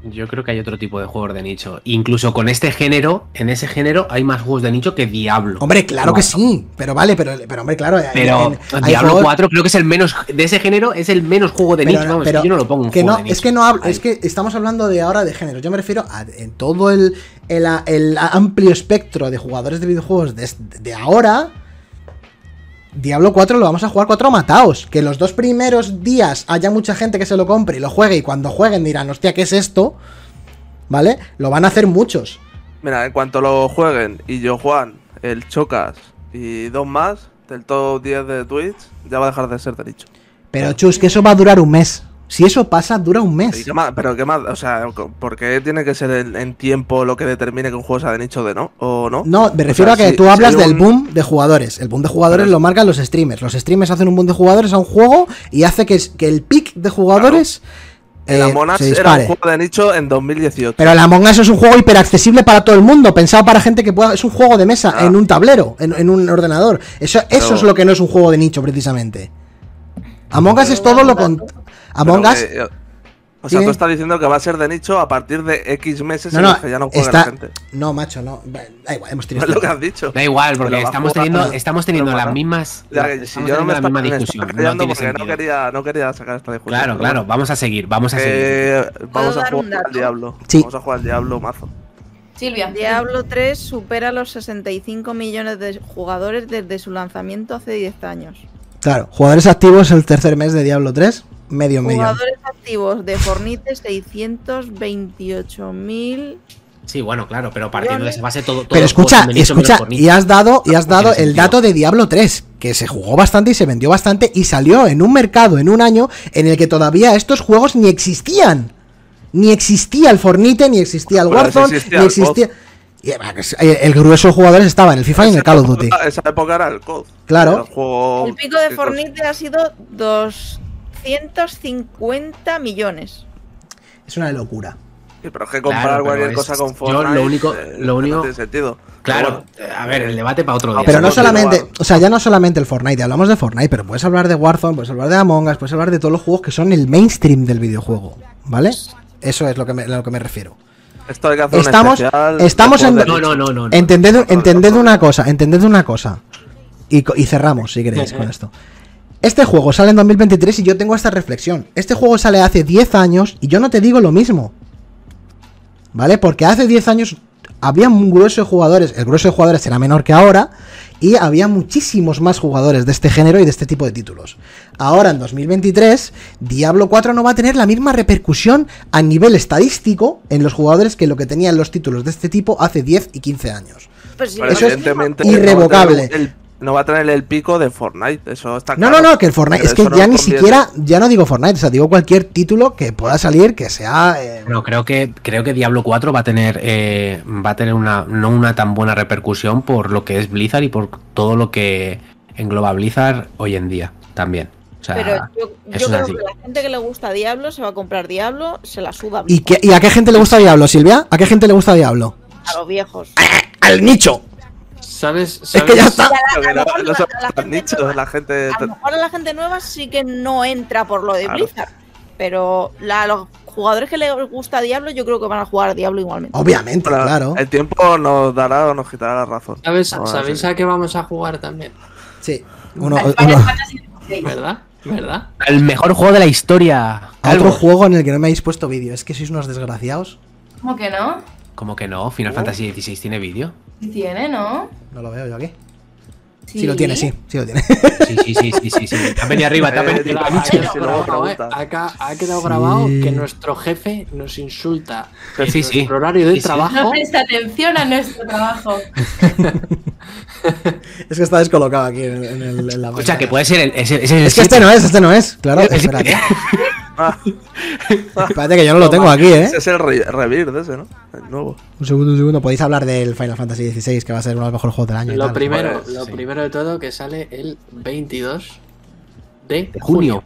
Speaker 1: Yo creo que hay otro tipo de juegos de nicho. Incluso con este género, en ese género hay más juegos de nicho que Diablo.
Speaker 4: Hombre, claro que
Speaker 1: Bueno,
Speaker 4: sí, pero vale, pero, pero hombre, claro, hay-
Speaker 1: Pero
Speaker 4: hay- hay
Speaker 1: Diablo
Speaker 4: juegos-
Speaker 1: 4 creo que es el menos de ese género es el menos juego de
Speaker 4: Pero-
Speaker 1: nicho. Vamos,
Speaker 4: pero
Speaker 1: yo no lo pongo. un
Speaker 4: que
Speaker 1: juego
Speaker 4: no,
Speaker 1: de
Speaker 4: es
Speaker 1: nicho.
Speaker 4: que no hablo,
Speaker 1: Ahí.
Speaker 4: es que estamos hablando de ahora de género. Yo me refiero a en todo el, el, el amplio espectro de jugadores de videojuegos de, de ahora. Diablo 4 lo vamos a jugar cuatro mataos. Que los dos primeros días haya mucha gente que se lo compre y lo juegue. Y cuando jueguen dirán, hostia, ¿qué es esto? ¿Vale? Lo van a hacer muchos.
Speaker 5: Mira, en cuanto lo jueguen y yo, Juan, el Chocas y dos más del top 10 de Twitch, ya va a dejar de ser de nicho.
Speaker 4: Pero chus, que eso va a durar un mes. Si eso pasa, dura un
Speaker 5: ¿Y
Speaker 4: mes.
Speaker 5: qué más? Pero qué más, o sea, co- ¿por qué tiene que ser en, en tiempo lo que determine que un juego sea de nicho de no o no?
Speaker 4: No, me
Speaker 5: O
Speaker 4: refiero
Speaker 5: sea,
Speaker 4: a que
Speaker 5: si-
Speaker 4: tú
Speaker 5: si
Speaker 4: hablas
Speaker 5: hay
Speaker 4: del
Speaker 5: un-
Speaker 4: boom de jugadores. El boom de jugadores
Speaker 5: Pero es-
Speaker 4: lo marcan los streamers. Los streamers hacen un boom de jugadores a un juego y hace que, es- que el pick de jugadores
Speaker 5: El
Speaker 4: eh,
Speaker 5: Among Us
Speaker 4: se
Speaker 5: era un
Speaker 4: dispare.
Speaker 5: juego de nicho en 2018.
Speaker 4: Pero el Among Us es un juego hiperaccesible para todo el mundo, pensado para gente que pueda. Es un juego de mesa,
Speaker 5: Ah.
Speaker 4: en un tablero, en, en un ordenador. Eso, eso
Speaker 5: Pero-
Speaker 4: es lo que no es un juego de nicho, precisamente. Among Us es todo lo con. Among
Speaker 5: Pero
Speaker 4: Us.
Speaker 5: que- o sea,
Speaker 4: tiene-
Speaker 5: tú estás diciendo que va a ser de nicho a partir de X meses
Speaker 4: No,
Speaker 5: en
Speaker 4: no,
Speaker 5: los que ya no juega la
Speaker 4: está.
Speaker 5: gente.
Speaker 4: No, macho, no. Bueno, Da igual, hemos tenido.
Speaker 5: Es lo
Speaker 4: esta-
Speaker 5: que has dicho.
Speaker 1: Da igual, porque
Speaker 5: Pero va
Speaker 1: estamos
Speaker 5: a jugar-
Speaker 1: teniendo, estamos teniendo
Speaker 5: pero
Speaker 1: las
Speaker 5: va-
Speaker 1: mismas.
Speaker 5: Ya,
Speaker 1: la-
Speaker 5: que si
Speaker 1: Estamos
Speaker 5: yo no me
Speaker 1: teniendo la
Speaker 5: estaba
Speaker 1: misma
Speaker 5: me estaba
Speaker 1: discusión. No
Speaker 5: callando
Speaker 1: tiene
Speaker 5: porque no
Speaker 1: sentido.
Speaker 5: quería, no quería sacar esta discusión.
Speaker 1: Claro,
Speaker 5: pero bueno.
Speaker 1: claro, vamos a seguir, vamos a seguir.
Speaker 5: Eh, vamos a
Speaker 3: dar un
Speaker 5: jugar al
Speaker 3: dato?
Speaker 5: diablo.
Speaker 4: Sí.
Speaker 5: Vamos a jugar al diablo mazo.
Speaker 6: Silvia.
Speaker 3: Diablo 3 supera los 65 millones de jugadores desde su lanzamiento hace 10 años.
Speaker 4: Claro, jugadores activos el tercer mes de Diablo 3, medio millón.
Speaker 3: Jugadores activos de Fornite 628.000.
Speaker 1: Sí, bueno, claro, pero partiendo de esa base todo. todos
Speaker 4: Pero
Speaker 1: los juegos
Speaker 4: escucha,
Speaker 1: son de nicho,
Speaker 4: escucha,
Speaker 1: menos por nicho.
Speaker 4: y has dado, y has
Speaker 1: No tiene
Speaker 4: dado el
Speaker 1: sentido.
Speaker 4: dato de Diablo 3, que se jugó bastante y se vendió bastante y salió en un mercado, en un año en el que todavía estos juegos ni existían. Ni existía el Fornite, ni existía el
Speaker 5: Bueno, sí
Speaker 4: Warzone,
Speaker 5: existía
Speaker 4: ni
Speaker 5: el
Speaker 4: existía... Y, bueno, que es- El el grueso de jugadores estaba en el FIFA y en el Call of Duty.
Speaker 5: Esa época era el COD.
Speaker 4: Claro.
Speaker 5: Era El, juego
Speaker 4: Oh,
Speaker 3: El pico de
Speaker 5: que-
Speaker 3: Fornite ha sido 250 millones.
Speaker 4: Es una locura.
Speaker 5: que Sí, pero es que comprar
Speaker 1: Claro, pero
Speaker 5: cualquier
Speaker 1: es-
Speaker 5: cosa con
Speaker 1: yo
Speaker 5: Fortnite.
Speaker 1: lo único-
Speaker 5: eh,
Speaker 1: lo único-
Speaker 5: No tiene sentido.
Speaker 1: Claro, eh,
Speaker 5: Pero bueno,
Speaker 1: a ver, el debate para otro
Speaker 5: Ah,
Speaker 1: día.
Speaker 4: Pero no
Speaker 5: Eso no tiene
Speaker 4: solamente,
Speaker 5: valor.
Speaker 4: o sea, ya no solamente el Fortnite, hablamos de Fortnite, pero puedes hablar de Warzone, puedes hablar de Among Us, puedes hablar de todos los juegos que son el mainstream del videojuego, ¿vale? Eso es lo que me, a lo que me refiero.
Speaker 5: Esto hay que hacer
Speaker 4: Estamos-
Speaker 5: un especial.
Speaker 4: estamos
Speaker 5: de
Speaker 4: en-
Speaker 5: juegos
Speaker 1: No,
Speaker 5: de
Speaker 1: no, no, no. no.
Speaker 4: Entended,
Speaker 5: no,
Speaker 4: entended
Speaker 5: no, no.
Speaker 4: una cosa, entended una cosa. Y, co- y cerramos, si queréis, con esto. Este juego sale en 2023 y yo tengo esta reflexión. Este juego sale hace 10 años y yo no te digo lo mismo. ¿Vale? Porque hace 10 años había un grueso de jugadores, el grueso de jugadores era menor que ahora, y había muchísimos más jugadores de este género y de este tipo de títulos. Ahora, en 2023, Diablo 4 no va a tener la misma repercusión a nivel estadístico en los jugadores que lo que tenían los títulos de este tipo hace 10 y 15 años.
Speaker 3: Pues sí,
Speaker 5: Pero
Speaker 4: Eso es
Speaker 5: evidentemente
Speaker 4: irrevocable.
Speaker 5: No va, a tener el, no va a tener el pico de Fortnite, eso está
Speaker 4: No,
Speaker 5: Ah, claro.
Speaker 4: no, no, que el Fortnite,
Speaker 5: Pero
Speaker 4: es que
Speaker 5: eso no
Speaker 4: ya ni
Speaker 5: conviene.
Speaker 4: siquiera, ya no digo Fortnite, o sea, digo cualquier título que pueda salir que sea... eh,
Speaker 1: Pero creo que, creo que Diablo 4 va a tener, eh, va a tener una, no una tan buena repercusión por lo que es Blizzard y por todo lo que engloba Blizzard hoy en día también. O sea,
Speaker 3: Pero yo,
Speaker 1: Ah, eso
Speaker 3: yo
Speaker 1: es
Speaker 3: creo
Speaker 1: así.
Speaker 3: que la gente que le gusta Diablo se va a comprar Diablo, se la suda
Speaker 4: ¿Y, qué- ¿Y a qué gente le gusta Diablo, Silvia? ¿A qué gente le gusta Diablo?
Speaker 3: a los viejos.
Speaker 4: Al nicho.
Speaker 2: ¿Sabes?
Speaker 4: Es que
Speaker 2: sabes-
Speaker 4: ya está.
Speaker 5: Creo que no,
Speaker 3: A lo
Speaker 5: no
Speaker 3: mejor
Speaker 5: son
Speaker 3: la- la
Speaker 5: tan
Speaker 3: gente
Speaker 5: nichos, la gente.
Speaker 3: A lo mejor a la gente nueva sí que no entra por lo de
Speaker 5: Claro.
Speaker 3: Blizzard, pero la- a los jugadores que les gusta Diablo yo creo que van a jugar a Diablo igualmente.
Speaker 4: Obviamente,
Speaker 5: Pero
Speaker 4: claro.
Speaker 5: El tiempo nos dará o nos quitará la razón.
Speaker 2: ¿Sabes,
Speaker 5: Ahora
Speaker 2: ¿Sabéis
Speaker 5: sí.
Speaker 2: a qué vamos a jugar también?
Speaker 5: eh,
Speaker 4: Sí. Uno,
Speaker 6: Al
Speaker 4: uno-
Speaker 6: Final Fantasy XVI.
Speaker 2: ¿Verdad? ¿Verdad?
Speaker 1: el mejor juego de la historia.
Speaker 4: a
Speaker 1: Calvo.
Speaker 4: otro juego en el que no me habéis puesto vídeo. Es que sois unos desgraciados.
Speaker 6: ¿Cómo que no?
Speaker 1: ¿Cómo que no? ¿Final Fantasy XVI tiene vídeo?
Speaker 6: Sí tiene, ¿no?
Speaker 4: No lo veo yo aquí. Sí, lo tiene, sí. Sí lo tiene.
Speaker 1: Sí, sí, sí, sí, sí, sí. Te has venido arriba, te has
Speaker 5: Eh,
Speaker 1: venido
Speaker 5: la-
Speaker 1: arriba.
Speaker 5: Sí,
Speaker 2: Ha quedado
Speaker 5: sí, luego
Speaker 2: grabado,
Speaker 5: preguntas.
Speaker 2: eh. Acá ha quedado
Speaker 4: Sí.
Speaker 2: grabado que nuestro jefe nos insulta en
Speaker 1: Sí, sí.
Speaker 2: nuestro horario de
Speaker 1: Sí, sí.
Speaker 6: No
Speaker 2: trabajo.
Speaker 6: presta atención a nuestro trabajo.
Speaker 4: es que está descolocado aquí en, en el, en la
Speaker 1: O sea, que
Speaker 4: pantalla.
Speaker 1: puede ser el. ese- ese
Speaker 4: Es que este no es, este no es. Claro,
Speaker 1: Es-
Speaker 4: espérate.
Speaker 5: Ah.
Speaker 4: espérate que yo no lo tengo aquí, ¿eh?
Speaker 5: Ese es el re revir de ese, ¿no? El nuevo.
Speaker 4: Un segundo, un segundo. Podéis hablar del Final Fantasy XVI, que va a ser uno de los mejores juegos del año. y
Speaker 2: Lo
Speaker 4: tal.
Speaker 2: primero,
Speaker 5: Pues,
Speaker 2: lo
Speaker 1: sí.
Speaker 2: primero de todo que sale el 22 de
Speaker 1: de
Speaker 2: junio.
Speaker 1: junio.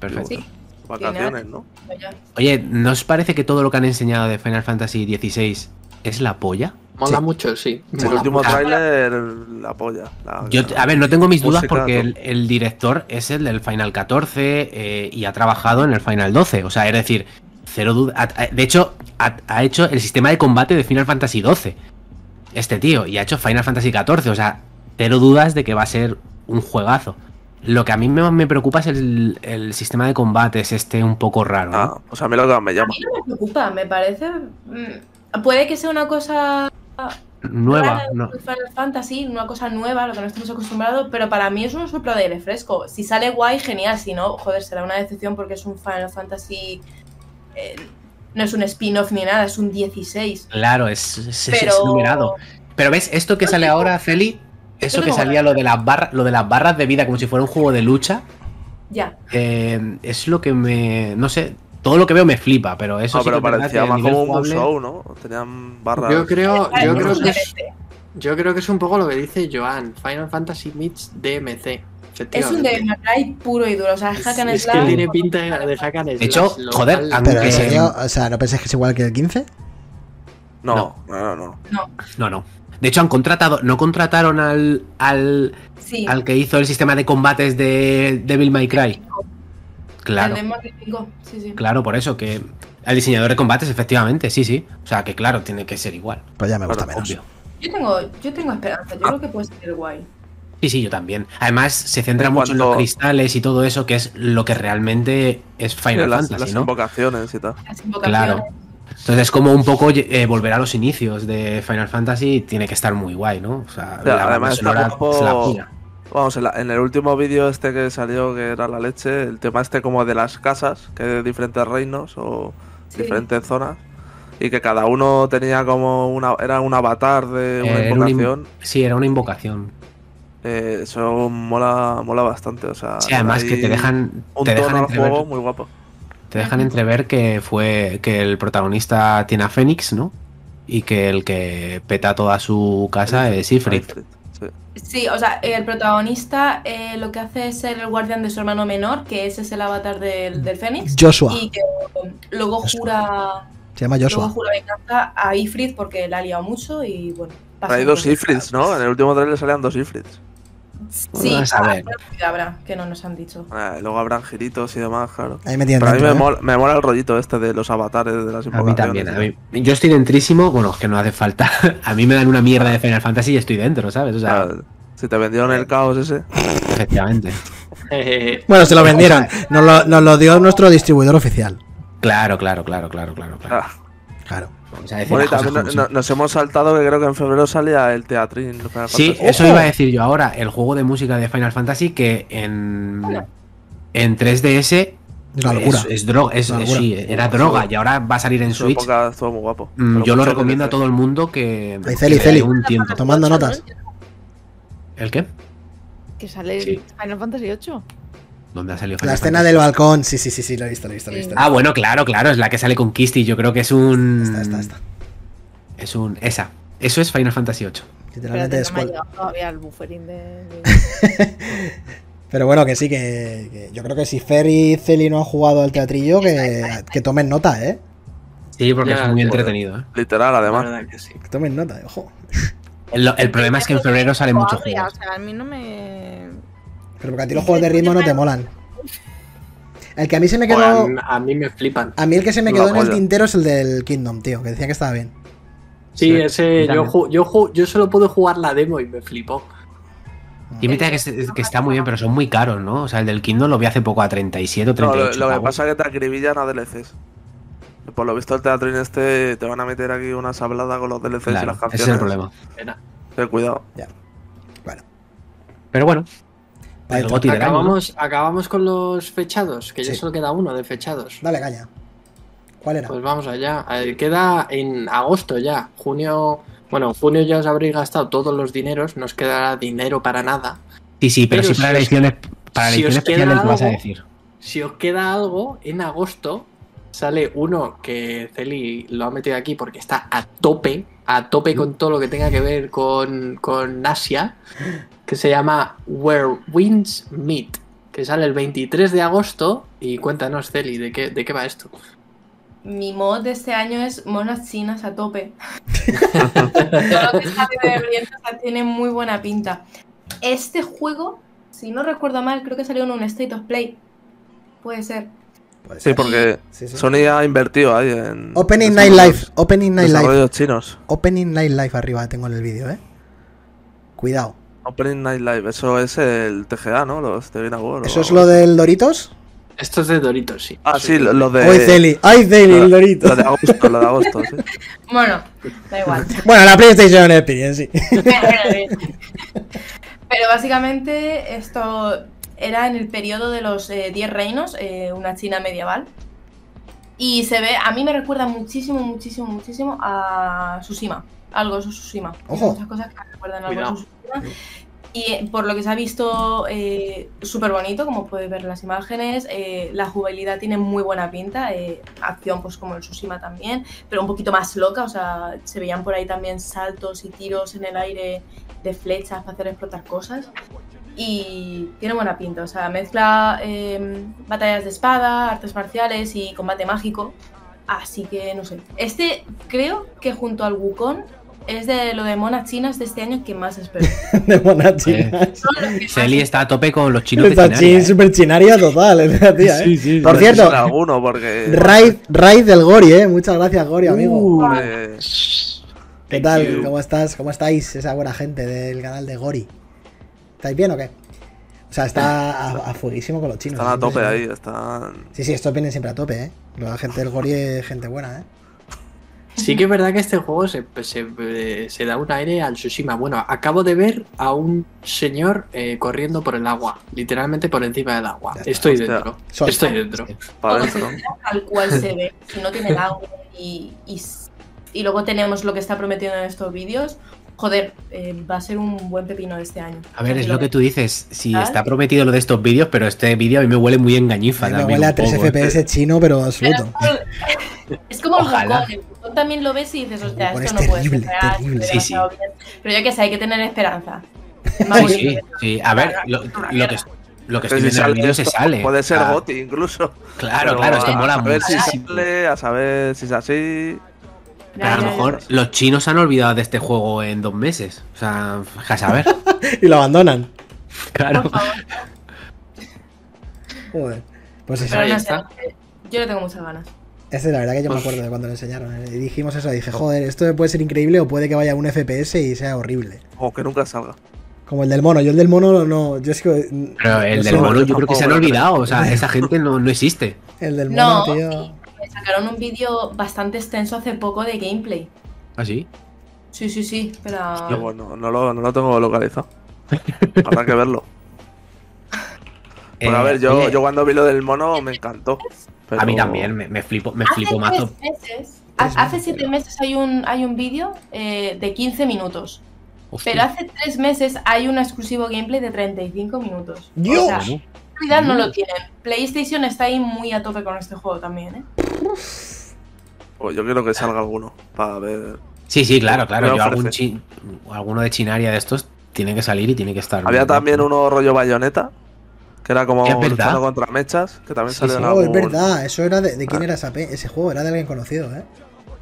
Speaker 1: Perfecto.
Speaker 6: Sí.
Speaker 5: Vacaciones, ¿no?
Speaker 6: Pues ya.
Speaker 1: Oye, ¿no os parece que todo lo que han enseñado de Final Fantasy XVI es la polla?
Speaker 2: Mola
Speaker 4: Sí.
Speaker 2: mucho, sí.
Speaker 5: El
Speaker 2: Mola
Speaker 5: último
Speaker 2: mucho.
Speaker 5: tráiler, la polla. la-
Speaker 1: Yo, a ver, no tengo mis dudas
Speaker 5: Música,
Speaker 1: porque
Speaker 5: todo.
Speaker 1: el, el director es el del Final 14 eh, y ha trabajado en el Final 12. O sea, es decir, cero duda. ha- ha- De hecho, ha, ha hecho el sistema de combate de Final Fantasy 12. Este tío, y ha hecho Final Fantasy 14. O sea, cero dudas de que va a ser un juegazo. Lo que a mí me, me preocupa es el, el sistema de combates este un poco raro. ¿no?
Speaker 5: Ah, pues a mí lo que me
Speaker 6: A
Speaker 5: llama.
Speaker 6: mí no me preocupa, me parece. mm, Puede que sea una cosa
Speaker 1: Nueva.
Speaker 6: rara,
Speaker 1: no.
Speaker 6: Final Fantasy, una cosa nueva, lo que no estamos acostumbrados, pero para mí es un soplo de aire fresco. Si sale guay, genial. Si no, joder, será una decepción porque es un Final Fantasy. eh, no es un spin-off ni nada, es un 16.
Speaker 1: Claro, es, es- es- es
Speaker 6: Pero- Pues
Speaker 1: numerado. Pero ves, esto que sale ahora, Feli, eso
Speaker 6: Yo
Speaker 1: que
Speaker 6: tengo
Speaker 1: salía lo de las barras, lo de las barras de vida como si fuera un juego de lucha,
Speaker 6: Ya.
Speaker 1: eh, es lo que me. no sé, todo lo que veo me flipa, pero eso
Speaker 5: No,
Speaker 1: sí que
Speaker 5: Ah, pero
Speaker 1: es verdad
Speaker 5: parecía
Speaker 1: que a
Speaker 5: más
Speaker 1: nivel
Speaker 5: como un
Speaker 1: jugable-
Speaker 5: show, ¿no? Tenían barras.
Speaker 2: Yo creo, yo
Speaker 1: no
Speaker 2: creo que es,
Speaker 6: diferente.
Speaker 2: yo creo que es un poco lo que dice Joan. Final Fantasy meets DMC.
Speaker 6: Es un
Speaker 2: Efectivamente.
Speaker 6: Devil May Cry puro y duro. O sea, es hack and
Speaker 2: Es que
Speaker 6: slash.
Speaker 2: tiene pinta de hack and slash.
Speaker 1: De hecho,
Speaker 2: lo
Speaker 1: joder,
Speaker 2: cual-
Speaker 1: aunque
Speaker 4: Pero, ¿en
Speaker 1: Eh,
Speaker 4: serio? O sea, ¿no pensáis que es igual que el 15?
Speaker 5: No, no, no. no.
Speaker 1: No, no. De hecho, han contratado. No contrataron al. al,
Speaker 6: Sí,
Speaker 1: al que hizo el sistema de combates de Devil May Cry. Claro.
Speaker 6: el de Morning Bingo. Sí, sí.
Speaker 1: Claro, por eso, que. Al diseñador de combates, efectivamente, sí, sí. O sea, que claro, tiene que ser igual.
Speaker 4: Pues ya me gusta
Speaker 1: Claro,
Speaker 4: menos.
Speaker 1: obvio.
Speaker 6: Yo tengo, yo tengo esperanza.
Speaker 5: Ah.
Speaker 6: Yo creo que puede ser guay.
Speaker 1: Sí, sí, yo también. Además, se centra
Speaker 5: En
Speaker 1: mucho en los
Speaker 5: cuanto-
Speaker 1: cristales y todo eso, que es lo que realmente es Final
Speaker 5: las,
Speaker 1: Fantasy,
Speaker 5: las
Speaker 1: ¿no?
Speaker 5: invocaciones y tal.
Speaker 6: Las invocaciones.
Speaker 1: Claro. Entonces, es como un poco eh, volver a los inicios de Final Fantasy tiene que estar muy guay, ¿no? O sea,
Speaker 5: Ya,
Speaker 1: la banda
Speaker 5: además está
Speaker 1: sonora
Speaker 5: un poco-
Speaker 1: es la pura.
Speaker 5: Vamos, en, la- en el último vídeo este que salió, que era la leche, el tema este como de las casas, que de diferentes reinos o
Speaker 6: Sí.
Speaker 5: diferentes zonas, y que cada uno tenía como una, era un avatar de una
Speaker 1: Eh, era una in-
Speaker 5: invocación,
Speaker 1: Sí, era una invocación.
Speaker 5: eh, eso mola, mola bastante, o sea...
Speaker 1: Sí, además
Speaker 5: ahí
Speaker 1: que te dejan,
Speaker 5: Ah, Un
Speaker 1: te dejan
Speaker 5: tono al
Speaker 1: entrever,
Speaker 5: juego muy guapo.
Speaker 1: te dejan entrever que fue que el protagonista tiene a Fénix, ¿no? Y que el que peta toda su casa es Ifrit.
Speaker 5: Ifrit, sí.
Speaker 6: Sí, o sea, el protagonista eh, lo que hace es ser el guardián de su hermano menor, que ese es el avatar del, del Fénix.
Speaker 4: Joshua.
Speaker 6: Y que um, luego jura
Speaker 4: Se llama Joshua.
Speaker 6: Luego juro venganza a Ifrit porque la ha liado mucho y bueno. pasan
Speaker 5: Hay dos
Speaker 6: cosas.
Speaker 5: Ifrits, ¿no? En el último trailer salían dos Ifrits.
Speaker 6: Sí,
Speaker 1: Vamos a
Speaker 6: habrá,
Speaker 1: ver.
Speaker 6: habrá, que no nos han dicho.
Speaker 5: Ah, y luego habrán giritos y demás, claro.
Speaker 4: Ahí me tienen
Speaker 5: Pero a mí
Speaker 4: dentro,
Speaker 5: me
Speaker 4: ¿eh?
Speaker 5: mola, me mola el rollito este de los avatares de las
Speaker 1: A
Speaker 5: invocaciones. ¿eh?
Speaker 1: mí también. a mí- Yo estoy dentrísimo, bueno, es que no hace falta. A mí me dan una mierda de Final Fantasy y estoy dentro, ¿sabes? O sea, eh,
Speaker 5: Ah, si te vendieron el caos ese.
Speaker 1: efectivamente.
Speaker 2: Eh,
Speaker 4: Bueno, se lo vendieron. Nos lo, nos lo dio nuestro distribuidor oficial.
Speaker 1: Claro, claro, claro, claro, claro. claro.
Speaker 5: Ah.
Speaker 4: Claro.
Speaker 1: Vamos a decir
Speaker 5: Bueno, y
Speaker 1: las cosas
Speaker 5: también
Speaker 1: como
Speaker 5: no-
Speaker 1: son.
Speaker 5: no- nos hemos saltado que creo que en febrero salía el teatrín. Final
Speaker 1: Sí,
Speaker 5: Fantasy.
Speaker 1: eso iba a decir yo ahora. El juego de música de Final Fantasy que en, en 3DS
Speaker 4: Es una locura.
Speaker 1: es, es droga. Es,
Speaker 4: Una
Speaker 1: es-
Speaker 4: locura.
Speaker 1: sí, era droga y ahora va a salir en
Speaker 5: En su
Speaker 1: Switch.
Speaker 5: época estuvo muy guapo.
Speaker 1: Mm,
Speaker 5: Pero
Speaker 1: Yo lo
Speaker 5: mucho
Speaker 1: recomiendo a
Speaker 5: merece.
Speaker 1: todo el mundo que,
Speaker 4: Ahí, Celi,
Speaker 1: que le
Speaker 4: Celi.
Speaker 1: dé un tiempo.
Speaker 4: Tomando
Speaker 3: Final
Speaker 4: notas.
Speaker 3: Fantasy VIII,
Speaker 1: ¿El qué?
Speaker 3: ¿no? Que sale
Speaker 1: Sí.
Speaker 3: Final Fantasy VIII.
Speaker 1: ¿Dónde ha salido
Speaker 4: La
Speaker 1: Final
Speaker 4: escena
Speaker 1: Fantasy?
Speaker 4: del balcón. Sí, sí, sí, sí, lo he visto, lo he visto, lo he visto.
Speaker 1: Ah, bueno, claro, claro, es la que sale con Kisti. Yo creo que es un.
Speaker 4: Está, está, está.
Speaker 1: Es un. Esa. Eso es Final Fantasy VIII.
Speaker 4: Literalmente
Speaker 3: Espérate,
Speaker 4: es
Speaker 3: no me ha
Speaker 4: cual-
Speaker 3: llegado todavía el buferín de. de-
Speaker 4: Pero bueno, que sí, que, que yo creo que si Fer y Celi no han jugado al teatrillo, que, que tomen nota, ¿eh?
Speaker 1: Sí, porque
Speaker 2: Ya,
Speaker 1: es muy
Speaker 2: ya.
Speaker 1: entretenido. ¿eh?
Speaker 5: Literal,
Speaker 2: la
Speaker 5: además.
Speaker 2: verdad que sí.
Speaker 4: Que tomen nota, eh, ojo.
Speaker 1: El, el problema es que en febrero salen muchos
Speaker 3: Agria,
Speaker 1: juegos.
Speaker 3: O sea, a mí no me. pues
Speaker 4: Pero porque a ti los juegos de ritmo no te molan. El que a mí se me
Speaker 2: Joder, a,
Speaker 4: quedó.
Speaker 2: mí, a mí me flipan.
Speaker 4: A mí el que se me
Speaker 5: La
Speaker 4: quedó en el
Speaker 5: polla.
Speaker 4: tintero es el del Kingdom, tío, que decía que estaba bien.
Speaker 2: Sí,
Speaker 1: Sí,
Speaker 2: ese yo,
Speaker 1: también.
Speaker 2: ju- yo, ju- yo solo pude jugar la demo y me flipó.
Speaker 1: Y me que, se- que está muy bien, pero son muy caros, ¿no? O sea, el del Kindle lo vi hace poco a 37 o
Speaker 5: No,
Speaker 1: 38.
Speaker 5: lo, lo que
Speaker 1: pavos.
Speaker 5: pasa es que te acribillan a DLCs. Por lo visto, el teatrín este te van a meter aquí una sablada con los DLCs y
Speaker 1: Claro,
Speaker 5: las canciones.
Speaker 1: ese es el problema.
Speaker 2: Espera.
Speaker 5: Ten cuidado.
Speaker 1: Pero bueno,
Speaker 4: Ahí
Speaker 1: el
Speaker 4: está.
Speaker 1: goti del año, ¿no?
Speaker 2: Acabamos, acabamos con los fechados, que ya
Speaker 4: Sí.
Speaker 2: solo queda uno de fechados.
Speaker 4: Dale caña. ¿Cuál era?
Speaker 2: Pues vamos allá. A ver, Queda en agosto ya. Junio. Bueno, en junio ya os habréis gastado todos los dineros. No os quedará dinero para nada.
Speaker 1: Sí, sí, pero, sí
Speaker 2: Pero si
Speaker 1: para la
Speaker 2: os-
Speaker 1: edición, para la
Speaker 2: si
Speaker 1: edición
Speaker 2: os queda
Speaker 1: especial les vas a
Speaker 2: algo-
Speaker 1: decir.
Speaker 2: Si os queda algo, en agosto sale uno que Celi lo ha metido aquí porque está a tope, a tope con todo lo que tenga que ver con, con Asia, que se llama Where Winds Meet, que sale el 23 de agosto. Y cuéntanos, Celi, ¿de qué, de qué va esto?
Speaker 6: Mi mod de este año es monas chinas a tope. Todo lo que sale de Oriente, o sea, tiene muy buena pinta. Este juego, si no recuerdo mal, creo que salió en un State of Play. Puede ser.
Speaker 4: Puede
Speaker 5: Sí,
Speaker 4: ser.
Speaker 5: porque
Speaker 4: Sí, sí.
Speaker 5: Sony ha invertido ahí en.
Speaker 4: Opening Night Live. Opening Night Live.
Speaker 5: Desarrollos chinos.
Speaker 4: Opening Night Live arriba tengo en el vídeo, ¿eh? Cuidado.
Speaker 5: Opening Night Live. Eso es el TGA, ¿no? Los Divina World.
Speaker 4: ¿Eso es lo del Doritos?
Speaker 2: Esto es de Doritos, sí.
Speaker 5: Ah, sí, lo- los de.
Speaker 4: ¡Ay, Celi! ¡Ay, Celi, el
Speaker 5: lo-
Speaker 4: Doritos!
Speaker 5: Lo de agosto, lo de agosto, sí.
Speaker 6: Bueno, da igual.
Speaker 4: Bueno, la PlayStation Experience, sí.
Speaker 6: Pero básicamente esto era en el periodo de los eh, Diez Reinos, eh, una China medieval. Y se ve, a mí me recuerda muchísimo, muchísimo, muchísimo a Tsushima. Algo de Tsushima. Hay
Speaker 4: Ojo.
Speaker 6: Muchas cosas que me recuerdan algo
Speaker 2: Cuidado.
Speaker 6: de Tsushima. Y eh, por lo que se ha visto, eh, súper bonito, como puedes ver en las imágenes. eh, la jugabilidad tiene muy buena pinta. eh, acción, pues como en Tsushima también, pero un poquito más loca. O sea, se veían por ahí también saltos y tiros en el aire de flechas para hacer explotar cosas. Y tiene buena pinta, o sea, mezcla eh, batallas de espada, artes marciales y combate mágico. Así que no sé. Este creo que junto al Wukong es de lo de monas chinas de este año que más espero.
Speaker 4: De
Speaker 1: Eh,
Speaker 4: monachinas.
Speaker 6: Son los que más
Speaker 1: Celi está a tope con los chinos de
Speaker 4: Está
Speaker 1: Chinaria,
Speaker 4: chin,
Speaker 1: ¿eh?
Speaker 4: super chinaria total, es la tía, ¿eh? Por
Speaker 5: No sé si
Speaker 4: cierto,
Speaker 5: será alguno, porque.
Speaker 4: Raid, Raid del Gori, ¿eh? Muchas gracias, Gori,
Speaker 2: Uh,
Speaker 4: amigo.
Speaker 5: eh,
Speaker 4: ¿Qué tal? ¿Cómo estás? ¿Cómo estáis? Esa buena gente del canal de Gori. ¿Estáis bien o qué? O sea, está a, a fueguísimo con los chinos.
Speaker 5: están a
Speaker 4: siempre,
Speaker 5: tope
Speaker 4: ¿eh?
Speaker 5: ahí, están.
Speaker 4: Sí, sí, estos vienen siempre a tope, ¿eh? La gente del Gori es gente buena, ¿eh?
Speaker 2: Sí que es verdad que este juego se, se- eh, se da un aire al Tsushima. Bueno, acabo de ver a un señor eh, corriendo por el agua, literalmente por encima del agua.
Speaker 4: Ya está,
Speaker 2: Estoy
Speaker 5: hostia.
Speaker 2: dentro,
Speaker 4: Sol.
Speaker 2: estoy dentro.
Speaker 5: Para adentro.
Speaker 6: tal cual se ve, si no tiene el agua y, y, s- y luego tenemos lo que está prometiendo en estos vídeos, joder, eh, va a ser un buen pepino este año.
Speaker 1: A ver, es
Speaker 6: Tranquilo.
Speaker 1: lo que tú dices. Si
Speaker 3: ¿Ah?
Speaker 6: ¿Tal?
Speaker 1: está prometido lo de estos vídeos, pero este vídeo a mí me huele muy engañifa.
Speaker 4: A mí me
Speaker 1: también
Speaker 4: huele a
Speaker 1: un poco,
Speaker 4: 3
Speaker 1: ¿eh?
Speaker 4: FPS chino, pero absoluto.
Speaker 6: Es como el
Speaker 1: Ojalá.
Speaker 6: Wukong, el Wukong también lo ves y dices, hostia,
Speaker 4: Wukong
Speaker 6: esto
Speaker 4: es
Speaker 6: no puede
Speaker 4: terrible,
Speaker 6: ser real,
Speaker 4: terrible.
Speaker 6: se ve
Speaker 1: Sí, sí.
Speaker 6: demasiado bien. Pero yo que sé, hay que tener esperanza.
Speaker 1: Sí, sí, sí. A ver, lo, lo que, lo que estoy viendo en el vídeo se
Speaker 5: esto,
Speaker 1: sale.
Speaker 5: Puede ser
Speaker 1: Ah,
Speaker 5: Goti incluso.
Speaker 1: Claro,
Speaker 5: Pero
Speaker 1: claro, esto
Speaker 5: a-
Speaker 1: mola
Speaker 5: A ver si
Speaker 1: muchísimo.
Speaker 5: sale, a saber si es así.
Speaker 1: Pero a lo mejor los chinos han olvidado de este juego en dos meses. O sea, a saber.
Speaker 4: Y lo abandonan.
Speaker 1: Claro.
Speaker 4: Joder. Pues eso.
Speaker 6: Pero
Speaker 2: Ahí
Speaker 6: no sé, eh,
Speaker 2: está.
Speaker 6: yo le tengo muchas ganas.
Speaker 4: Este, la verdad que yo me
Speaker 2: Pues-
Speaker 4: acuerdo de cuando lo enseñaron. ¿eh? Y dijimos eso, dije, joder, esto puede ser increíble o puede que vaya a un FPS y sea horrible.
Speaker 5: O que nunca salga.
Speaker 4: Como el del mono. Yo el del mono no. eh, Yo es que.
Speaker 1: Pero el
Speaker 4: no
Speaker 1: del
Speaker 4: sé,
Speaker 1: mono
Speaker 5: yo
Speaker 1: yo creo que se han
Speaker 5: tampoco,
Speaker 1: olvidado. O sea, esa gente no, no existe.
Speaker 4: El del mono,
Speaker 6: No,
Speaker 4: tío.
Speaker 6: me sacaron un vídeo bastante extenso hace poco de gameplay.
Speaker 1: Así.
Speaker 6: Sí, sí, sí,
Speaker 1: Ah.
Speaker 6: pero...
Speaker 5: Yo, bueno, no lo, no lo tengo localizado. Habrá que verlo. Bueno, a ver, yo, yo cuando vi lo del mono me encantó.
Speaker 1: Eh,
Speaker 5: pero-
Speaker 1: A mí también, me, me flipo, me
Speaker 6: Hace
Speaker 1: flipo mazo.
Speaker 6: tres meses, ha- hace siete meses hay un, hay un vídeo eh, de 15 minutos.
Speaker 1: Hostia.
Speaker 6: Pero hace tres meses hay un exclusivo gameplay de 35 minutos.
Speaker 4: ¡Dios!
Speaker 6: O sea,
Speaker 1: Bueno,
Speaker 6: calidad no lo tienen. PlayStation está ahí muy a tope con este juego también, ¿eh?
Speaker 5: O yo quiero que salga alguno para ver.
Speaker 1: Sí, sí, claro,
Speaker 5: Me
Speaker 1: claro. Yo algún
Speaker 5: ofrece.
Speaker 1: chi- alguno de Chinaria de estos tiene que salir y tiene que estar.
Speaker 5: Había también uno rollo bayoneta, que era como
Speaker 1: Es verdad.
Speaker 5: luchando contra mechas, que también
Speaker 1: Sí,
Speaker 5: salió en
Speaker 1: sí.
Speaker 4: Oh, es
Speaker 5: algún-
Speaker 4: verdad, eso era de, de quién era esa pe- ese juego, era de alguien conocido, ¿eh?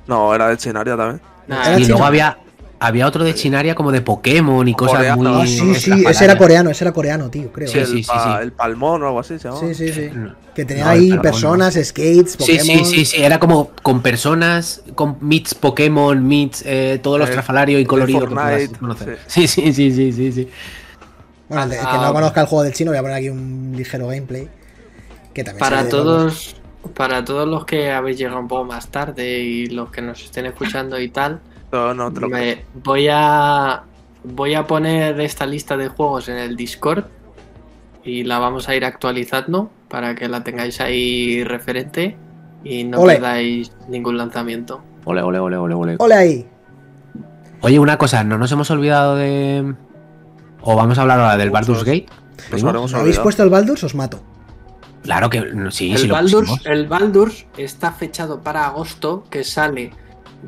Speaker 5: No, era de Chinaria también.
Speaker 2: Nah,
Speaker 4: Era
Speaker 1: Y
Speaker 4: chino.
Speaker 1: luego había, había otro de Chinaria como de Pokémon y cosas
Speaker 5: Coreano.
Speaker 1: muy.
Speaker 4: Ah, sí, sí,
Speaker 1: estrafalarias.
Speaker 4: ese era coreano, ese era coreano, tío, creo. eh.
Speaker 5: Sí,
Speaker 1: Sí,
Speaker 5: el,
Speaker 1: sí, sí,
Speaker 5: pa-
Speaker 1: sí.
Speaker 5: el palmón o algo así se llamaba.
Speaker 4: Sí, sí, sí.
Speaker 1: No.
Speaker 4: Que tenía
Speaker 1: No, el
Speaker 4: ahí
Speaker 1: dragón,
Speaker 4: personas, skates,
Speaker 1: Sí,
Speaker 4: Pokémon.
Speaker 1: sí, sí, sí, era como con personas, con meets Pokémon, meets eh, todos los
Speaker 5: Eh,
Speaker 1: trafalarios y coloridos que
Speaker 5: Fortnite,
Speaker 1: puedas conocer. Sí, sí, sí, sí, sí, sí.
Speaker 4: Bueno, el de- el que no
Speaker 2: Ah.
Speaker 4: conozca el juego del chino, voy a poner aquí un ligero gameplay. Que también
Speaker 2: Para
Speaker 4: sale de
Speaker 2: todos, para todos los que habéis llegado un poco más tarde y los que nos estén escuchando y tal,
Speaker 5: No, no te lo creo.
Speaker 2: me- voy a voy a poner esta lista de juegos en el Discord y la vamos a ir actualizando para que la tengáis ahí referente y no
Speaker 4: Ole.
Speaker 2: perdáis ningún lanzamiento.
Speaker 1: Ole, ole, ole, ole, ole.
Speaker 4: ¡Hola ahí!
Speaker 1: Oye, una cosa, ¿no nos hemos olvidado de. O vamos a hablar ahora del
Speaker 5: Muchos.
Speaker 1: Baldur's Gate?
Speaker 5: Nos
Speaker 1: ¿no?
Speaker 5: habremos
Speaker 4: ¿No habéis
Speaker 5: olvidado.
Speaker 4: puesto el Baldur's? Os mato.
Speaker 1: Claro que no, sí, sí
Speaker 2: El
Speaker 1: lo
Speaker 2: Baldur's,
Speaker 1: pusimos.
Speaker 2: el Baldur's está fechado para agosto, que sale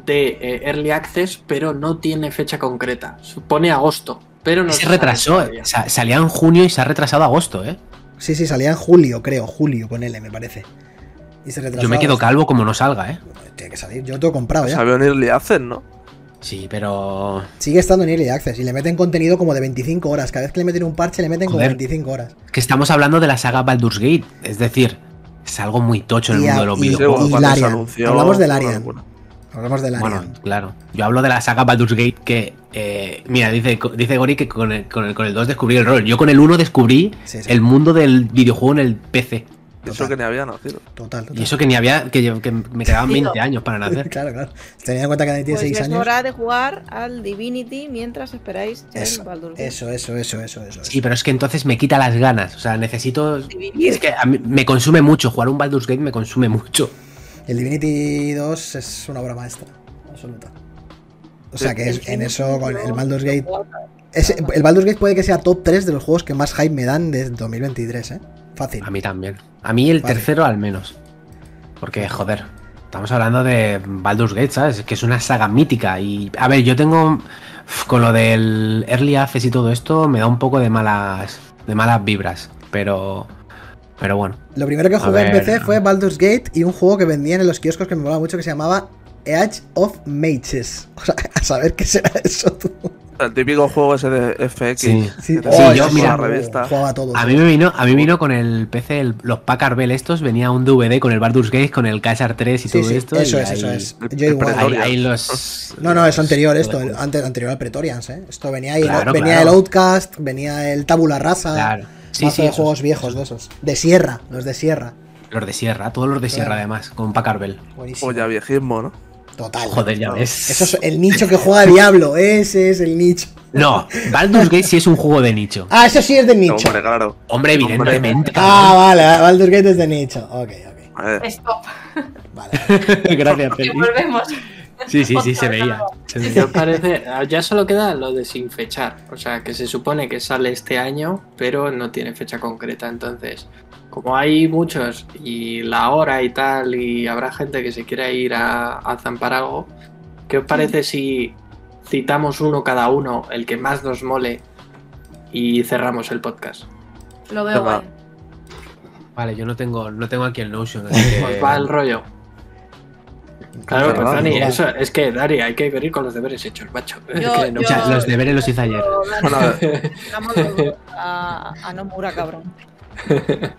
Speaker 2: de eh, Early Access, pero no tiene fecha concreta. Pone agosto, pero no
Speaker 1: Se
Speaker 2: sabe
Speaker 1: retrasó,
Speaker 2: todavía.
Speaker 1: sa- salía en junio y se ha retrasado a agosto, ¿eh?
Speaker 4: Sí, sí, salía en julio, creo, julio con L, me parece. Y se retrasó.
Speaker 1: Yo me quedo calvo como no salga, ¿eh?
Speaker 4: Tiene que salir, yo lo tengo comprado ya.
Speaker 5: Salió en Early Access, ¿no?
Speaker 1: Sí, pero.
Speaker 4: Sigue estando en Early Access y le meten contenido como de 25 horas. Cada vez que le meten un parche le meten como
Speaker 1: Joder.
Speaker 4: 25 horas.
Speaker 1: Que estamos hablando de la saga Baldur's Gate, es decir, es algo muy tocho en el
Speaker 4: Y a-
Speaker 1: mundo de los
Speaker 4: y-
Speaker 5: Sí,
Speaker 4: Yo-
Speaker 5: bueno,
Speaker 1: videojuegos.
Speaker 5: cuando se
Speaker 4: Larian.
Speaker 5: anunció.
Speaker 4: Hablamos de
Speaker 5: una
Speaker 4: Larian.
Speaker 5: locura.
Speaker 4: Hablamos del área.
Speaker 1: Bueno, claro. Yo hablo de la saga Baldur's Gate que. eh, mira, dice, dice Gori que con el, con, el, con el 2 descubrí el rol. Yo con el 1 descubrí
Speaker 4: Sí, sí.
Speaker 1: el mundo del videojuego en el PC.
Speaker 5: Eso que ni había nacido.
Speaker 4: Total, total.
Speaker 1: Y eso que ni había. que, yo- que me quedaban
Speaker 6: Tío.
Speaker 1: 20 años para nacer.
Speaker 4: claro, claro. Teniendo en cuenta que Dani tiene
Speaker 3: Pues
Speaker 4: 6
Speaker 3: es
Speaker 4: años.
Speaker 3: hora de jugar al Divinity mientras esperáis el
Speaker 4: Eso,
Speaker 3: Baldur's Gate.
Speaker 4: Eso, eso, eso, eso, eso.
Speaker 1: Sí, pero es que entonces me quita las ganas. O sea, necesito.
Speaker 3: Divinity.
Speaker 1: Es que a mí me consume mucho. Jugar un Baldur's Gate me consume mucho.
Speaker 4: El Divinity 2 es una obra maestra. Absoluta. O sea que es- en eso, con el Baldur's Gate. ese- el Baldur's Gate puede que sea top 3 de los juegos que más hype me dan desde 2023, ¿eh? Fácil.
Speaker 1: A mí también. A mí el
Speaker 4: Vale.
Speaker 1: tercero al menos. Porque, joder, estamos hablando de Baldur's Gate, ¿sabes? Que es una saga mítica. Y, a ver, yo tengo... uf, Con lo del Early Access y todo esto, me da un poco de malas, de malas vibras. Pero... Pero bueno.
Speaker 4: Lo primero que jugué en
Speaker 1: ver.
Speaker 4: PC fue Baldur's Gate y un juego que vendían en los kioscos que me molaba mucho que se llamaba Age of Mages. O sea, a saber qué será eso tú. oh,
Speaker 5: El típico juego ese de FX.
Speaker 1: Sí.
Speaker 5: que te
Speaker 1: Sí,
Speaker 5: sale
Speaker 1: yo,
Speaker 5: con
Speaker 1: mira, Oh,
Speaker 5: la revista.
Speaker 4: jugaba todo.
Speaker 1: A mí me vino, a mí vino con el PC, el- los Packard Bell estos, venía un DVD con el Baldur's Gate, con el Cashar 3 y
Speaker 4: sí,
Speaker 1: todo
Speaker 4: sí,
Speaker 1: esto.
Speaker 4: eso
Speaker 1: y
Speaker 4: es, eso
Speaker 1: ahí-
Speaker 4: es.
Speaker 5: el-
Speaker 4: Yo
Speaker 5: el
Speaker 4: igual.
Speaker 1: Ahí,
Speaker 5: Pretorian.
Speaker 1: ahí los...
Speaker 4: No, no, es anterior
Speaker 1: los-
Speaker 4: esto, el- ante- anterior al Pretorians, ¿eh? Esto venía, ahí,
Speaker 1: Claro,
Speaker 4: venía
Speaker 1: claro.
Speaker 4: el Outcast, venía el Tabula Rasa,
Speaker 1: Claro. Sí,
Speaker 4: mazo
Speaker 1: sí,
Speaker 4: de
Speaker 1: esos-
Speaker 4: juegos viejos de esos. De Sierra, los de Sierra.
Speaker 1: Los de Sierra, todos los de Sierra
Speaker 4: Claro.
Speaker 1: además, con Packard Bell.
Speaker 4: Buenísimo.
Speaker 5: O pues ya viejismo, ¿no?
Speaker 4: Total.
Speaker 1: Joder, ya ves.
Speaker 4: Eso es el nicho que juega Diablo, ese es el nicho.
Speaker 1: No, Baldur's Gate sí es un juego de nicho.
Speaker 4: Ah, eso sí es de nicho.
Speaker 5: Hombre, claro.
Speaker 1: Hombre, evidentemente.
Speaker 4: Ah, vale, vale, Baldur's Gate es de nicho. Ok, ok.
Speaker 5: Eh,
Speaker 6: Stop,
Speaker 4: Vale.
Speaker 1: Gracias,
Speaker 6: que
Speaker 1: Felipe.
Speaker 6: volvemos.
Speaker 1: Sí, sí, sí, se veía. Se veía.
Speaker 2: Ya parece, ah, ya solo queda lo de sin fechar. O sea, que se supone que sale este año, pero no tiene fecha concreta. Entonces, como hay muchos y la hora y tal, y habrá gente que se quiera ir a, a zampar algo, ¿qué os parece si citamos uno cada uno, el que más nos mole, y cerramos el podcast?
Speaker 6: Lo veo
Speaker 5: Venga.
Speaker 6: guay.
Speaker 1: Vale, yo no tengo, no tengo aquí el Notion, así que.
Speaker 2: Pues va el rollo. Claro,
Speaker 5: Claro,
Speaker 2: pues Dani,
Speaker 5: claro.
Speaker 2: eso, es que Dani, hay que venir con los deberes hechos, macho. Es
Speaker 3: Yo-
Speaker 2: que no-
Speaker 1: O sea, los deberes los hice ayer.
Speaker 5: Bueno, a ver,
Speaker 3: Vamos los- a, a Nomura, cabrón.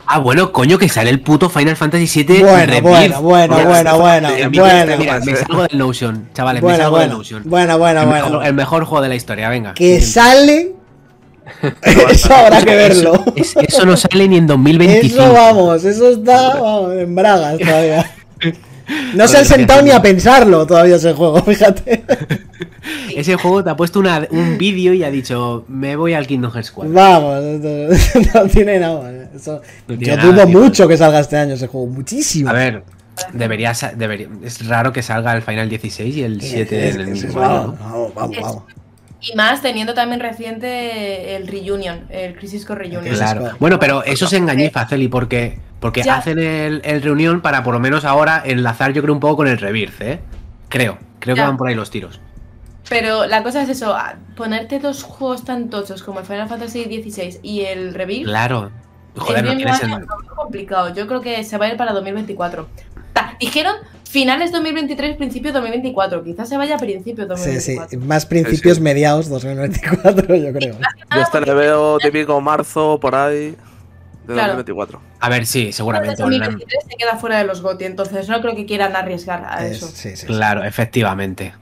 Speaker 1: Ah, bueno, coño, que sale el puto Final Fantasy VII.
Speaker 4: Bueno,
Speaker 1: Revive.
Speaker 4: bueno, bueno,
Speaker 1: Mira,
Speaker 4: bueno, bueno,
Speaker 1: eh, mira,
Speaker 4: bueno.
Speaker 1: Mira, me salgo del Notion, chavales, me
Speaker 4: Bueno,
Speaker 1: salgo del
Speaker 4: bueno,
Speaker 1: Notion.
Speaker 4: bueno, bueno,
Speaker 1: el,
Speaker 4: bueno.
Speaker 1: Mejor, el mejor juego de la historia, venga.
Speaker 4: Que
Speaker 1: Siguiente.
Speaker 4: sale. Eso habrá que verlo.
Speaker 1: Es- eso no sale ni en 2025.
Speaker 4: Eso vamos, eso está vamos, en bragas todavía. No se han
Speaker 1: Joder,
Speaker 4: sentado
Speaker 1: qué
Speaker 4: ni a pensarlo todavía ese juego, fíjate.
Speaker 1: Ese juego te ha puesto una- un vídeo y ha dicho, me voy al Kingdom Hearts 4.
Speaker 4: Vamos, esto- no tiene nada. eso-
Speaker 1: No tiene
Speaker 4: yo
Speaker 1: nada,
Speaker 4: dudo
Speaker 1: tío.
Speaker 4: mucho que salga este año ese juego, muchísimo.
Speaker 1: A ver, debería, sa- debería- es raro que salga el Final 16 y el
Speaker 4: Eh,
Speaker 1: 7
Speaker 4: es-
Speaker 1: en el
Speaker 4: es-
Speaker 1: mismo año.
Speaker 4: vamos,
Speaker 1: ¿no?
Speaker 4: vamos, vamos, vamos.
Speaker 6: Y más teniendo también reciente el Reunion, el Crisis Core Reunion.
Speaker 4: Claro.
Speaker 1: Bueno, pero eso se engañifa, Celi, porque, porque
Speaker 6: Ya.
Speaker 1: hacen el, el reunión para por lo menos ahora enlazar, yo creo, un poco con el Rebirth, ¿eh? Creo, creo
Speaker 6: Ya.
Speaker 1: que van por ahí los tiros.
Speaker 6: Pero la cosa es eso, a- ponerte dos juegos tan tochos como el Final Fantasy XVI y el Reveal
Speaker 1: Claro. Joder,
Speaker 6: el
Speaker 1: no
Speaker 6: mismo
Speaker 1: tienes
Speaker 6: año
Speaker 1: el-
Speaker 6: es complicado. Yo creo que se va a ir para 2024. Ta, dijeron finales 2023, principios 2024. Quizás se vaya a principios
Speaker 4: Sí,
Speaker 6: 2024.
Speaker 4: sí, más principios
Speaker 5: Sí, sí.
Speaker 4: mediados 2024, yo creo.
Speaker 5: Yo hasta le veo típico marzo por ahí de
Speaker 6: Claro.
Speaker 5: 2024.
Speaker 1: A ver, sí, seguramente.
Speaker 6: Entonces, 2023 se queda fuera de los GOTI, entonces no creo que quieran arriesgar a
Speaker 4: Es-
Speaker 6: Ah, eso.
Speaker 4: sí, sí, sí.
Speaker 1: Claro, efectivamente.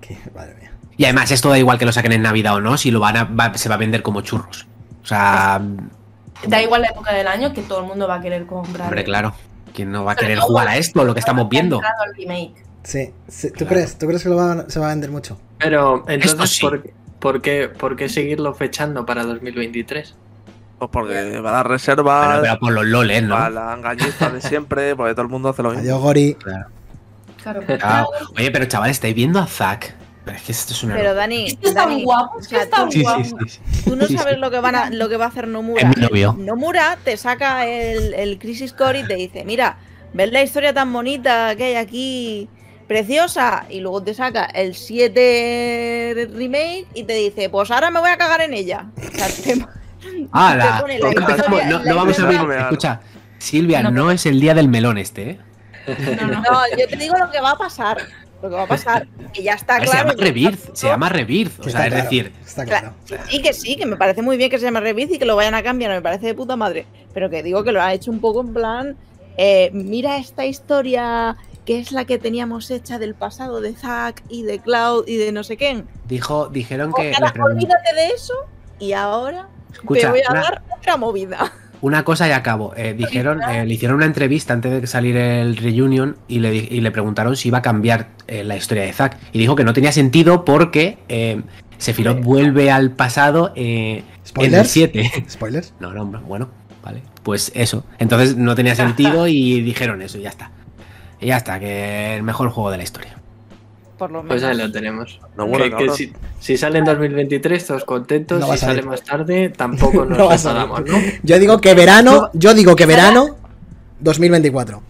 Speaker 4: Que- madre mía.
Speaker 1: Y además, esto da igual que lo saquen en Navidad o no, si lo van a, va- se va a vender como churros. O sea,
Speaker 6: Da igual la época del año que todo el mundo va a querer comprar.
Speaker 1: hombre, claro. ¿Quién no va a
Speaker 6: Sobre
Speaker 1: querer
Speaker 6: todo
Speaker 1: jugar a esto, lo que estamos
Speaker 6: porque ha
Speaker 1: viendo?
Speaker 6: entrado el remake.
Speaker 4: Sí, sí, ¿Tú,
Speaker 1: Claro.
Speaker 4: crees, ¿Tú crees que lo va a- se va a vender mucho?
Speaker 2: Pero entonces,
Speaker 1: sí.
Speaker 2: ¿por, por qué, ¿por qué seguirlo fechando para 2023?
Speaker 5: Pues porque va a dar reservas,
Speaker 1: Bueno, pero por los loles, ¿no?
Speaker 5: a la engañiza de siempre, porque todo el mundo
Speaker 1: ¿Eh?
Speaker 5: hace lo mismo.
Speaker 4: Adiós, Gori.
Speaker 6: Claro.
Speaker 1: Ah, oye, pero chaval, estáis viendo a Zack. Pero es que esto es una.
Speaker 3: Pero
Speaker 1: locura.
Speaker 3: Dani,
Speaker 6: Es que están
Speaker 3: Dani,
Speaker 6: guapos,
Speaker 3: o
Speaker 6: es que
Speaker 3: sea,
Speaker 6: están
Speaker 3: tú-
Speaker 1: Sí,
Speaker 6: guapos.
Speaker 1: sí, sí, sí.
Speaker 3: Tú no
Speaker 1: Sí,
Speaker 3: sabes
Speaker 1: sí.
Speaker 3: lo que, van a, lo que va a hacer Nomura.
Speaker 1: Es mi novio.
Speaker 3: Nomura te saca el, el Crisis Core y te dice, mira, ¿ves la historia tan bonita que hay aquí? Preciosa. Y luego te saca el 7 remake y te dice, pues ahora me voy a cagar en ella. O sea, te-
Speaker 1: ¡Hala!
Speaker 3: Te pone
Speaker 1: No,
Speaker 3: la
Speaker 1: empezamos-
Speaker 3: historia-
Speaker 1: no,
Speaker 3: la
Speaker 1: no vamos a
Speaker 5: historia-
Speaker 1: abrir. Escucha, Silvia,
Speaker 6: No.
Speaker 1: no. es el día del melón este, ¿eh?
Speaker 6: No, no.
Speaker 3: No, yo te digo lo que va a pasar. Lo que va a pasar. Que ya está
Speaker 1: A ver, se
Speaker 3: Ah, claro.
Speaker 1: llama Rebirth. Se llama Rebirth.
Speaker 4: Que
Speaker 1: O
Speaker 4: está
Speaker 1: sea, es
Speaker 4: claro,
Speaker 1: decir,
Speaker 4: Está
Speaker 3: Cla-
Speaker 4: claro.
Speaker 3: sí, sí, que sí, que me parece muy bien que se llame Rebiz y que lo vayan a cambiar, me parece de puta madre. Pero que digo que lo ha hecho un poco en plan, eh, mira esta historia que es la que teníamos hecha del pasado de Zack y de Cloud y de no sé quién.
Speaker 1: dijo, dijeron que.
Speaker 3: Ahora
Speaker 1: le pregun-
Speaker 3: olvídate de eso y ahora
Speaker 1: Escucha,
Speaker 3: te voy a
Speaker 1: una-
Speaker 3: dar otra movida.
Speaker 1: Una cosa y acabo. Eh, dijeron, eh, le hicieron una entrevista antes de que salir el reunion y le, di- y le preguntaron si iba a cambiar eh, la historia de Zack. Y dijo que no tenía sentido porque eh, Sephiroth vuelve al pasado eh, en el
Speaker 4: ¿Spoilers?
Speaker 1: 7.
Speaker 4: ¿Spoilers?
Speaker 1: No, no, hombre, bueno, vale. Pues eso. Entonces no tenía sentido y dijeron eso y ya está. Y ya está, que el mejor juego de la historia.
Speaker 3: Por lo menos.
Speaker 2: Pues ahí lo tenemos.
Speaker 5: No, bueno,
Speaker 2: Que- que
Speaker 5: cabrón.
Speaker 2: si, si sale en 2023, todos contentos.
Speaker 4: No va a
Speaker 2: si sale
Speaker 4: salir.
Speaker 2: más tarde, tampoco nos
Speaker 4: No va a salir.
Speaker 2: enfadamos, ¿no?
Speaker 4: Yo digo que verano, yo digo que verano 2024.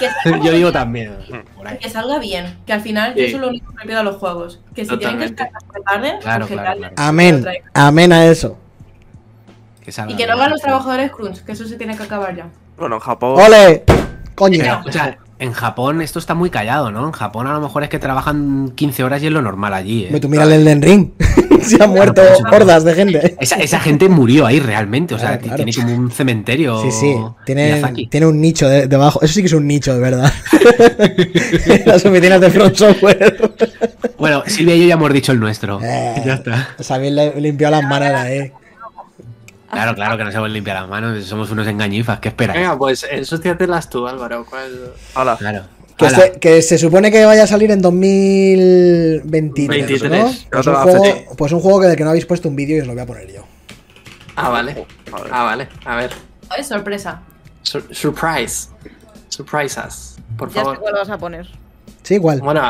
Speaker 6: Que salga
Speaker 1: Yo digo
Speaker 6: bien,
Speaker 1: también. por ahí.
Speaker 6: Que salga bien, que al final
Speaker 2: Sí.
Speaker 6: eso es lo único que le pido a los juegos. Que si tienen que
Speaker 2: Totalmente.
Speaker 6: estar hasta tarde,
Speaker 1: Claro,
Speaker 6: pues que
Speaker 1: claro, claro.
Speaker 6: tarde,
Speaker 4: Amén.
Speaker 6: lo traigan.
Speaker 4: Amén a eso.
Speaker 1: salga
Speaker 6: Y que no
Speaker 1: bien.
Speaker 6: hagan los trabajadores crunch, que eso se tiene que acabar ya.
Speaker 5: Bueno, en Japón.
Speaker 1: Oh.
Speaker 4: ¡Ole! Coño.
Speaker 1: Pero, escucha, en Japón esto está muy callado, ¿no? En Japón a lo mejor es que trabajan 15 horas y es lo normal allí. ¿eh?
Speaker 4: Tú mira el Elden Ring. Se han muerto
Speaker 1: por supuesto.
Speaker 4: hordas de gente.
Speaker 1: Esa, esa gente murió ahí realmente, o sea,
Speaker 4: Claro, claro.
Speaker 1: tiene como un cementerio.
Speaker 4: Sí, sí.
Speaker 1: Miyazaki.
Speaker 4: Tienen, tiene un nicho de- debajo. Eso sí que es un nicho, de verdad. Las oficinas de Front Software.
Speaker 1: Bueno, Silvia y yo ya hemos dicho el nuestro.
Speaker 4: Eh.
Speaker 1: Ya está.
Speaker 4: Sabéis, le limpió las manos E. ahí.
Speaker 1: Claro, claro, que nos hemos limpiado las manos, somos unos engañifas, ¿qué esperas?
Speaker 2: Venga, pues ensúciatelas tú, Álvaro. ¿Cuál?
Speaker 5: Hola.
Speaker 1: Claro.
Speaker 4: Que
Speaker 1: Ala,
Speaker 4: se, que se supone que vaya a salir en 2023, ¿no?
Speaker 2: 23.
Speaker 4: Pues
Speaker 5: Otra
Speaker 4: un,
Speaker 5: fecha.
Speaker 4: juego, pues un juego que del que no habéis puesto un vídeo y os lo voy a poner yo.
Speaker 2: Ah, vale.
Speaker 5: A ver.
Speaker 2: Ah, vale. A ver.
Speaker 6: Ay, sorpresa.
Speaker 2: Sur- surprise. Surprise us. Por
Speaker 3: Ya sé
Speaker 2: favor.
Speaker 3: cuál vas a poner.
Speaker 4: Sí, igual.
Speaker 2: Bueno,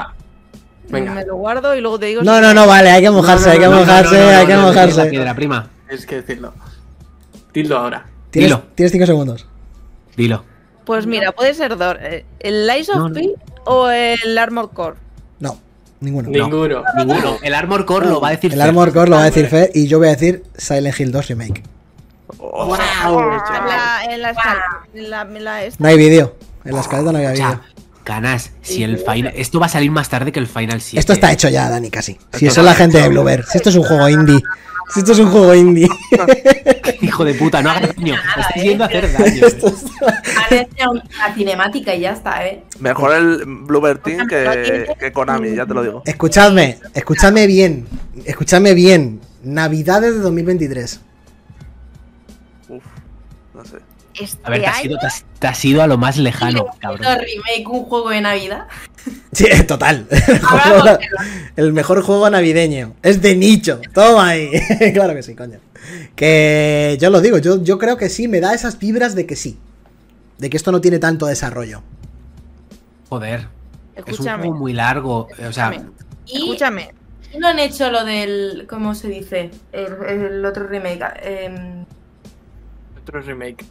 Speaker 2: venga.
Speaker 3: Me lo guardo y luego te digo.
Speaker 4: No,
Speaker 3: si-
Speaker 4: no, no, vale, hay que mojarse, hay que
Speaker 2: no, no,
Speaker 4: mojarse,
Speaker 2: no, no,
Speaker 4: hay que
Speaker 2: no,
Speaker 1: la
Speaker 2: no,
Speaker 4: mojarse.
Speaker 1: piedra prima,
Speaker 2: Tienes que decirlo. Dilo ahora.
Speaker 4: Tienes,
Speaker 1: Dilo.
Speaker 4: tienes cinco segundos.
Speaker 1: dilo.
Speaker 3: Pues mira, puede ser dos. eh, ¿El Lies of
Speaker 1: No, no.
Speaker 3: P o el Armored Core?
Speaker 4: No, ninguno.
Speaker 2: Ninguno.
Speaker 1: Ninguno. El Armor Core lo va a decir.
Speaker 4: El
Speaker 1: Fer.
Speaker 4: Armor Core lo va a decir Fer y yo voy a decir Silent Hill 2 Remake.
Speaker 5: ¡Wow!
Speaker 2: Ah.
Speaker 3: La- en la escal- en la- en la esta.
Speaker 4: No hay vídeo. En la escaleta no había
Speaker 1: O
Speaker 4: vídeo.
Speaker 1: sea, canas, si el final. Esto va a salir más tarde que el Final 7.
Speaker 4: Esto está hecho ya, Dani, casi. Si
Speaker 5: Esto
Speaker 4: eso es la
Speaker 5: está
Speaker 4: gente
Speaker 5: hecho.
Speaker 4: de Bluebird. Si esto es un juego indie. Si esto es un juego indie.
Speaker 1: Hijo de puta, no hagas daño. Estás yendo a hacer daño.
Speaker 4: eh. Esto es-
Speaker 6: Han hecho una cinemática y ya está, ¿eh?
Speaker 5: Mejor el Bluebird Team que, que Konami, ya te lo digo.
Speaker 4: Escuchadme, escuchadme bien. Escuchadme bien. Navidades de 2023.
Speaker 5: Uf, no sé.
Speaker 3: Este
Speaker 1: A ver, te has,
Speaker 3: año
Speaker 1: ido, te, has, te has ido a lo más lejano,
Speaker 6: Un
Speaker 1: cabrón.
Speaker 6: remake, un juego de Navidad.
Speaker 4: Sí, total. El,
Speaker 6: Ahora
Speaker 4: juego-
Speaker 6: porque lo-
Speaker 4: el mejor juego navideño. Es de nicho. Toma ahí. claro que sí, coño. Que yo lo digo, yo, yo creo que sí, me da esas vibras de que sí. De que esto no tiene tanto desarrollo.
Speaker 1: Joder, es un
Speaker 3: Escúchame,
Speaker 1: juego muy largo. O sea,
Speaker 3: Escúchame.
Speaker 6: Y
Speaker 3: escúchame.
Speaker 6: y no han hecho lo del. ¿Cómo se dice? El, el otro remake. eh,
Speaker 2: Otro remake.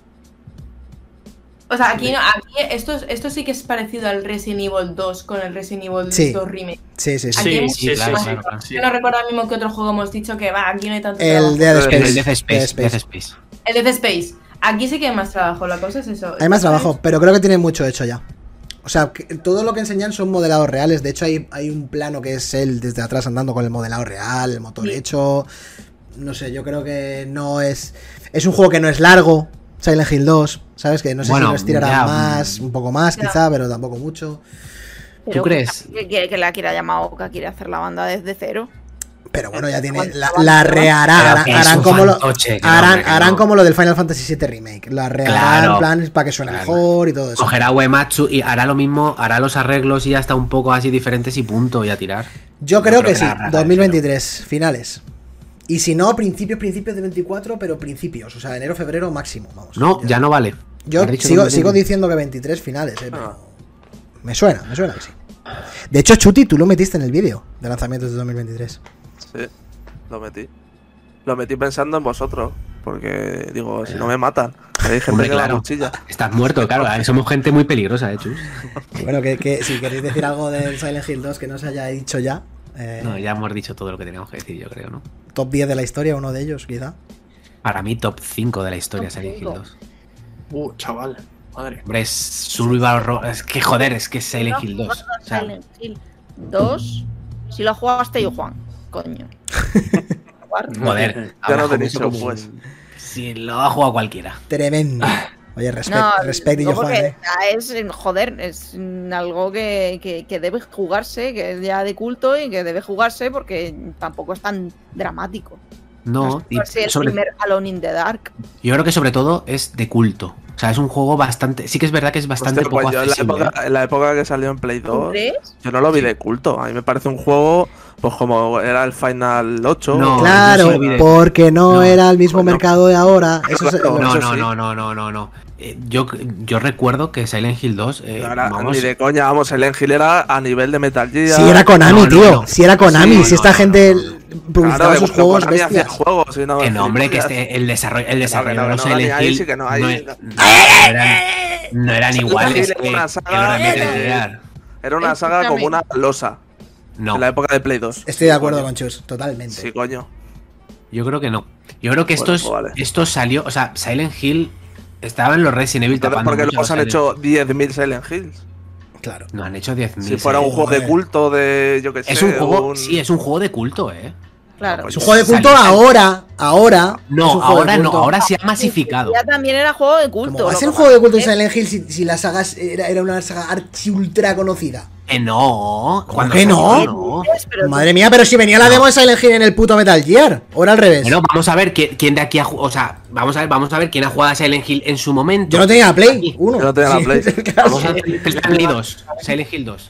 Speaker 6: o sea, aquí, no- aquí esto, es- esto sí que es parecido al Resident Evil 2 con el Resident Evil
Speaker 4: Sí.
Speaker 6: 2 remake.
Speaker 4: Sí, sí, sí.
Speaker 6: Aquí hay
Speaker 2: Sí,
Speaker 6: mucho
Speaker 2: sí, sí,
Speaker 1: trabajo.
Speaker 2: sí,
Speaker 1: Claro,
Speaker 2: sí.
Speaker 6: Yo no recuerdo ahora mismo que otro juego hemos dicho que va, aquí no hay tanto
Speaker 4: El
Speaker 6: trabajo.
Speaker 4: Dead
Speaker 5: El
Speaker 4: Space.
Speaker 1: el Death Space,
Speaker 4: Dead Space.
Speaker 1: Death Space.
Speaker 6: El Dead Space. Aquí sí que hay más trabajo, la cosa es eso.
Speaker 4: Hay más trabajo, pero creo que tiene mucho hecho ya. O sea, que todo lo que enseñan son modelados reales. De hecho, hay, hay un plano que es él desde atrás andando con el modelado real, el motor
Speaker 6: Sí.
Speaker 4: hecho. No sé, yo creo que no es. Es un juego que no es largo. Silent Hill 2, ¿sabes? Que no sé
Speaker 1: Bueno,
Speaker 4: si lo estirará
Speaker 1: ya,
Speaker 4: más,
Speaker 1: mm.
Speaker 4: un poco más,
Speaker 6: Ya.
Speaker 4: quizá, pero tampoco mucho.
Speaker 1: ¿Tú crees?
Speaker 3: Que, que- que la quiera Yamaoka, quiere hacer la banda desde cero.
Speaker 4: Pero bueno, ya tiene.
Speaker 3: ¿Cuánto
Speaker 4: La,
Speaker 3: avance
Speaker 4: la
Speaker 3: va?
Speaker 4: rehará.
Speaker 1: Pero que
Speaker 4: Harán,
Speaker 1: es
Speaker 4: harán
Speaker 1: un
Speaker 4: como lo,
Speaker 1: fantoche, que no,
Speaker 4: harán,
Speaker 1: hombre, que
Speaker 4: harán
Speaker 1: no.
Speaker 4: como lo del Final Fantasy VII Remake. La reharán
Speaker 1: Claro.
Speaker 4: en plan para que suene
Speaker 1: Claro.
Speaker 4: mejor y todo eso.
Speaker 1: Cogerá Uematsu y hará lo mismo, hará los arreglos y ya está un poco así diferentes y punto, y a tirar.
Speaker 4: Yo
Speaker 1: Yo
Speaker 4: creo
Speaker 1: creo
Speaker 4: que
Speaker 1: que
Speaker 4: sí,
Speaker 1: la rara,
Speaker 4: 2023, finales. Y si no, principios, principios de 24, pero principios, o sea, enero, febrero máximo, vamos.
Speaker 1: No, ya no vale.
Speaker 4: Yo
Speaker 1: Has dicho
Speaker 4: sigo,
Speaker 1: 2023.
Speaker 4: sigo diciendo que 23 finales, eh,
Speaker 5: Ah.
Speaker 4: pero me suena, me suena que sí. De hecho, Chuti, tú lo metiste en el vídeo de lanzamientos de 2023.
Speaker 5: Sí, lo metí. Lo metí pensando en vosotros. Porque digo, si no me matan, hay gente
Speaker 1: Hombre,
Speaker 5: que la
Speaker 1: claro.
Speaker 5: cuchilla.
Speaker 1: Estás muerto, claro. eh, Somos gente muy peligrosa, eh, Chus.
Speaker 4: Y Bueno, que, que si queréis decir algo del Silent Hill 2 que no se haya dicho ya, eh,
Speaker 1: No, ya hemos dicho todo lo que teníamos que decir, yo creo, ¿no?
Speaker 4: top 10 de la historia, uno de ellos, quizá.
Speaker 1: Para mí, top 5 de la historia, Silent Hill 2.
Speaker 2: Uh, chaval. Madre.
Speaker 1: Hombre, es survival horror. Es que joder, es que es Silent Hill 2. O sea,
Speaker 3: Silent Hill 2. Si lo jugaste yo, Juan. Coño.
Speaker 1: joder.
Speaker 5: Ya no
Speaker 1: habrá
Speaker 5: tenéis
Speaker 1: jugado
Speaker 5: show,
Speaker 1: como-
Speaker 5: pues.
Speaker 1: Si lo ha jugado cualquiera.
Speaker 4: Tremendo.
Speaker 1: Ah.
Speaker 4: Oye, respect, respect y yo,
Speaker 3: digo
Speaker 4: Juan,
Speaker 3: porque,
Speaker 4: eh.
Speaker 3: ah, es joder, es mm, algo que, que, que debe jugarse, que es ya de culto y que debe jugarse porque tampoco es tan dramático.
Speaker 1: No, y
Speaker 3: No sé, Pues el
Speaker 1: sobre-
Speaker 3: primer Alone in the Dark.
Speaker 1: yo creo que sobre todo es de culto. O sea, es un juego bastante. Sí que es verdad que es bastante
Speaker 5: Hostia, pues
Speaker 1: poco
Speaker 5: yo en la,
Speaker 1: accesible. ¿eh?
Speaker 5: época, en la época que salió en Play 2,
Speaker 3: ¿Crees?
Speaker 5: yo no lo vi de culto. A mí me parece un juego, pues como era el Final pues, 8.
Speaker 1: No,
Speaker 5: o-
Speaker 1: yo
Speaker 4: Claro,
Speaker 1: soy evidente.
Speaker 4: porque no,
Speaker 1: No,
Speaker 4: era el mismo
Speaker 5: no.
Speaker 4: mercado de ahora.
Speaker 5: Claro,
Speaker 4: Eso es-
Speaker 5: claro.
Speaker 1: No,
Speaker 5: eso
Speaker 1: no,
Speaker 5: sí.
Speaker 1: no, no, no, no, no. Eh, yo, yo recuerdo que Silent Hill 2. eh,
Speaker 5: Ahora,
Speaker 1: vamos,
Speaker 5: ni de coña, vamos, el Engil era a nivel de Metal Gear.
Speaker 4: Si era Konami,
Speaker 1: No, no,
Speaker 4: tío.
Speaker 1: no.
Speaker 4: Si era Konami.
Speaker 1: Sí,
Speaker 4: si
Speaker 1: no,
Speaker 4: esta
Speaker 1: no,
Speaker 4: gente
Speaker 1: no,
Speaker 4: publicitaba
Speaker 5: Claro,
Speaker 4: sus
Speaker 5: cuando
Speaker 4: juegos
Speaker 5: Konami hacía
Speaker 4: bestias.
Speaker 5: juegos y no,
Speaker 1: Que no, hombre, que
Speaker 5: gilipollas.
Speaker 1: este, el desarrollo, el desarrollo
Speaker 5: no,
Speaker 1: de
Speaker 5: que
Speaker 1: los
Speaker 5: no, Dani,
Speaker 1: Silent
Speaker 5: ahí
Speaker 1: Hill
Speaker 5: sí que no, ahí-
Speaker 1: es- no eran, no eran
Speaker 5: Silent
Speaker 1: iguales
Speaker 5: Hill
Speaker 1: que,
Speaker 5: es una
Speaker 1: que
Speaker 5: saga
Speaker 1: los Remake de
Speaker 5: de-
Speaker 1: Dear.
Speaker 5: Era una saga como una losa
Speaker 1: No,
Speaker 5: en la época de Play 2.
Speaker 4: Estoy de acuerdo
Speaker 5: Coño.
Speaker 4: con Chus, totalmente.
Speaker 5: Sí, coño.
Speaker 1: yo creo que no. Yo creo que esto,
Speaker 5: Bueno,
Speaker 1: es-
Speaker 5: vale.
Speaker 1: esto salió, o sea, Silent Hill estaba en los Resident Evil
Speaker 5: Entonces,
Speaker 1: tapando
Speaker 5: porque
Speaker 1: mucho
Speaker 5: luego se han
Speaker 1: los
Speaker 5: hecho 10.000 Silent Hills.
Speaker 4: Claro.
Speaker 1: Silent- No, han hecho 10.000.
Speaker 5: Si fuera un
Speaker 1: Silent
Speaker 5: juego de
Speaker 4: joder.
Speaker 5: culto de, yo qué sé,
Speaker 1: Hill. Es un juego,
Speaker 5: un-
Speaker 1: sí, es un juego de culto, eh.
Speaker 3: Claro.
Speaker 5: No,
Speaker 4: Es un juego de culto
Speaker 1: Salió-
Speaker 4: ahora. Ahora. es un
Speaker 1: No,
Speaker 4: juego de
Speaker 1: ahora no,
Speaker 4: culto.
Speaker 1: ahora se ha masificado.
Speaker 3: Ya también era juego de culto.
Speaker 4: ¿Cómo va a
Speaker 3: lo
Speaker 4: ser
Speaker 3: que
Speaker 4: un juego de culto
Speaker 1: Eh.
Speaker 4: en
Speaker 3: pasa es
Speaker 4: Silent Hill si, si la saga es- era, era una saga archi ultra conocida?
Speaker 1: Que no, cuando
Speaker 4: que
Speaker 1: salió,
Speaker 3: que dices, pero
Speaker 4: Madre mía, pero si venía la
Speaker 1: No.
Speaker 4: demo de Silent Hill en el puto Metal Gear. Ahora al revés.
Speaker 1: Bueno, vamos a ver quién, quién de aquí ha jugado. O sea, vamos a ver, vamos a ver quién ha jugado a Silent Hill en su momento.
Speaker 4: Yo no tenía la Play
Speaker 1: Aquí.
Speaker 4: 1.
Speaker 5: Yo no tenía la Play.
Speaker 1: Vamos a ver Play 2. Silent Hill 2.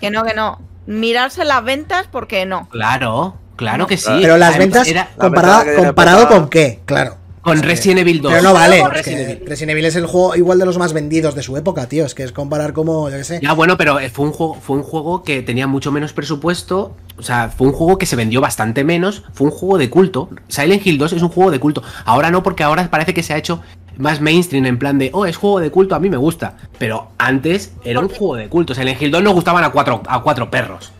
Speaker 3: Que no, que no. Mirarse las ventas porque no.
Speaker 1: Claro, claro que sí.
Speaker 4: Pero las
Speaker 1: Además,
Speaker 4: ventas,
Speaker 1: era
Speaker 4: comparada-
Speaker 5: que era
Speaker 4: comparado
Speaker 5: preparada.
Speaker 4: con qué, claro.
Speaker 1: con Resident Evil 2.
Speaker 4: Pero no vale. es que
Speaker 1: Resident
Speaker 4: Resident,
Speaker 1: Evil.
Speaker 4: Evil. es el juego igual de los más vendidos de su época, tío. Es que es comparar como, yo qué sé.
Speaker 1: Ya, bueno, pero eh, fue un, juego, fue un juego que tenía mucho menos presupuesto. O sea, fue un juego que se vendió bastante menos. Fue un juego de culto. Silent Hill 2 es un juego de culto. Ahora no, porque ahora parece que se ha hecho más mainstream en plan de, oh, es juego de culto, a mí me gusta. Pero antes era un juego de culto. Silent Hill 2 no gustaban a cuatro, a cuatro perros.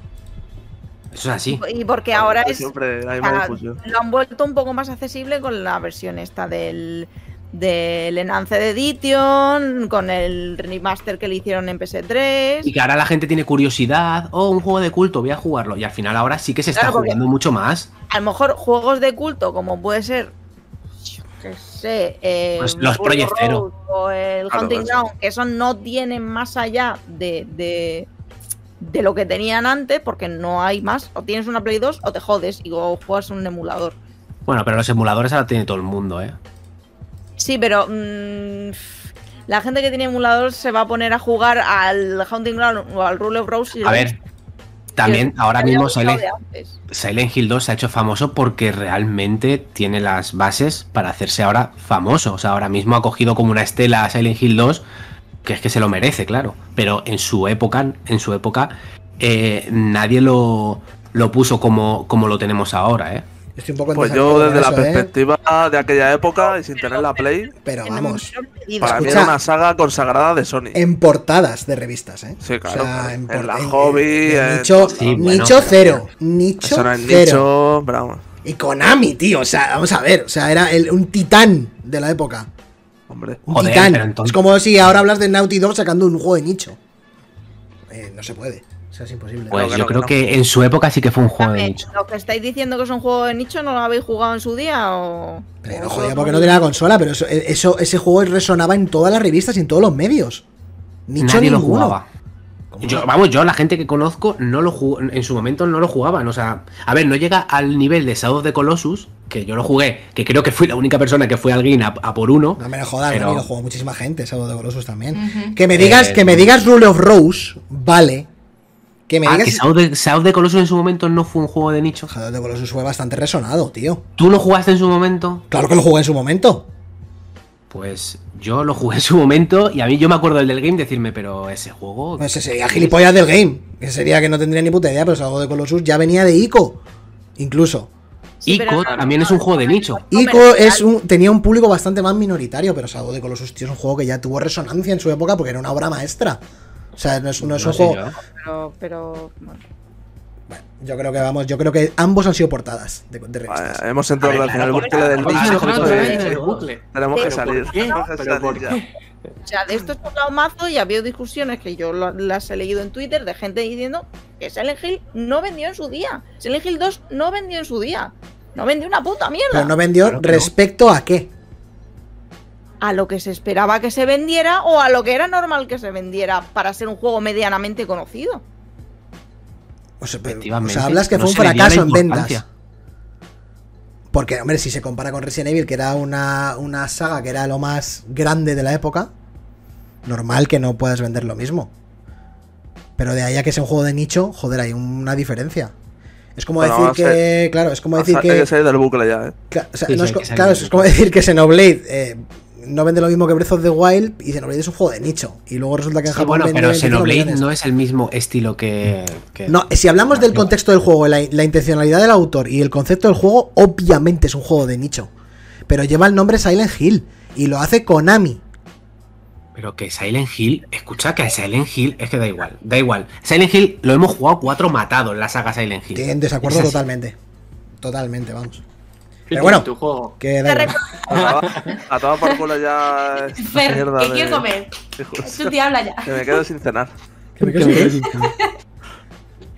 Speaker 1: Eso es así.
Speaker 3: Y porque ahora es,
Speaker 5: Siempre la
Speaker 3: o
Speaker 5: misma
Speaker 3: sea,
Speaker 5: difusión.
Speaker 3: lo han vuelto un poco más accesible con la versión esta del, del Enhanced Edition, con el remaster que le hicieron en
Speaker 1: Y
Speaker 3: PS3.
Speaker 1: que ahora la gente tiene curiosidad. Oh, un juego de culto, voy a jugarlo. Y al final ahora sí que se está
Speaker 3: Claro, porque-
Speaker 1: jugando mucho más.
Speaker 3: A lo mejor juegos de culto, como puede ser, yo qué sé, eh,
Speaker 1: Pues los
Speaker 3: Burgo
Speaker 1: Project Zero.
Speaker 3: Road o el
Speaker 5: Claro,
Speaker 3: Hunting
Speaker 5: pues.
Speaker 3: Ground, que eso no tienen más allá de, de, de lo que tenían antes, porque no hay más. O tienes una Play 2 o te jodes y o juegas un emulador.
Speaker 1: Bueno, pero los emuladores ahora tiene todo el mundo, ¿eh?
Speaker 3: Sí, pero mm, la gente que tiene emulador se va a poner a jugar al Hunting Ground o al Rule of Rose. y
Speaker 1: A ver, también
Speaker 3: que
Speaker 1: ahora
Speaker 3: había
Speaker 1: mismo
Speaker 3: escuchado
Speaker 1: Silent,
Speaker 3: de antes.
Speaker 1: Silent Hill 2 se ha hecho famoso porque realmente tiene las bases para hacerse ahora famoso. O sea, ahora mismo ha cogido como una estela a Silent Hill 2, que es que se lo merece, claro. Pero en su época, en su época, eh, nadie lo, lo puso como, como lo tenemos ahora, ¿eh?
Speaker 4: Estoy un poco en
Speaker 5: Pues yo
Speaker 4: desacuerdo con
Speaker 5: desde la
Speaker 4: eso, ¿eh?
Speaker 5: perspectiva de aquella época y sin tener la Play,
Speaker 4: Pero
Speaker 3: En el
Speaker 4: vamos,
Speaker 3: momento pedido.
Speaker 5: para mí
Speaker 4: Escucha.
Speaker 5: era una saga consagrada de Sony.
Speaker 4: en portadas de revistas, ¿eh?
Speaker 5: Sí, claro, claro. En
Speaker 4: por-
Speaker 5: la Hobby,
Speaker 4: en
Speaker 5: en-
Speaker 4: nicho,
Speaker 1: Sí, bueno,
Speaker 4: nicho
Speaker 1: pero-
Speaker 4: cero, nicho
Speaker 5: Eso no es
Speaker 4: cero.
Speaker 5: nicho, pero vamos,
Speaker 4: Y Konami, tío, o sea, vamos a ver, o sea, era el- un titán de la época.
Speaker 5: hombre.
Speaker 4: Un
Speaker 1: Joder,
Speaker 4: titán.
Speaker 1: pero entonces-
Speaker 4: Es como si ahora hablas de Naughty Dog sacando un juego de nicho. Eh, no se puede, o sea, es imposible.
Speaker 1: Pues
Speaker 5: Claro,
Speaker 1: yo creo
Speaker 5: claro
Speaker 1: que en su época sí que fue un juego de
Speaker 3: Escúchame,
Speaker 1: nicho.
Speaker 3: Lo que estáis diciendo que es un juego de nicho, ¿no lo habéis jugado en su día? O...
Speaker 4: Pero
Speaker 3: o-
Speaker 4: joder, porque no tenía la consola, pero eso, eh, eso- ese juego resonaba en todas las revistas y en todos los medios. Nicho
Speaker 1: Nadie lo
Speaker 4: ninguno.
Speaker 1: jugaba. Yo, vamos, yo la gente que conozco no lo jugó- en su momento no lo jugaban. O sea, a ver, no llega al nivel de Shadow of the Colossus, que yo lo jugué, que creo que fui la única persona que fue alguien a, a por uno.
Speaker 4: No me lo jodas,
Speaker 1: Pero-
Speaker 4: Dani, lo jugó muchísima gente, Sábado de Colossus también.
Speaker 6: Ujú.
Speaker 4: Que me digas,
Speaker 1: Eh,
Speaker 4: que me digas Rule of Rose, vale. Que me
Speaker 1: Ah, que
Speaker 4: digas.
Speaker 1: Shadow of, the, Shadow of the Colossus en su momento no fue un juego de nicho.
Speaker 4: Shadow of the Colossus fue bastante resonado, tío.
Speaker 1: ¿Tú lo jugaste en su momento?
Speaker 4: Claro que lo jugué en su momento.
Speaker 1: Pues yo lo jugué en su momento y a mí yo me acuerdo del del game decirme, pero ese juego...
Speaker 4: Pues Ese sería gilipollas del game. Ese sería que no tendría ni puta idea, pero Shadow of the Colossus ya venía de Ico. Incluso.
Speaker 3: Sí, pero
Speaker 1: Ico
Speaker 3: era-
Speaker 1: también es un juego de nicho.
Speaker 4: Ico
Speaker 3: Comercial.
Speaker 4: es un, tenía un público bastante más minoritario, pero Shadow of the Colossus, tío, es un juego que ya tuvo resonancia en su época porque era una obra maestra. O sea, no es, no es
Speaker 1: No
Speaker 4: un
Speaker 1: sé
Speaker 4: juego.
Speaker 1: yo, ¿eh?
Speaker 3: Pero, pero bueno.
Speaker 4: Bueno, yo creo que vamos, yo creo que ambos han sido portadas de, de
Speaker 5: Vale,
Speaker 4: revistas.
Speaker 5: Eh, hemos entrado
Speaker 1: A ver,
Speaker 5: en el
Speaker 1: claro,
Speaker 5: bucle del
Speaker 2: Ah,
Speaker 1: porque-
Speaker 5: nicho.
Speaker 1: porque-
Speaker 5: pues,
Speaker 1: porque-
Speaker 5: Tenemos que
Speaker 3: ¿Pero
Speaker 5: salir.
Speaker 2: ¿eh? por qué?
Speaker 5: tenemos que
Speaker 2: ¿Pero por
Speaker 5: salir ya.
Speaker 3: O sea, de esto he hablado mazo y había discusiones que yo lo- las he leído en Twitter de gente diciendo que Silent Hill no vendió en su día. Silent Hill 2 no vendió en su día. No vendió una puta mierda.
Speaker 4: Pero no vendió
Speaker 1: Claro que no.
Speaker 4: respecto a qué.
Speaker 3: A lo que se esperaba que se vendiera o a lo que era normal que se vendiera para ser un juego medianamente conocido.
Speaker 4: O sea, pero- o
Speaker 1: Efectivamente.
Speaker 4: sea, hablas que
Speaker 1: no
Speaker 4: fue un
Speaker 1: se le dio la
Speaker 4: fracaso en ventas.
Speaker 1: importancia.
Speaker 4: Porque, hombre, si se compara con Resident Evil, que era una, una saga que era lo más grande de la época, normal que no puedas vender lo mismo. Pero de ahí a que sea un juego de nicho, joder, hay una diferencia. Es como
Speaker 5: Bueno,
Speaker 4: decir
Speaker 5: vamos a
Speaker 4: que. Claro, es como
Speaker 5: O
Speaker 4: decir
Speaker 5: sea, Hay
Speaker 4: que.
Speaker 5: que salir del bucle ya, eh.
Speaker 4: cla- o sea,
Speaker 1: Sí,
Speaker 4: no
Speaker 1: sí,
Speaker 4: es
Speaker 1: hay
Speaker 4: co-
Speaker 1: que salir
Speaker 4: Claro,
Speaker 1: del
Speaker 4: es como decir que Xenoblade eh, no vende lo mismo que Breath of the Wild y Xenoblade es un juego de nicho. Y luego resulta que en
Speaker 1: Sí,
Speaker 4: Japón
Speaker 1: bueno,
Speaker 4: vende
Speaker 1: pero
Speaker 4: 25
Speaker 1: Xenoblade
Speaker 4: millones.
Speaker 1: no es el mismo estilo que. que-
Speaker 4: No, si hablamos del
Speaker 1: Arriba.
Speaker 4: contexto del juego, la, la intencionalidad del autor y el concepto del juego, obviamente es un juego de nicho. Pero lleva el nombre Silent Hill y lo hace Konami.
Speaker 1: Pero que Silent Hill. Escucha que Silent Hill. Es que da igual. Da igual. Silent Hill lo hemos jugado cuatro matados en la saga Silent Hill.
Speaker 4: Estoy en desacuerdo
Speaker 1: Es así.
Speaker 4: totalmente. Totalmente, vamos.
Speaker 2: Pero
Speaker 4: bueno.
Speaker 2: Este Tu juego.
Speaker 4: Que da
Speaker 3: Te
Speaker 4: igual.
Speaker 5: A tomar- A tomar por culo ya. esta
Speaker 6: Fer,
Speaker 5: mierda
Speaker 6: que
Speaker 5: de-
Speaker 6: quiero comer. Tú te habla ya.
Speaker 5: Que me quedo sin cenar.
Speaker 4: Que me quedo sin-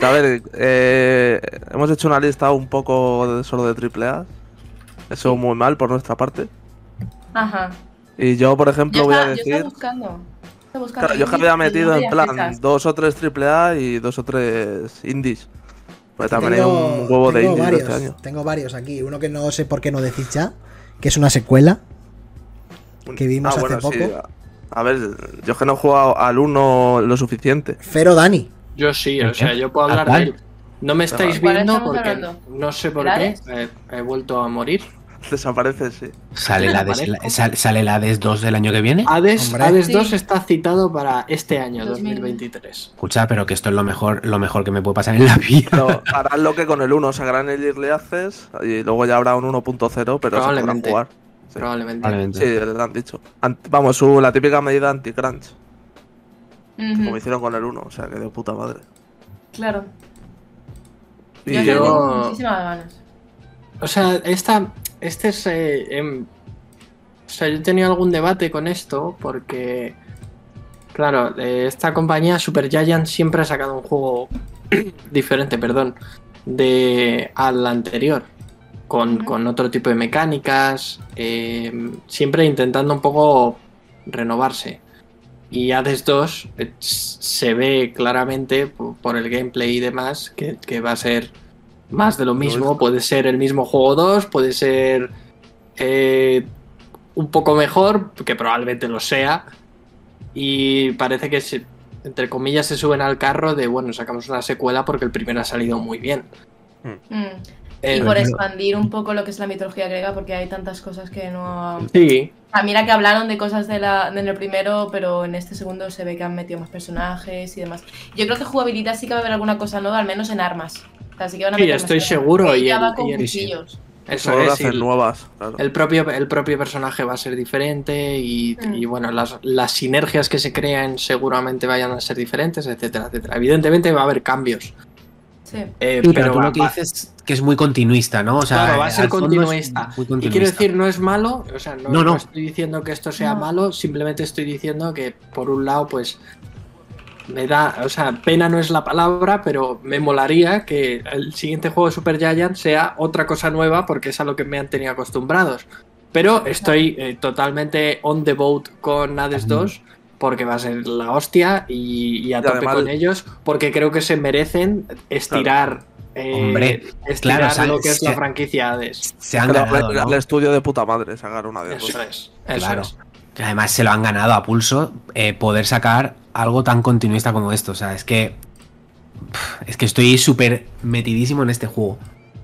Speaker 5: A ver, eh, hemos hecho una lista un poco de- solo de triple A. Eso muy mal por nuestra parte.
Speaker 6: Ajá.
Speaker 5: Y yo, por ejemplo,
Speaker 6: Yo
Speaker 5: voy a
Speaker 6: estaba, yo estaba
Speaker 5: decir.
Speaker 6: buscando. Estaba buscando
Speaker 5: Claro, yo es que había
Speaker 6: indies y no
Speaker 5: metido en
Speaker 6: había
Speaker 5: plan
Speaker 6: fechas.
Speaker 5: dos o tres triple A y dos o tres indies. Pues también hay
Speaker 4: Tengo-
Speaker 5: un huevo de
Speaker 4: tengo
Speaker 5: indies de
Speaker 4: varios,
Speaker 5: este año.
Speaker 4: Tengo varios aquí. Uno que no sé por qué no decís ya, que es una secuela. que
Speaker 5: Ah,
Speaker 4: vimos hace poco.
Speaker 5: A ver, yo es que no he jugado al uno lo suficiente.
Speaker 4: Fero Dani.
Speaker 2: Yo sí, o
Speaker 1: ¿El
Speaker 2: sea,
Speaker 1: qué?
Speaker 2: yo puedo
Speaker 1: ¿A
Speaker 2: hablar
Speaker 1: cuál?
Speaker 2: de él. No me estáis
Speaker 6: ¿Cuál
Speaker 2: viendo
Speaker 6: estamos
Speaker 2: porque
Speaker 6: hablando?
Speaker 2: no sé por qué
Speaker 6: ¿Clares?
Speaker 2: eh, he vuelto a morir.
Speaker 5: Desaparece, sí.
Speaker 1: Sale la DES,
Speaker 2: Aparezco. Ah.
Speaker 1: sal- sale la DES 2 del año que viene.
Speaker 2: Hades,
Speaker 4: Hombre.
Speaker 2: Hades 2
Speaker 6: Sí.
Speaker 2: está citado para este año,
Speaker 6: 2000.
Speaker 2: 2023.
Speaker 1: Escucha, pero que esto es lo mejor, lo mejor que me puede pasar en la vida.
Speaker 5: Pero harán lo que con el 1, sacarán el Early Access y luego ya habrá un 1.0, pero se podrá
Speaker 2: Probablemente.
Speaker 5: jugar.
Speaker 2: Probablemente.
Speaker 5: Sí,
Speaker 1: Probablemente.
Speaker 5: les han dicho. Ant- vamos, su- la típica medida anti-crunch,
Speaker 6: Ujú,
Speaker 5: como hicieron con el 1, o sea que de puta madre.
Speaker 6: Claro.
Speaker 5: Y yo,
Speaker 6: Yo le tengo
Speaker 2: yo-
Speaker 6: muchísimas ganas.
Speaker 2: O sea, esta, este es... eh, em, o sea, yo he tenido algún debate con esto porque, claro, eh, esta compañía Supergiant siempre ha sacado un juego diferente, perdón, de al anterior, con,
Speaker 6: Ujú.
Speaker 2: con otro tipo de mecánicas, em, siempre intentando un poco renovarse. Y Hades 2 eh, se ve claramente po- por el gameplay y demás que, que va a ser más de lo mismo. Puede ser el mismo juego 2, puede ser eh, un poco mejor, que probablemente lo sea. Y parece que, se- entre comillas, se suben al carro de, bueno, sacamos una secuela porque el primero ha salido muy bien.
Speaker 6: Mm.
Speaker 2: Eh,
Speaker 6: y por expandir un poco lo que es la mitología griega, porque hay tantas cosas que no. ha-
Speaker 2: Sí,
Speaker 6: Ah, mira que hablaron de cosas de la, del primero, pero en este segundo se ve que han metido más personajes y demás. Yo creo que jugabilidad sí que va a haber alguna cosa nueva, al menos en armas. O sea, sí que van a
Speaker 2: Sí,
Speaker 6: meter más
Speaker 2: estoy
Speaker 6: cosas.
Speaker 2: seguro, y
Speaker 6: Ella
Speaker 2: el-
Speaker 6: va con
Speaker 2: y el-
Speaker 6: cuchillos.
Speaker 2: eso
Speaker 5: solo que
Speaker 2: es. y
Speaker 5: hacen
Speaker 2: el-
Speaker 5: nuevas. claro.
Speaker 2: El propio, el propio personaje va a ser diferente y,
Speaker 6: Mm.
Speaker 2: y, bueno, las, las sinergias que se crean seguramente vayan a ser diferentes, etcétera, etcétera. Evidentemente va a haber cambios.
Speaker 6: Sí.
Speaker 2: eh,
Speaker 1: Sí, pero, tú
Speaker 2: va-
Speaker 1: lo que
Speaker 2: va-
Speaker 1: dices que es muy continuista, ¿no? O sea,
Speaker 2: Claro, va a ser
Speaker 1: al fondo es
Speaker 2: continuista.
Speaker 1: muy
Speaker 2: y
Speaker 1: continuista.
Speaker 2: quiero decir, no es malo, o sea, no,
Speaker 1: No, no.
Speaker 2: no estoy diciendo que esto sea
Speaker 6: No.
Speaker 2: malo, simplemente estoy diciendo que por un lado, pues me da, o sea, pena no es la palabra, pero me molaría que el siguiente juego de Super Giant sea otra cosa nueva porque es a lo que me han tenido acostumbrados. Pero estoy eh, totalmente on the boat con Hades 2 porque va a ser la hostia y, y a
Speaker 5: Y
Speaker 2: tope
Speaker 5: además-
Speaker 2: con ellos porque creo que se merecen estirar, eh,
Speaker 1: Hombre,
Speaker 2: estirar
Speaker 1: claro, o sea,
Speaker 2: lo que es la
Speaker 1: se-
Speaker 2: franquicia Hades.
Speaker 1: Se han
Speaker 5: Pero
Speaker 1: ganado,
Speaker 5: el, el
Speaker 1: ¿no?
Speaker 5: estudio de puta madre sacar una de
Speaker 2: Eso
Speaker 5: dos.
Speaker 2: es, eso
Speaker 1: Claro.
Speaker 2: es.
Speaker 1: Que además se lo han ganado a pulso eh, poder sacar algo tan continuista como esto. O sea, es que. pf, Es que estoy súper metidísimo en este juego.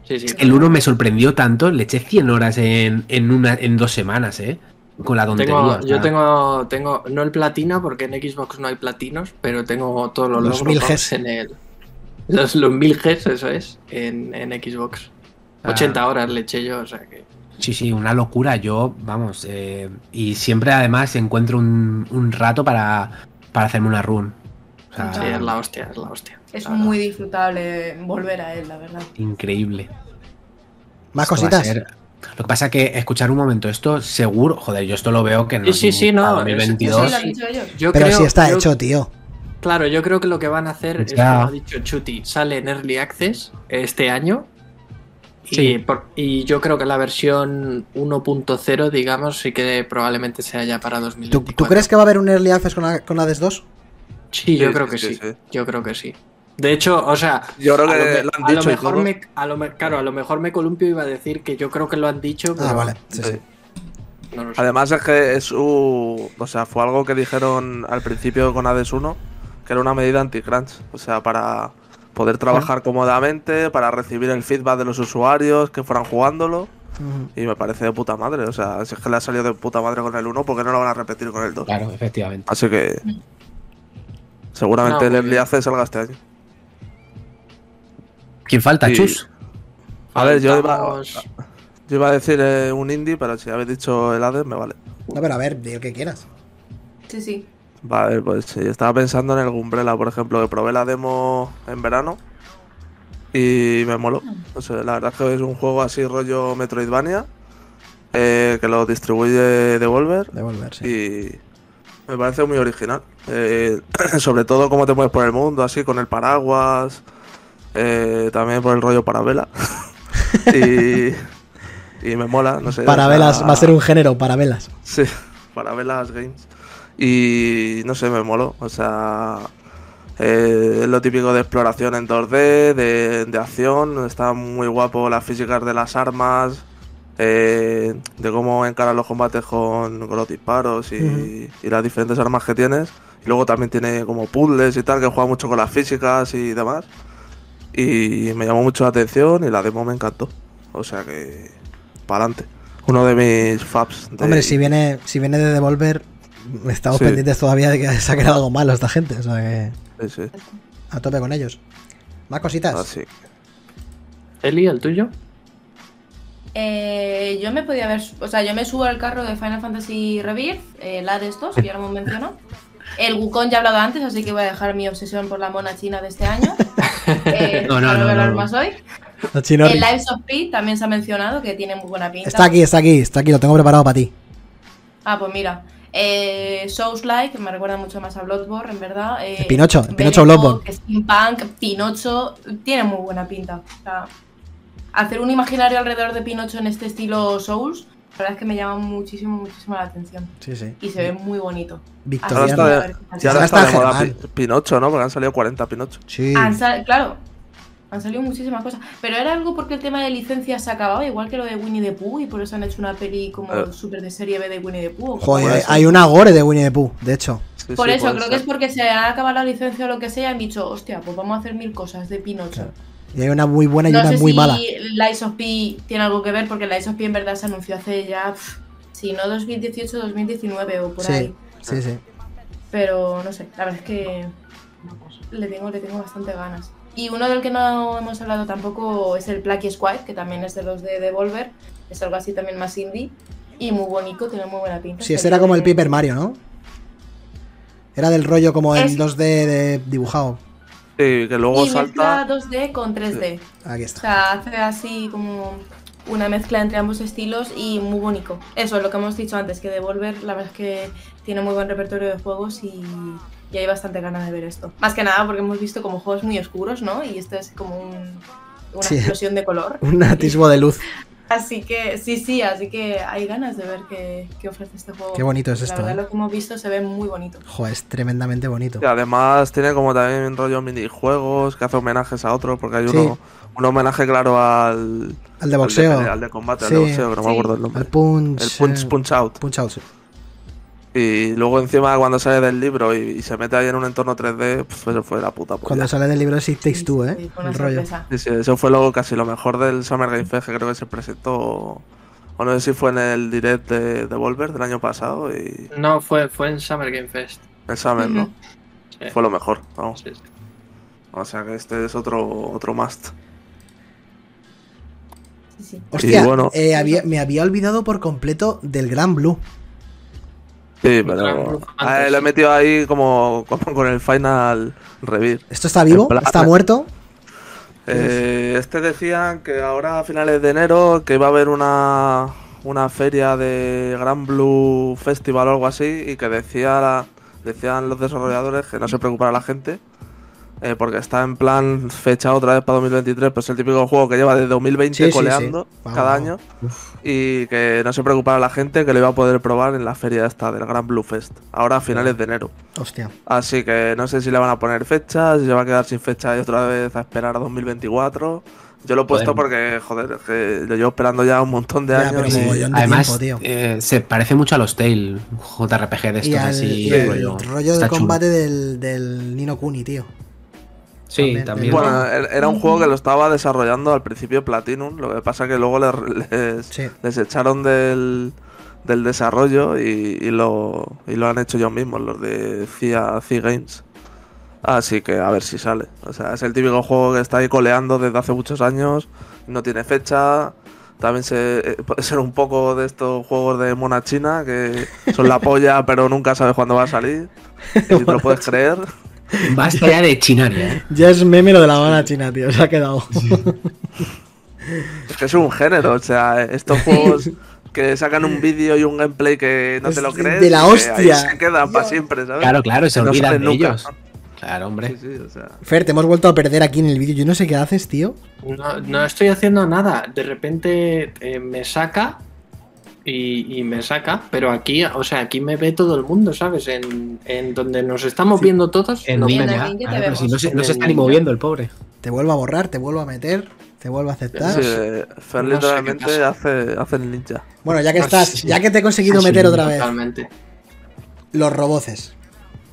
Speaker 2: Sí, sí.
Speaker 1: El 1 me sorprendió tanto, le eché 100 horas en, en, una, en dos semanas, ¿eh? Con la tontería.
Speaker 2: Tengo-
Speaker 1: o sea,
Speaker 2: yo tengo, tengo, no el platino, porque en Xbox no hay platinos, pero tengo todos los,
Speaker 8: Los
Speaker 2: logros
Speaker 8: 1000Gs.
Speaker 2: en el. Los, los 1000 Gs, eso es, en, en Xbox.
Speaker 1: Ah.
Speaker 2: 80 horas le eché yo, o sea que.
Speaker 1: Sí, sí, una locura. Yo, vamos. eh, y siempre además encuentro un, un rato para, para hacerme una run. O sea,
Speaker 8: Ah.
Speaker 2: sí, es la hostia, es la hostia.
Speaker 6: Es
Speaker 2: la verdad.
Speaker 6: muy disfrutable volver a él, la verdad.
Speaker 1: increíble.
Speaker 8: Más
Speaker 1: Esto va a
Speaker 8: cositas.
Speaker 1: ser- Lo que pasa que escuchar un momento esto, seguro, joder, yo esto lo veo que no.
Speaker 2: Sí, sí, sí, no,
Speaker 1: para
Speaker 2: es-
Speaker 6: Eso
Speaker 1: 2022.
Speaker 6: lo han dicho ellos.
Speaker 2: Yo
Speaker 8: Pero
Speaker 2: creo,
Speaker 8: si está
Speaker 2: yo-
Speaker 8: hecho, tío.
Speaker 2: Claro, yo creo que lo que van a hacer es,
Speaker 1: Ya.
Speaker 2: como ha dicho Chuti, sale en Early Access este año. Y,
Speaker 1: Sí.
Speaker 2: por- y yo creo que la versión 1.0, digamos, sí que probablemente sea ya para
Speaker 8: ¿Tú,
Speaker 2: 2024.
Speaker 8: tú crees que va a haber un early access con, la- con Hades 2?
Speaker 2: Sí, yo
Speaker 5: Sí,
Speaker 2: creo
Speaker 5: sí,
Speaker 2: que sí,
Speaker 5: sí, sí.
Speaker 2: Yo creo que sí. De hecho, o sea,
Speaker 5: Yo creo
Speaker 2: a
Speaker 5: que
Speaker 2: lo, me-
Speaker 5: lo han
Speaker 2: a lo
Speaker 5: dicho. y
Speaker 2: mejor
Speaker 5: todo.
Speaker 2: me, a lo me- claro, a lo mejor me columpio iba a decir que yo creo que lo han dicho, pero
Speaker 8: Ah, vale. Sí, sí.
Speaker 5: Sí.
Speaker 2: no lo sé.
Speaker 5: Además es que es su... O sea, fue algo que dijeron al principio con Hades 1, que era una medida anti-crunch. O sea, para poder trabajar cómodamente, para recibir el feedback de los usuarios que fueran jugándolo.
Speaker 8: Ujú.
Speaker 5: Y me parece de puta madre. O sea, si es que le ha salido de puta madre con el 1, ¿por qué no lo van a repetir con el 2?
Speaker 1: Claro, efectivamente.
Speaker 5: Así que... Seguramente
Speaker 2: No, pues
Speaker 5: el
Speaker 2: muy
Speaker 5: Early
Speaker 2: bien.
Speaker 5: Access salga este año.
Speaker 1: ¿Quién falta,
Speaker 5: Sí.
Speaker 1: Chus?
Speaker 5: A ver, yo iba-
Speaker 2: Faltamos-
Speaker 5: Yo iba a decir eh, un indie, pero si habéis dicho el Hades, me vale.
Speaker 8: No, pero a ver, di el que quieras.
Speaker 6: Sí, sí.
Speaker 5: Vale, pues sí, estaba pensando en el Umbrella, por ejemplo, que probé la demo en verano y me moló.
Speaker 2: Mm.
Speaker 5: O sea, la verdad es que es un juego así rollo Metroidvania, eh, que lo distribuye Devolver
Speaker 8: Devolver, sí.
Speaker 5: y me parece muy original. Eh, sobre todo cómo te mueves por el mundo, así con el paraguas, eh, también por el rollo parabela. y, y me mola, no sé. o
Speaker 8: Parabelas,
Speaker 5: sea-
Speaker 8: va a ser un género, parabelas.
Speaker 5: Sí, para ver las games. Y no sé, me moló. O sea, eh, es lo típico de exploración en 2D, de, de acción. Está muy guapo las físicas de las armas, eh, de cómo encarar los combates con, con los disparos y, y las diferentes armas que tienes. Y luego también tiene como puzzles y tal, que juega mucho con las físicas y demás. Y me llamó mucho la atención y la demo me encantó. O sea que, para adelante. Uno de mis faps. De,
Speaker 8: Hombre, si viene, si viene de Devolver, estamos
Speaker 5: Sí.
Speaker 8: pendientes todavía de que saquen algo malo esta gente. O sea que
Speaker 5: Sí, Ah, sí.
Speaker 8: a tope con ellos. Más cositas.
Speaker 5: Así que-
Speaker 2: Eli, el tuyo.
Speaker 6: Eh, yo me podía ver, o sea, yo me subo al carro de Final Fantasy Rebirth, eh, la de estos, que ya lo hemos mencionado. El Wukong ya he hablado antes, así que voy a dejar mi obsesión por la mona china de este año. Eh,
Speaker 1: No, no,
Speaker 6: para
Speaker 1: no,
Speaker 6: hablar
Speaker 1: no, no.
Speaker 6: más hoy.
Speaker 4: No, Chinori.
Speaker 6: El Lives of Pi también se ha mencionado que tiene muy buena pinta.
Speaker 4: Está aquí, está aquí, está aquí, lo tengo preparado para ti.
Speaker 6: Ah, pues mira. Eh, Souls Like, me recuerda mucho más a Bloodborne, en verdad. Eh,
Speaker 4: El Pinocho, el Pinocho
Speaker 6: Belemo,
Speaker 4: Bloodborne.
Speaker 6: que Steampunk, Pinocho, tiene muy buena pinta. O sea, hacer un imaginario alrededor de Pinocho en este estilo Souls, la verdad es que me llama muchísimo, muchísimo la atención.
Speaker 4: Sí, sí.
Speaker 6: Y se ve muy bonito.
Speaker 4: Victoriano.
Speaker 5: Ahora está de, y ahora
Speaker 4: Ahora
Speaker 5: está
Speaker 4: está
Speaker 5: de moda
Speaker 4: Germán.
Speaker 5: Pi- Pinocho, ¿no? Porque han salido 40 Pinocho.
Speaker 4: Sí.
Speaker 6: Han sal- claro, han salido muchísimas cosas. Pero era algo porque el tema de licencias se acababa, igual que lo de Winnie the Pooh, y por eso han hecho una peli como
Speaker 5: Eh.
Speaker 6: súper de serie B de Winnie the Pooh. o
Speaker 4: Joder,
Speaker 6: como
Speaker 4: hay-
Speaker 6: eso.
Speaker 4: hay una gore de Winnie the Pooh, de hecho.
Speaker 5: Sí,
Speaker 6: Por
Speaker 5: sí,
Speaker 6: eso,
Speaker 5: puede
Speaker 6: creo
Speaker 5: ser.
Speaker 6: que es porque se ha acabado la licencia o lo que sea y han dicho, hostia, pues vamos a hacer mil cosas de Pinocho.
Speaker 4: Y hay una muy buena y
Speaker 6: no
Speaker 4: una
Speaker 6: sé
Speaker 4: muy
Speaker 6: si
Speaker 4: mala.
Speaker 6: Lies of P tiene algo que ver, porque Lies of P en verdad se anunció hace ya, pf, si no 2018, 2019 o por
Speaker 4: Sí,
Speaker 6: ahí.
Speaker 4: sí, sí.
Speaker 6: Pero no sé, la verdad es que le tengo, le tengo bastante ganas. Y uno del que no hemos hablado tampoco es el Plucky Squad, que también es de los de Devolver. Es algo así también más indie. Y muy bonito, tiene muy buena pinta.
Speaker 4: Sí, este era como el Paper Mario, ¿no? Era del rollo como en
Speaker 6: Es-
Speaker 4: 2D de dibujado.
Speaker 5: Sí, que luego
Speaker 6: Y
Speaker 5: salta.
Speaker 6: mezcla 2D con 3D.
Speaker 4: Aquí
Speaker 6: O
Speaker 4: está.
Speaker 6: sea, hace así como una mezcla entre ambos estilos y muy bonito. Eso es lo que hemos dicho antes, que Devolver la verdad es que tiene muy buen repertorio de juegos y, y hay bastante ganas de ver esto. Más que nada porque hemos visto como juegos muy oscuros, ¿no? Y esto es como un- una
Speaker 4: Sí.
Speaker 6: explosión de color.
Speaker 4: Un atisbo de luz.
Speaker 6: Así que sí, sí, así que hay ganas de ver qué, qué ofrece este juego.
Speaker 4: Qué bonito es
Speaker 6: La
Speaker 4: esto,
Speaker 6: verdad,
Speaker 4: ¿eh?
Speaker 6: lo que hemos visto se ve muy bonito.
Speaker 4: Joder, es tremendamente bonito.
Speaker 5: Y además tiene como también rollo minijuegos, que hace homenajes a otros, porque hay
Speaker 4: Sí.
Speaker 5: uno, un homenaje claro al.
Speaker 4: Al de boxeo.
Speaker 5: Al de, al de combate, al
Speaker 4: Sí.
Speaker 5: de boxeo, que no
Speaker 6: Sí.
Speaker 5: me acuerdo el nombre.
Speaker 4: Al punch.
Speaker 5: El Punch
Speaker 4: eh,
Speaker 5: Punch Out.
Speaker 4: punch out, sí.
Speaker 5: Y luego encima cuando sale del libro y, y se mete ahí en un entorno 3D, pues eso fue la puta polla.
Speaker 4: Cuando sale del libro de Six Takes Two, ¿eh?
Speaker 6: Sí, fue una
Speaker 4: El rollo.
Speaker 6: sorpresa.
Speaker 5: Sí, sí, eso fue luego casi lo mejor del Summer Game Fest que creo que se presentó. O no sé si fue en el direct de, de Volver del año pasado y
Speaker 2: No, fue, fue en Summer Game Fest.
Speaker 5: el Summer, ¿no?
Speaker 6: Ujú.
Speaker 2: Sí,
Speaker 5: Fue lo mejor, vamos.
Speaker 2: sí, sí.
Speaker 5: O sea que este es otro, otro must.
Speaker 6: Sí, sí.
Speaker 4: Hostia,
Speaker 5: Y bueno.
Speaker 4: eh, había- me había olvidado por completo del Gran Blue.
Speaker 5: Sí,
Speaker 2: Gran
Speaker 5: pero.
Speaker 2: Blue
Speaker 5: Ah,
Speaker 2: Fantasy.
Speaker 5: lo he metido ahí como, como con el final review.
Speaker 4: ¿Esto está vivo?
Speaker 5: En plan-
Speaker 4: ¿Está muerto?
Speaker 5: Eh, este decían que ahora a finales de enero que iba a haber una, una feria de Gran Blue Festival o algo así y que decía la- decían los desarrolladores que no se preocupara la gente eh, porque está en plan fecha otra vez para 2023, pues el típico juego que lleva desde 2020
Speaker 4: Sí, sí,
Speaker 5: coleando
Speaker 4: sí. Vamos,
Speaker 5: cada
Speaker 4: vamos.
Speaker 5: año y que no se preocupara la gente que lo iba a poder probar en la feria esta del Gran Blue Fest, ahora a finales de enero.
Speaker 4: Hostia.
Speaker 5: Así que no sé si le van a poner fecha, si se va a quedar sin fecha y otra vez a esperar a 2024. Yo lo he puesto porque, joder, que lo llevo esperando ya un montón de
Speaker 4: Ya,
Speaker 5: años.
Speaker 4: pero
Speaker 5: y-
Speaker 4: como yo- de
Speaker 1: Además,
Speaker 4: tiempo, tío.
Speaker 1: eh, se parece mucho a los Tail, un JRPG de estos
Speaker 4: Y al-
Speaker 1: así.
Speaker 4: y el
Speaker 1: rollo,
Speaker 4: rollo,
Speaker 1: está
Speaker 4: de
Speaker 1: chulo.
Speaker 4: combate del, del Nino Kuni, tío.
Speaker 1: Sí,
Speaker 4: también,
Speaker 1: también.
Speaker 5: Bueno, er- era un juego que lo estaba desarrollando al principio Platinum, lo que pasa que luego le- les,
Speaker 4: Sí.
Speaker 5: les echaron del, del desarrollo y, y lo, y lo han hecho ellos mismos, los de CIA, CIA Games. Así que a ver si sale. O sea, es el típico juego que está ahí coleando desde hace muchos años, no tiene fecha. También se, eh, puede ser un poco de estos juegos de mona china que son la polla, pero nunca sabes cuándo va a salir. Y te lo puedes creer.
Speaker 1: Basta ya de chinaria, ¿eh?
Speaker 4: Ya es meme lo de la bala china, tío. Se ha quedado.
Speaker 5: Es que es un género, o sea, estos juegos que sacan un vídeo y un gameplay que no
Speaker 4: Es
Speaker 5: te lo crees.
Speaker 4: de la
Speaker 5: y que ahí
Speaker 4: hostia.
Speaker 5: se quedan para siempre, ¿sabes?
Speaker 1: Claro, claro, se
Speaker 5: Que no
Speaker 1: olvidan
Speaker 5: salen
Speaker 1: de
Speaker 5: nunca.
Speaker 1: ellos. Claro, hombre.
Speaker 5: Sí, sí, o sea.
Speaker 4: Fer, te hemos vuelto a perder aquí en el vídeo. Yo no sé qué haces, tío.
Speaker 2: No, no estoy haciendo nada. De repente eh, me saca y, y me saca, pero aquí, o sea, aquí me ve todo el mundo, ¿sabes? En, en donde nos estamos viendo todos.
Speaker 1: En
Speaker 2: nos
Speaker 1: línea,
Speaker 2: vemos.
Speaker 6: ya. Link, te
Speaker 1: ah, claro, pero si
Speaker 6: vemos.
Speaker 1: no se, no se está ni
Speaker 2: En-
Speaker 1: moviendo el pobre.
Speaker 4: Te vuelvo a borrar, te vuelvo a meter, te vuelvo a aceptar.
Speaker 5: Sí, eh, Fer
Speaker 2: No sé qué
Speaker 5: literalmente
Speaker 2: pasa.
Speaker 5: hace, hace el ninja.
Speaker 4: Bueno, ya que
Speaker 1: Ah,
Speaker 4: estás,
Speaker 1: sí.
Speaker 4: ya que te he conseguido
Speaker 1: Sí,
Speaker 4: meter otra vez.
Speaker 2: Totalmente.
Speaker 4: Los roboces.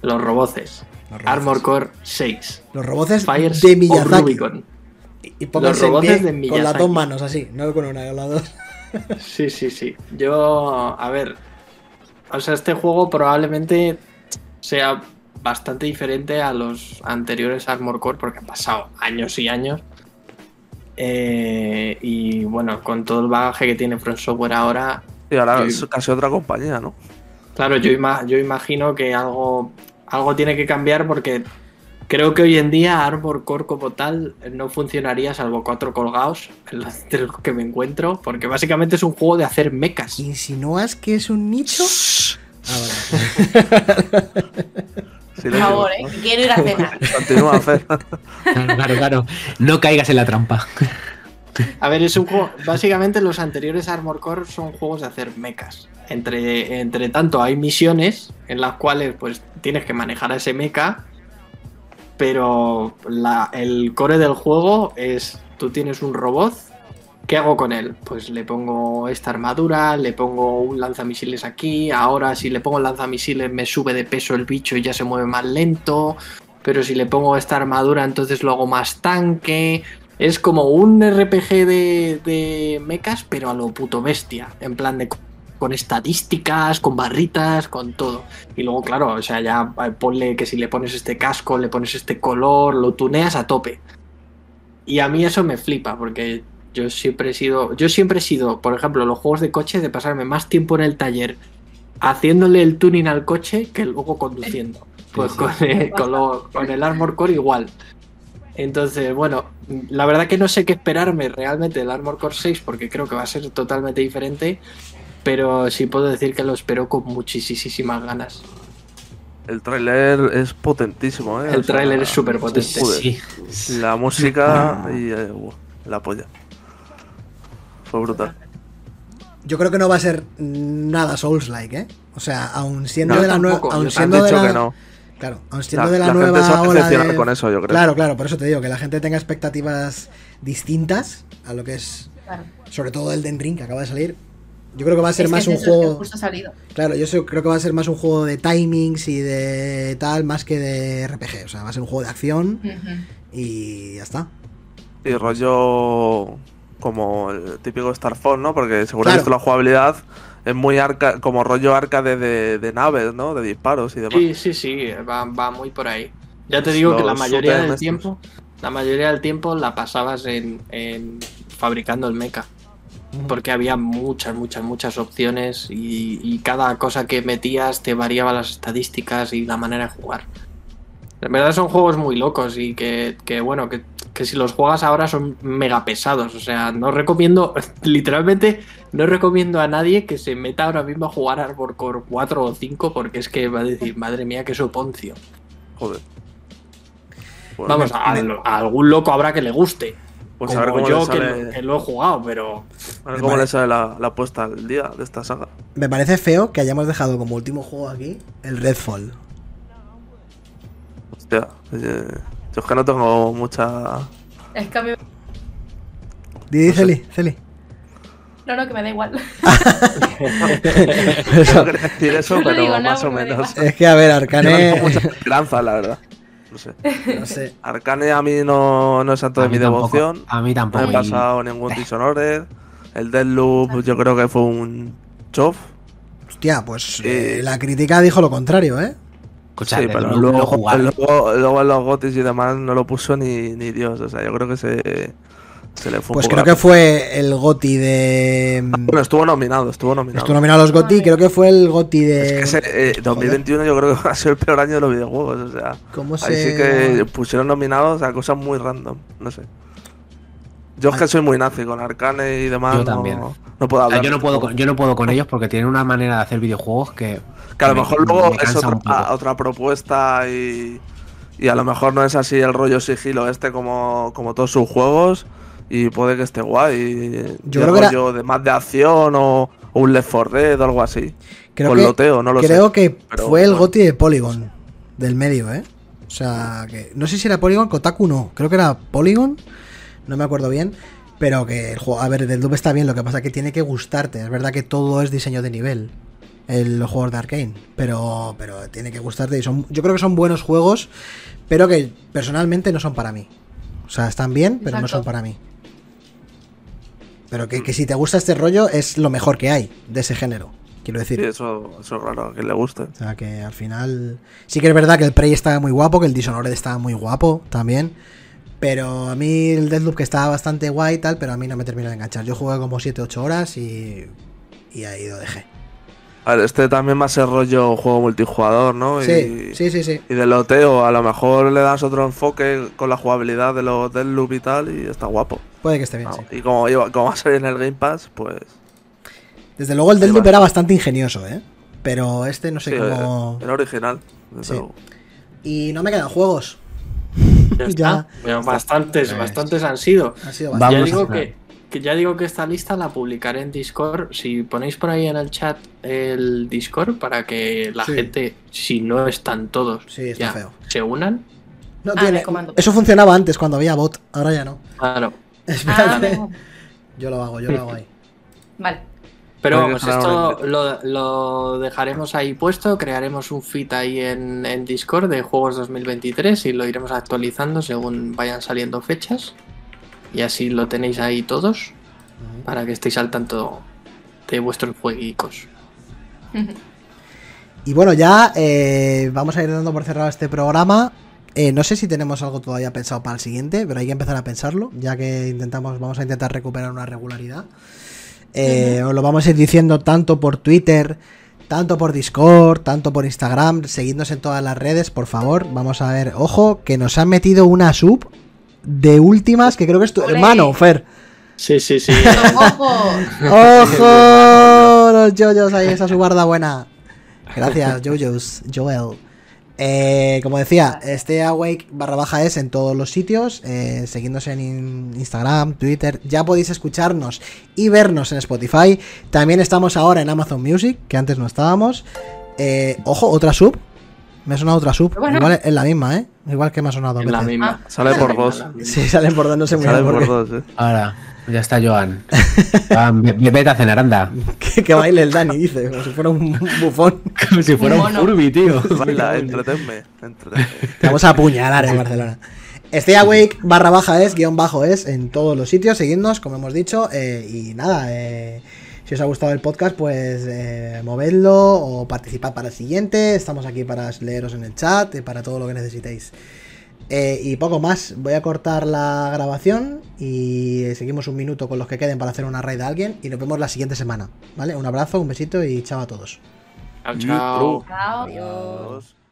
Speaker 2: Los roboces.
Speaker 4: Los roboces,
Speaker 2: Armor Core 6.
Speaker 4: Los roboces
Speaker 2: Fires
Speaker 4: de
Speaker 2: of
Speaker 4: Miyazaki.
Speaker 2: Rubicon.
Speaker 4: Y- Y pónganse en
Speaker 2: roboces
Speaker 4: pie
Speaker 2: de
Speaker 4: con las
Speaker 2: Miyazaki.
Speaker 4: dos manos así, no con una, con las dos.
Speaker 2: Sí, sí, sí. Yo, a ver, o sea, este juego probablemente sea bastante diferente a los anteriores Armor Core porque han pasado años y años. Eh, y bueno, con todo el bagaje que tiene From Software ahora,
Speaker 5: Y ahora
Speaker 2: Sí.
Speaker 5: es casi otra compañía, ¿no?
Speaker 2: claro, yo, ima- yo imagino que algo, algo tiene que cambiar porque Creo que hoy en día Armor Core como tal no funcionaría salvo cuatro colgados entre los que me encuentro, porque básicamente es un juego de hacer mecas.
Speaker 4: ¿Insinúas que es un nicho? Ah, vale.
Speaker 6: Por
Speaker 5: Silencio,
Speaker 6: favor,
Speaker 5: ¿no?
Speaker 6: eh, que quiero ir a cenar.
Speaker 5: Continúa, Fer.
Speaker 1: Claro, claro, claro. No caigas en la trampa.
Speaker 2: A ver, es un juego. Básicamente, los anteriores Armor Core son juegos de hacer mechas. Entre, entre tanto, hay misiones en las cuales pues tienes que manejar a ese mecha. Pero la- el core del juego es: tú tienes un robot. ¿Qué hago con él? Pues le pongo esta armadura, le pongo un lanzamisiles aquí. Ahora, si le pongo lanzamisiles, me sube de peso el bicho y ya se mueve más lento. Pero si le pongo esta armadura, entonces lo hago más tanque. Es como un RPG de, de mechas, pero a lo puto bestia. En plan de co- con estadísticas, con barritas, con todo. Y luego, claro, o sea, ya eh, ponle que si le pones este casco, le pones este color, lo tuneas a tope. Y a mí eso me flipa, porque yo siempre he sido. Yo siempre he sido, por ejemplo, los juegos de coche, de pasarme más tiempo en el taller haciéndole el tuning al coche que luego conduciendo. Pues
Speaker 1: Sí,
Speaker 2: con, eh, con lo- con el Armor Core igual. Entonces, bueno, la verdad que no sé qué esperarme realmente del Armor Core 6 porque creo que va a ser totalmente diferente, pero sí puedo decir que lo espero con muchísimas ganas.
Speaker 5: El tráiler es potentísimo, ¿eh? O
Speaker 2: El
Speaker 5: sea,
Speaker 2: tráiler es súper potente.
Speaker 5: Joder.
Speaker 1: Sí.
Speaker 5: La música y eh, buah, la polla. Fue brutal.
Speaker 4: Yo creo que no va a ser nada Souls-like, ¿eh? O sea, aun siendo
Speaker 5: No,
Speaker 4: de la nueva.
Speaker 2: tampoco.
Speaker 4: Aun
Speaker 2: Te
Speaker 5: Han
Speaker 4: siendo de
Speaker 5: dicho
Speaker 4: la.
Speaker 5: que no.
Speaker 4: Claro, aun siendo
Speaker 5: La-
Speaker 4: de la,
Speaker 5: la gente
Speaker 4: nueva
Speaker 5: se va a
Speaker 4: ola
Speaker 5: decepcionar
Speaker 4: de-
Speaker 5: con eso, yo creo.
Speaker 4: Claro, claro, por eso te digo, que la gente tenga expectativas distintas a lo que es.
Speaker 6: Claro.
Speaker 4: Sobre todo el Den Ring que acaba de salir. Yo creo que va a ser
Speaker 6: Es que
Speaker 4: más
Speaker 6: es
Speaker 4: un
Speaker 6: eso, es que
Speaker 4: juego.
Speaker 6: justo ha salido.
Speaker 4: Claro, yo sé- creo que va a ser más un juego de timings y de tal, más que de RPG. O sea, va a ser un juego de acción
Speaker 6: Ujú.
Speaker 4: y ya está.
Speaker 5: Y rollo como el típico Starfall, ¿no? Porque seguramente
Speaker 4: Claro.
Speaker 5: la jugabilidad es muy arca, como rollo arcade de, de naves, ¿no? De disparos y demás.
Speaker 2: Sí, sí, sí, va, va muy por ahí. Ya te digo que la
Speaker 5: Los
Speaker 2: mayoría del
Speaker 5: supermasters.
Speaker 2: tiempo, la mayoría del tiempo la pasabas en, en fabricando el mecha. Porque había muchas, muchas, muchas opciones y, y cada cosa que metías te variaba las estadísticas y la manera de jugar. En verdad son juegos muy locos y que, que, bueno, que, que si los juegas ahora son mega pesados. O sea, no recomiendo, literalmente, no recomiendo a nadie que se meta ahora mismo a jugar Arbor Core 4 o 5 porque es que va a decir, madre mía, qué soponcio.
Speaker 5: Joder. Bueno,
Speaker 2: Vamos, a, a algún loco habrá que le guste.
Speaker 5: pues a ver
Speaker 2: como
Speaker 5: cómo, le
Speaker 2: yo que,
Speaker 5: sale,
Speaker 2: lo- que lo he jugado, pero
Speaker 5: a ver cómo le sale la, la apuesta al día de esta saga.
Speaker 4: Me parece feo que hayamos dejado como último juego aquí el Redfall.
Speaker 5: Hostia, eh, yo es que no tengo mucha.
Speaker 6: Es que a mí.
Speaker 4: Didi,
Speaker 5: No sé.
Speaker 4: Celi, Celi.
Speaker 6: No, no, que me da igual.
Speaker 5: No quería decir eso,
Speaker 6: No
Speaker 5: pero
Speaker 6: digo nada,
Speaker 5: más o
Speaker 6: porque me da
Speaker 5: menos.
Speaker 4: Es que, a ver,
Speaker 5: Yo no
Speaker 1: Eh.
Speaker 5: tengo
Speaker 4: Arcane.
Speaker 5: mucha esperanza, la verdad. No sé.
Speaker 4: No sé.
Speaker 5: Arcane a mí no, no es tanto de
Speaker 1: A mí
Speaker 5: mi
Speaker 1: tampoco.
Speaker 5: devoción.
Speaker 1: A mí
Speaker 5: No
Speaker 1: tampoco. Eh.
Speaker 5: he pasado ningún Dishonored. El Deathloop yo creo que fue un chof.
Speaker 4: Hostia, pues eh,
Speaker 5: Eh,
Speaker 4: la crítica dijo lo contrario, ¿eh?
Speaker 1: Escucha,
Speaker 5: Sí,
Speaker 1: de
Speaker 5: pero
Speaker 1: Deathloop
Speaker 5: luego,
Speaker 1: lo jugar.
Speaker 5: luego- luego en los gotis y demás no lo puso ni, ni Dios. O sea, yo creo que se, se le fue un
Speaker 4: Pues
Speaker 5: poco
Speaker 4: creo
Speaker 5: la- Ah,
Speaker 4: que fue el Goti de.
Speaker 5: Bueno, estuvo nominado, estuvo nominado.
Speaker 4: Mm. Estuvo nominado a los Goti, creo que fue el Goti
Speaker 5: Es
Speaker 4: de.
Speaker 5: que ese, eh, 2021 yo creo que ha sido el peor año de los videojuegos. O sea,
Speaker 4: ¿Cómo se.?
Speaker 5: ahí sí que pusieron nominados a cosas muy random. No sé. Yo es que soy muy nazi con Arcane y demás.
Speaker 1: Yo
Speaker 5: no-
Speaker 1: también.
Speaker 5: No, puedo
Speaker 1: O sea,
Speaker 5: hablar.
Speaker 1: yo no puedo, con- yo no puedo con ellos porque tienen una manera de hacer videojuegos que.
Speaker 5: Que a lo
Speaker 1: me-
Speaker 5: mejor
Speaker 1: me
Speaker 5: luego es
Speaker 1: cansa
Speaker 5: otra,
Speaker 1: un poco.
Speaker 5: a- otra propuesta y, y a lo mejor no es así el rollo sigilo este como, como todos sus juegos y puede que esté guay.
Speaker 4: Yo
Speaker 5: Y el
Speaker 4: creo que era-
Speaker 5: rollo de más de acción o, o un Left 4 Dead o algo así.
Speaker 4: Creo
Speaker 5: con
Speaker 4: que,
Speaker 5: loteo, no pues lo
Speaker 4: creo
Speaker 5: sé.
Speaker 4: que
Speaker 5: pero
Speaker 4: fue el
Speaker 5: bueno.
Speaker 4: Goti de Polygon, del medio, ¿eh? O sea, que no sé si era Polygon, Kotaku no, creo que era Polygon, no me acuerdo bien, pero que el juego, a ver, del Loop está bien, lo que pasa es que tiene que gustarte, es verdad que todo es diseño de nivel, el, los juegos de Arkane, pero, pero tiene que gustarte y son, yo creo que son buenos juegos, pero que personalmente no son para mí. O sea, están bien, pero no
Speaker 6: Exacto.
Speaker 4: son para mí. Pero que, que si te gusta este rollo es lo mejor que hay de ese género, quiero decir.
Speaker 5: Sí, eso, eso es raro, a quien le guste.
Speaker 4: O sea que al final. Sí que es verdad que el Prey estaba muy guapo, que el Dishonored estaba muy guapo también. Pero a mí el Deathloop que estaba bastante guay y tal, pero a mí no me terminó de enganchar. Yo jugué como 7-8 horas y. Y ahí lo dejé.
Speaker 5: A ver, este también va a ser rollo juego multijugador, ¿no?
Speaker 4: Sí,
Speaker 5: y,
Speaker 4: sí, sí, sí.
Speaker 5: Y de loteo, a lo mejor le das otro enfoque con la jugabilidad de los del loop y tal, y está guapo.
Speaker 4: Puede que esté bien,
Speaker 5: Ah,
Speaker 4: sí.
Speaker 5: Y como, lleva- como va a salir en el Game Pass, pues.
Speaker 4: Desde luego el
Speaker 5: Ahí
Speaker 4: Deathloop
Speaker 5: va.
Speaker 4: era bastante ingenioso, ¿eh? Pero este no sé
Speaker 5: sí,
Speaker 4: cómo...
Speaker 5: eh, el original.
Speaker 4: Sí.
Speaker 5: desde luego.
Speaker 4: Y no me quedan juegos.
Speaker 2: Ya
Speaker 4: Ya.
Speaker 2: está. Pero bastantes, bastantes han sido.
Speaker 4: Ha sido
Speaker 1: Vamos
Speaker 2: ya
Speaker 1: a
Speaker 4: bastante.
Speaker 2: digo
Speaker 1: cerrar.
Speaker 2: que, que ya digo que esta lista la publicaré en Discord. Si ponéis por ahí en el chat el Discord para que la
Speaker 4: Sí.
Speaker 2: gente, si no están todos,
Speaker 4: Sí, está
Speaker 2: ya
Speaker 4: feo.
Speaker 2: se unan.
Speaker 4: No
Speaker 6: Ah,
Speaker 4: tiene-
Speaker 6: de comando.
Speaker 4: Eso funcionaba antes cuando había bot, ahora ya no.
Speaker 2: Claro.
Speaker 6: Ah,
Speaker 4: Espérate.
Speaker 6: mejor.
Speaker 4: yo lo hago, yo lo hago ahí.
Speaker 6: Vale.
Speaker 2: Pero
Speaker 5: Porque
Speaker 2: vamos,
Speaker 5: dejaron
Speaker 2: esto lo, lo dejaremos ahí puesto, crearemos un feed ahí en, en Discord de juegos 2023 y lo iremos actualizando según vayan saliendo fechas. Y así lo tenéis ahí todos para que estéis al tanto de vuestros jueguicos.
Speaker 4: Y bueno, ya eh, vamos a ir dando por cerrado este programa. Eh, no sé si tenemos algo todavía pensado para el siguiente, pero hay que empezar a pensarlo, ya que intentamos, vamos a intentar recuperar una regularidad. Eh, Os lo vamos a ir diciendo tanto por Twitter, tanto por Discord, tanto por Instagram. Seguidnos en todas las redes, por favor. Vamos a ver, ojo, que nos han metido una sub de últimas, que creo que es tu
Speaker 6: Ole.
Speaker 4: hermano, Fer.
Speaker 2: Sí, sí, sí.
Speaker 6: ¡Ojos!
Speaker 4: ¡Ojo! Los yoyos ahí, esa subarda buena. Gracias, yoyos, Joel. Eh, como decía, stay awake barra baja es en todos los sitios, eh, seguidnos en in- Instagram, Twitter, ya podéis escucharnos y vernos en Spotify. También estamos ahora en Amazon Music, que antes no estábamos. Eh, ojo, otra sub. Me ha sonado otra sub.
Speaker 6: Bueno.
Speaker 4: Igual es la misma, ¿eh? Igual que me ha sonado.
Speaker 2: en la
Speaker 4: veces.
Speaker 2: misma.
Speaker 5: Sale por
Speaker 2: En la
Speaker 5: dos.
Speaker 2: misma.
Speaker 4: Sí, salen por dos, no sé muy
Speaker 5: Sale
Speaker 4: bien por
Speaker 5: por
Speaker 4: qué.
Speaker 5: dos, eh.
Speaker 1: Ahora, ya está Joan. Joan, ve- ve- vete a cenar, anda.
Speaker 4: Que, que baile el Dani, dice, como si fuera un bufón.
Speaker 1: Como si fuera un
Speaker 6: Mono.
Speaker 1: Furby, tío.
Speaker 5: Baila, entretenme. entretenme.
Speaker 4: Te vamos a apuñalar en Barcelona. Stay awake barra baja es, guión bajo es, en todos los sitios, seguidnos, como hemos dicho, eh, y nada, eh, si os ha gustado el podcast, pues eh, movedlo o participad para el siguiente, estamos aquí para leeros en el chat, eh, para todo lo que necesitéis. Eh, y poco más, voy a cortar la grabación y eh, seguimos un minuto con los que queden para hacer una raid a alguien y nos vemos la siguiente semana, ¿vale? Un abrazo, un besito y chao a todos.
Speaker 2: Chao, chao.
Speaker 6: Chao.
Speaker 5: Dos.